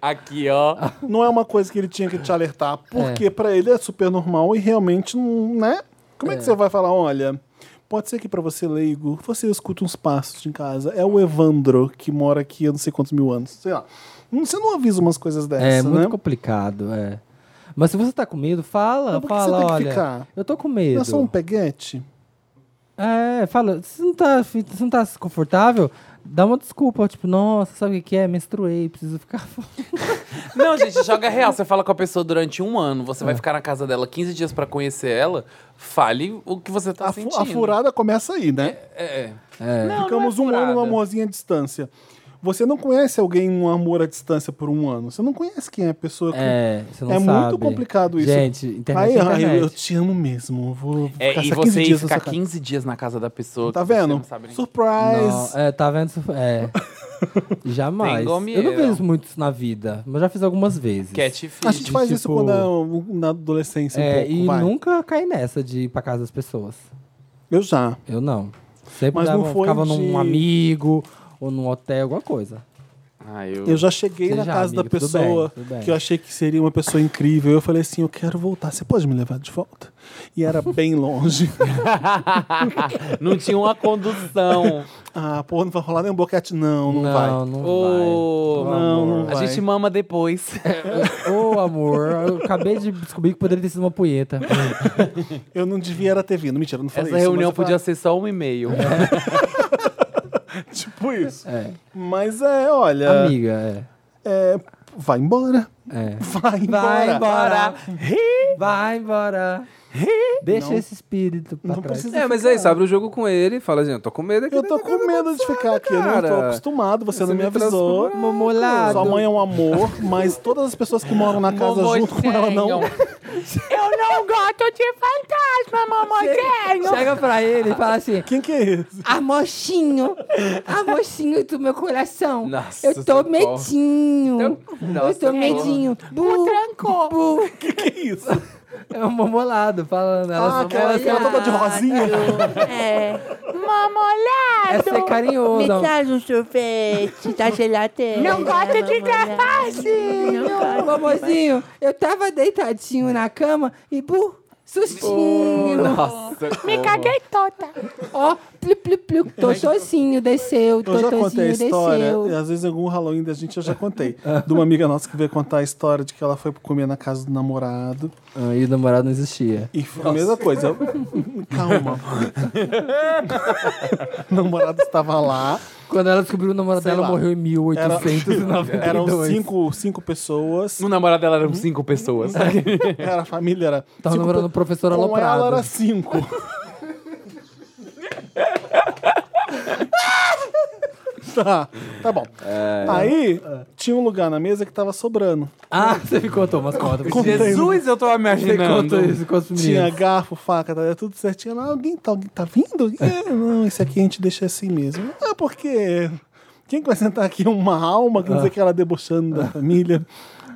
S3: Aqui, ó.
S1: Não é uma coisa que ele tinha que te
S2: É.
S1: alertar, porque pra ele é super normal e realmente não, né? Como é, que você vai falar, olha, pode ser que pra você leigo, você escuta uns passos em casa, é o Evandro que mora aqui há não sei quantos mil anos, sei lá. Hum, Você não avisa umas coisas dessas,
S2: É muito
S1: né?
S2: complicado, é. Mas se você tá com medo, fala,
S1: Mas Então por que
S2: fala,
S1: você tem que
S2: olha.
S1: ficar?
S2: Eu tô com medo.
S1: Não é só um peguete?
S2: É, fala, você não tá, afim- você não tá confortável? Dá uma desculpa, tipo, nossa, sabe o que que é? Menstruei, preciso ficar fora.
S3: Não, gente, joga real. Você fala com a pessoa durante um ano, você
S1: É.
S3: vai ficar na casa dela 15 dias pra conhecer ela, fale o que você tá
S1: a, fu-
S3: sentindo.
S1: a furada começa aí, né?
S3: É. Não,
S1: Ficamos
S3: não é
S1: um ano no
S3: furada.
S1: amorzinho à distância. Você não conhece alguém no amor à distância por um ano. Você não conhece quem é a pessoa que.
S2: É, você não
S1: É muito
S2: sabe.
S1: complicado isso.
S2: Gente, internet
S1: Aí,
S2: é
S1: ai,
S2: internet.
S1: eu te amo mesmo. eu Vou ficar
S3: É, e
S1: só
S3: você
S1: 15
S3: ir
S1: dias nessa
S3: ficar
S1: casa.
S3: 15 dias na casa da pessoa.
S1: Tá
S3: que você
S1: vendo?
S3: não sabe nem-
S1: Surprise!
S2: Não, é, tá vendo? isso? É. Jamais.
S3: Tem
S2: Eu não
S3: gomeira.
S2: vejo muito isso na vida, mas já fiz algumas vezes.
S3: Cat feed.
S1: A gente faz isso
S2: tipo-
S1: quando é um- na adolescência um
S2: É,
S1: pouco,
S2: e
S1: vai.
S2: nunca caí nessa de ir pra casa das pessoas.
S1: Eu já.
S2: Eu não. Sempre
S1: Mas
S2: dava,
S1: não foi
S2: ficava
S1: de-
S2: num amigo ou num hotel, alguma coisa.
S3: Ah, eu...
S1: Eu já cheguei
S2: Você
S1: na
S2: já,
S1: casa da
S2: amigo, tudo
S1: pessoa
S2: bem, tudo bem.
S1: que eu achei que seria uma pessoa incrível. Eu falei assim, eu quero voltar, você pode me levar de volta? E era bem longe.
S3: não tinha uma condução.
S1: ah, pô, não vai rolar nem um boquete? Não, não, vai.
S2: não, não
S3: Ô,
S2: vai.
S1: não,
S2: amor.
S1: não
S3: a
S1: vai.
S3: gente mama depois.
S2: Ô, amor, eu acabei de descobrir que poderia ter sido uma punheta.
S1: Eu não devia era ter vindo, mentira, eu não falei
S3: Essa
S1: isso.
S3: reunião
S1: mas eu
S3: podia ser só um e-mail.
S1: falei, Tipo isso.
S2: É.
S1: Mas é, olha...
S2: Amiga, é.
S1: é, vai embora.
S2: É.
S1: Vai embora.
S2: Vai embora. Vai embora. Deixa esse espírito pra
S1: Não
S2: trás.
S1: precisa
S4: É, mas é isso, abre o jogo com ele e fala assim, eu tô com medo aqui.
S1: Eu tô com medo de ficar aqui, eu não tô
S4: cara.
S1: acostumado, você, não me avisou.
S4: transformou.
S2: Momolado.
S1: Sua mãe é um amor, mas todas as pessoas que moram na casa junto com
S3: é,
S1: ela não.
S3: Eu não gosto de fantasma, mamãezinho.
S2: Chega pra ele e fala assim:
S1: Quem que é esse?
S2: Amorzinho, amorzinho do meu coração.
S4: Nossa,
S2: eu tô
S4: socorro.
S2: medinho.
S1: Então,
S4: Nossa,
S2: eu tô medinho. Bu, trancou.
S1: Que que é isso?
S2: É um momolado falando.
S1: Ah,
S2: Ela assim,
S1: aquela
S2: ela-
S1: ela toda de rosinha.
S2: é ser carinhoso.
S9: um sorvete, tá geladeira. Não gosto de trapacinho.
S2: Amorzinho, eu tava deitadinho na cama e bu,
S1: Oh,
S2: sustinho.
S9: Me caguei toda.
S2: Ó, plu, plu, plu, tô sozinho, desceu,
S1: Eu já
S2: tô
S1: contei a
S2: sozinho,
S1: história,
S2: desceu.
S1: e às vezes em algum Halloween da gente eu já contei. De uma amiga nossa que veio contar a história de que ela foi comer na casa do namorado.
S2: Ah, e o namorado não existia.
S1: E foi a mesma coisa. Eu- Calma. o namorado estava lá.
S2: Quando ela descobriu o namorado
S1: Sei
S2: dela,
S1: lá.
S2: morreu em
S1: Era-
S2: 1892.
S1: Eram cinco, cinco pessoas.
S3: No namorado dela eram cinco pessoas.
S1: Era a família, era.
S2: Tava
S1: cinco
S2: namorando o professor
S1: Tipo, Com ela
S2: Aloprado.
S1: era cinco. tá, tá bom. Aí tinha um lugar na mesa que tava sobrando.
S2: Ah, você me contou umas contas.
S3: Jesus, eu tô
S2: Você contou
S3: imaginando.
S2: isso com os meninos.
S1: Tinha garfo, faca, tá, tudo certinho. Lá, alguém tá, alguém tá vindo? É, não, esse aqui a gente deixa assim mesmo. Ah, porque quem que vai sentar aqui é uma alma, que não sei o que ela debochando da família.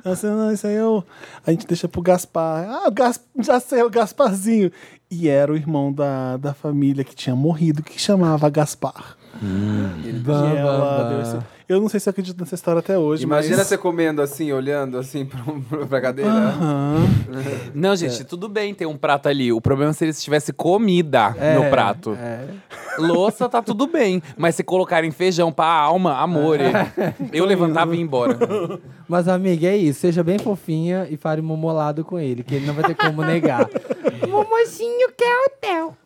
S1: Assim, não, isso aí eu. A gente deixa pro Gaspar. Ah, o Gas... já sei, é o Gasparzinho. E era o irmão da, da família que tinha morrido, que chamava Gaspar.
S2: Bam,
S1: E ela
S2: bam, bam.
S1: deu esse- Eu não sei se eu acredito nessa história até hoje,
S4: Imagina
S1: mas...
S4: você comendo assim, olhando assim pra, um- pra cadeira.
S2: Ah,
S3: Não, gente, tudo bem ter um prato ali. O problema é se eles tivessem comida no prato. É,
S2: É.
S3: Louça tá tudo bem, mas se colocarem feijão pra alma, amor. Eu levantava e ia embora.
S2: Mas, amiga, é isso. Seja bem fofinha e fale momolado com ele, que ele não vai ter como negar.
S1: É.
S9: Momozinho quer hotel.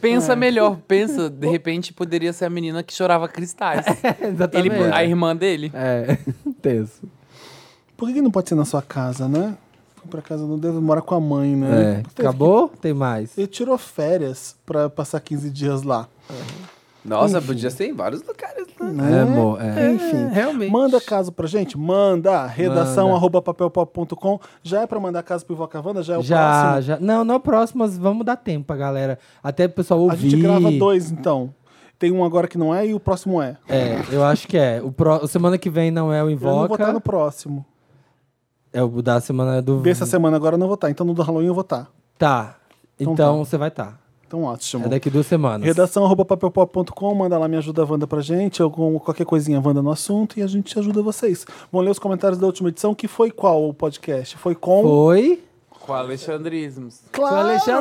S3: Pensa melhor, pensa, de repente poderia ser a menina que chorava cristais. Ele,
S2: É, Exatamente.
S3: a irmã dele.
S2: É, tenso.
S1: Por que que não pode ser na sua casa, né? Foi pra casa, não deve morar com a mãe, né?
S2: É, acabou? Tem mais.
S1: Ele tirou férias pra passar 15 dias lá.
S4: Nossa, podia ser em vários lugares, né?
S1: Né?
S2: É, amor, é.
S1: Enfim.
S4: Realmente.
S1: Manda caso pra gente? Manda! Redação
S2: Manda.
S1: arroba papelpop.com. Já é pra mandar caso pro Vocavanda? Já é o
S2: já,
S1: próximo?
S2: já. Não, não, próximas, vamos dar tempo pra galera. Até o pessoal
S1: A
S2: ouvir.
S1: gente grava dois, então. Tem um agora que não é e o próximo é.
S2: É, eu acho que é. O pro... Semana que vem não é o
S1: Eu não vou estar
S2: Invoca.
S1: no próximo.
S2: É o da semana do.
S1: tá. Dessa semana agora eu não vou estar, então no do Halloween eu vou estar.
S2: Tá. Então,
S1: Então
S2: você vai estar.
S1: Então, ótimo.
S2: É daqui duas semanas.
S1: Redação arroba papelpop.com, manda lá Me Ajuda Wanda pra gente, algum, qualquer coisinha Wanda no assunto e a gente ajuda vocês. Vão ler os comentários da última edição, que foi qual o podcast? Foi com.
S2: Foi
S3: Com Alexandrismos.
S2: o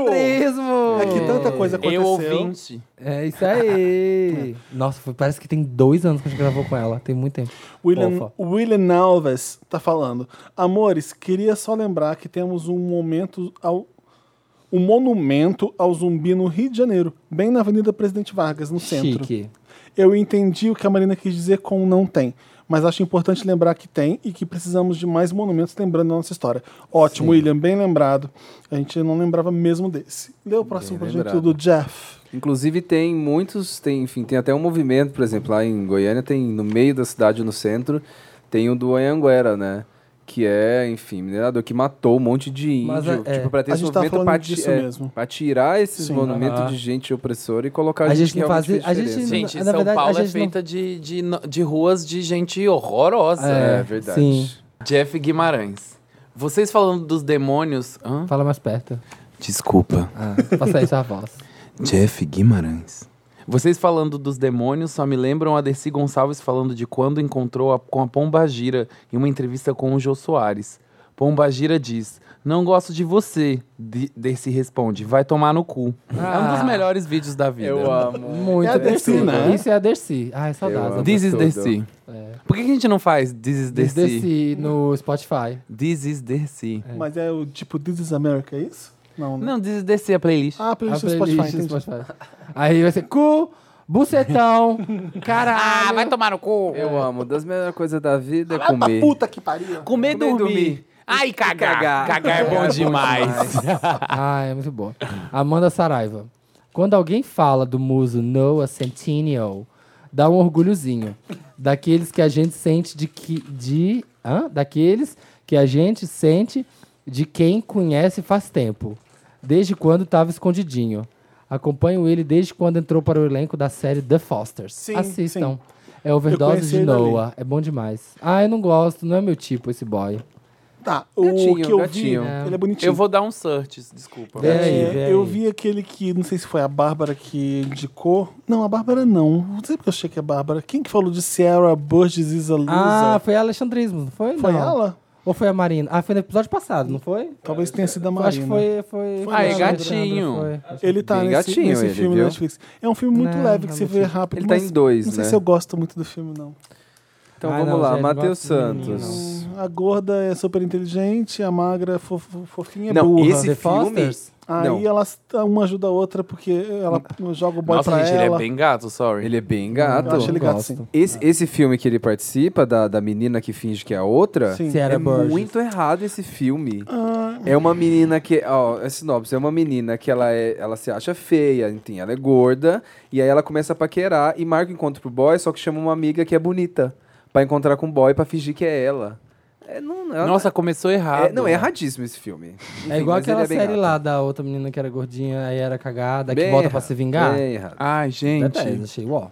S2: Alexandrismo.
S1: É que tanta coisa aconteceu.
S3: Eu ouvinte.
S2: É isso aí. Nossa, foi- parece que tem dois anos que a gente gravou com ela. Tem muito tempo.
S1: William,
S2: Ofa.
S1: William Alves tá falando. Amores, queria só lembrar que temos um momento ao um monumento ao zumbi no Rio de Janeiro, bem na Avenida Presidente Vargas, no centro.
S2: Chique.
S1: Eu entendi o que a Marina quis dizer com não tem, mas acho importante lembrar que tem e que precisamos de mais monumentos lembrando a nossa história. Ótimo, William, bem lembrado. A gente não lembrava mesmo desse. Lê o próximo pra gente
S4: lembrado.
S1: do Jeff.
S4: Inclusive tem muitos, tem, enfim, tem até um movimento, por exemplo, lá em Goiânia tem no meio da cidade, no centro, tem o do Anhanguera, né? Que é, enfim, minerador que matou um monte de índio.
S2: Mas é- é.
S4: tipo, pra ter
S1: A
S4: esse
S1: gente tava
S4: movimento
S1: falando
S4: pra,
S1: disso
S4: é,
S1: mesmo.
S4: pra tirar esses
S1: Sim.
S4: monumentos
S2: Aham.
S4: de gente opressora e colocar
S2: Ah. A gente
S4: que
S2: não
S4: realmente
S2: faz-
S4: fez
S2: a gente
S4: diferença.
S2: não-
S3: Gente,
S2: na
S3: São
S2: verdade, a
S3: Paulo é
S2: gente não-
S3: feita de, de, no- de ruas de gente horrorosa.
S4: É,
S2: É,
S4: verdade.
S2: sim.
S3: Jeff Guimarães. Vocês falando dos demônios. Hã?
S2: Fala mais perto.
S3: Desculpa.
S2: Ah, faça aí sua voz.
S3: Jeff Guimarães. Vocês falando dos demônios só me lembram a Dercy Gonçalves falando de quando encontrou a- com a Pombagira em uma entrevista com o Jô Soares. Pombagira diz: Não gosto de você. De Dercy responde: Vai tomar no cu. É um
S2: Ah.
S3: dos melhores vídeos da vida.
S4: Eu amo.
S2: Muito
S1: É a Dercy,
S2: tudo.
S1: né?
S2: Isso é a Dercy. Ah, é
S4: Eu amo.
S2: saudade.
S3: This is
S4: tudo.
S3: Dercy. Por que que a gente não faz This is
S2: This
S3: Dercy?
S2: Dercy no Spotify.
S3: This is Dercy.
S1: Mas é o tipo This is America, é isso? Não, né?
S3: Não, This is Dercy é a playlist.
S1: Ah, pelo
S2: A
S1: Spotify,
S2: playlist do
S1: entendi.
S2: Spotify. Aí vai ser cu, bucetão, caralho.
S3: tomar no cu.
S4: Eu amo. Das melhores coisas da vida é
S1: Vai pra
S4: comer.
S1: Ah, puta que pariu.
S3: Comer, e
S4: Comer e
S3: dormir.
S4: dormir.
S3: Ai, cagar.
S4: Cagar.
S3: cagar. é bom demais.
S2: Ah, é muito boa. Amanda Saraiva. Quando alguém fala do muso Noah Centineo, dá um orgulhozinho. Daqueles que a gente sente de que. De, hã? Daqueles que a gente sente de quem conhece faz tempo. Desde quando estava escondidinho. Acompanho ele desde quando entrou para o elenco da série The Fosters.
S1: Sim,
S2: Assistam.
S1: sim.
S2: É overdose
S1: conheci
S2: de
S1: ele ali.
S2: Noah. É bom demais. Ah, eu não gosto, não é meu tipo esse boy.
S1: Tá, o
S4: Gatinho,
S1: que eu
S4: gatinho.
S1: vi,
S2: É.
S1: ele é bonitinho.
S3: Eu vou dar um search, desculpa.
S2: Vê aí,
S1: É,
S2: vê aí.
S1: eu vi aquele que, não sei se foi a Bárbara que indicou. Não, a Bárbara não. Não sei porque eu achei que é a Bárbara. Quem que falou de Sierra Burgess is a Loser?
S2: Ah, foi a Alexandrismo, não foi?
S1: foi
S2: não.
S1: ela?
S2: Ou foi a Marina? Ah, foi no episódio passado, não foi?
S1: Talvez tenha sido a Marina.
S2: Acho que foi. foi, foi
S1: Ah, é
S2: Alexandre,
S3: gatinho.
S2: foi.
S1: Ele tá
S4: Bem
S1: nesse,
S4: gatinho
S1: nesse
S4: ele,
S1: filme
S4: viu?
S1: da Netflix. É um filme muito
S2: Não,
S1: leve que
S2: não
S1: se
S2: gostei.
S1: vê rápido.
S4: Ele tá
S1: mas é
S4: em dois,
S1: Não sei
S4: né?
S1: se eu gosto muito do filme, não.
S4: Então
S2: Ai,
S4: vamos
S2: não,
S4: lá,
S2: gente, não
S4: Matheus
S2: gosto de mim,
S4: Santos.
S1: A gorda é super inteligente, a magra fo- fo- fofinha é
S4: Não,
S1: burra.
S4: esse
S2: The
S4: filme-
S2: Fosters?
S1: Aí
S4: não.
S1: elas uma ajuda a outra porque ela joga o boy
S3: Nossa,
S1: pra
S3: gente, ele
S1: ela.
S3: é bem gato, sorry.
S4: Ele é bem
S1: Eu acho
S4: gato.
S1: ele gato,
S2: Gosto.
S1: sim.
S4: Esse, esse filme que ele participa, da, da menina que finge que é a outra,
S1: Sim.
S2: Sierra
S4: é
S2: Burgess.
S4: muito errado esse filme. É uma menina que, ó, é sinopse, é uma menina que ela, é, ela se acha feia, enfim, ela é gorda, e aí ela começa a paquerar e marca o encontro pro boy, só que chama uma amiga que é bonita pra encontrar com o boy pra fingir que é ela. É, não, ela-
S3: Nossa, começou errado.
S4: é, não, é erradíssimo esse filme.
S2: né? É
S4: Enfim,
S2: igual
S4: mas ele
S2: aquela
S4: é bem
S2: série
S4: gato.
S2: lá da outra menina que era gordinha, aí era cagada,
S4: Bem
S2: que volta pra
S4: errado,
S2: se vingar.
S4: bem errado.
S3: Ai, gente.
S2: Detesto, achei, uó.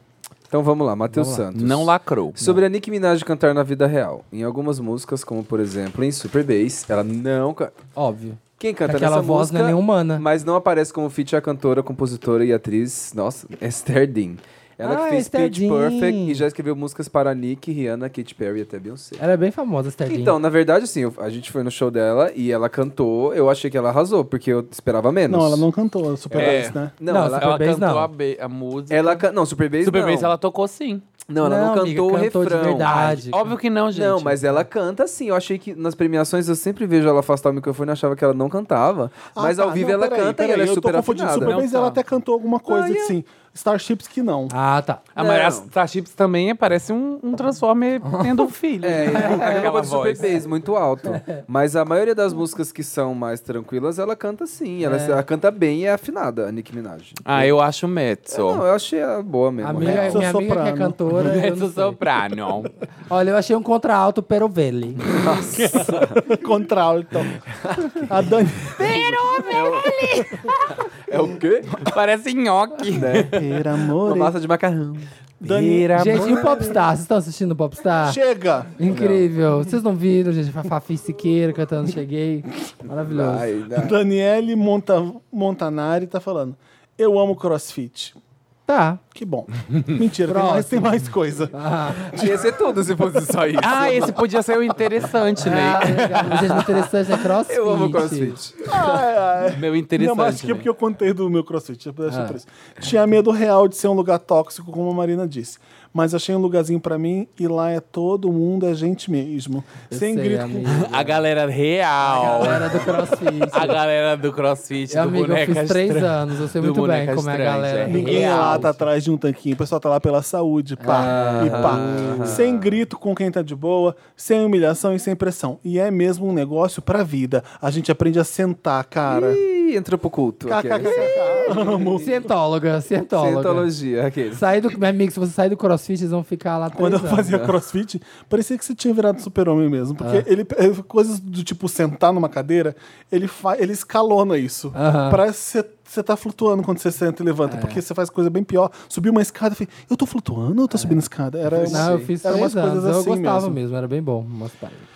S4: Então vamos lá, Matheus Santos.
S3: Não lacrou.
S4: Sobre a Nicki Minaj cantar na vida real. Em algumas músicas, como por exemplo em Super Bass, ela não. ca-
S2: Óbvio.
S4: Quem canta
S2: Aquela
S4: tá nessa
S2: voz
S4: música,
S2: não é nem humana.
S4: Mas não aparece como feat a cantora, compositora e atriz, nossa, Esther Dean. Ela
S2: Ah,
S4: que fez
S2: Esther
S4: Pitch
S2: Dean.
S4: Perfect e já escreveu músicas para Nick, Rihanna, Katy Perry e até Beyoncé.
S2: Ela é bem famosa, Sterdinha.
S4: Então, na verdade, assim, eu- a gente foi no show dela e ela cantou, eu achei que ela arrasou, porque eu esperava menos.
S1: Não, ela não cantou, ela super
S3: É.
S1: é. né?
S4: Não,
S2: Não,
S4: ela,
S2: Super
S3: Ela
S2: Bass,
S3: cantou
S2: não.
S3: a, be- a música.
S4: ela can- Não, Super Bass
S3: Super
S4: não.
S3: Bass, ela tocou sim.
S4: Não, ela não,
S2: Não, amiga,
S4: cantou o
S2: cantou de
S4: refrão.
S2: verdade.
S3: Óbvio que não, gente.
S4: Não, mas ela canta sim. Eu achei que nas premiações eu sempre vejo ela afastar o microfone e achava que ela não cantava.
S1: Ah,
S4: mas
S1: tá,
S4: ao vivo
S1: não,
S4: ela
S1: peraí,
S4: canta
S1: peraí,
S4: e ela é
S1: Eu
S4: super
S1: tô confundindo
S4: afinada.
S1: Super
S3: Não,
S1: Bass, ela
S3: tá.
S1: até cantou alguma coisa,
S4: Ah, yeah.
S1: assim. Starships que não.
S2: Ah, tá.
S3: Ah, mas
S4: Não.
S3: a Starships também é- parece um, um Transformer tendo um filho.
S4: É, é,
S3: aquela
S4: de super
S3: voz.
S4: bass, muito alto. Mas a maioria das músicas que são mais tranquilas, ela canta sim. Ela, ela canta bem e é afinada, a Nicki Minaj.
S3: Ah, eu acho Mezzo.
S4: Não, eu achei ela boa mesmo.
S2: A minha,
S1: Mezzo
S2: minha amiga que é
S1: soprano.
S2: cantora. eu
S3: Mezzo
S2: não sei.
S3: soprano.
S2: Olha, eu achei um contralto perovelli.
S1: Contralto. então. A Dani. é,
S4: É o quê?
S3: parece nhoque.
S1: Per
S4: Uma
S1: amore.
S4: massa de macarrão.
S1: Dani.
S4: Tá
S2: Gente, e o Popstar? Vocês estão assistindo o Popstar?
S1: Chega!
S2: Incrível. Vocês não viram, gente? Fafi Siqueira cantando Cheguei. Maravilhoso.
S4: Ai, né?
S1: Daniele Monta... Montanari tá falando. Eu amo crossfit.
S2: Tá.
S1: Que bom. Mentira, tem mais, tem mais coisa.
S4: Ia ser tudo se fosse só isso.
S3: Ah, esse podia ser o interessante,
S2: Ah,
S3: né?
S2: legal. Mas é interessante, é crossfit.
S4: Eu amo crossfit.
S1: Ai, ai.
S3: Meu
S1: Não, mas acho
S3: interessante. né?
S1: que é porque
S3: Ney.
S1: eu contei do meu crossfit. eu deixei por isso. Tinha medo real de ser um lugar tóxico, como a Marina disse. Mas achei um lugarzinho pra mim e lá é todo mundo, é gente mesmo.
S2: Eu
S1: Sem
S2: sei, é
S1: grito.
S2: amigo.
S3: A galera real.
S2: Era do crossfit.
S3: A galera do crossfit,
S2: Eu,
S3: do
S2: amigo, eu
S3: boneca
S1: é
S2: fiz três
S3: estranha.
S2: anos, eu sei
S3: do
S2: muito bem
S3: boneca
S2: como é a
S3: estranha,
S2: galera.
S3: é.
S1: Ninguém
S3: Real.
S1: lá tá atrás de um tanquinho. O pessoal tá lá pela saúde, pá. e pá. Sem grito com quem tá de boa, sem humilhação e sem pressão. E é mesmo um negócio pra vida. A gente aprende a sentar, cara.
S4: Ih, entrou pro culto. é aqueles.
S1: Amo.
S2: Cientóloga, cientóloga.
S4: Cientologia, aqueles.
S2: Sair do, meu amigo, se você sair do crossfit, eles vão ficar lá
S1: Quando eu
S2: três anos.
S1: fazia crossfit, parecia que você tinha virado super-homem mesmo. Porque ele, é, coisas do tipo sentar numa cadeira, ele, fa, ele escalona isso.
S2: Aham. É.
S1: Parece que você tá flutuando quando você senta e levanta, porque você faz coisa bem pior. Subir uma escada e falei, eu tô flutuando ou eu tô subindo escada? Era,
S2: Não, É. eu fiz
S1: era umas
S2: três anos.
S1: coisas
S2: Eu
S1: assim
S2: gostava
S1: mesmo.
S2: mesmo. era bem bom. Umas paradas.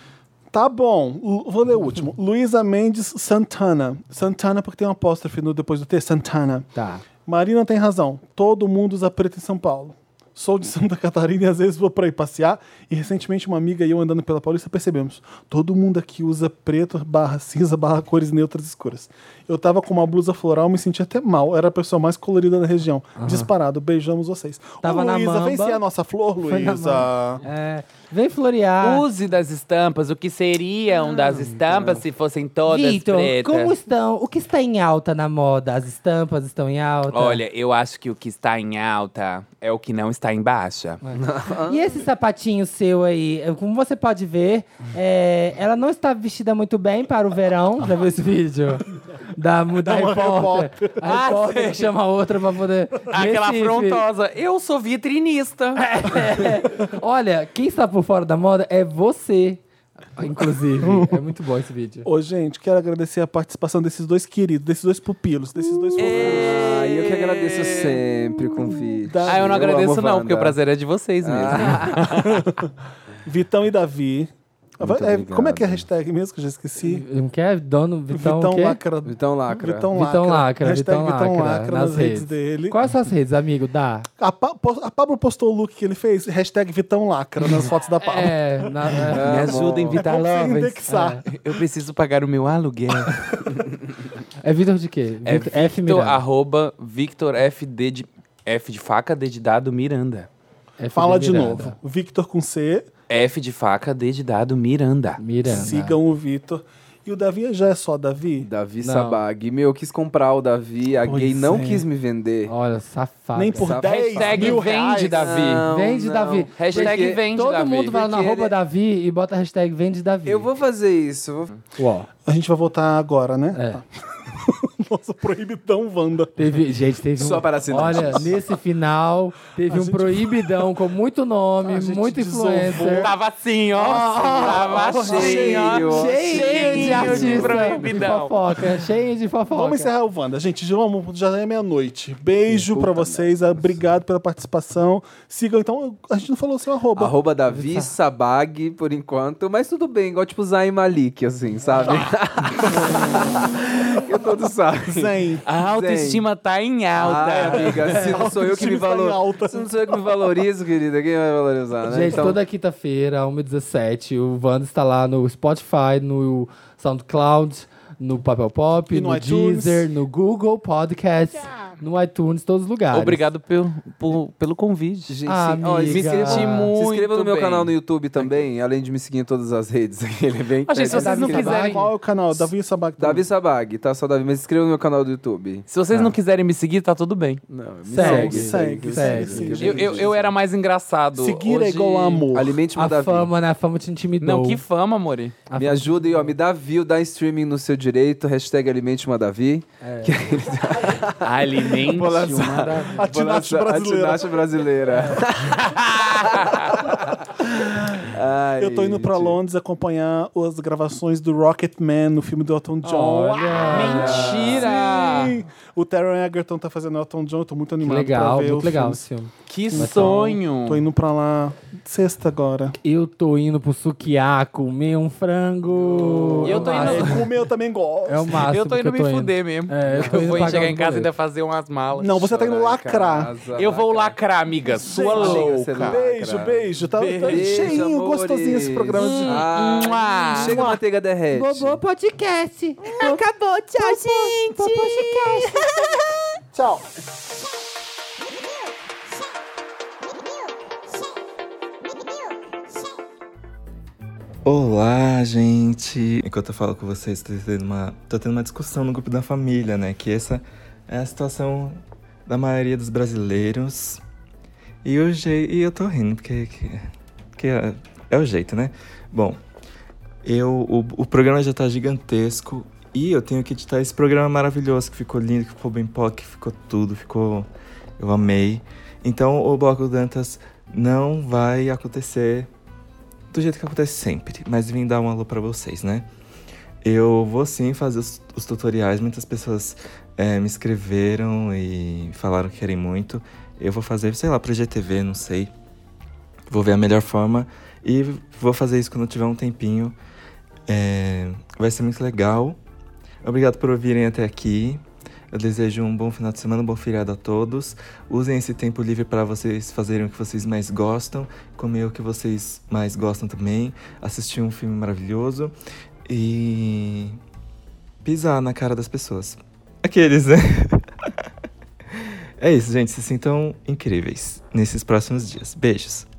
S1: Tá bom, Lu- vou ler o último. Luísa Mendes Santana. Santana, porque tem um apóstrofe no depois do T, Santana.
S2: Tá.
S1: Marina tem razão. Todo mundo usa preto em São Paulo. Sou de Santa Catarina e às vezes vou pra ir passear. E recentemente uma amiga e eu andando pela Paulista percebemos. Todo mundo aqui usa preto, barra cinza, barra cores neutras escuras. Eu tava com uma blusa floral, me senti até mal. Era a pessoa mais colorida da região. Disparado. Beijamos vocês.
S2: Tava
S1: Ô,
S2: na
S1: Luísa, vem
S2: mamba.
S1: ser a nossa flor,
S2: Foi na
S1: Luísa.
S2: É, vem florear.
S3: Use das estampas, o que seriam das estampas se fossem todas
S2: Vitor,
S3: pretas?
S2: como estão? O que está em alta na moda? As estampas estão em alta?
S3: Olha, eu acho que o que está em alta é o que não está em baixa.
S2: E esse sapatinho seu aí, como você pode ver, é, ela não está vestida muito bem para o verão. Já viu esse vídeo? Da, da, repórter. A repórter que chama outra para poder.
S3: Ah, Aquela
S2: Recife.
S3: afrontosa. Eu sou vitrinista.
S2: É. Olha, quem está por fora da moda é você. Inclusive, é muito bom esse vídeo.
S1: Ô, gente, quero agradecer a participação desses dois queridos, desses dois pupilos, desses
S2: Uh.
S1: dois fofinhos.
S4: Ai, eu que agradeço sempre o convite.
S3: Ah, eu não agradeço,
S4: amo
S3: não, porque o
S4: Wanda.
S3: prazer é de vocês mesmo.
S1: Vitão e Davi. É,
S4: obrigado.
S1: como é que é a hashtag mesmo que eu já esqueci?
S2: Não quer? Dono Vitão,
S1: Vitão
S2: o quê?
S1: Lacra.
S4: Vitão Então, Lacra.
S1: Vitão Lacra.
S2: Vitão Lacra,
S1: Hashtag
S2: Vitão Lacra,
S1: nas, redes, dele.
S2: Quais são as redes, amigo? Dá.
S1: A, pa po- a Pablo postou o look que ele fez, hashtag Vitão Lacra nas fotos da Pablo.
S2: É, na, é.
S3: Me ajudem, Vitar
S1: Vamos
S3: Lovers.
S1: indexar.
S3: Eu preciso pagar o meu aluguel.
S2: é Vitor de quê?
S3: É
S2: Vitor F.
S3: Victor,
S1: ah,
S2: Miranda.
S3: arroba Victor F D de, F de faca, D de dado, Miranda.
S2: F.
S1: Fala de
S2: Miranda.
S1: novo. Victor com C,
S3: F de faca, D de dado, Miranda.
S2: Miranda.
S1: sigam o Victor. E o Davi já é só Davi?
S4: Davi
S2: Não.
S4: Sabag. Meu, eu quis comprar o Davi, a
S1: Pois
S4: gay não
S1: é.
S4: quis me vender.
S2: Olha, safado.
S1: Nem por
S4: Sabe.
S1: 10
S3: Hashtag
S1: mil
S3: vende,
S1: reais.
S3: Davi.
S4: Não,
S2: Vende
S4: não.
S2: Davi.
S3: Hashtag
S4: Porque
S3: vende,
S2: Todo
S3: Davi.
S2: mundo vai lá no
S4: Porque
S2: arroba
S4: ele-
S2: Davi e bota a hashtag vende Davi.
S4: Eu vou fazer isso. eu vou-
S2: Ó,
S1: A gente vai voltar agora, né?
S2: É.
S1: Tá. Nossa, proibidão, Wanda.
S2: teve, gente, teve um...
S4: Só para assinantes.
S2: Olha, nesse final, teve um
S1: gente-
S2: proibidão com muito nome,
S1: A gente
S2: muito
S1: desovou.
S2: influencer.
S3: Tava assim, ó. Tava assim, ó.
S2: Cheio de artista, de
S3: proibidão.
S2: fofoca, cheio de fofoca.
S1: Vamos encerrar o Wanda. Gente, já, vamos- já é meia-noite. Beijo pra vocês. Obrigado pela participação. Sigam, então. A gente não falou o seu arroba.
S4: Arroba Davi Sabag, por enquanto. Mas tudo bem, igual tipo Zayn Malik, assim, sabe? eu todos sabem.
S1: Zen.
S3: A autoestima tá em
S4: Ai,
S3: alta.
S4: amiga, se não sou eu É, que me
S1: Autoestima tá em alta.
S4: valorizo. Se não sou eu que me valorizo, querida, quem vai valorizar, né?
S2: Gente,
S4: Então-
S2: toda quinta-feira, 1h17, o Wanda está lá no Spotify, no SoundCloud, no Papel Pop,
S1: E no
S2: no,
S1: iTunes.
S2: Deezer, no Google Podcasts, no iTunes, todos os lugares.
S3: Obrigado pelo, por- pelo convite.
S4: Gente,
S2: Ah,
S4: sim. Ó, e se,
S2: amiga.
S4: inscreva,
S2: Senti
S4: se
S3: muito
S4: inscreva no meu
S3: bem.
S4: canal no YouTube também, além de me seguir em todas as redes. Ele é bem
S3: Ah, gente, se
S4: É
S3: vocês não
S4: Davi Sabag.
S3: quiserem.
S1: Qual é o canal? Davi Sabag.
S4: Davi Sabag, tá? Só Davi, mas se inscreva no meu canal do YouTube.
S3: Se vocês não quiserem me seguir, tá tudo bem.
S4: Não, me
S2: Segue,
S4: segue.
S1: segue, segue,
S2: segue.
S1: segue.
S3: Eu, eu, eu era mais engraçado.
S1: Seguir é
S3: Hoje-
S1: igual a amor.
S4: Alimente meu
S2: A
S4: Davi.
S2: fama, né? A fama te intimidou.
S3: Não, que fama, amore.
S2: A
S4: Me
S2: fama-
S4: ajuda e ó, me dá view, dá streaming no seu direito, hashtag Alimente uma Davi.
S3: Alimente uma
S1: A Tinashe
S4: Vou lançar-
S1: brasileira.
S4: A Tinashe brasileira. Ai, Ai,
S1: Eu tô indo pra
S4: gente.
S1: Londres acompanhar as gravações do Rocketman no filme do Elton John.
S3: Mentira!
S1: Sim! O Taron Egerton tá fazendo Elton John, eu tô muito
S2: Que
S1: animado
S2: legal,
S1: pra ver
S2: muito
S1: os
S2: legal
S1: filmes.
S2: esse filme.
S3: Que sonho!
S1: Tô indo pra lá sexta agora.
S2: Eu tô indo pro Sukiá comer um frango.
S3: Eu tô
S2: É o
S3: indo- um
S2: máximo-
S1: É, comer eu também gosto.
S2: É o máximo
S3: Eu tô indo
S2: que
S3: me fuder mesmo.
S2: É, eu tô indo
S3: vou
S2: pagar
S3: chegar
S2: os
S3: em casa e
S2: boletos.
S3: ainda fazer umas malas.
S1: Não, você tá indo lacrar.
S3: Eu vou lacrar, amiga. Sua
S1: Gente,
S3: louca.
S1: Beijo, beijo. Tá, tá
S3: Beijo, Ah,
S1: cheinho, gostosinho esse programa de.
S3: Mua.
S4: Chega a manteiga derrete.
S9: Bobô Podcast. Acabou, tchau, Hum. gente. Bobô Podcast.
S1: Tchau.
S5: Olá, gente! Enquanto eu falo com vocês, tô tendo, uma, tô tendo uma discussão no grupo da família, né? Que essa é a situação da maioria dos brasileiros. E, o je... e eu tô rindo, porque que, que é, é o jeito, né? Bom, eu, o, o programa já tá gigantesco e eu tenho que editar esse programa maravilhoso que ficou lindo, que ficou bem pop, que ficou tudo, ficou. Eu amei. Então o Bloco Dantas não vai acontecer do jeito que acontece sempre, mas vim dar um alô pra vocês, né? Eu vou sim fazer os, os tutoriais, muitas pessoas eh, me escreveram e falaram que querem muito. Eu vou fazer, sei lá, pro GTV, não sei. Vou ver a melhor forma e vou fazer isso quando eu tiver um tempinho. Eh, vai ser muito legal. Obrigado por ouvirem até aqui. Eu desejo um bom final de semana, um bom feriado a todos. Usem esse tempo livre para vocês fazerem o que vocês mais gostam comer o que vocês mais gostam também, assistir um filme maravilhoso e pisar na cara das pessoas. Aqueles, né? É isso, gente. Se sintam incríveis nesses próximos dias. Beijos.